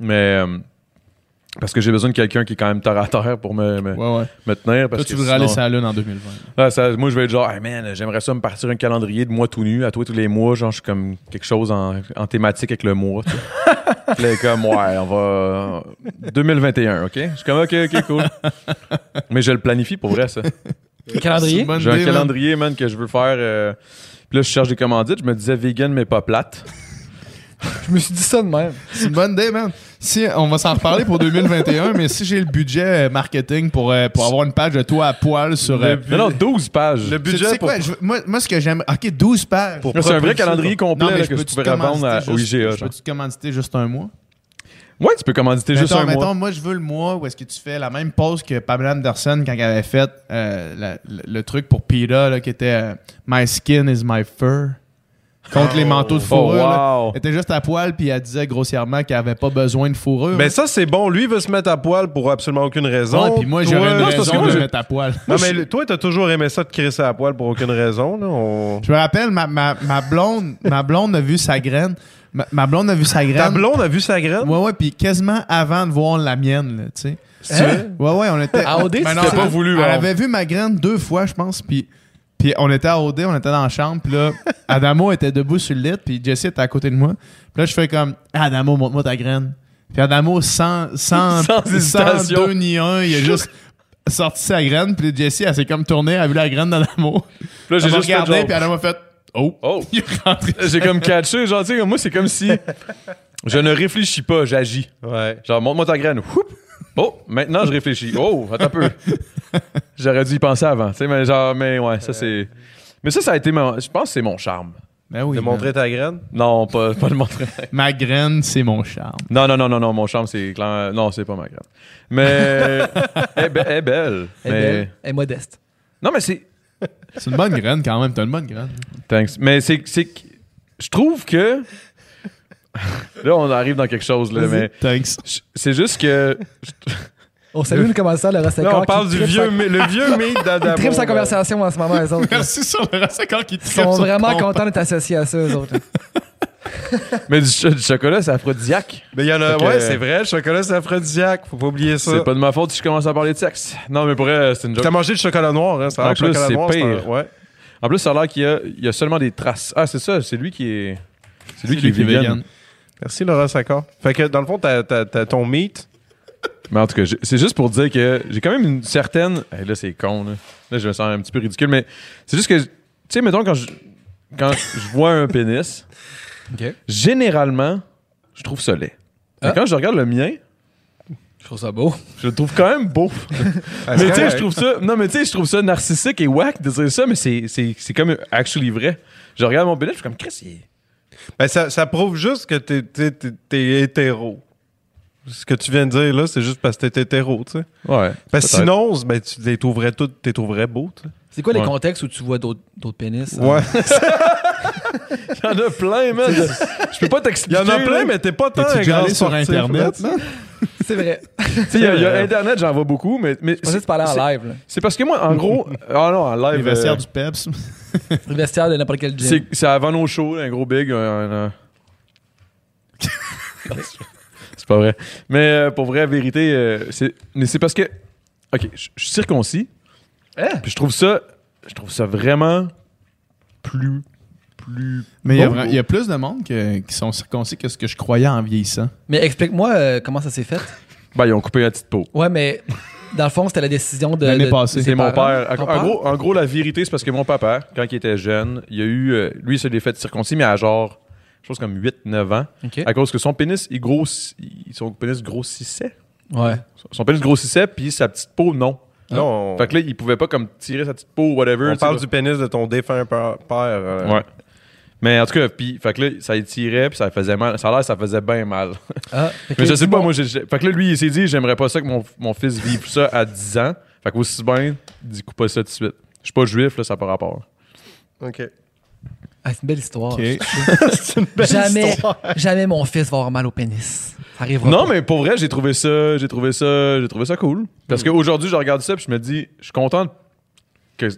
[SPEAKER 4] Mais euh,
[SPEAKER 3] Parce que j'ai besoin de quelqu'un qui est quand même terre à terre pour me, me,
[SPEAKER 15] Ouais, ouais.
[SPEAKER 3] me tenir. Parce
[SPEAKER 15] Toi, tu
[SPEAKER 3] que
[SPEAKER 15] voudrais aller
[SPEAKER 3] sinon-
[SPEAKER 15] sur la Lune en 2020.
[SPEAKER 4] ah,
[SPEAKER 3] Ouais, ça- moi, je vais être genre, hey man, j'aimerais ça me partir un calendrier de mois tout nu, à toi tous les mois. Genre, je suis comme quelque chose en, en thématique avec le mois. tu sais. Puis là, comme, ouais, on va. euh, 2021, OK? Je suis comme, OK, OK, cool. Mais je le planifie pour vrai, ça.
[SPEAKER 16] Calendrier?
[SPEAKER 3] J'ai un calendrier, man, que je veux faire. euh, Puis là, je cherche des commandites. Je me disais vegan, mais pas plate.
[SPEAKER 5] Je me suis dit ça de même.
[SPEAKER 15] C'est une bonne idée, man. Si, on va s'en reparler pour 2021, mais si j'ai le budget euh, marketing pour, euh, pour avoir une page de toi à poil sur. euh,
[SPEAKER 3] Non, non, 12 pages.
[SPEAKER 15] Tu- tu sais quoi, je- moi, moi, ce que j'aime. Ok, 12 pages.
[SPEAKER 3] Pour C'est un vrai calendrier complet, là,
[SPEAKER 15] mais je
[SPEAKER 3] que je
[SPEAKER 15] peux-tu
[SPEAKER 3] pourrais revendre à-
[SPEAKER 15] commanditer
[SPEAKER 3] au
[SPEAKER 15] juste-
[SPEAKER 3] IGA,
[SPEAKER 15] Je
[SPEAKER 3] genre.
[SPEAKER 15] peux-tu commanditer juste un mois?
[SPEAKER 3] Ouais, tu peux commanditer juste
[SPEAKER 15] mettons,
[SPEAKER 3] un
[SPEAKER 15] mettons,
[SPEAKER 3] mois.
[SPEAKER 15] moi, je veux le mois où est-ce que tu fais la même pause que Pamela Anderson quand elle avait fait euh, la- le, le truc pour PETA là, qui était euh, My skin is my fur contre les manteaux de
[SPEAKER 3] Oh,
[SPEAKER 15] fourrure. euh, là.
[SPEAKER 3] wow.
[SPEAKER 15] Elle était juste à poil puis elle disait grossièrement qu'elle avait pas besoin de fourrure.
[SPEAKER 4] Mais Ben, ça, c'est bon. Lui, il veut se mettre à poil pour absolument aucune raison.
[SPEAKER 15] Ouais, puis moi,
[SPEAKER 4] Toi-
[SPEAKER 15] j'aurais une
[SPEAKER 4] Non, c'est parce que
[SPEAKER 15] raison
[SPEAKER 4] moi,
[SPEAKER 15] de
[SPEAKER 4] j'ai-
[SPEAKER 15] le mettre à poil.
[SPEAKER 4] Non, mais le- toi, t'as toujours aimé ça de crisser à poil pour aucune raison. Là. On-
[SPEAKER 15] Je me rappelle, ma, ma, ma blonde ma blonde a vu sa graine. Ma, ma blonde a vu sa graine.
[SPEAKER 4] Ta blonde a vu sa graine?
[SPEAKER 15] Ouais, ouais, puis quasiment avant de voir la mienne, là, tu sais.
[SPEAKER 4] vrai?
[SPEAKER 15] Ouais, ouais, on était.
[SPEAKER 16] À OD,
[SPEAKER 15] Mais
[SPEAKER 16] c'était
[SPEAKER 15] non,
[SPEAKER 16] pas
[SPEAKER 15] elle-
[SPEAKER 16] voulu,
[SPEAKER 15] Elle
[SPEAKER 16] alors.
[SPEAKER 15] avait vu ma graine deux fois, je pense, puis. Puis on était à OD, on était dans la chambre, puis là, Adamo était debout sur le lit, puis Jesse était à côté de moi. Puis là, je fais comme Ah, Adamo, montre-moi ta graine. Puis Adamo, sans, sans,
[SPEAKER 3] Sans hésitation.
[SPEAKER 15] deux ni un, il a juste sorti sa graine, puis Jesse, elle s'est comme tournée, elle a vu la graine d'Adamo.
[SPEAKER 3] Puis là, j'ai
[SPEAKER 15] Elle m'a
[SPEAKER 3] juste fait
[SPEAKER 15] regardé,
[SPEAKER 3] genre-
[SPEAKER 15] puis Adamo a fait Oh!
[SPEAKER 3] Oh!
[SPEAKER 15] Il est rentré.
[SPEAKER 3] J'ai comme catché, genre, tu sais, moi, c'est comme si je ne réfléchis pas, j'agis.
[SPEAKER 4] Ouais.
[SPEAKER 3] Genre, montre-moi ta graine. Whoop! Oh, maintenant, je réfléchis. Oh, attends un peu. J'aurais dû y penser avant, tu sais, mais genre, mais ouais, ça, c'est. Mais ça, ça a été mon. Je pense que c'est mon charme.
[SPEAKER 15] Ben oui.
[SPEAKER 4] De montrer ta graine?
[SPEAKER 3] Non, pas, pas le montrer.
[SPEAKER 15] Ma graine, c'est mon charme.
[SPEAKER 3] Non, non, non, non, non, mon charme, c'est. clair- Non, c'est pas ma graine. Mais. elle est be- elle est belle.
[SPEAKER 16] Elle est
[SPEAKER 3] mais-
[SPEAKER 16] belle, elle est modeste.
[SPEAKER 3] Non, mais c'est.
[SPEAKER 15] C'est une bonne graine quand même, t'as une bonne graine.
[SPEAKER 3] Thanks. Mais c'est. c'est que- Je trouve que. Là, on arrive dans quelque chose, là, mais.
[SPEAKER 15] Thanks.
[SPEAKER 3] je- C'est juste que.
[SPEAKER 16] On salue le commentateur, le Rosacor.
[SPEAKER 4] Là, on
[SPEAKER 16] qui
[SPEAKER 4] parle du
[SPEAKER 16] tripe
[SPEAKER 4] vieux,
[SPEAKER 16] sa-
[SPEAKER 4] mi- le vieux mythe
[SPEAKER 16] Ils
[SPEAKER 4] d'Adamo.
[SPEAKER 16] tripent sa conversation en ce moment, eux autres. là.
[SPEAKER 15] Merci sur le reste quand qui te
[SPEAKER 16] Ils sont vraiment contents d'être associés à ça, eux autres. là.
[SPEAKER 3] Mais du, ch- du chocolat, c'est aphrodisiaque.
[SPEAKER 4] Mais il y en a,
[SPEAKER 3] Fait que- euh,
[SPEAKER 4] ouais, c'est vrai, le chocolat, c'est aphrodisiaque. Faut pas oublier ça.
[SPEAKER 3] C'est pas de ma faute si je commence à parler de sexe. Non, mais pour vrai, c'est une
[SPEAKER 4] T'as
[SPEAKER 3] joke.
[SPEAKER 4] mangé du chocolat noir, hein? Ça a
[SPEAKER 3] En
[SPEAKER 4] l'air que le
[SPEAKER 3] plus,
[SPEAKER 4] chocolat
[SPEAKER 3] c'est
[SPEAKER 4] noir, un-
[SPEAKER 3] pire.
[SPEAKER 4] Ouais.
[SPEAKER 3] En plus, ça a l'air qu'il y a, il y a seulement des traces. Ah, c'est ça, c'est lui qui est. C'est lui qui est vegan.
[SPEAKER 4] Merci, Laura Saccord. Fait que, dans le fond, t'as, t'as- t'as ton meat.
[SPEAKER 3] Mais en tout cas, j'ai- c'est juste pour dire que j'ai quand même une certaine. Eh, là, c'est con, là. Là, je me sens un petit peu ridicule, mais c'est juste que. Tu sais, mettons, quand je, quand je vois un pénis,
[SPEAKER 16] Ok.
[SPEAKER 3] généralement, je trouve ça laid. Mais
[SPEAKER 16] Ah.
[SPEAKER 3] quand je regarde le mien,
[SPEAKER 16] Je trouve ça beau.
[SPEAKER 3] je le trouve quand même beau.
[SPEAKER 4] Ah,
[SPEAKER 3] mais tu sais, je trouve ça. Non, mais tu sais, je trouve ça narcissique et whack de dire ça, mais c'est- c'est c'est comme actually vrai. Je regarde mon pénis, je suis comme Chris, il est-
[SPEAKER 4] Ben, ça, ça prouve juste que t'es, t'es, t'es- t'es hétéro. Ce que tu viens de dire, là, c'est juste parce que t'es hétéro, tu sais.
[SPEAKER 3] Ouais.
[SPEAKER 4] Parce
[SPEAKER 3] peut-être.
[SPEAKER 4] que sinon, ben, tu les trouverais toutes, t'es trouverais beaux, tu sais.
[SPEAKER 16] C'est quoi les
[SPEAKER 3] Ouais.
[SPEAKER 16] contextes où tu vois d'autres d'autres pénis? hein?
[SPEAKER 4] Ouais.
[SPEAKER 3] Il y en a plein, man. Je peux pas
[SPEAKER 4] Il y
[SPEAKER 3] t'expliquer.
[SPEAKER 4] en a plein,
[SPEAKER 3] là.
[SPEAKER 4] mais t'es pas tant
[SPEAKER 15] T'es-tu
[SPEAKER 4] un
[SPEAKER 15] déjà
[SPEAKER 4] grand
[SPEAKER 15] allé sur
[SPEAKER 4] sportif,
[SPEAKER 15] Internet,
[SPEAKER 4] là.
[SPEAKER 16] C'est vrai. Je
[SPEAKER 3] Tu sais, Il y, a- il y a Internet, j'en vois beaucoup, mais. mais
[SPEAKER 16] Euh, pensais que tu parlais en live. là.
[SPEAKER 3] C'est parce que moi, en gros. Ah non, en
[SPEAKER 15] Les
[SPEAKER 3] live.
[SPEAKER 15] vestiaires
[SPEAKER 3] euh,
[SPEAKER 15] du Peps.
[SPEAKER 16] Le vestiaire de n'importe quel gym.
[SPEAKER 3] c'est c'est avant nos shows, un gros big. un- un- un- c'est pas vrai. Mais euh, pour vrai, vérité, euh, c'est. Mais c'est parce que. Ok, je je suis circoncis.
[SPEAKER 16] Hein?
[SPEAKER 3] Puis je trouve ça. Je trouve ça vraiment plus. Plus.
[SPEAKER 15] Mais il y a
[SPEAKER 3] beau.
[SPEAKER 15] vra- il y, a plus de monde que- qui sont circoncis que ce que je croyais en vieillissant.
[SPEAKER 16] Mais explique-moi euh, comment ça s'est fait.
[SPEAKER 3] Ben, ils ont coupé la petite peau.
[SPEAKER 16] Ouais, mais dans le fond, c'était la décision de.
[SPEAKER 15] L'année
[SPEAKER 16] de-
[SPEAKER 15] passée.
[SPEAKER 16] de
[SPEAKER 3] C'est
[SPEAKER 16] ses
[SPEAKER 3] mon
[SPEAKER 16] parents.
[SPEAKER 3] père.
[SPEAKER 16] Ton
[SPEAKER 3] En, en gros, en gros, la vérité, c'est parce que mon papa, quand il était jeune, il a eu. euh, lui, il se l'est fait circoncis, mais à genre, je pense comme 8-9 ans.
[SPEAKER 16] Ok.
[SPEAKER 3] À cause que son pénis, il grossi- il- son pénis grossissait.
[SPEAKER 16] Ouais.
[SPEAKER 3] Son- Son pénis grossissait, puis sa petite peau, non.
[SPEAKER 4] Non, on,
[SPEAKER 3] Fait que là, il pouvait pas comme tirer sa petite peau, whatever.
[SPEAKER 4] on
[SPEAKER 3] tu sais,
[SPEAKER 4] parle
[SPEAKER 3] là.
[SPEAKER 4] du pénis de ton défunt père. père, euh,
[SPEAKER 3] Ouais. Mais en tout cas, puis, fait que là, ça y tirait, puis ça faisait mal. Ça a l'air que ça faisait bien mal.
[SPEAKER 16] Ah, fait
[SPEAKER 3] Mais
[SPEAKER 16] que-
[SPEAKER 3] je sais pas, moi, j'ai. j'ai- Fait que là, lui, il s'est dit, j'aimerais pas ça que mon, mon fils vive ça à 10 ans. Fait qu'aussi bien, dis coupe pas ça tout de suite. Je suis pas juif, là, ça n'a pas rapport.
[SPEAKER 4] OK.
[SPEAKER 16] Ah, c'est une belle histoire.
[SPEAKER 15] Ok.
[SPEAKER 16] jamais, jamais mon fils va avoir mal au pénis. Ça arrivera.
[SPEAKER 3] Non,
[SPEAKER 16] pas.
[SPEAKER 3] mais pour vrai, j'ai trouvé ça, j'ai trouvé ça, j'ai trouvé ça cool. Parce qu'aujourd'hui, je regarde ça puis je me dis, je suis content que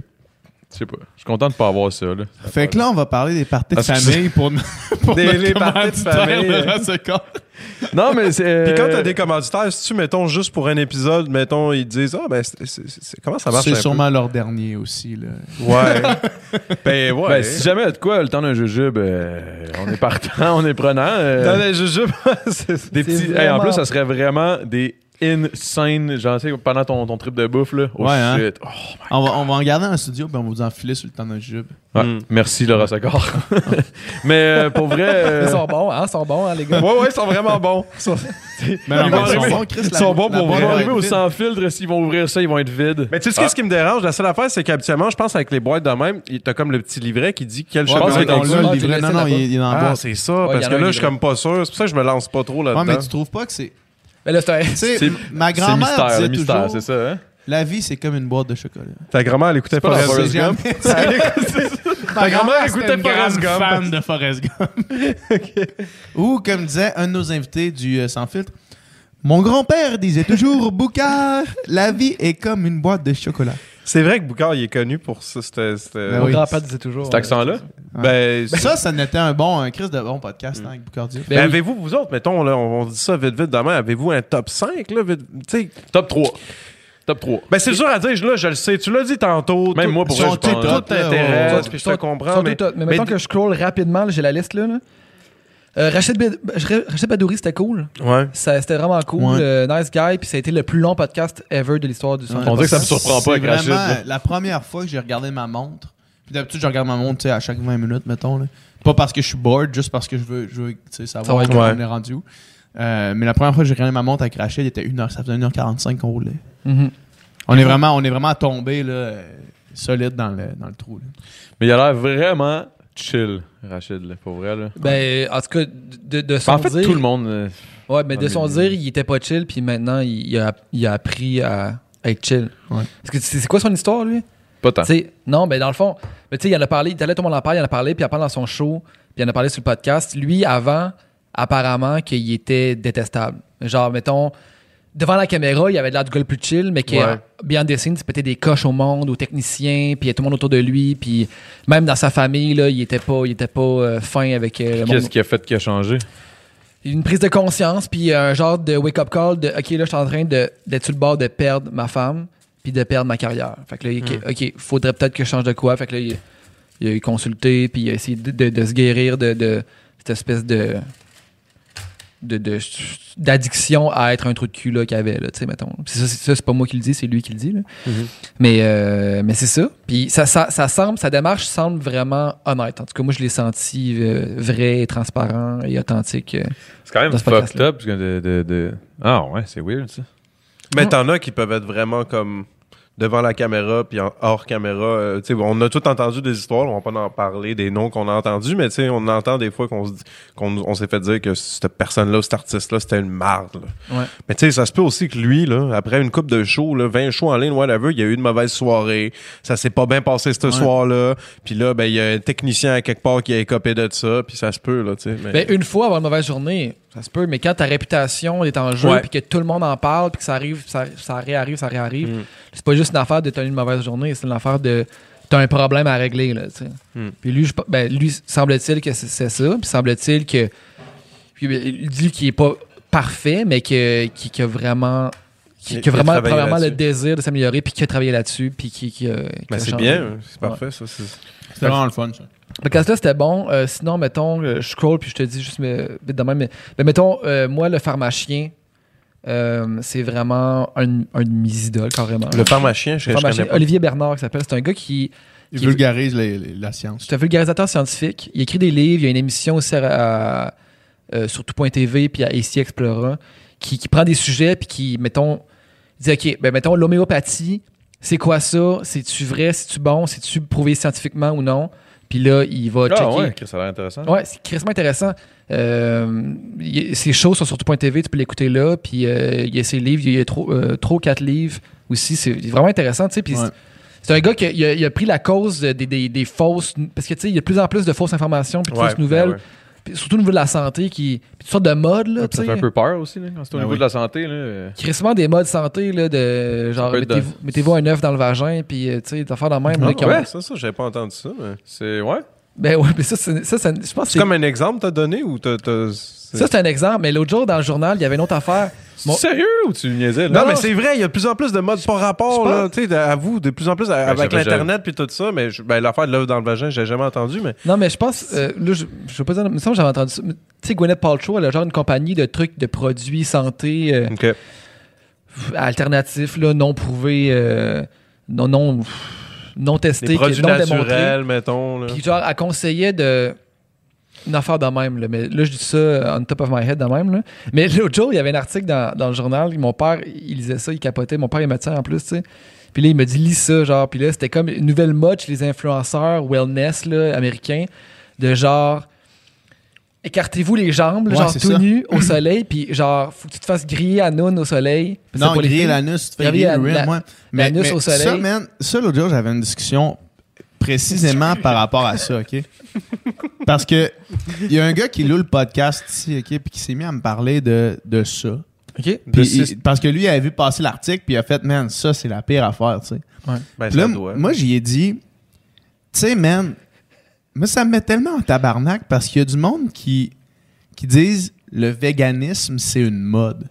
[SPEAKER 3] Je sais pas. Je suis content de pas avoir ça. Là.
[SPEAKER 15] Fait que là, on va parler des parties de
[SPEAKER 3] Parce que
[SPEAKER 15] famille pour, pour
[SPEAKER 3] Des-
[SPEAKER 15] notre
[SPEAKER 3] les parties de
[SPEAKER 15] commanditaire
[SPEAKER 3] famille,
[SPEAKER 15] de
[SPEAKER 3] euh.
[SPEAKER 15] Rassecor.
[SPEAKER 3] Non, mais c'est. euh,
[SPEAKER 4] Puis quand
[SPEAKER 5] Euh,
[SPEAKER 4] t'as des commanditaires, si tu, mettons, juste pour un épisode, mettons, ils te disent, ah, ben, c'est- c'est- c'est- comment ça marche? un
[SPEAKER 15] C'est
[SPEAKER 4] peu?
[SPEAKER 15] sûrement leur dernier aussi. Là.
[SPEAKER 4] Ouais. ben, ouais.
[SPEAKER 3] Ben, si jamais il y a de quoi, le temps d'un jujube, euh, on est partant, on est prenant. euh,
[SPEAKER 4] Dans les jujubes, c'est-
[SPEAKER 3] des petits.
[SPEAKER 17] c'est
[SPEAKER 3] Hey, en
[SPEAKER 17] vraiment-
[SPEAKER 3] plus, ça serait vraiment des insane, genre, tu sais, pendant ton, ton trip de bouffe, là. Oh
[SPEAKER 15] Ouais, hein.
[SPEAKER 3] shit. Oh,
[SPEAKER 15] On, va, on va en garder un studio puis on va vous enfiler sur le temps d'un jube.
[SPEAKER 3] ouais.
[SPEAKER 4] Mm.
[SPEAKER 3] Merci, Laura Saccard. mais euh, pour vrai. euh,
[SPEAKER 5] Ils sont bons, hein? Ils sont bons, hein, les gars.
[SPEAKER 4] Ouais, ouais, ils sont vraiment bons. Ils sont-
[SPEAKER 15] Mais non,
[SPEAKER 3] Ils vont
[SPEAKER 15] mais ils sont
[SPEAKER 3] arriver-
[SPEAKER 15] bons, Chris,
[SPEAKER 4] ils
[SPEAKER 15] la-
[SPEAKER 4] sont bons
[SPEAKER 15] la
[SPEAKER 4] pour
[SPEAKER 15] boîte
[SPEAKER 3] On va
[SPEAKER 15] va
[SPEAKER 3] arriver
[SPEAKER 15] être
[SPEAKER 3] au
[SPEAKER 15] vide.
[SPEAKER 3] sans-filtre, s'ils vont ouvrir ça, ils vont être vides.
[SPEAKER 4] Mais tu sais,
[SPEAKER 15] Ah.
[SPEAKER 4] ce, qu'est-ce qui me dérange, la seule affaire, c'est qu'habituellement, je pense, avec les boîtes de même, il- t'as comme le petit livret qui dit quel
[SPEAKER 15] Ouais,
[SPEAKER 3] pense
[SPEAKER 4] championnat
[SPEAKER 15] mais
[SPEAKER 3] que
[SPEAKER 15] on
[SPEAKER 4] t'as
[SPEAKER 15] l'a,
[SPEAKER 4] eu.
[SPEAKER 15] le
[SPEAKER 5] tu
[SPEAKER 15] livret.
[SPEAKER 5] laisses
[SPEAKER 15] Non,
[SPEAKER 5] la
[SPEAKER 15] non, il
[SPEAKER 5] boîte.
[SPEAKER 15] il est dans la
[SPEAKER 4] Ah,
[SPEAKER 15] boîte.
[SPEAKER 4] c'est ça, parce
[SPEAKER 5] y en
[SPEAKER 4] que
[SPEAKER 5] a un
[SPEAKER 4] là, je suis
[SPEAKER 5] livret.
[SPEAKER 4] comme pas sûr. C'est pour ça que je me lance pas trop
[SPEAKER 15] Ouais,
[SPEAKER 4] là-dedans.
[SPEAKER 15] mais tu trouves pas que c'est.
[SPEAKER 5] Mais là, c'est un-
[SPEAKER 15] Tu sais,
[SPEAKER 3] Ah, C'est-
[SPEAKER 15] ma
[SPEAKER 3] C'est
[SPEAKER 15] grand-mère
[SPEAKER 3] mystère, le
[SPEAKER 15] disait
[SPEAKER 3] mystère,
[SPEAKER 15] toujours
[SPEAKER 3] c'est ça, hein?
[SPEAKER 15] La vie, c'est comme une boîte de chocolat.
[SPEAKER 4] Ta grand-mère, elle écoutait
[SPEAKER 3] pas
[SPEAKER 4] pas
[SPEAKER 3] la
[SPEAKER 4] Forrest
[SPEAKER 15] C'est
[SPEAKER 4] Gump.
[SPEAKER 15] jamais-
[SPEAKER 4] Ta grand-mère écoutait Forrest Gump.
[SPEAKER 15] fan de Forrest Gump. Ou, comme disait un de nos invités du euh, Sans Filtre, mon grand-père disait toujours, Boucard, la vie est comme une boîte de chocolat.
[SPEAKER 4] C'est vrai que Boucard, il est connu pour ça. C'était. c'était-
[SPEAKER 15] Ben
[SPEAKER 5] Mon
[SPEAKER 15] oui.
[SPEAKER 5] grand-père disait toujours. euh,
[SPEAKER 3] Cet accent-là?
[SPEAKER 4] Ben, c'est-
[SPEAKER 15] Ça, ça n'était un bon, un Chris de bon podcast hein, avec Boucardier.
[SPEAKER 4] Ben, avez-vous, vous autres, mettons, là, on, on dit ça vite, vite demain, avez-vous un top 5, là, vite, tu sais?
[SPEAKER 3] Top 3. Top 3.
[SPEAKER 4] Ben, c'est dur à dire, je- là, je le sais, tu l'as dit tantôt.
[SPEAKER 3] Même
[SPEAKER 4] tout-
[SPEAKER 3] moi, pour
[SPEAKER 4] tout-
[SPEAKER 3] vrai, je
[SPEAKER 4] tout-
[SPEAKER 3] pense.
[SPEAKER 4] Tout t'intéresse,
[SPEAKER 5] Ouais, ouais.
[SPEAKER 4] puis je
[SPEAKER 5] Ils
[SPEAKER 4] te
[SPEAKER 5] sont-
[SPEAKER 4] comprends, mais...
[SPEAKER 5] mais mettons que je scroll rapidement, là, j'ai la liste là. là. Euh, Rachid, Bed- Rachid- Rachid Badouri, c'était cool.
[SPEAKER 4] Ouais.
[SPEAKER 5] Ça- C'était vraiment cool.
[SPEAKER 15] Ouais.
[SPEAKER 5] euh, nice guy. Puis ça a été le plus long podcast ever de l'histoire du centre.
[SPEAKER 3] On dirait que ça me
[SPEAKER 15] C'est
[SPEAKER 3] surprend pas avec Rachid,
[SPEAKER 15] vraiment
[SPEAKER 3] là.
[SPEAKER 15] la première fois que j'ai regardé ma montre. Puis d'habitude, je regarde ma montre tu sais, à chaque 20 minutes, mettons. là. Pas parce que je suis bored, juste parce que je veux, je veux tu sais,
[SPEAKER 5] Ça
[SPEAKER 15] savoir
[SPEAKER 5] va
[SPEAKER 15] où
[SPEAKER 5] être
[SPEAKER 4] ouais.
[SPEAKER 15] on est rendu. où. Euh, mais la première fois que j'ai regardé ma montre avec Rachid, il était une heure, ça faisait 1h45 qu'on roulait.
[SPEAKER 5] Mhm.
[SPEAKER 15] On est vraiment, on est vraiment tombé là, euh, solide dans le, dans le trou. là.
[SPEAKER 3] Mais il a l'air vraiment chill, Rachid, là, pour vrai. Là.
[SPEAKER 5] Ben, en tout cas, de, de son
[SPEAKER 3] en fait,
[SPEAKER 5] dire.
[SPEAKER 3] tout le monde. euh,
[SPEAKER 5] Ouais, mais de
[SPEAKER 3] Ah,
[SPEAKER 5] son
[SPEAKER 3] mais-
[SPEAKER 5] dire, il était pas chill. Puis maintenant, il a, il a appris à, à être chill.
[SPEAKER 15] Ouais.
[SPEAKER 5] Parce que tu sais, c'est quoi son histoire, lui?
[SPEAKER 3] pas tant.
[SPEAKER 5] Tu sais, non, mais dans le fond, mais tu sais, il en a parlé, il est allé à tout le monde en parle, il en a parlé, puis il en parle dans son show, puis il en a parlé sur le podcast. Lui, avant, apparemment, qu'il était détestable. Genre, mettons, devant la caméra, il avait l'air du gars le plus chill, mais qui,
[SPEAKER 4] Ouais.
[SPEAKER 5] bien des il se pétait des coches au monde, aux techniciens, puis tout le monde autour de lui, puis même dans sa famille, là, il était pas, il était pas euh, fin avec euh, le monde.
[SPEAKER 3] Qu'est-ce qui a fait qu'il a changé?
[SPEAKER 5] Une prise de conscience, puis euh, un genre de wake-up call de OK, là, je suis en train de- d'être sur le bord de perdre ma femme, puis de perdre ma carrière. Fait que là, il- OK, faudrait peut-être que je change de quoi. Fait que là, il, il a consulté, puis il a essayé de, de- de se guérir de, de cette espèce de de- de- d'addiction à être un trou de cul là, qu'il avait, là, tu sais, mettons. Puis ça, c'est- ça, c'est pas moi qui le dis, c'est lui qui le dit. là. Mais, euh, mais c'est ça. Puis ça, ça, ça semble, sa démarche semble vraiment honnête. En tout cas, moi, je l'ai senti euh, vrai et transparent et authentique. euh.
[SPEAKER 3] C'est quand même
[SPEAKER 5] Dans ce
[SPEAKER 3] fucked
[SPEAKER 5] podcast-là.
[SPEAKER 3] up. parce que de- de- de- Ah ouais, c'est weird ça.
[SPEAKER 4] Mais t'en as qui peuvent être vraiment comme devant la caméra puis en- hors caméra. euh, tu sais, on a tout entendu des histoires, on va pas en parler des noms qu'on a entendus, mais tu sais, on entend des fois qu'on se dit- qu'on nous- on s'est fait dire que cette personne-là, cet artiste-là, c'était une marde. là.
[SPEAKER 5] Ouais.
[SPEAKER 4] Mais tu sais, ça se peut aussi que lui, là, après une coupe de shows, là, 20 shows en ligne, whatever, il y a eu une mauvaise soirée, ça s'est pas bien passé ce soir-là, puis là, ben il y a un technicien à quelque part qui a écopé de ça, puis ça se peut là, tu sais. mais-
[SPEAKER 5] Ben, une fois avoir une mauvaise journée, ça se peut, mais quand ta réputation est en jeu,
[SPEAKER 4] Ouais.
[SPEAKER 5] puis que tout le monde en parle, puis que ça arrive, ça, ça réarrive, ça réarrive,
[SPEAKER 4] Mm.
[SPEAKER 5] c'est pas juste une affaire de t'as eu une mauvaise journée, c'est une affaire de t'as un problème à régler. Là, tu sais.
[SPEAKER 4] Mm.
[SPEAKER 5] Puis lui, je pe- ben, lui semble-t-il que c'est c'est ça, puis semble-t-il que. puis, ben, il dit qu'il est pas parfait, mais que- qu'il qu'il a vraiment. qu'il-
[SPEAKER 4] Il-
[SPEAKER 5] qu'il a
[SPEAKER 4] il a
[SPEAKER 5] vraiment,
[SPEAKER 4] travaillé
[SPEAKER 5] premièrement, le
[SPEAKER 4] là-dessus.
[SPEAKER 5] désir de s'améliorer, puis qu'il a travaillé là-dessus, puis qu'il qu'il a- qu'il
[SPEAKER 4] Ben,
[SPEAKER 5] a
[SPEAKER 4] c'est
[SPEAKER 5] changé.
[SPEAKER 4] bien, c'est parfait ça. c'est-
[SPEAKER 15] C'était vraiment le fun, ça.
[SPEAKER 5] Le podcast là, c'était bon. Euh, sinon, mettons, euh, je scroll puis je te dis juste mais, vite de même. Mais, mais mettons, euh, moi, le pharmacien, euh, c'est vraiment un, un de mes idoles, carrément.
[SPEAKER 4] Le pharmacien, je, je
[SPEAKER 5] pharmacien,
[SPEAKER 4] connais pas.
[SPEAKER 5] Olivier Bernard, qui s'appelle. C'est un gars qui.
[SPEAKER 15] Il
[SPEAKER 5] Qui-
[SPEAKER 15] vulgarise les- les- la science.
[SPEAKER 5] C'est un vulgarisateur scientifique. Il écrit des livres. Il y a une émission aussi à, à- euh, sur tout.tv puis à AC Explora qui, qui prend des sujets puis qui, mettons, dit OK, ben mettons, l'homéopathie, c'est quoi ça C'est-tu vrai C'est-tu bon C'est-tu prouvé scientifiquement ou non Puis là, il va
[SPEAKER 3] Ah
[SPEAKER 5] checker.
[SPEAKER 3] ouais, Chris, ça a l'air intéressant.
[SPEAKER 5] Ouais, c'est crissement intéressant. Euh, il- ses shows sont sur tout.tv, tu peux l'écouter là. Puis euh, il y a ses livres, il y a trop, euh, trop quatre livres aussi. C'est vraiment intéressant, tu sais. Puis
[SPEAKER 15] Ouais.
[SPEAKER 5] c'est- c'est un gars qui a, il a- il a pris la cause des, des- des fausses. Parce que, tu sais, il y a de plus en plus de fausses informations puis de
[SPEAKER 4] Ouais,
[SPEAKER 5] fausses nouvelles.
[SPEAKER 4] ben ouais.
[SPEAKER 5] Puis surtout au niveau de la santé, qui. Puis toutes sortes de modes, là, tu
[SPEAKER 3] Ça
[SPEAKER 5] sais.
[SPEAKER 3] fait un peu peur aussi, là, quand c'est au niveau de la santé. Là. euh,
[SPEAKER 5] Crissement des modes santé, là, de genre,
[SPEAKER 3] peut être
[SPEAKER 5] mettez-vous mettez-vous un œuf dans le vagin, puis, euh, tu sais, des affaires de même, là, qui ont-
[SPEAKER 4] Ah, ouais, ça, ça, j'avais pas entendu ça. mais-
[SPEAKER 3] C'est. Ouais.
[SPEAKER 5] Ben ouais, mais ça, c'est- ça, ça- je pense que
[SPEAKER 4] C'est comme un exemple t'as donné ou t'as. t'as- c'est-
[SPEAKER 5] Ça, c'est un exemple, mais l'autre jour, dans le journal, il y avait une autre affaire.
[SPEAKER 3] C'est sérieux là, ou tu niaisais
[SPEAKER 4] non,
[SPEAKER 3] là?
[SPEAKER 4] mais c'est vrai, il y a de plus en plus de modes par rapport,
[SPEAKER 5] je
[SPEAKER 4] là, tu sais, de- à vous, de plus en plus à- avec
[SPEAKER 3] j'avais-
[SPEAKER 4] l'Internet puis tout ça, mais je- ben, l'affaire de l'œuf dans le vagin, j'ai jamais entendu, mais
[SPEAKER 5] Non, mais je pense, euh, là, je, je veux pas dire, il me semble que j'avais entendu ça. mais Tu sais, Gwyneth Paltrow, elle a genre une compagnie de trucs, de produits santé euh,
[SPEAKER 4] OK.
[SPEAKER 5] pff, alternatifs, là, non prouvés, euh, non, non, pff, non testés,
[SPEAKER 4] des
[SPEAKER 5] qui-
[SPEAKER 4] produits
[SPEAKER 5] non démontrés.
[SPEAKER 4] naturels, mettons. Là.
[SPEAKER 5] Puis genre, elle conseillait de. Une affaire de même, là. mais là, je dis ça on top of my head de même. Là. Mais l'autre jour, il y avait un article dans, dans le journal. Mon père, il lisait ça, il capotait. Mon père est médecin en plus, tu sais. Puis là, il me dit, lis ça, genre. Puis là, c'était comme une nouvelle mode chez les influenceurs wellness là, américains de genre. Écartez-vous les jambes,
[SPEAKER 15] Ouais,
[SPEAKER 5] genre
[SPEAKER 15] c'est
[SPEAKER 5] tout
[SPEAKER 15] ça.
[SPEAKER 5] nu au soleil, puis genre, faut que tu te fasses griller à noun au soleil. Puis c'est
[SPEAKER 15] Non,
[SPEAKER 5] pour les
[SPEAKER 15] griller
[SPEAKER 5] filles.
[SPEAKER 15] l'anus, tu te fais
[SPEAKER 5] Griller la-
[SPEAKER 15] griller le
[SPEAKER 5] la-
[SPEAKER 15] rib, ouais.
[SPEAKER 5] l'anus au soleil.
[SPEAKER 15] Ça, man, ça, l'autre jour, j'avais une discussion précisément par rapport à ça, OK? Parce que il y a un gars qui loue le podcast ici, OK, puis qui s'est mis à me parler de, de ça.
[SPEAKER 5] OK?
[SPEAKER 15] Puis
[SPEAKER 4] De
[SPEAKER 15] il-
[SPEAKER 4] six-
[SPEAKER 15] parce que lui, il avait vu passer l'article, puis il a fait, man, ça, c'est la pire affaire, tu sais.
[SPEAKER 4] Ben,
[SPEAKER 15] Puis là,
[SPEAKER 4] ça
[SPEAKER 15] m-
[SPEAKER 4] doit.
[SPEAKER 15] moi, j'y ai dit, tu sais, man, moi, ça me met tellement en tabarnak parce qu'il y a du monde qui, qui disent le véganisme, c'est une mode.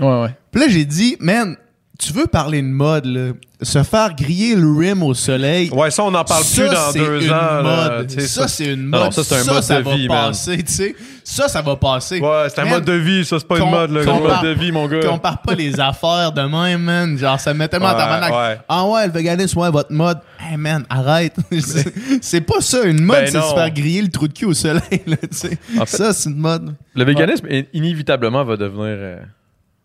[SPEAKER 5] Ouais, ouais.
[SPEAKER 15] Puis là, j'ai dit, man, tu veux parler de mode, là? Se faire griller le rim au soleil.
[SPEAKER 4] Ouais, ça, on n'en parle
[SPEAKER 15] ça,
[SPEAKER 4] plus dans
[SPEAKER 15] c'est
[SPEAKER 4] deux
[SPEAKER 15] une
[SPEAKER 4] ans. là,
[SPEAKER 15] mode.
[SPEAKER 4] tu sais,
[SPEAKER 15] ça, c'est une
[SPEAKER 3] Non,
[SPEAKER 15] mode.
[SPEAKER 3] ça, c'est un
[SPEAKER 15] ça,
[SPEAKER 3] mode
[SPEAKER 15] ça
[SPEAKER 3] de
[SPEAKER 15] va
[SPEAKER 3] vie, man.
[SPEAKER 15] passer, tu sais. Ça, ça va passer.
[SPEAKER 4] Ouais, c'est un
[SPEAKER 15] Man,
[SPEAKER 4] mode de vie, ça, c'est pas une
[SPEAKER 15] qu'on-
[SPEAKER 4] mode, là. C'est
[SPEAKER 15] qu'on
[SPEAKER 4] un mode
[SPEAKER 3] Ah.
[SPEAKER 15] parle-
[SPEAKER 4] de vie, mon gars.
[SPEAKER 15] Compare pas les affaires de même, man. Genre, ça me met tellement en
[SPEAKER 4] Ouais,
[SPEAKER 15] tabarnak.
[SPEAKER 4] ouais.
[SPEAKER 15] Ah ouais, le véganisme, ouais, votre mode. Hey, man, arrête. c'est pas ça, une mode,
[SPEAKER 3] Ben
[SPEAKER 15] c'est de se
[SPEAKER 3] non.
[SPEAKER 15] faire griller le trou de cul au soleil, là, tu sais.
[SPEAKER 3] En fait-
[SPEAKER 15] Ça, c'est une mode.
[SPEAKER 3] Le véganisme, in- inévitablement, va devenir. euh,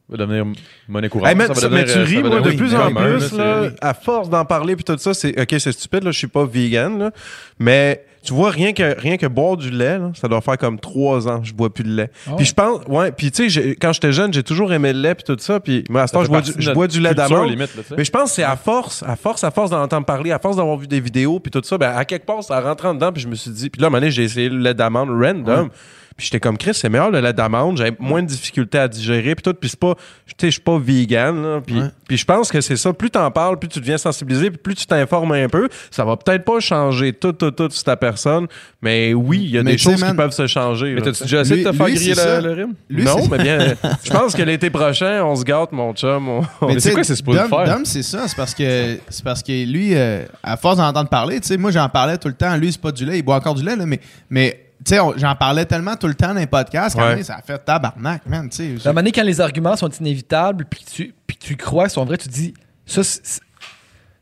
[SPEAKER 3] va devenir monnaie courante.
[SPEAKER 4] Hey, mais,
[SPEAKER 3] ça va
[SPEAKER 4] tu- mais
[SPEAKER 3] devenir,
[SPEAKER 4] tu
[SPEAKER 3] euh, ça
[SPEAKER 4] ris,
[SPEAKER 3] va
[SPEAKER 4] moi, de
[SPEAKER 3] devenir
[SPEAKER 4] plus en
[SPEAKER 3] commun, là,
[SPEAKER 4] plus,
[SPEAKER 3] c'est-
[SPEAKER 4] là, à force d'en parler, puis tout ça, c'est OK, c'est stupide, là, je suis pas vegan, là, mais tu vois, rien que, rien que boire du lait, là, ça doit faire comme trois ans, je bois plus de lait. Puis je pense, ouais, puis tu sais, j'ai- quand j'étais jeune, j'ai toujours aimé le lait, puis tout ça, puis moi, à ce
[SPEAKER 3] Ça
[SPEAKER 4] temps,
[SPEAKER 3] fait
[SPEAKER 4] je bois du,
[SPEAKER 3] partie de
[SPEAKER 4] je
[SPEAKER 3] notre
[SPEAKER 4] bois du lait
[SPEAKER 3] culture,
[SPEAKER 4] d'amande.
[SPEAKER 3] limite, là, tu sais.
[SPEAKER 4] Mais je pense que c'est à force, à force, à force d'en entendre parler, à force d'avoir vu des vidéos, puis tout ça, ben, à quelque part, ça rentre en dedans, puis je me suis dit, puis là, à un moment donné, j'ai essayé le lait d'amande random, puis j'étais comme, Chris, c'est meilleur le lait d'amande, j'avais moins de difficultés à digérer, puis tout, puis c'est pas, tu sais, je suis pas vegan, là, puis puis je pense que c'est ça, plus t'en parles, plus tu deviens sensibilisé, puis plus tu t'informes un peu, ça va peut-être pas changer tout, tout, tout sur ta personne, mais oui, il y a
[SPEAKER 15] Mais
[SPEAKER 4] des
[SPEAKER 15] tu sais,
[SPEAKER 4] choses qui
[SPEAKER 15] man-
[SPEAKER 4] peuvent se changer.
[SPEAKER 3] Mais
[SPEAKER 4] là.
[SPEAKER 3] t'as-tu déjà essayé de te
[SPEAKER 15] Lui-
[SPEAKER 3] faire
[SPEAKER 15] lui,
[SPEAKER 3] griller
[SPEAKER 15] c'est ça.
[SPEAKER 3] le, le rime?
[SPEAKER 15] Lui,
[SPEAKER 4] non,
[SPEAKER 15] c'est-
[SPEAKER 4] mais bien, je pense que l'été prochain, on se gâte, mon chum. on-
[SPEAKER 15] Mais
[SPEAKER 3] Mais
[SPEAKER 15] tu
[SPEAKER 3] c'est
[SPEAKER 15] sais,
[SPEAKER 3] quoi, c'est supposé
[SPEAKER 15] Dom-
[SPEAKER 3] faire?
[SPEAKER 15] Dom, c'est ça. C'est parce que c'est parce que lui, euh, à force d'en entendre parler, tu sais, moi j'en parlais tout le temps. Lui, c'est pas du lait, il boit encore du lait, là, mais mais tu sais, on- j'en parlais tellement tout le temps dans les podcasts. qu'à un
[SPEAKER 4] Ouais.
[SPEAKER 15] moment donné, ça a fait tabarnak, man. Tu sais,
[SPEAKER 5] À un moment donné, quand les arguments sont inévitables, puis tu, puis tu crois qu'ils sont vrais, tu dis ça, c'est-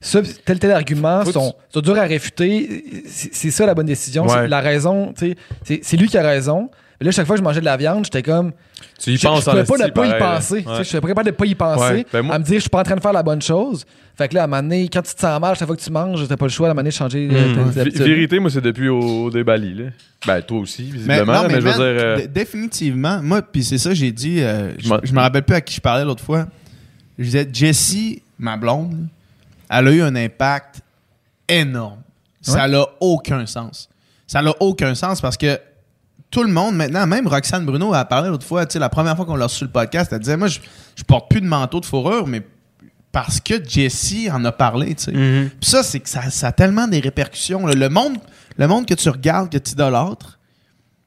[SPEAKER 5] ça, tel tel argument
[SPEAKER 3] Faut que
[SPEAKER 5] sont, sont durs à réfuter. C'est c'est ça la bonne décision.
[SPEAKER 4] Ouais.
[SPEAKER 5] C'est La raison, tu sais, c'est c'est lui qui a raison. Mais là, chaque fois que je mangeais de la viande, j'étais comme.
[SPEAKER 3] Tu y
[SPEAKER 5] Je,
[SPEAKER 3] penses
[SPEAKER 5] je pouvais
[SPEAKER 3] en
[SPEAKER 5] pas ne
[SPEAKER 3] esti,
[SPEAKER 5] pas y
[SPEAKER 3] pareil, là.
[SPEAKER 5] penser. tu sais,
[SPEAKER 3] Ouais.
[SPEAKER 5] Je suis capable de pas y penser.
[SPEAKER 3] Ouais, ben moi-
[SPEAKER 5] À me dire, je suis pas en train de faire la bonne chose. Fait que là, à un moment donné, quand tu te sens mal, chaque fois que tu manges, t'as pas le choix, à un moment donné, de changer euh, tes
[SPEAKER 3] Hmm. Vi-
[SPEAKER 5] habitudes.
[SPEAKER 3] Vérité, moi, c'est depuis au, au débali. Là. Ben, toi aussi,
[SPEAKER 15] Mais,
[SPEAKER 3] visiblement.
[SPEAKER 15] non,
[SPEAKER 3] là,
[SPEAKER 15] mais,
[SPEAKER 3] mais, je veux
[SPEAKER 15] man,
[SPEAKER 3] dire. euh,
[SPEAKER 15] d- définitivement, moi, puis c'est ça, j'ai dit, euh, je
[SPEAKER 3] Moi-
[SPEAKER 15] je me rappelle plus à qui je parlais l'autre fois. Je disais, Jessie, ma blonde, elle a eu un impact énorme. Ça n'a aucun sens. Ça n'a aucun sens parce que tout le monde maintenant, même Roxane Bruno a parlé l'autre fois, tu sais, la première fois qu'on l'a reçu sur le podcast, elle disait, moi, je, je porte plus de manteau de fourrure, mais parce que Jessie en a parlé, tu sais. Puis ça, c'est que ça, ça a tellement des répercussions. là. Le monde, le monde que tu regardes, que tu idolâtres,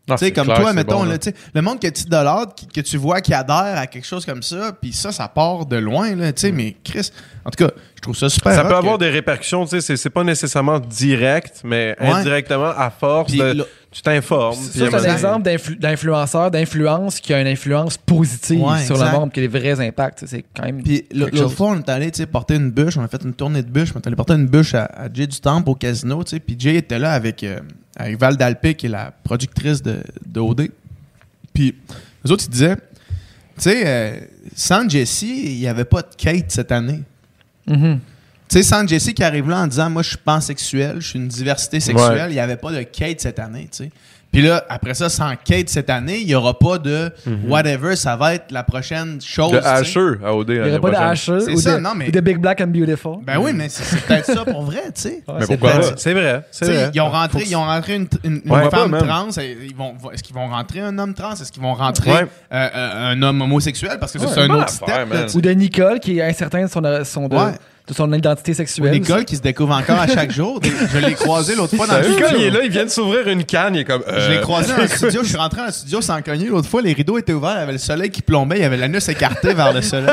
[SPEAKER 3] ah,
[SPEAKER 15] tu sais,
[SPEAKER 3] c'est
[SPEAKER 15] comme
[SPEAKER 3] clair,
[SPEAKER 15] toi,
[SPEAKER 3] c'est bon,
[SPEAKER 15] mettons, là, tu sais, le monde que tu dollars, que, que tu vois qui adhère à quelque chose comme ça, puis ça, ça part de loin, là, tu sais, mais Chris, en tout cas, je trouve ça super.
[SPEAKER 4] Ça
[SPEAKER 15] hot
[SPEAKER 4] peut
[SPEAKER 15] que-
[SPEAKER 4] avoir des répercussions, tu sais, c'est- c'est pas nécessairement direct, mais
[SPEAKER 15] Ouais.
[SPEAKER 4] indirectement, à force,
[SPEAKER 15] Puis
[SPEAKER 4] de-
[SPEAKER 15] là-
[SPEAKER 4] tu t'informes. puis
[SPEAKER 5] Ça,
[SPEAKER 4] à un moment
[SPEAKER 5] c'est un
[SPEAKER 4] donné-
[SPEAKER 5] exemple d'influ- d'influenceur, d'influence qui a une influence positive
[SPEAKER 15] Ouais,
[SPEAKER 5] sur
[SPEAKER 15] exact.
[SPEAKER 5] le monde, qui a des vrais impacts. tu sais, C'est quand même.
[SPEAKER 15] Puis l-
[SPEAKER 5] quelque
[SPEAKER 15] l'autre
[SPEAKER 5] chose.
[SPEAKER 15] fois, on est allé tu sais, porter une bûche, on a fait une tournée de bûche, on est allé porter une bûche à, à Jay du Temple au casino, tu sais, puis Jay était là avec, euh, avec Val Dalpé, qui est la productrice de, de OD. Puis les autres, ils disaient, tu sais, euh, sans Jessie, il n'y avait pas de Kate cette année.
[SPEAKER 5] Mhm.
[SPEAKER 15] Tu sais, sans Jesse qui arrive là en disant Moi, je suis pansexuel, je suis une diversité sexuelle, il n'y avait pas de Kate cette année, tu sais. Puis là, après ça, sans Kate cette année, il n'y aura pas de whatever, ça va être la prochaine chose.
[SPEAKER 3] De
[SPEAKER 15] tu sais.
[SPEAKER 3] Asher à OD.
[SPEAKER 5] Il n'y
[SPEAKER 3] l'année
[SPEAKER 5] aurait pas de
[SPEAKER 3] prochaine.
[SPEAKER 5] Asher
[SPEAKER 15] C'est
[SPEAKER 5] ou,
[SPEAKER 15] ça,
[SPEAKER 5] de,
[SPEAKER 15] non, mais-
[SPEAKER 5] ou de Big Black and Beautiful.
[SPEAKER 15] Ben oui, mais c'est c'est peut-être ça pour vrai, tu sais.
[SPEAKER 3] Mais
[SPEAKER 15] C'est
[SPEAKER 3] pourquoi
[SPEAKER 15] peut-être-
[SPEAKER 3] pas?
[SPEAKER 4] C'est vrai,
[SPEAKER 15] Tu
[SPEAKER 4] c'est
[SPEAKER 15] sais,
[SPEAKER 4] vrai.
[SPEAKER 15] Ils ont rentré, ils ont rentré une, une- une
[SPEAKER 3] Ouais,
[SPEAKER 15] femme
[SPEAKER 3] pas même.
[SPEAKER 15] trans. et ils vont- Est-ce qu'ils vont rentrer un homme trans? Est-ce qu'ils vont rentrer
[SPEAKER 4] Ouais.
[SPEAKER 15] euh, euh, un homme homosexuel? Parce que ça, c'est un
[SPEAKER 3] bonne
[SPEAKER 15] autre
[SPEAKER 3] affaire,
[SPEAKER 15] step.
[SPEAKER 3] man.
[SPEAKER 15] là, tu sais.
[SPEAKER 5] Ou de Nicole qui est incertaine de son, de son- de-
[SPEAKER 15] Ouais.
[SPEAKER 5] de son identité sexuelle.
[SPEAKER 15] Nicole qui se découvre encore à chaque jour. Je l'ai croisé l'autre fois dans le
[SPEAKER 4] Nicole,
[SPEAKER 15] studio.
[SPEAKER 4] il est là, il vient de s'ouvrir une canne, il est comme.
[SPEAKER 15] Je l'ai
[SPEAKER 4] euh,
[SPEAKER 15] croisé dans le studio, je suis rentré dans le studio sans cogner. L'autre fois, les rideaux étaient ouverts, il y avait le soleil qui plombait, il y avait la nuce écartée vers le soleil.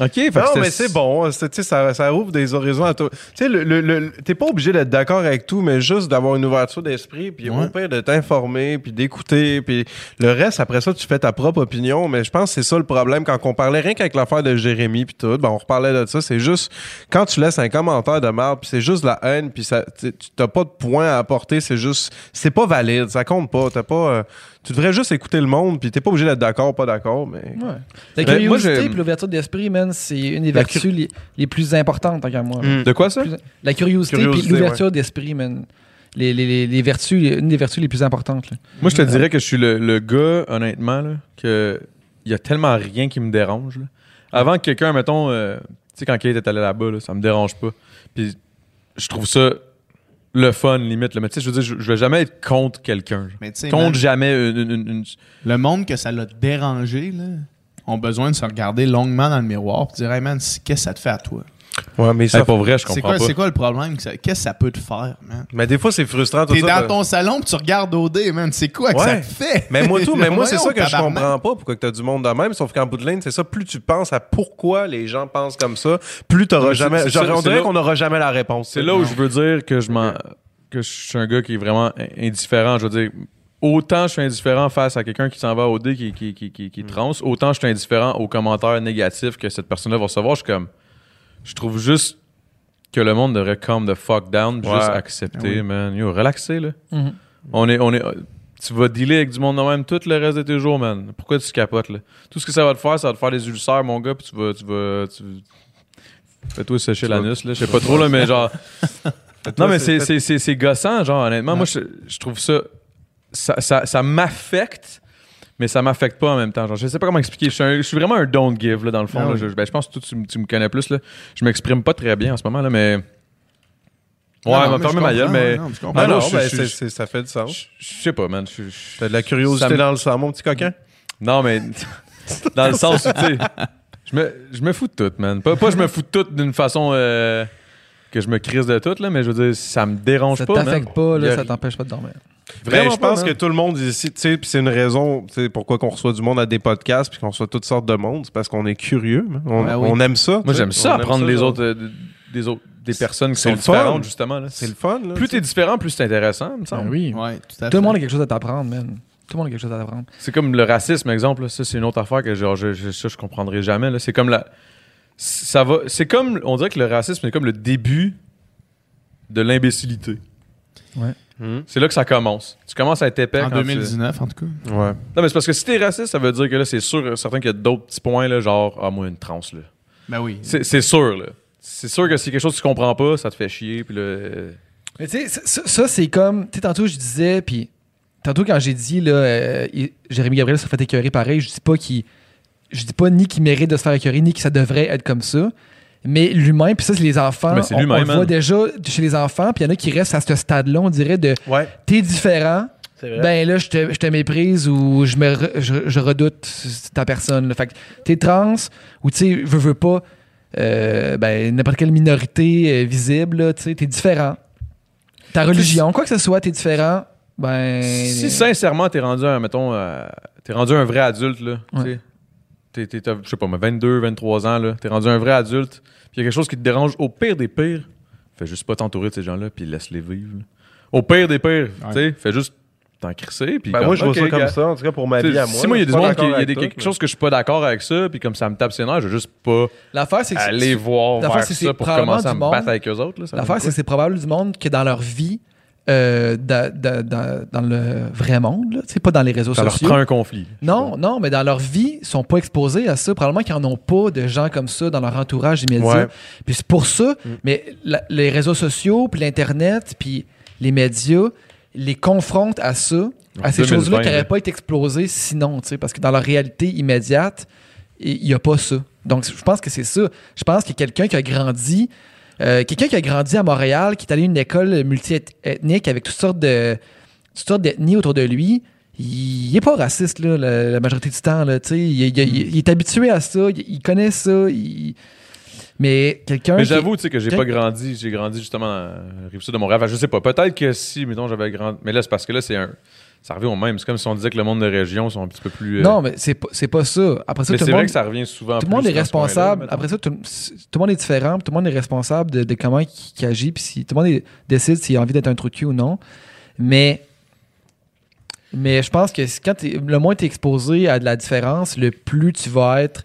[SPEAKER 3] Ok, fait que
[SPEAKER 4] Non,
[SPEAKER 3] c'était-
[SPEAKER 4] mais c'est bon. c'est- tu sais, Ça, ça ouvre des horizons à toi. Tu sais, le, le- le- t'es pas obligé d'être d'accord avec tout, mais juste d'avoir une ouverture d'esprit, puis au pire de t'informer, puis d'écouter, puis le reste, après ça, tu fais ta propre opinion. Mais je pense que c'est ça le problème. Quand on parlait rien qu'avec l'affaire de Jérémy, puis tout, ben, on reparlait de ça. C'est juste quand tu laisses un commentaire de merde, puis c'est juste la haine, puis ça, tu tu- t'as pas de point à apporter. C'est juste, c'est pas valide. Ça compte pas. T'as pas. euh, tu devrais juste écouter le monde, puis t'es pas obligé d'être d'accord, pas d'accord, mais.
[SPEAKER 5] Ouais. La
[SPEAKER 3] Ben, moi,
[SPEAKER 5] curiosité
[SPEAKER 3] j'ai-
[SPEAKER 5] et l'ouverture d'esprit, man, c'est une des
[SPEAKER 3] La
[SPEAKER 5] vertus les, les plus importantes, tant qu'à moi.
[SPEAKER 15] Mm.
[SPEAKER 5] man.
[SPEAKER 3] De quoi ça?
[SPEAKER 5] Plus- La curiosité,
[SPEAKER 4] Curiosité,
[SPEAKER 5] et l'ouverture d'esprit, man. Les, les, les, les vertus, les- une des vertus les plus importantes. là.
[SPEAKER 3] Moi, je te dirais que je suis le, le gars, honnêtement, là, que il y a tellement rien qui me dérange. là. Avant que quelqu'un, mettons, euh, tu sais, quand Kate est allé là-bas, là, ça me dérange pas. Puis je trouve ça le fun, limite. là. Mais tu sais, je veux dire, je, je vais jamais être contre quelqu'un. genre.
[SPEAKER 15] Mais tu sais, man,
[SPEAKER 3] Contre jamais une. une- une- une-
[SPEAKER 15] le monde que ça l'a dérangé, là, ont besoin de se regarder longuement dans le miroir et dire, hey man, c'est- qu'est-ce que ça te fait à toi?
[SPEAKER 4] Ouais, mais
[SPEAKER 3] Hey, pour vrai, je
[SPEAKER 15] C'est
[SPEAKER 3] comprends
[SPEAKER 15] quoi,
[SPEAKER 3] pas.
[SPEAKER 15] c'est quoi le problème? que ça- Qu'est-ce que ça peut te faire, man?
[SPEAKER 4] Mais des fois, c'est frustrant. tout
[SPEAKER 15] T'es
[SPEAKER 4] ça,
[SPEAKER 15] dans
[SPEAKER 4] de-
[SPEAKER 15] ton salon pis tu regardes au dé, man. C'est quoi que
[SPEAKER 4] Ouais.
[SPEAKER 15] ça te fait?
[SPEAKER 4] Mais moi, tout, mais moi, c'est ça
[SPEAKER 15] Voyons,
[SPEAKER 4] que je
[SPEAKER 15] tabarnak.
[SPEAKER 4] comprends pas pourquoi tu as du monde de même. Sauf qu'en bout de ligne, c'est ça. Plus tu penses à pourquoi les gens pensent comme ça, plus tu
[SPEAKER 3] Mais c'est-
[SPEAKER 4] jamais.
[SPEAKER 3] c'est
[SPEAKER 4] genre,
[SPEAKER 3] ça,
[SPEAKER 4] on
[SPEAKER 3] c'est
[SPEAKER 4] dirait
[SPEAKER 3] là-
[SPEAKER 4] qu'on n'aura jamais la réponse.
[SPEAKER 3] C'est là où je veux dire que je m'en que je suis un gars qui est vraiment in- indifférent. Je veux dire, autant je suis indifférent face à quelqu'un qui s'en va au dé, qui, qui, qui, qui, qui transe, autant je suis indifférent aux commentaires négatifs que cette personne-là va recevoir. Je suis comme, je trouve juste que le monde devrait calm the fuck down, puis
[SPEAKER 4] Ouais.
[SPEAKER 3] juste accepter, man. Yo, relaxer, là. On est, on est, tu vas dealer avec du monde de même tout le reste de tes jours, man. Pourquoi tu capotes, là? Tout ce que ça va te faire, ça va te faire des ulcères, mon gars, puis tu vas, tu vas, tu... Fais-toi sécher l'anus, là. Je sais pas trop, là, mais genre... non, mais c'est, c'est, c'est, c'est gossant, genre, honnêtement. Moi, je, je trouve ça... Ça, ça, ça m'affecte, mais ça m'affecte pas en même temps. Genre, je sais pas comment expliquer. Je suis, un- je suis vraiment un don't give, là, dans le fond.
[SPEAKER 15] Ah
[SPEAKER 3] là.
[SPEAKER 15] oui.
[SPEAKER 3] Je, ben, je pense que toi, tu, m- tu me connais plus, là. Je m'exprime pas très bien en ce moment, là, mais... Ouais,
[SPEAKER 15] Non,
[SPEAKER 3] on va
[SPEAKER 15] non, mais je
[SPEAKER 3] fermer ma gueule,
[SPEAKER 15] comprends,
[SPEAKER 3] mais...
[SPEAKER 15] ouais, non, je comprends.
[SPEAKER 4] Non,
[SPEAKER 3] Ah
[SPEAKER 4] non,
[SPEAKER 3] non, je-
[SPEAKER 4] ben,
[SPEAKER 3] je-
[SPEAKER 4] c'est-
[SPEAKER 3] je-
[SPEAKER 4] c'est- ça fait du sens.
[SPEAKER 3] Je je sais pas, man. Je- je-
[SPEAKER 4] T'as de la curiosité
[SPEAKER 3] Ça me-
[SPEAKER 4] dans le sang, mon petit coquin.
[SPEAKER 3] Non, mais dans le sens où, tu sais, je me, je me fous de tout, man. Pas, pas je me fous de tout d'une façon euh, que je me crise de tout, là, mais je veux dire, ça me dérange
[SPEAKER 5] Ça
[SPEAKER 3] pas, man.
[SPEAKER 5] t'affecte pas,
[SPEAKER 3] Y
[SPEAKER 5] là,
[SPEAKER 3] a-
[SPEAKER 5] ça t'empêche pas de dormir.
[SPEAKER 4] Ben,
[SPEAKER 3] Vraiment
[SPEAKER 4] je pense
[SPEAKER 3] pas,
[SPEAKER 4] que
[SPEAKER 3] man.
[SPEAKER 4] tout le monde ici, tu sais, puis c'est une raison, tu sais, pourquoi qu'on reçoit du monde à des podcasts, puis qu'on reçoit toutes sortes de monde, c'est parce qu'on est curieux. man. On,
[SPEAKER 5] Ben oui.
[SPEAKER 4] on aime ça. tu
[SPEAKER 3] Moi,
[SPEAKER 4] sais.
[SPEAKER 3] j'aime
[SPEAKER 4] On
[SPEAKER 3] ça,
[SPEAKER 4] aime
[SPEAKER 3] apprendre les
[SPEAKER 4] genre.
[SPEAKER 3] autres, euh, des autres, des personnes qui
[SPEAKER 4] c'est
[SPEAKER 3] sont
[SPEAKER 4] le fun.
[SPEAKER 3] différentes, justement. Là.
[SPEAKER 4] C'est le fun. là.
[SPEAKER 3] Plus t'es différent, plus c'est intéressant, me semble.
[SPEAKER 18] oui.
[SPEAKER 15] Ouais, tout
[SPEAKER 5] Tout
[SPEAKER 15] à fait.
[SPEAKER 5] le monde a quelque chose à t'apprendre, man. Tout le monde a quelque chose à t'apprendre.
[SPEAKER 3] C'est comme le racisme, exemple. là. Ça, c'est une autre affaire que genre, je, je, ça, je comprendrai jamais. là. C'est comme la. Ça va. C'est comme. On dirait que le racisme est comme le début de l'imbécilité.
[SPEAKER 5] Ouais.
[SPEAKER 4] Mhm.
[SPEAKER 3] C'est là que ça commence. Tu commences à être épais.
[SPEAKER 15] En
[SPEAKER 3] quand tu-
[SPEAKER 15] 2019, en tout cas.
[SPEAKER 4] Ouais.
[SPEAKER 3] Non, mais c'est parce que si t'es raciste, ça veut dire que là, c'est sûr, euh, certain qu'il y a d'autres petits points, là, genre, ah, moi, une transe, là.
[SPEAKER 15] Ben oui.
[SPEAKER 3] C'est c'est sûr, là. C'est sûr que si quelque chose que tu comprends pas, ça te fait chier, puis là. euh,
[SPEAKER 5] Mais tu sais, ça- ça, ça, c'est comme. Tu sais, tantôt, je disais, puis tantôt, quand j'ai dit, là, euh, il- Jérémy Gabriel se fait écœurer pareil, je dis pas qu'il. Je dis pas ni qu'il mérite de se faire écœurer, ni que ça devrait être comme ça. Mais l'humain, puis ça, c'est les enfants.
[SPEAKER 3] Mais c'est
[SPEAKER 5] on,
[SPEAKER 3] l'humain,
[SPEAKER 5] on le
[SPEAKER 3] man.
[SPEAKER 5] voit déjà chez les enfants, puis il y en a qui restent à ce stade-là, on dirait, de
[SPEAKER 4] Ouais.
[SPEAKER 5] t'es différent.
[SPEAKER 19] vrai.
[SPEAKER 5] Ben là, je te, je te méprise ou je, me re- je, je redoute ta personne. là. Fait que t'es trans ou tu sais, veux, veux pas, euh, ben n'importe quelle minorité euh, visible, là, tu sais, t'es différent. Ta religion, quoi que ce soit, t'es différent. Ben.
[SPEAKER 3] Si sincèrement, t'es rendu un, mettons, euh, t'es rendu un vrai adulte, là. tu sais.
[SPEAKER 5] Ouais.
[SPEAKER 3] T'es, t'es, t'as, je sais pas, mais 22, 23 ans, là. T'es rendu un vrai adulte. Puis il y a quelque chose qui te dérange au pire des pires. Fais juste pas t'entourer de ces gens-là, puis laisse-les vivre. là. Au pire des pires, tu sais, fais juste t'en crisser. Puis
[SPEAKER 4] Ben,
[SPEAKER 3] comme,
[SPEAKER 4] moi, je vois
[SPEAKER 3] OK,
[SPEAKER 4] ça comme
[SPEAKER 3] gars.
[SPEAKER 4] ça, en tout cas pour ma
[SPEAKER 3] T'sais,
[SPEAKER 4] vie à moi.
[SPEAKER 3] si moi, il y a
[SPEAKER 4] je
[SPEAKER 3] des
[SPEAKER 4] suis pas
[SPEAKER 3] gens qui, il
[SPEAKER 4] d'accord
[SPEAKER 3] y a
[SPEAKER 4] avec
[SPEAKER 3] des,
[SPEAKER 4] toi,
[SPEAKER 3] quelque
[SPEAKER 4] mais-
[SPEAKER 3] chose que je suis pas d'accord avec ça, puis comme ça me tape ses nerfs, je vais juste pas
[SPEAKER 5] L'affaire, c'est que.
[SPEAKER 3] aller voir
[SPEAKER 5] l'affaire,
[SPEAKER 3] vers
[SPEAKER 5] c'est que
[SPEAKER 3] ça
[SPEAKER 5] c'est
[SPEAKER 3] pour
[SPEAKER 5] probablement
[SPEAKER 3] commencer à
[SPEAKER 5] du
[SPEAKER 3] me
[SPEAKER 5] monde.
[SPEAKER 3] battre avec eux autres. là, ça
[SPEAKER 5] L'affaire,
[SPEAKER 3] donne
[SPEAKER 5] c'est que c'est probable du monde que dans leur vie, euh, da- da- da- dans le vrai monde, là, tu sais, pas dans les réseaux
[SPEAKER 3] quoi? ça leur
[SPEAKER 5] sociaux.
[SPEAKER 3] prend un conflit.
[SPEAKER 5] Non, non, mais dans leur vie, ils sont pas exposés à ça. Probablement qu'ils en ont pas de gens comme ça dans leur entourage immédiat.
[SPEAKER 4] Ouais.
[SPEAKER 5] Puis c'est pour ça, mais la- les réseaux sociaux, puis l'Internet, puis les médias les confrontent à ça, à ces
[SPEAKER 3] 2020,
[SPEAKER 5] choses-là qui
[SPEAKER 3] là.
[SPEAKER 5] n'auraient pas été explosées sinon, tu sais, parce que dans leur réalité immédiate, il n'y a pas ça. Donc, je pense que c'est ça. Je pense que quelqu'un qui a grandi, euh, quelqu'un qui a grandi à Montréal, qui est allé à une école multiethnique avec toutes sortes de toutes sortes d'ethnies autour de lui, il est pas raciste là, la, la majorité du temps. Là, tu sais. il, il- il- il est habitué à ça, il, il connaît ça. il- Mais quelqu'un.
[SPEAKER 3] Mais
[SPEAKER 5] qui-
[SPEAKER 3] j'avoue, tu sais, que j'ai
[SPEAKER 5] Ah, Ok.
[SPEAKER 3] pas grandi. J'ai grandi justement à Rive-Sud de Montréal. Fait que je sais pas. Peut-être que si, mettons, j'avais grandi. Mais là, c'est parce que là, c'est un. Ça revient au même. C'est comme si on disait que le monde de région sont un petit peu plus. euh,
[SPEAKER 5] Non, mais c'est pas, c'est pas ça. Après ça,
[SPEAKER 3] mais
[SPEAKER 5] tout
[SPEAKER 3] c'est
[SPEAKER 5] le
[SPEAKER 3] vrai
[SPEAKER 5] monde.
[SPEAKER 3] que ça revient souvent.
[SPEAKER 5] tout le monde
[SPEAKER 3] plus
[SPEAKER 5] est
[SPEAKER 3] dans ce coin-là,
[SPEAKER 5] responsable.
[SPEAKER 3] mettons.
[SPEAKER 5] Après ça, tout, tout le monde est différent. puis Tout le monde est responsable de, de comment il, il agit. Puis si, tout le monde est- décide s'il a envie d'être un trou de cul ou non. Mais, mais je pense que si- quand t'es- le moins tu es exposé à de la différence, le plus tu vas être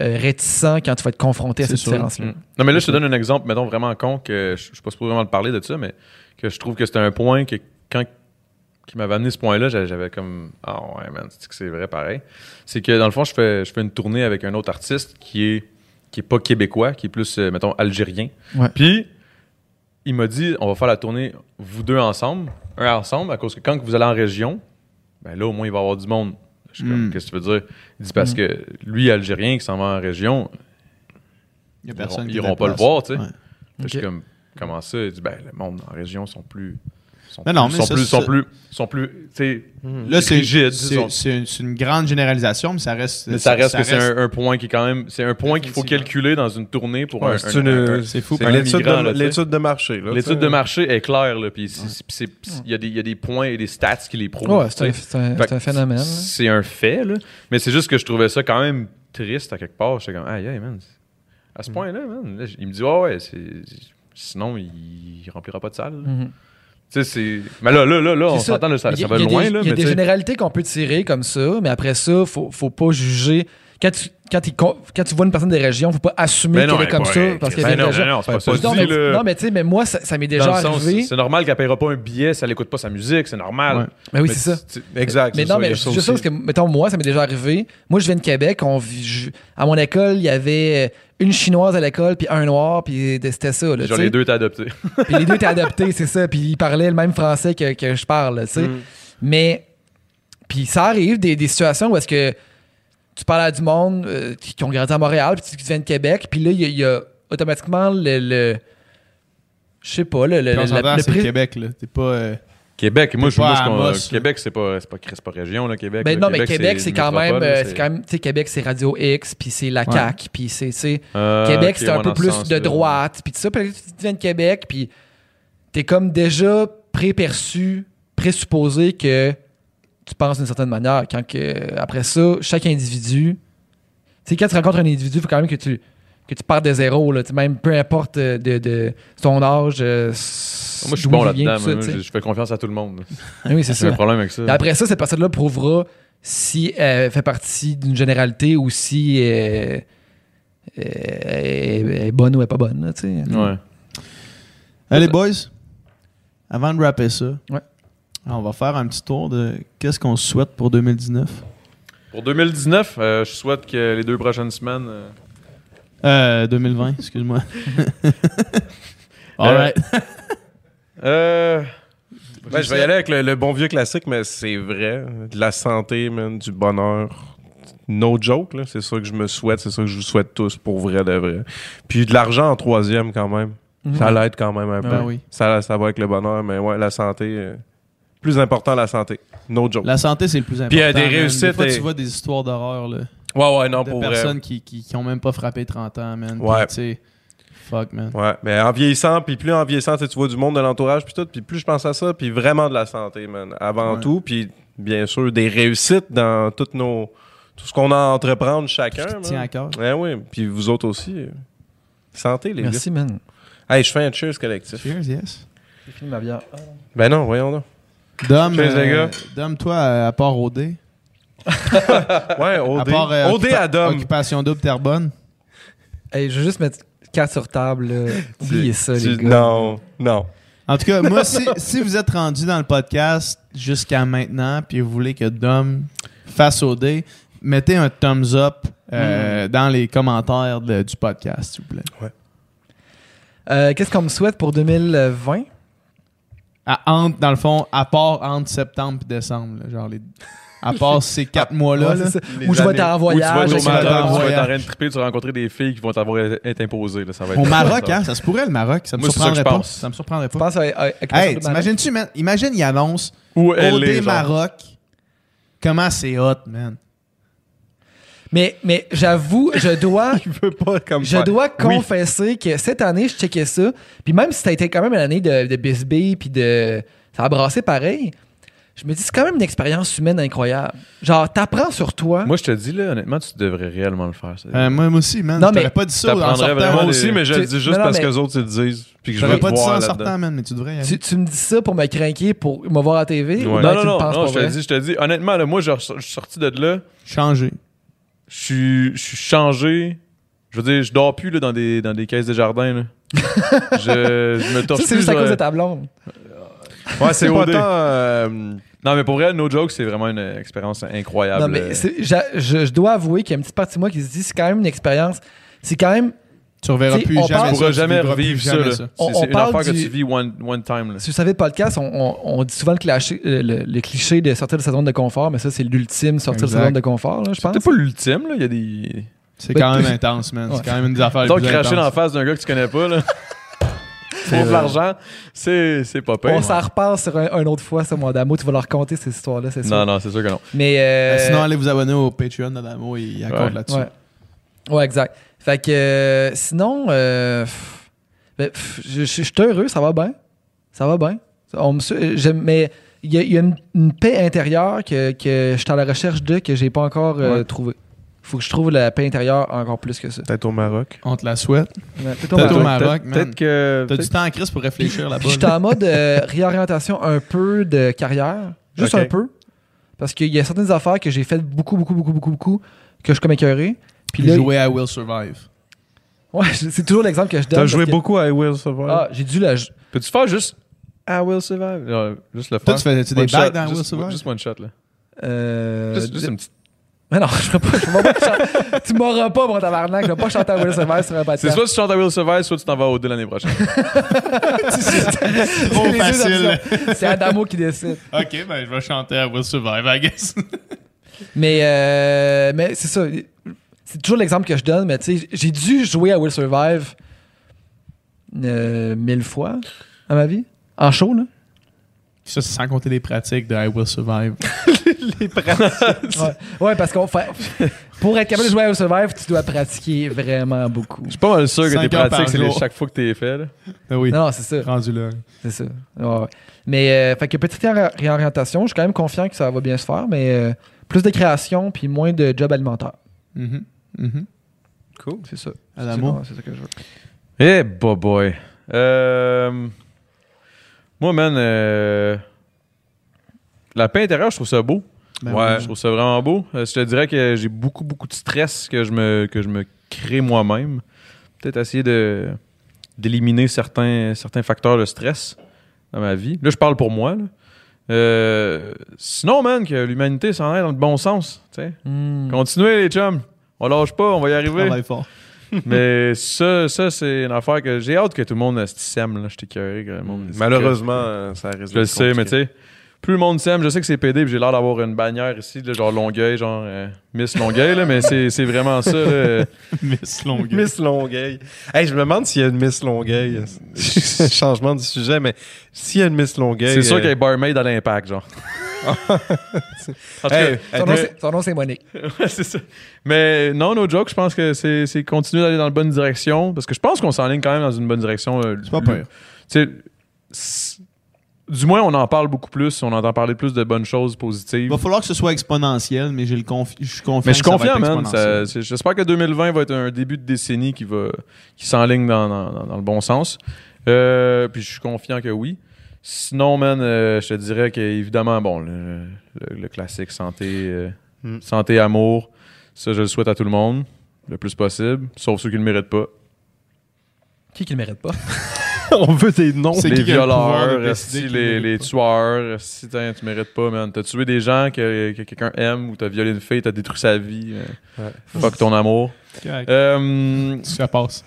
[SPEAKER 5] euh, réticent quand tu vas être confronté à cette différence-là.
[SPEAKER 3] Mm. Non, mais là, je te donne un exemple, mettons vraiment con, que je ne suis pas supposé vraiment le parler de ça, mais que je trouve que c'était un point que quand qui m'avait amené ce point-là, j'a- j'avais comme Ah ouais, man, c'est que c'est vrai pareil. C'est que dans le fond, je fais, je fais une tournée avec un autre artiste qui est qui est pas québécois, qui est plus, euh, mettons, algérien.
[SPEAKER 20] Ouais.
[SPEAKER 3] Puis, il m'a dit, on va faire la tournée, vous deux ensemble, un ensemble, à cause que quand vous allez en région, ben là, au moins, il va y avoir du monde. Je suis comme, qu'est-ce que tu veux dire? Il dit, parce que lui, algérien, qui s'en va en région,
[SPEAKER 15] Il y
[SPEAKER 3] ils
[SPEAKER 15] a
[SPEAKER 3] iront-
[SPEAKER 15] personne
[SPEAKER 3] ils
[SPEAKER 15] qui
[SPEAKER 3] iront pas le
[SPEAKER 15] déplace.
[SPEAKER 3] voir, tu sais.
[SPEAKER 15] Ouais.
[SPEAKER 3] Fait que Je
[SPEAKER 5] Ok.
[SPEAKER 3] suis comme, comment ça? Il dit, ben, le monde en région sont plus. Sont
[SPEAKER 15] Non, non,
[SPEAKER 3] plus,
[SPEAKER 15] mais
[SPEAKER 3] sont,
[SPEAKER 15] ça,
[SPEAKER 3] plus
[SPEAKER 15] ça-
[SPEAKER 3] sont plus. Sont plus. Tu sais,
[SPEAKER 4] Hmm.
[SPEAKER 15] Là, c'est
[SPEAKER 3] Hmm. rigide,
[SPEAKER 15] c'est-
[SPEAKER 3] disons.
[SPEAKER 15] C'est une, c'est une grande généralisation, mais ça reste.
[SPEAKER 3] mais ça reste que c'est un, un point qui est quand même. C'est un point qu'il faut
[SPEAKER 15] Définitivement.
[SPEAKER 3] calculer dans une tournée pour un.
[SPEAKER 4] Ouais,
[SPEAKER 3] un-
[SPEAKER 4] c'est une-
[SPEAKER 3] un-
[SPEAKER 4] c'est
[SPEAKER 3] fou.
[SPEAKER 4] c'est
[SPEAKER 3] un
[SPEAKER 4] l'étude
[SPEAKER 3] immigrant,
[SPEAKER 4] de-
[SPEAKER 3] là, tu sais.
[SPEAKER 4] l'étude de marché. là, tu
[SPEAKER 3] L'étude
[SPEAKER 4] sais.
[SPEAKER 3] de marché est claire, là. Puis c'est- c'est- c'est- c'est- il y, a des- il y a des points et des stats qui les prouvent.
[SPEAKER 5] Ouais, c'est un,
[SPEAKER 3] tu sais.
[SPEAKER 5] c'est un-
[SPEAKER 3] Fait
[SPEAKER 5] c'est un
[SPEAKER 3] que
[SPEAKER 5] phénomène. là.
[SPEAKER 3] C'est un fait, là. Mais c'est juste que je trouvais ça quand même triste à quelque part. J'étais comme, aïe, aïe, man. À ce
[SPEAKER 4] Hmm.
[SPEAKER 3] point-là, man. là, j- il me dit, ouais, ouais, c'est- sinon, il il remplira pas de salle. là.
[SPEAKER 5] Mhm.
[SPEAKER 3] Tu sais, c'est. Mais là, là, là, là, Oh, on
[SPEAKER 5] C'est ça.
[SPEAKER 3] s'entend, là, ça,
[SPEAKER 5] Il y
[SPEAKER 3] ça
[SPEAKER 5] a-
[SPEAKER 3] va
[SPEAKER 5] il y a
[SPEAKER 3] loin,
[SPEAKER 5] des-
[SPEAKER 3] là.
[SPEAKER 5] Il y a
[SPEAKER 3] mais tu
[SPEAKER 5] des
[SPEAKER 3] sais,
[SPEAKER 5] généralités qu'on peut tirer comme ça, mais après ça, faut, faut pas juger. Quand tu, quand, il con- quand tu vois une personne des régions, faut pas assumer
[SPEAKER 3] Ben non,
[SPEAKER 5] qu'elle est
[SPEAKER 3] elle est
[SPEAKER 5] comme
[SPEAKER 3] pas-
[SPEAKER 5] ça.
[SPEAKER 3] elle-
[SPEAKER 5] Parce qu'elle
[SPEAKER 3] ben
[SPEAKER 5] vient de
[SPEAKER 3] non,
[SPEAKER 5] région.
[SPEAKER 3] ben non, c'est
[SPEAKER 4] Ben,
[SPEAKER 3] pas ça.
[SPEAKER 4] pas
[SPEAKER 3] que je
[SPEAKER 5] Non,
[SPEAKER 3] dis,
[SPEAKER 5] mais,
[SPEAKER 3] là.
[SPEAKER 5] non, mais tu sais, mais moi, ça, ça m'est déjà
[SPEAKER 3] Dans le sens,
[SPEAKER 5] arrivé.
[SPEAKER 3] c'est normal qu'elle paiera pas un billet si elle écoute pas sa musique, c'est normal.
[SPEAKER 15] Ouais.
[SPEAKER 5] mais Ben oui,
[SPEAKER 3] Mais
[SPEAKER 5] c'est ça.
[SPEAKER 3] tu- tu-
[SPEAKER 4] Exact.
[SPEAKER 5] Mais
[SPEAKER 4] c'est
[SPEAKER 5] non,
[SPEAKER 4] ça, il y
[SPEAKER 5] mais
[SPEAKER 4] a
[SPEAKER 5] je
[SPEAKER 4] ça
[SPEAKER 5] dis juste ça parce
[SPEAKER 4] aussi.
[SPEAKER 5] que, mettons, moi, ça m'est déjà arrivé. Moi, je viens de Québec. On vit- je- à mon école, il y avait une chinoise à l'école, puis un noir, puis c'était ça. Là,
[SPEAKER 3] Genre,
[SPEAKER 5] tu sais.
[SPEAKER 3] les deux étaient adoptés.
[SPEAKER 5] Puis les deux étaient adoptés, c'est ça. Puis ils parlaient le même français que, que je parle, tu sais. Mais, puis ça arrive des, des situations où est-ce que tu parles à du monde euh, qui, qui ont grandi à Montréal, puis tu, tu viens de Québec, puis là, il y, a- il y a automatiquement le. le- je sais pas, le. le,
[SPEAKER 15] Puis on
[SPEAKER 5] le-
[SPEAKER 15] s'entend,
[SPEAKER 5] le
[SPEAKER 15] c'est
[SPEAKER 5] pré-
[SPEAKER 15] le Québec, là. T'es pas. euh,
[SPEAKER 3] Québec, moi, je
[SPEAKER 15] pas
[SPEAKER 3] moi,
[SPEAKER 15] à
[SPEAKER 3] je-
[SPEAKER 15] Amos,
[SPEAKER 3] euh,
[SPEAKER 15] là.
[SPEAKER 3] Québec, c'est pas, c'est pas, c'est pas région, là, Québec.
[SPEAKER 5] Ben
[SPEAKER 3] là.
[SPEAKER 5] non, mais Québec, c'est
[SPEAKER 3] une
[SPEAKER 5] quand même.
[SPEAKER 3] métropole,
[SPEAKER 5] euh,
[SPEAKER 3] là,
[SPEAKER 5] c'est quand même tu sais, Québec, c'est Radio X, puis c'est la
[SPEAKER 15] Ouais.
[SPEAKER 5] CAQ, puis c'est. tu sais,
[SPEAKER 3] Euh,
[SPEAKER 5] Québec,
[SPEAKER 3] ok,
[SPEAKER 5] c'est un
[SPEAKER 3] ouais,
[SPEAKER 5] peu
[SPEAKER 3] dans ce
[SPEAKER 5] plus de
[SPEAKER 3] sens-là.
[SPEAKER 5] droite. Puis tout ça, puis là, tu viens de Québec, puis t'es comme déjà préperçu, présupposé que tu penses d'une certaine manière. Quand que, après ça, chaque individu... Tu sais, quand tu rencontres un individu, il faut quand même que tu, que tu partes de zéro. Là, Tu sais, même peu importe euh, de, de ton âge, euh, s-
[SPEAKER 3] Moi, je suis
[SPEAKER 5] d'où
[SPEAKER 3] bon
[SPEAKER 5] il vient,
[SPEAKER 3] là-dedans.
[SPEAKER 5] tout ça,
[SPEAKER 3] moi,
[SPEAKER 5] tu sais.
[SPEAKER 3] Je je fais confiance à tout le monde.
[SPEAKER 5] Ah Oui, c'est
[SPEAKER 3] C'est
[SPEAKER 5] ça.
[SPEAKER 3] un problème avec ça.
[SPEAKER 5] Et Après ça, cette personne-là prouvera si elle fait partie d'une généralité ou si euh, euh, elle est bonne ou elle est pas bonne. là, tu sais.
[SPEAKER 3] Ouais.
[SPEAKER 15] Allez, boys, avant de rapper ça,
[SPEAKER 5] Ouais.
[SPEAKER 15] on va faire un petit tour de qu'est-ce qu'on souhaite pour 2019.
[SPEAKER 3] Pour 2019, euh, je souhaite que les deux prochaines semaines. euh,
[SPEAKER 15] Euh, 2020, excuse-moi.
[SPEAKER 3] Euh,
[SPEAKER 15] All right.
[SPEAKER 3] euh,
[SPEAKER 4] Ben, je vais y aller avec le, le bon vieux classique, mais c'est vrai. De la santé, man, du bonheur. No joke, là. C'est ça que je me souhaite, c'est ça que je vous souhaite tous, pour vrai de vrai. Puis de l'argent en troisième, quand même.
[SPEAKER 3] Mhm.
[SPEAKER 4] Ça l'aide quand même un
[SPEAKER 3] Ah
[SPEAKER 4] peu.
[SPEAKER 15] Ah oui.
[SPEAKER 4] ça, ça va avec le bonheur, mais ouais, la santé. euh, plus important, la santé. No joke.
[SPEAKER 15] La santé, c'est le plus important.
[SPEAKER 4] Puis, euh, des
[SPEAKER 15] man.
[SPEAKER 4] réussites
[SPEAKER 15] fois,
[SPEAKER 4] et-
[SPEAKER 15] tu vois des histoires d'horreur, là.
[SPEAKER 4] Ouais, ouais, non,
[SPEAKER 15] de
[SPEAKER 4] pour vrai.
[SPEAKER 15] personnes qui, qui, qui ont même pas frappé 30 ans, man. Puis,
[SPEAKER 4] Ouais.
[SPEAKER 15] tu sais, fuck, man.
[SPEAKER 4] Ouais, mais en vieillissant, puis plus en vieillissant, tu sais, tu vois du monde de l'entourage, puis tout, puis plus je pense à ça, puis vraiment de la santé, man. Avant
[SPEAKER 15] Ouais.
[SPEAKER 4] tout, puis bien sûr, des réussites dans toutes nos, tout ce qu'on a à entreprendre chacun.
[SPEAKER 15] Qui te tient à cœur.
[SPEAKER 4] Ouais, oui, puis vous autres aussi. euh, Santé, les
[SPEAKER 5] Merci, man.
[SPEAKER 4] gars. Hey, je fais un cheers collectif.
[SPEAKER 15] Cheers, yes.
[SPEAKER 5] J'ai fini ma bière.
[SPEAKER 4] Ben non, voyons donc.
[SPEAKER 15] Dom,
[SPEAKER 4] Cheers, les
[SPEAKER 15] euh,
[SPEAKER 4] gars.
[SPEAKER 15] Dom, toi, euh, à part OD.
[SPEAKER 4] Ouais, OD.
[SPEAKER 15] À part, euh,
[SPEAKER 4] OD
[SPEAKER 15] occupa-
[SPEAKER 4] à Dom.
[SPEAKER 15] Occupation double, terre bonne.
[SPEAKER 5] Hey, je vais juste mettre 4 sur table. là. Oubliez ça,
[SPEAKER 4] Tu-
[SPEAKER 5] les gars.
[SPEAKER 4] Non, non.
[SPEAKER 15] En tout cas, moi, si, si vous êtes rendu dans le podcast jusqu'à maintenant, puis vous voulez que Dom fasse au dé, mettez un thumbs up
[SPEAKER 4] Mm.
[SPEAKER 15] euh, dans les commentaires de- du podcast, s'il vous plaît.
[SPEAKER 5] Euh, Qu'est-ce qu'on me souhaite pour 2020?
[SPEAKER 15] À- entre, dans le fond, à part entre septembre et décembre. là, genre les- à part ces quatre mois-là.
[SPEAKER 5] Ouais,
[SPEAKER 15] là.
[SPEAKER 5] c'est ça. Ou je vais être en
[SPEAKER 3] Ou tu vas
[SPEAKER 5] voyage.
[SPEAKER 3] être au Maroc, tu
[SPEAKER 15] etc.
[SPEAKER 3] vas être en
[SPEAKER 15] Voyage.
[SPEAKER 3] train de triper, tu vas rencontrer des filles qui vont t'avoir e- être imposées. là, ça va être-
[SPEAKER 15] Au Maroc, hein? Ça se pourrait, le Maroc. Ça me
[SPEAKER 3] Moi, c'est ça que
[SPEAKER 15] surprendrait
[SPEAKER 3] je
[SPEAKER 15] pas.
[SPEAKER 3] pense.
[SPEAKER 15] Ça me surprendrait
[SPEAKER 5] Je
[SPEAKER 15] pas.
[SPEAKER 5] pense à, à- à-
[SPEAKER 15] Hey, t'imagines-tu, man? Imagine, ils annoncent
[SPEAKER 3] Où
[SPEAKER 15] au
[SPEAKER 3] elle est, genre.
[SPEAKER 15] Maroc. Comment c'est hot, man.
[SPEAKER 5] Mais, mais j'avoue, je dois,
[SPEAKER 4] Tu veux pas comme
[SPEAKER 5] je
[SPEAKER 4] faire-
[SPEAKER 5] dois
[SPEAKER 4] Oui.
[SPEAKER 5] confesser que cette année, je checkais ça. Puis même si ça a été quand même une année de, de Bisbee, puis de. Ça a brassé pareil. Je me dis, c'est quand même une expérience humaine incroyable. Genre, t'apprends sur toi.
[SPEAKER 3] Moi, je te dis, là, honnêtement, tu devrais réellement le faire. ça.
[SPEAKER 15] Euh, moi, moi aussi, man.
[SPEAKER 5] Non,
[SPEAKER 15] T'aurais
[SPEAKER 5] mais-
[SPEAKER 15] pas dit ça en
[SPEAKER 3] T'apprendrais
[SPEAKER 15] sortant.
[SPEAKER 3] vraiment
[SPEAKER 4] Moi
[SPEAKER 3] des-
[SPEAKER 4] aussi, mais je le
[SPEAKER 5] tu-
[SPEAKER 4] dis juste
[SPEAKER 5] non, non,
[SPEAKER 4] parce
[SPEAKER 5] mais-
[SPEAKER 4] que les autres, ils le disent. Puis que je veux
[SPEAKER 15] J'aurais
[SPEAKER 4] te
[SPEAKER 15] pas dit ça
[SPEAKER 4] voir
[SPEAKER 15] en
[SPEAKER 4] là-dedans.
[SPEAKER 15] sortant, man, mais tu devrais euh, y aller.
[SPEAKER 5] Tu, tu me dis ça pour me craquer, pour me voir à TV. ou ben,
[SPEAKER 4] Ouais.
[SPEAKER 3] Non,
[SPEAKER 5] tu
[SPEAKER 3] non,
[SPEAKER 5] le
[SPEAKER 3] non,
[SPEAKER 5] penses
[SPEAKER 3] non,
[SPEAKER 5] pour
[SPEAKER 3] je te
[SPEAKER 5] vrai?
[SPEAKER 3] dis, je te dis. Honnêtement, là, moi, je ressors- je suis sorti de là,
[SPEAKER 15] Changer.
[SPEAKER 3] je suis, je suis changé. Je veux dire, je dors plus là, dans, des, dans des caisses de jardin. Là. je, je me torche
[SPEAKER 5] Ça,
[SPEAKER 3] plus.
[SPEAKER 5] c'est juste à
[SPEAKER 3] je-
[SPEAKER 5] cause de ta blonde.
[SPEAKER 4] Ouais, c'est pas
[SPEAKER 3] COD.
[SPEAKER 4] tant. euh,
[SPEAKER 3] Non, mais pour vrai, no joke, c'est vraiment une euh, expérience incroyable.
[SPEAKER 5] Non, mais c'est- j'a- je, je dois avouer qu'il y a une petite partie de moi qui se dit, c'est quand même une expérience. C'est quand même.
[SPEAKER 15] Tu reverras
[SPEAKER 5] Tu sais,
[SPEAKER 15] plus
[SPEAKER 5] on
[SPEAKER 15] jamais
[SPEAKER 5] parle-
[SPEAKER 15] ça.
[SPEAKER 3] Tu pourras jamais
[SPEAKER 15] vivras plus
[SPEAKER 3] revivre ça.
[SPEAKER 15] jamais
[SPEAKER 3] là.
[SPEAKER 15] ça.
[SPEAKER 3] C'est
[SPEAKER 5] On- on
[SPEAKER 3] c'est une
[SPEAKER 5] parle
[SPEAKER 3] affaire que
[SPEAKER 5] du-
[SPEAKER 3] tu vis one, one time. là.
[SPEAKER 5] Si vous savez, podcast, on, on- on dit souvent le, cliché- euh, le, le cliché de sortir de sa zone de confort, mais ça, c'est l'ultime sortir de sa
[SPEAKER 15] Exact.
[SPEAKER 5] zone de confort, là, je
[SPEAKER 3] C'est
[SPEAKER 5] pense.
[SPEAKER 3] peut-être pas l'ultime, là. Il y a des.
[SPEAKER 15] C'est
[SPEAKER 5] Ben,
[SPEAKER 15] quand même
[SPEAKER 5] plus-
[SPEAKER 15] intense, man.
[SPEAKER 5] Ouais.
[SPEAKER 15] C'est quand même une des affaires les
[SPEAKER 3] Donc,
[SPEAKER 15] plus
[SPEAKER 3] cracher dans la
[SPEAKER 15] intenses.
[SPEAKER 3] face d'un gars que tu connais pas, là. Pour
[SPEAKER 15] euh,
[SPEAKER 3] de l'argent, c'est c'est pas
[SPEAKER 5] On
[SPEAKER 3] pire.
[SPEAKER 5] s'en reparle sur un, un autre fois, ce mois d'amour. Tu vas leur raconter ces histoires-là, c'est sûr.
[SPEAKER 3] Non, non, c'est sûr que non.
[SPEAKER 5] Mais. euh,
[SPEAKER 15] Euh, Sinon, allez vous abonner au Patreon d'Adamo. Il il raconte
[SPEAKER 3] Ouais.
[SPEAKER 15] là-dessus.
[SPEAKER 5] Ouais. Ouais, exact. Fait que euh, sinon, euh, pff, ben, pff, je, je- je suis heureux, ça va bien. Ça va bien. On me su- euh, j'aime- mais il y a, il y a une, une paix intérieure que, que je suis à la recherche de que j'ai pas encore euh, trouvée. Faut que je trouve la paix intérieure encore plus que ça.
[SPEAKER 4] Peut-être au Maroc.
[SPEAKER 15] On te la souhaite.
[SPEAKER 5] Ouais, plutôt
[SPEAKER 15] Peut-être
[SPEAKER 5] mal.
[SPEAKER 15] au Maroc, man.
[SPEAKER 3] Peut-être que.
[SPEAKER 15] T'as
[SPEAKER 3] peut-être-
[SPEAKER 15] du temps en crise pour réfléchir
[SPEAKER 4] Ah,
[SPEAKER 15] là-bas.
[SPEAKER 5] Puis j'étais en mode euh, réorientation un peu de carrière. Juste
[SPEAKER 4] Ok.
[SPEAKER 5] un peu. Parce qu'il y a certaines affaires que j'ai faites beaucoup, beaucoup, beaucoup, beaucoup, beaucoup que je suis comme écœuré. Puis là,
[SPEAKER 15] jouer à Will Survive.
[SPEAKER 5] ouais, c'est toujours l'exemple que je donne.
[SPEAKER 4] T'as
[SPEAKER 5] parce
[SPEAKER 4] joué
[SPEAKER 5] que-
[SPEAKER 4] beaucoup à I Will Survive.
[SPEAKER 5] Ah, j'ai dû la.
[SPEAKER 3] Peux-tu faire juste I will survive? Non, juste le
[SPEAKER 15] Toi,
[SPEAKER 3] faire.
[SPEAKER 15] tu faisais-tu
[SPEAKER 3] One
[SPEAKER 15] des
[SPEAKER 3] shot,
[SPEAKER 15] bagues dans Will
[SPEAKER 3] juste-
[SPEAKER 15] Survive?
[SPEAKER 3] Juste one shot, là.
[SPEAKER 5] Euh,
[SPEAKER 3] Juste juste une petite.
[SPEAKER 5] Mais non, je ferai pas. Je ferai pas chan- tu m'auras pas, mon tabarnak. Je vais pas chanter à Will Survive sur un
[SPEAKER 3] C'est
[SPEAKER 5] podcast.
[SPEAKER 3] soit tu chantes I will survive, soit tu t'en vas au deux l'année prochaine.
[SPEAKER 5] C'est
[SPEAKER 15] trop
[SPEAKER 5] les deux
[SPEAKER 15] facile.
[SPEAKER 5] options. C'est Adamo qui décide.
[SPEAKER 15] Ok, ben je vais chanter à Will Survive, I guess.
[SPEAKER 5] Mais, euh, mais c'est ça. C'est toujours l'exemple que je donne, mais tu sais, j'ai dû jouer à Will Survive euh, mille fois à ma vie. En show, là.
[SPEAKER 15] Ça, c'est sans compter les pratiques de I Will Survive.
[SPEAKER 5] Ouais, Ouais, parce qu'on fait. Pour être capable de jouer à Will Survive, tu dois pratiquer vraiment beaucoup.
[SPEAKER 3] Je suis pas mal sûr que
[SPEAKER 15] Cinq
[SPEAKER 3] tes
[SPEAKER 15] heures par
[SPEAKER 3] pratiques, c'est les-
[SPEAKER 15] jour.
[SPEAKER 3] chaque fois que t'es fait. là.
[SPEAKER 15] Ah oui,
[SPEAKER 5] Non, non, c'est ça.
[SPEAKER 15] rendu là.
[SPEAKER 5] C'est ça. Ouais, ouais. Mais, euh, fait que petite réor- réorientation, je suis quand même confiant que ça va bien se faire, mais euh, plus de création puis moins de job alimentaire.
[SPEAKER 15] Mhm, mhm.
[SPEAKER 5] Oh, C'est ça.
[SPEAKER 15] Adamo.
[SPEAKER 5] C'est ça que je veux.
[SPEAKER 3] Eh, boy, boy. Euh, moi, man, euh, la paix intérieure, je trouve ça beau.
[SPEAKER 15] Ben
[SPEAKER 3] ouais.
[SPEAKER 15] oui.
[SPEAKER 3] Je trouve ça vraiment beau. Euh, je te dirais que j'ai beaucoup, beaucoup de stress que je me, que je me crée moi-même. Peut-être essayer de, d'éliminer certains, certains facteurs de stress dans ma vie. Là, je parle pour moi. là. Euh, sinon, man, que l'humanité s'en aille dans le bon sens. tu sais.
[SPEAKER 5] Hmm.
[SPEAKER 15] Hmm.
[SPEAKER 3] Continuez, les chums. On lâche pas, on va y arriver.
[SPEAKER 15] Travaille fort.
[SPEAKER 3] Mais ça, ça c'est une affaire que j'ai hâte que tout le monde euh, s'aime. là. Je t'ai que le monde.
[SPEAKER 4] Mm, Malheureusement, euh, ça risque
[SPEAKER 3] Je le
[SPEAKER 4] d'être
[SPEAKER 3] sais, mais tu
[SPEAKER 4] compliqué.
[SPEAKER 3] sais, plus le monde s'aime, je sais que c'est PD, puis j'ai l'air d'avoir une bannière ici, là, genre Longueuil, genre euh, Miss Longueuil, là, mais c'est c'est vraiment ça. là, euh,
[SPEAKER 15] Miss Longue.
[SPEAKER 4] Miss Longueuil. Hey, je me demande s'il y a une Miss Longueuil. Changement du sujet, mais s'il y a une Miss Longueuil.
[SPEAKER 3] c'est sûr
[SPEAKER 4] euh,
[SPEAKER 3] qu'elle est barmaid à l'impact, genre. en tout cas,
[SPEAKER 4] Hey,
[SPEAKER 5] Son, nom,
[SPEAKER 4] mais-
[SPEAKER 5] c'est- son nom, c'est Monique.
[SPEAKER 3] ouais, c'est ça. Mais non, no joke, je pense que c'est c'est continuer d'aller dans la bonne direction, parce que je pense qu'on s'enligne quand même dans une bonne direction. euh,
[SPEAKER 15] C'est pas pire.
[SPEAKER 3] tu sais, s- du moins, on en parle beaucoup plus, on entend parler plus de bonnes choses positives.
[SPEAKER 15] Il va falloir que ce soit exponentiel, mais j'ai le confi- je suis confiant.
[SPEAKER 3] Mais je suis
[SPEAKER 15] que ça va
[SPEAKER 3] confiant,
[SPEAKER 15] être
[SPEAKER 3] man. Ça-
[SPEAKER 15] exponentiel.
[SPEAKER 3] c'est- J'espère que 2020 va être un début de décennie qui va qui s'enligne dans, dans- dans- dans le bon sens. Euh, puis je suis confiant que oui. Sinon, man, euh, je te dirais qu'évidemment, bon, le, le- le classique santé, euh,
[SPEAKER 4] Mm.
[SPEAKER 3] santé, amour, ça, je le souhaite à tout le monde, le plus possible, sauf ceux qui ne le méritent pas.
[SPEAKER 5] Qui qui le mérite pas?
[SPEAKER 4] On veut des noms.
[SPEAKER 3] les
[SPEAKER 15] qui qui a le pouvoir de
[SPEAKER 3] violeurs,
[SPEAKER 15] décider
[SPEAKER 3] si
[SPEAKER 15] qui
[SPEAKER 3] les,
[SPEAKER 15] mérite
[SPEAKER 3] les
[SPEAKER 15] pas?
[SPEAKER 3] tueurs, si t'in, tu mérites pas, man. T'as tué des gens que, que quelqu'un aime ou t'as violé une fille, t'as détruit sa vie. euh, Fuck ton amour.
[SPEAKER 10] Correct.
[SPEAKER 3] Euh,
[SPEAKER 10] Ça passe.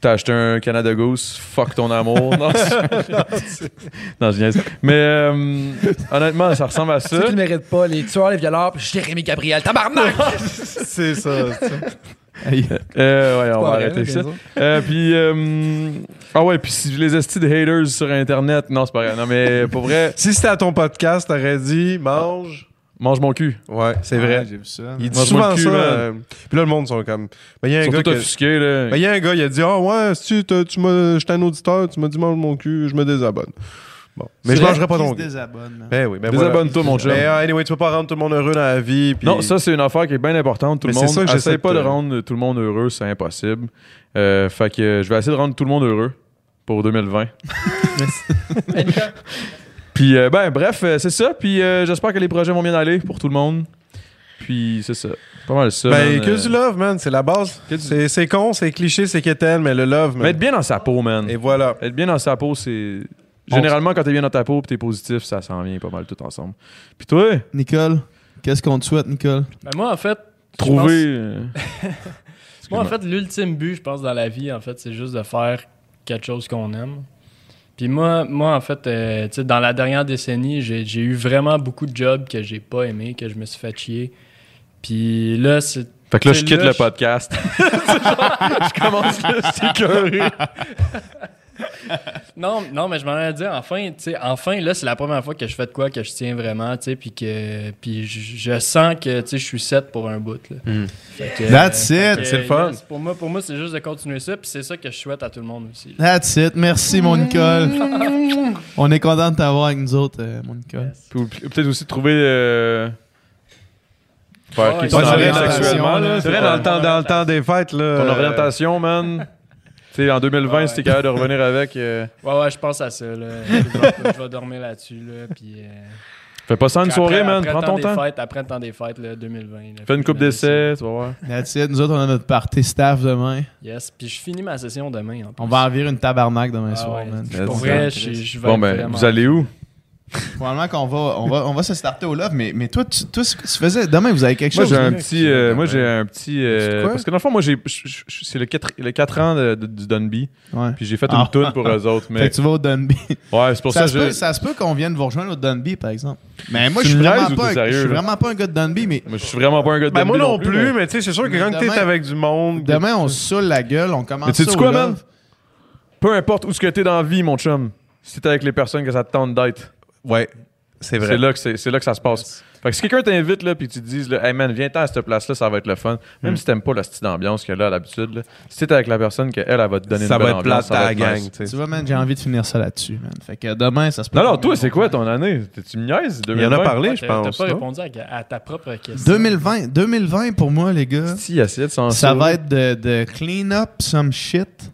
[SPEAKER 3] T'as acheté un Canada Goose, fuck ton amour. Non, c'est- non je niaise. Mais euh, honnêtement, ça ressemble à ça.
[SPEAKER 16] Ceux qui ne méritent pas, les tueurs, les violeurs, puis Jérémy Gabriel, tabarnak!
[SPEAKER 4] C'est ça.
[SPEAKER 3] Euh, ouais, on va
[SPEAKER 16] Pas vrai,
[SPEAKER 3] arrêter
[SPEAKER 16] mais
[SPEAKER 3] ça.
[SPEAKER 16] bien sûr.
[SPEAKER 3] Euh, puis, euh, ah ouais, puis si les estis de haters sur Internet, non, c'est pas vrai. Non, mais pour vrai,
[SPEAKER 4] Si c'était à ton podcast, t'aurais dit mange. Ah,
[SPEAKER 3] mange mon cul.
[SPEAKER 4] Ouais, c'est vrai.
[SPEAKER 15] Ah, j'ai vu ça.
[SPEAKER 4] Il dit
[SPEAKER 3] Mange-moi
[SPEAKER 4] souvent
[SPEAKER 3] le cul,
[SPEAKER 4] ça.
[SPEAKER 3] man.
[SPEAKER 4] euh, Puis là, le monde sont comme. Mais il y a un
[SPEAKER 3] Ils sont
[SPEAKER 4] gars
[SPEAKER 3] tout
[SPEAKER 4] que-
[SPEAKER 3] offusqués, là.
[SPEAKER 4] Mais il y a un gars, il a dit Ah ouais, si tu, tu m'as. J'étais un auditeur, tu m'as dit mange mon cul, je me désabonne. Bon. Mais je mangerai pas ton cul. Ben oui, ben voilà.
[SPEAKER 3] Désabonne-toi, mon chum.
[SPEAKER 4] Mais euh, anyway, tu peux pas rendre tout le monde heureux dans la vie. puis-
[SPEAKER 3] Non, ça, c'est une affaire qui est bien importante. Tout
[SPEAKER 4] Mais
[SPEAKER 3] le
[SPEAKER 4] c'est
[SPEAKER 3] monde,
[SPEAKER 4] ça que j'essaie
[SPEAKER 3] j'essaie pas
[SPEAKER 4] de-
[SPEAKER 3] de rendre tout le monde heureux, c'est impossible. Euh, fait que euh, je vais essayer de rendre tout le monde heureux pour 2020. Puis, euh, ben, bref, euh, c'est ça. Puis, euh, j'espère que les projets vont bien aller pour tout le monde. Puis, c'est ça. Pas mal ça.
[SPEAKER 4] Ben,
[SPEAKER 3] man.
[SPEAKER 4] que
[SPEAKER 3] Euh,
[SPEAKER 4] du love, man, c'est la base.
[SPEAKER 3] Que du-
[SPEAKER 4] C'est c'est con, c'est cliché, c'est qu'étel, mais le love,
[SPEAKER 3] Mais
[SPEAKER 4] man.
[SPEAKER 3] être bien dans sa peau, man.
[SPEAKER 4] Et voilà.
[SPEAKER 3] Être bien dans sa peau, c'est. Généralement, quand t'es bien dans ta peau et t'es positif, ça s'en vient pas mal tout ensemble. Puis toi,
[SPEAKER 15] Nicole, qu'est-ce qu'on te souhaite, Nicole?
[SPEAKER 10] Ben, moi, en fait, je pense-
[SPEAKER 3] trouver. euh,
[SPEAKER 10] Moi, en fait, l'ultime but, je pense, dans la vie, en fait, c'est juste de faire quelque chose qu'on aime. Puis moi, moi en fait, euh, tu sais, dans la dernière décennie, j'ai j'ai eu vraiment beaucoup de jobs que j'ai pas aimé, que je me suis fait chier. Puis là, c'est.
[SPEAKER 3] Fait que là, je
[SPEAKER 10] C'est
[SPEAKER 3] quitte
[SPEAKER 10] là,
[SPEAKER 3] le
[SPEAKER 10] je-
[SPEAKER 3] podcast. je commence à s'écœurer.
[SPEAKER 10] Non, non, mais je m'en allais dire, enfin, tu sais, enfin, là, c'est la première fois que je fais de quoi que je tiens vraiment, tu sais, puis que. Puis je, je sens que, tu sais, je suis set pour un bout, là.
[SPEAKER 3] Hmm.
[SPEAKER 10] Fait que,
[SPEAKER 15] That's
[SPEAKER 10] euh,
[SPEAKER 15] it.
[SPEAKER 10] fait que,
[SPEAKER 15] C'est le fun.
[SPEAKER 10] yes, pour moi, pour moi c'est juste de continuer ça, puis c'est ça que je souhaite à tout le monde aussi. là.
[SPEAKER 15] That's it. Merci, mon Nicole. On est content de t'avoir avec nous autres, euh, mon Nicole.
[SPEAKER 3] Puis ou- Peut-être aussi trouver. euh, Faire
[SPEAKER 10] Ouais,
[SPEAKER 3] quelque
[SPEAKER 10] ton
[SPEAKER 3] chose
[SPEAKER 10] orientation,
[SPEAKER 3] sexuellement, là. C'est vrai, dans le temps, dans le temps.
[SPEAKER 4] des fêtes, là.
[SPEAKER 3] Ton
[SPEAKER 4] euh,
[SPEAKER 3] orientation, man. Tu sais, en 2020,
[SPEAKER 10] Ouais.
[SPEAKER 3] si t'es capable de revenir avec, euh,
[SPEAKER 10] Ouais, ouais, je pense à ça. Là. je vais dormir là-dessus. Là, puis, euh,
[SPEAKER 3] fais pas ça une
[SPEAKER 10] après-
[SPEAKER 3] soirée, man.
[SPEAKER 10] après
[SPEAKER 3] Prends
[SPEAKER 10] le
[SPEAKER 3] ton temps.
[SPEAKER 10] Des fêtes, euh, après le temps des fêtes, là, 2020. là.
[SPEAKER 3] Fais une coupe
[SPEAKER 10] Puis, là,
[SPEAKER 3] d'essai, tu vas voir.
[SPEAKER 15] That's it. Nous autres, on a notre party staff demain.
[SPEAKER 10] c'est- Yes, puis je finis ma session demain. En plus.
[SPEAKER 15] On va en virer une tabarnak demain
[SPEAKER 10] Ah
[SPEAKER 15] soir,
[SPEAKER 10] ouais.
[SPEAKER 15] man.
[SPEAKER 10] Pour vrai, je, je vais
[SPEAKER 3] Bon,
[SPEAKER 10] être
[SPEAKER 3] ben,
[SPEAKER 10] vraiment-
[SPEAKER 3] vous allez où?
[SPEAKER 15] Probablement qu'on va, on va, on va se starter au love, mais, mais toi, tu, toi, ce que tu faisais, demain, vous avez quelque
[SPEAKER 3] Moi,
[SPEAKER 15] chose.
[SPEAKER 3] j'ai un
[SPEAKER 15] là.
[SPEAKER 3] petit. euh, moi, j'ai un petit. euh,
[SPEAKER 4] C'est quoi?
[SPEAKER 3] parce que dans le fond, moi, j'ai, je- je- je- c'est le 4, le quatre ans de- de- du Dunby.
[SPEAKER 15] Ouais.
[SPEAKER 3] Puis j'ai fait
[SPEAKER 15] Ah.
[SPEAKER 3] une toune pour eux autres.
[SPEAKER 15] Fait
[SPEAKER 3] Mais,
[SPEAKER 15] que tu vas au Dunby.
[SPEAKER 3] ouais, c'est pour ça,
[SPEAKER 15] Ça,
[SPEAKER 3] que
[SPEAKER 15] se peut,
[SPEAKER 3] je.
[SPEAKER 15] ça se peut qu'on vienne vous rejoindre au Dunby, par exemple. Mais moi,
[SPEAKER 3] Tu
[SPEAKER 15] je suis
[SPEAKER 3] me
[SPEAKER 15] vraiment,
[SPEAKER 3] niaises ou
[SPEAKER 15] pas
[SPEAKER 3] t'es
[SPEAKER 15] un- je suis
[SPEAKER 3] sérieux, là?
[SPEAKER 15] vraiment pas un gars de Dunby, mais
[SPEAKER 3] Moi, je suis vraiment pas un gars de
[SPEAKER 4] Ben, moi
[SPEAKER 3] Dunby
[SPEAKER 4] non plus,
[SPEAKER 3] mais-
[SPEAKER 4] mais tu sais, c'est sûr que
[SPEAKER 15] Mais
[SPEAKER 4] quand t'es
[SPEAKER 15] demain-
[SPEAKER 4] avec du monde.
[SPEAKER 15] demain, on se saoule la gueule, on commence
[SPEAKER 3] Mais tu
[SPEAKER 15] ça
[SPEAKER 3] sais
[SPEAKER 15] au
[SPEAKER 3] quoi,
[SPEAKER 15] love.
[SPEAKER 3] man? Peu importe où ce que t'es dans la vie, mon chum, si t'es avec les personnes que ça te tente d'être,
[SPEAKER 4] Ouais,
[SPEAKER 3] c'est
[SPEAKER 4] c'est vrai.
[SPEAKER 3] là, que c'est c'est là que ça se passe. Fait que si quelqu'un t'invite, là, puis tu te dis, là, hey man, viens-t'en à cette place-là, ça va être le fun. Même
[SPEAKER 4] Hmm.
[SPEAKER 3] si t'aimes pas la style d'ambiance qu'elle a à l'habitude, là, si t'es avec la personne qu'elle, elle va te donner
[SPEAKER 4] Ça
[SPEAKER 3] une
[SPEAKER 4] va
[SPEAKER 3] bonne
[SPEAKER 4] être
[SPEAKER 3] ambiance,
[SPEAKER 4] plate
[SPEAKER 3] ça
[SPEAKER 4] à
[SPEAKER 3] va
[SPEAKER 4] la
[SPEAKER 3] être
[SPEAKER 4] gang,
[SPEAKER 3] nice.
[SPEAKER 4] tu sais.
[SPEAKER 15] Tu vois, man, j'ai envie de finir ça là-dessus, man. Fait que demain, ça se peut.
[SPEAKER 3] Non, non,
[SPEAKER 15] qu'on-
[SPEAKER 3] toi, c'est quoi ton année? Tu me niaises?
[SPEAKER 4] Il y en a
[SPEAKER 3] 2020?
[SPEAKER 4] parlé,
[SPEAKER 10] Ouais,
[SPEAKER 4] je
[SPEAKER 10] t'as-
[SPEAKER 4] pense.
[SPEAKER 10] T'as pas
[SPEAKER 4] non?
[SPEAKER 10] répondu à, à ta propre question.
[SPEAKER 15] 2020, 2020 pour moi, les gars.
[SPEAKER 3] Si, assiette, sans
[SPEAKER 15] Ça va être de, de clean up some shit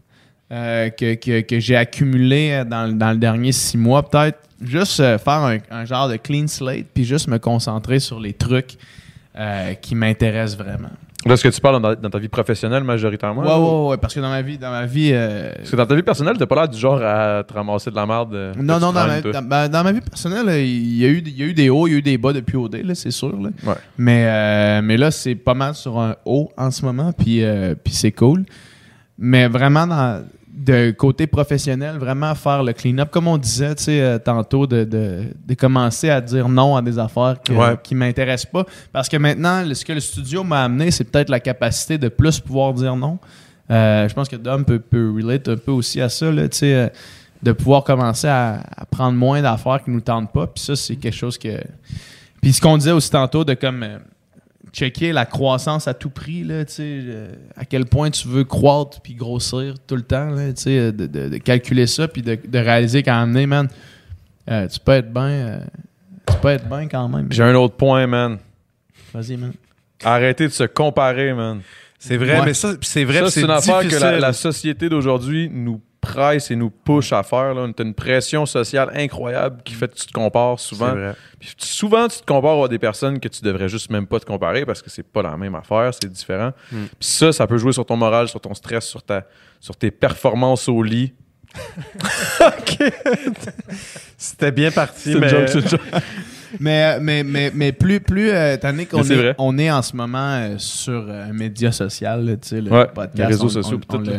[SPEAKER 15] euh, que, que- que j'ai accumulé euh, dans, dans le dernier six mois, peut-être. Juste euh, faire un, un genre de clean slate, puis juste me concentrer sur les trucs euh, qui m'intéressent vraiment.
[SPEAKER 3] Là, ce que tu parles dans, dans ta vie professionnelle majoritairement?
[SPEAKER 15] Ouais, ouais, ouais, ouais, parce que dans ma vie, dans ma vie, euh,
[SPEAKER 3] Parce que dans ta vie personnelle, t'as pas l'air du genre à te ramasser de la merde. euh, que
[SPEAKER 15] Non,
[SPEAKER 3] tu
[SPEAKER 15] non, dans ma,
[SPEAKER 3] traînes, toi.
[SPEAKER 15] dans- ben, dans ma vie personnelle, euh, il y, a eu, il y a eu des hauts, il y a eu des bas depuis OD, là, c'est sûr. là.
[SPEAKER 3] Ouais.
[SPEAKER 15] Mais, euh, mais là, c'est pas mal sur un haut en ce moment, puis, euh, puis c'est cool. Mais vraiment, dans, de côté professionnel, vraiment faire le clean-up, comme on disait tu sais, euh, tantôt, de, de, de commencer à dire non à des affaires que-
[SPEAKER 4] Ouais.
[SPEAKER 15] qui m'intéressent pas. Parce que maintenant, le- ce que le studio m'a amené, c'est peut-être la capacité de plus pouvoir dire non. Euh, je pense que Dom peut, peut relate un peu aussi à ça, là, tu sais, euh, de pouvoir commencer à, à prendre moins d'affaires qui nous tentent pas. Puis ça, c'est quelque chose que. Puis ce qu'on disait aussi tantôt de comme euh, checker la croissance à tout prix, là, tu sais, euh, à quel point tu veux croître puis grossir tout le temps, là, tu sais, euh, de, de- de calculer ça puis de, de réaliser qu'à un moment donné, man, euh, tu peux être bien. tu peux être bien quand même.
[SPEAKER 3] J'ai un autre point, man.
[SPEAKER 15] Vas-y, man.
[SPEAKER 3] Arrêtez de se comparer, man.
[SPEAKER 4] C'est vrai,
[SPEAKER 15] Ouais.
[SPEAKER 4] mais ça, c'est vrai,
[SPEAKER 3] ça,
[SPEAKER 4] c'est
[SPEAKER 3] c'est une affaire que la,
[SPEAKER 4] difficile.
[SPEAKER 3] la société d'aujourd'hui nous presse et nous push à faire. Là. On a une pression sociale incroyable qui fait que tu te compares souvent. Puis tu- souvent, tu te compares à des personnes que tu devrais juste même pas te comparer parce que c'est pas la même affaire, c'est
[SPEAKER 4] Hmm.
[SPEAKER 3] différent. Puis ça, ça peut jouer sur ton moral, sur ton stress, sur, ta, sur tes performances au lit.
[SPEAKER 4] C'était bien parti,
[SPEAKER 8] C'est une
[SPEAKER 4] mais...
[SPEAKER 8] joke, c'est une joke.
[SPEAKER 15] Mais, mais, mais, mais plus, plus euh, étant donné qu'on
[SPEAKER 3] Mais c'est vrai.
[SPEAKER 15] est, on est en ce moment euh, sur euh, un média social, là, tu sais, le
[SPEAKER 3] Ouais,
[SPEAKER 15] podcast.
[SPEAKER 3] les réseaux
[SPEAKER 15] on-
[SPEAKER 3] sociaux,
[SPEAKER 15] on,
[SPEAKER 3] puis
[SPEAKER 15] on
[SPEAKER 3] tout,
[SPEAKER 15] le,
[SPEAKER 3] là.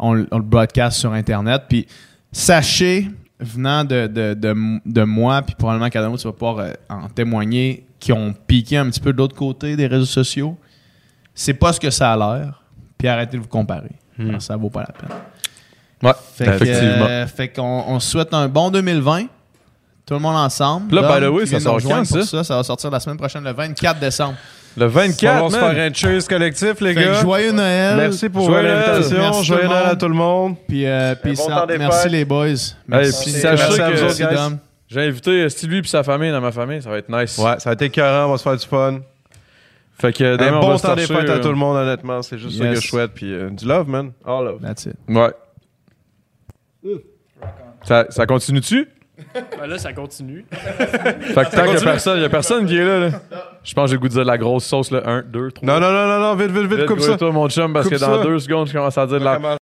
[SPEAKER 15] on le- on le broadcast sur Internet. Puis sachez, venant de, de, de, m- de moi, puis probablement qu'Adamo, tu vas pouvoir euh, en témoigner, qui ont piqué un petit peu de l'autre côté des réseaux sociaux, c'est pas ce que ça a l'air. Puis arrêtez de vous comparer. Alors, ça vaut pas la peine.
[SPEAKER 3] Hmm. Ouais,
[SPEAKER 15] Fait que,
[SPEAKER 3] effectivement.
[SPEAKER 15] euh, fait qu'on on se souhaite un bon 2020. Tout le monde ensemble.
[SPEAKER 3] Puis là,
[SPEAKER 15] Dom,
[SPEAKER 3] by the way, ça
[SPEAKER 15] qui vient
[SPEAKER 3] sort
[SPEAKER 15] nous rejoindre
[SPEAKER 3] quand,
[SPEAKER 15] pour
[SPEAKER 3] ça?
[SPEAKER 15] ça? Ça va sortir la semaine prochaine, le 24 décembre.
[SPEAKER 3] Le 24,
[SPEAKER 4] on va se
[SPEAKER 3] man.
[SPEAKER 4] faire un cheers collectif, les
[SPEAKER 15] Fait que
[SPEAKER 4] gars.
[SPEAKER 15] joyeux Noël.
[SPEAKER 4] Merci pour
[SPEAKER 3] Joyeux Noël.
[SPEAKER 15] Merci
[SPEAKER 4] l'invitation.
[SPEAKER 15] tout
[SPEAKER 4] Joyeux
[SPEAKER 15] le
[SPEAKER 4] Noël
[SPEAKER 15] monde.
[SPEAKER 4] à tout le monde.
[SPEAKER 15] Puis, euh, puis
[SPEAKER 4] bon
[SPEAKER 15] ça-
[SPEAKER 4] temps des
[SPEAKER 15] merci
[SPEAKER 4] fêtes.
[SPEAKER 15] les boys.
[SPEAKER 3] Hey,
[SPEAKER 15] Merci.
[SPEAKER 3] puis sachez
[SPEAKER 4] Merci à
[SPEAKER 3] que-
[SPEAKER 4] vous autres,
[SPEAKER 15] Merci,
[SPEAKER 4] guys.
[SPEAKER 15] Dom.
[SPEAKER 3] J'ai invité euh, Steve lui et sa famille dans ma famille, ça va être nice.
[SPEAKER 4] Ouais, ça a été écœurant, on va se faire du fun.
[SPEAKER 3] Fait que euh, demain,
[SPEAKER 4] Un
[SPEAKER 3] on va
[SPEAKER 4] bon
[SPEAKER 3] se
[SPEAKER 4] temps des
[SPEAKER 3] torcher,
[SPEAKER 4] fêtes à
[SPEAKER 3] euh,
[SPEAKER 4] tout le monde, honnêtement. C'est juste ça
[SPEAKER 15] Yes.
[SPEAKER 4] que je souhaite. Puis euh, du love, man. All love.
[SPEAKER 15] That's it.
[SPEAKER 3] euh, Ouais. Ça, ça continue-tu?
[SPEAKER 10] Ben là, ça continue.
[SPEAKER 3] Fait que tant qu'il y a personne, il y a personne qui est là, là. Je pense que j'ai le goût de dire de la grosse sauce, là. 1, 2, 3.
[SPEAKER 4] Non, non, non, non, non, vite, vite, vite, comme ça.
[SPEAKER 3] toi, mon chum, parce
[SPEAKER 4] Coupe
[SPEAKER 3] que dans
[SPEAKER 4] ça.
[SPEAKER 3] deux secondes, je commence à dire de la
[SPEAKER 4] Comment-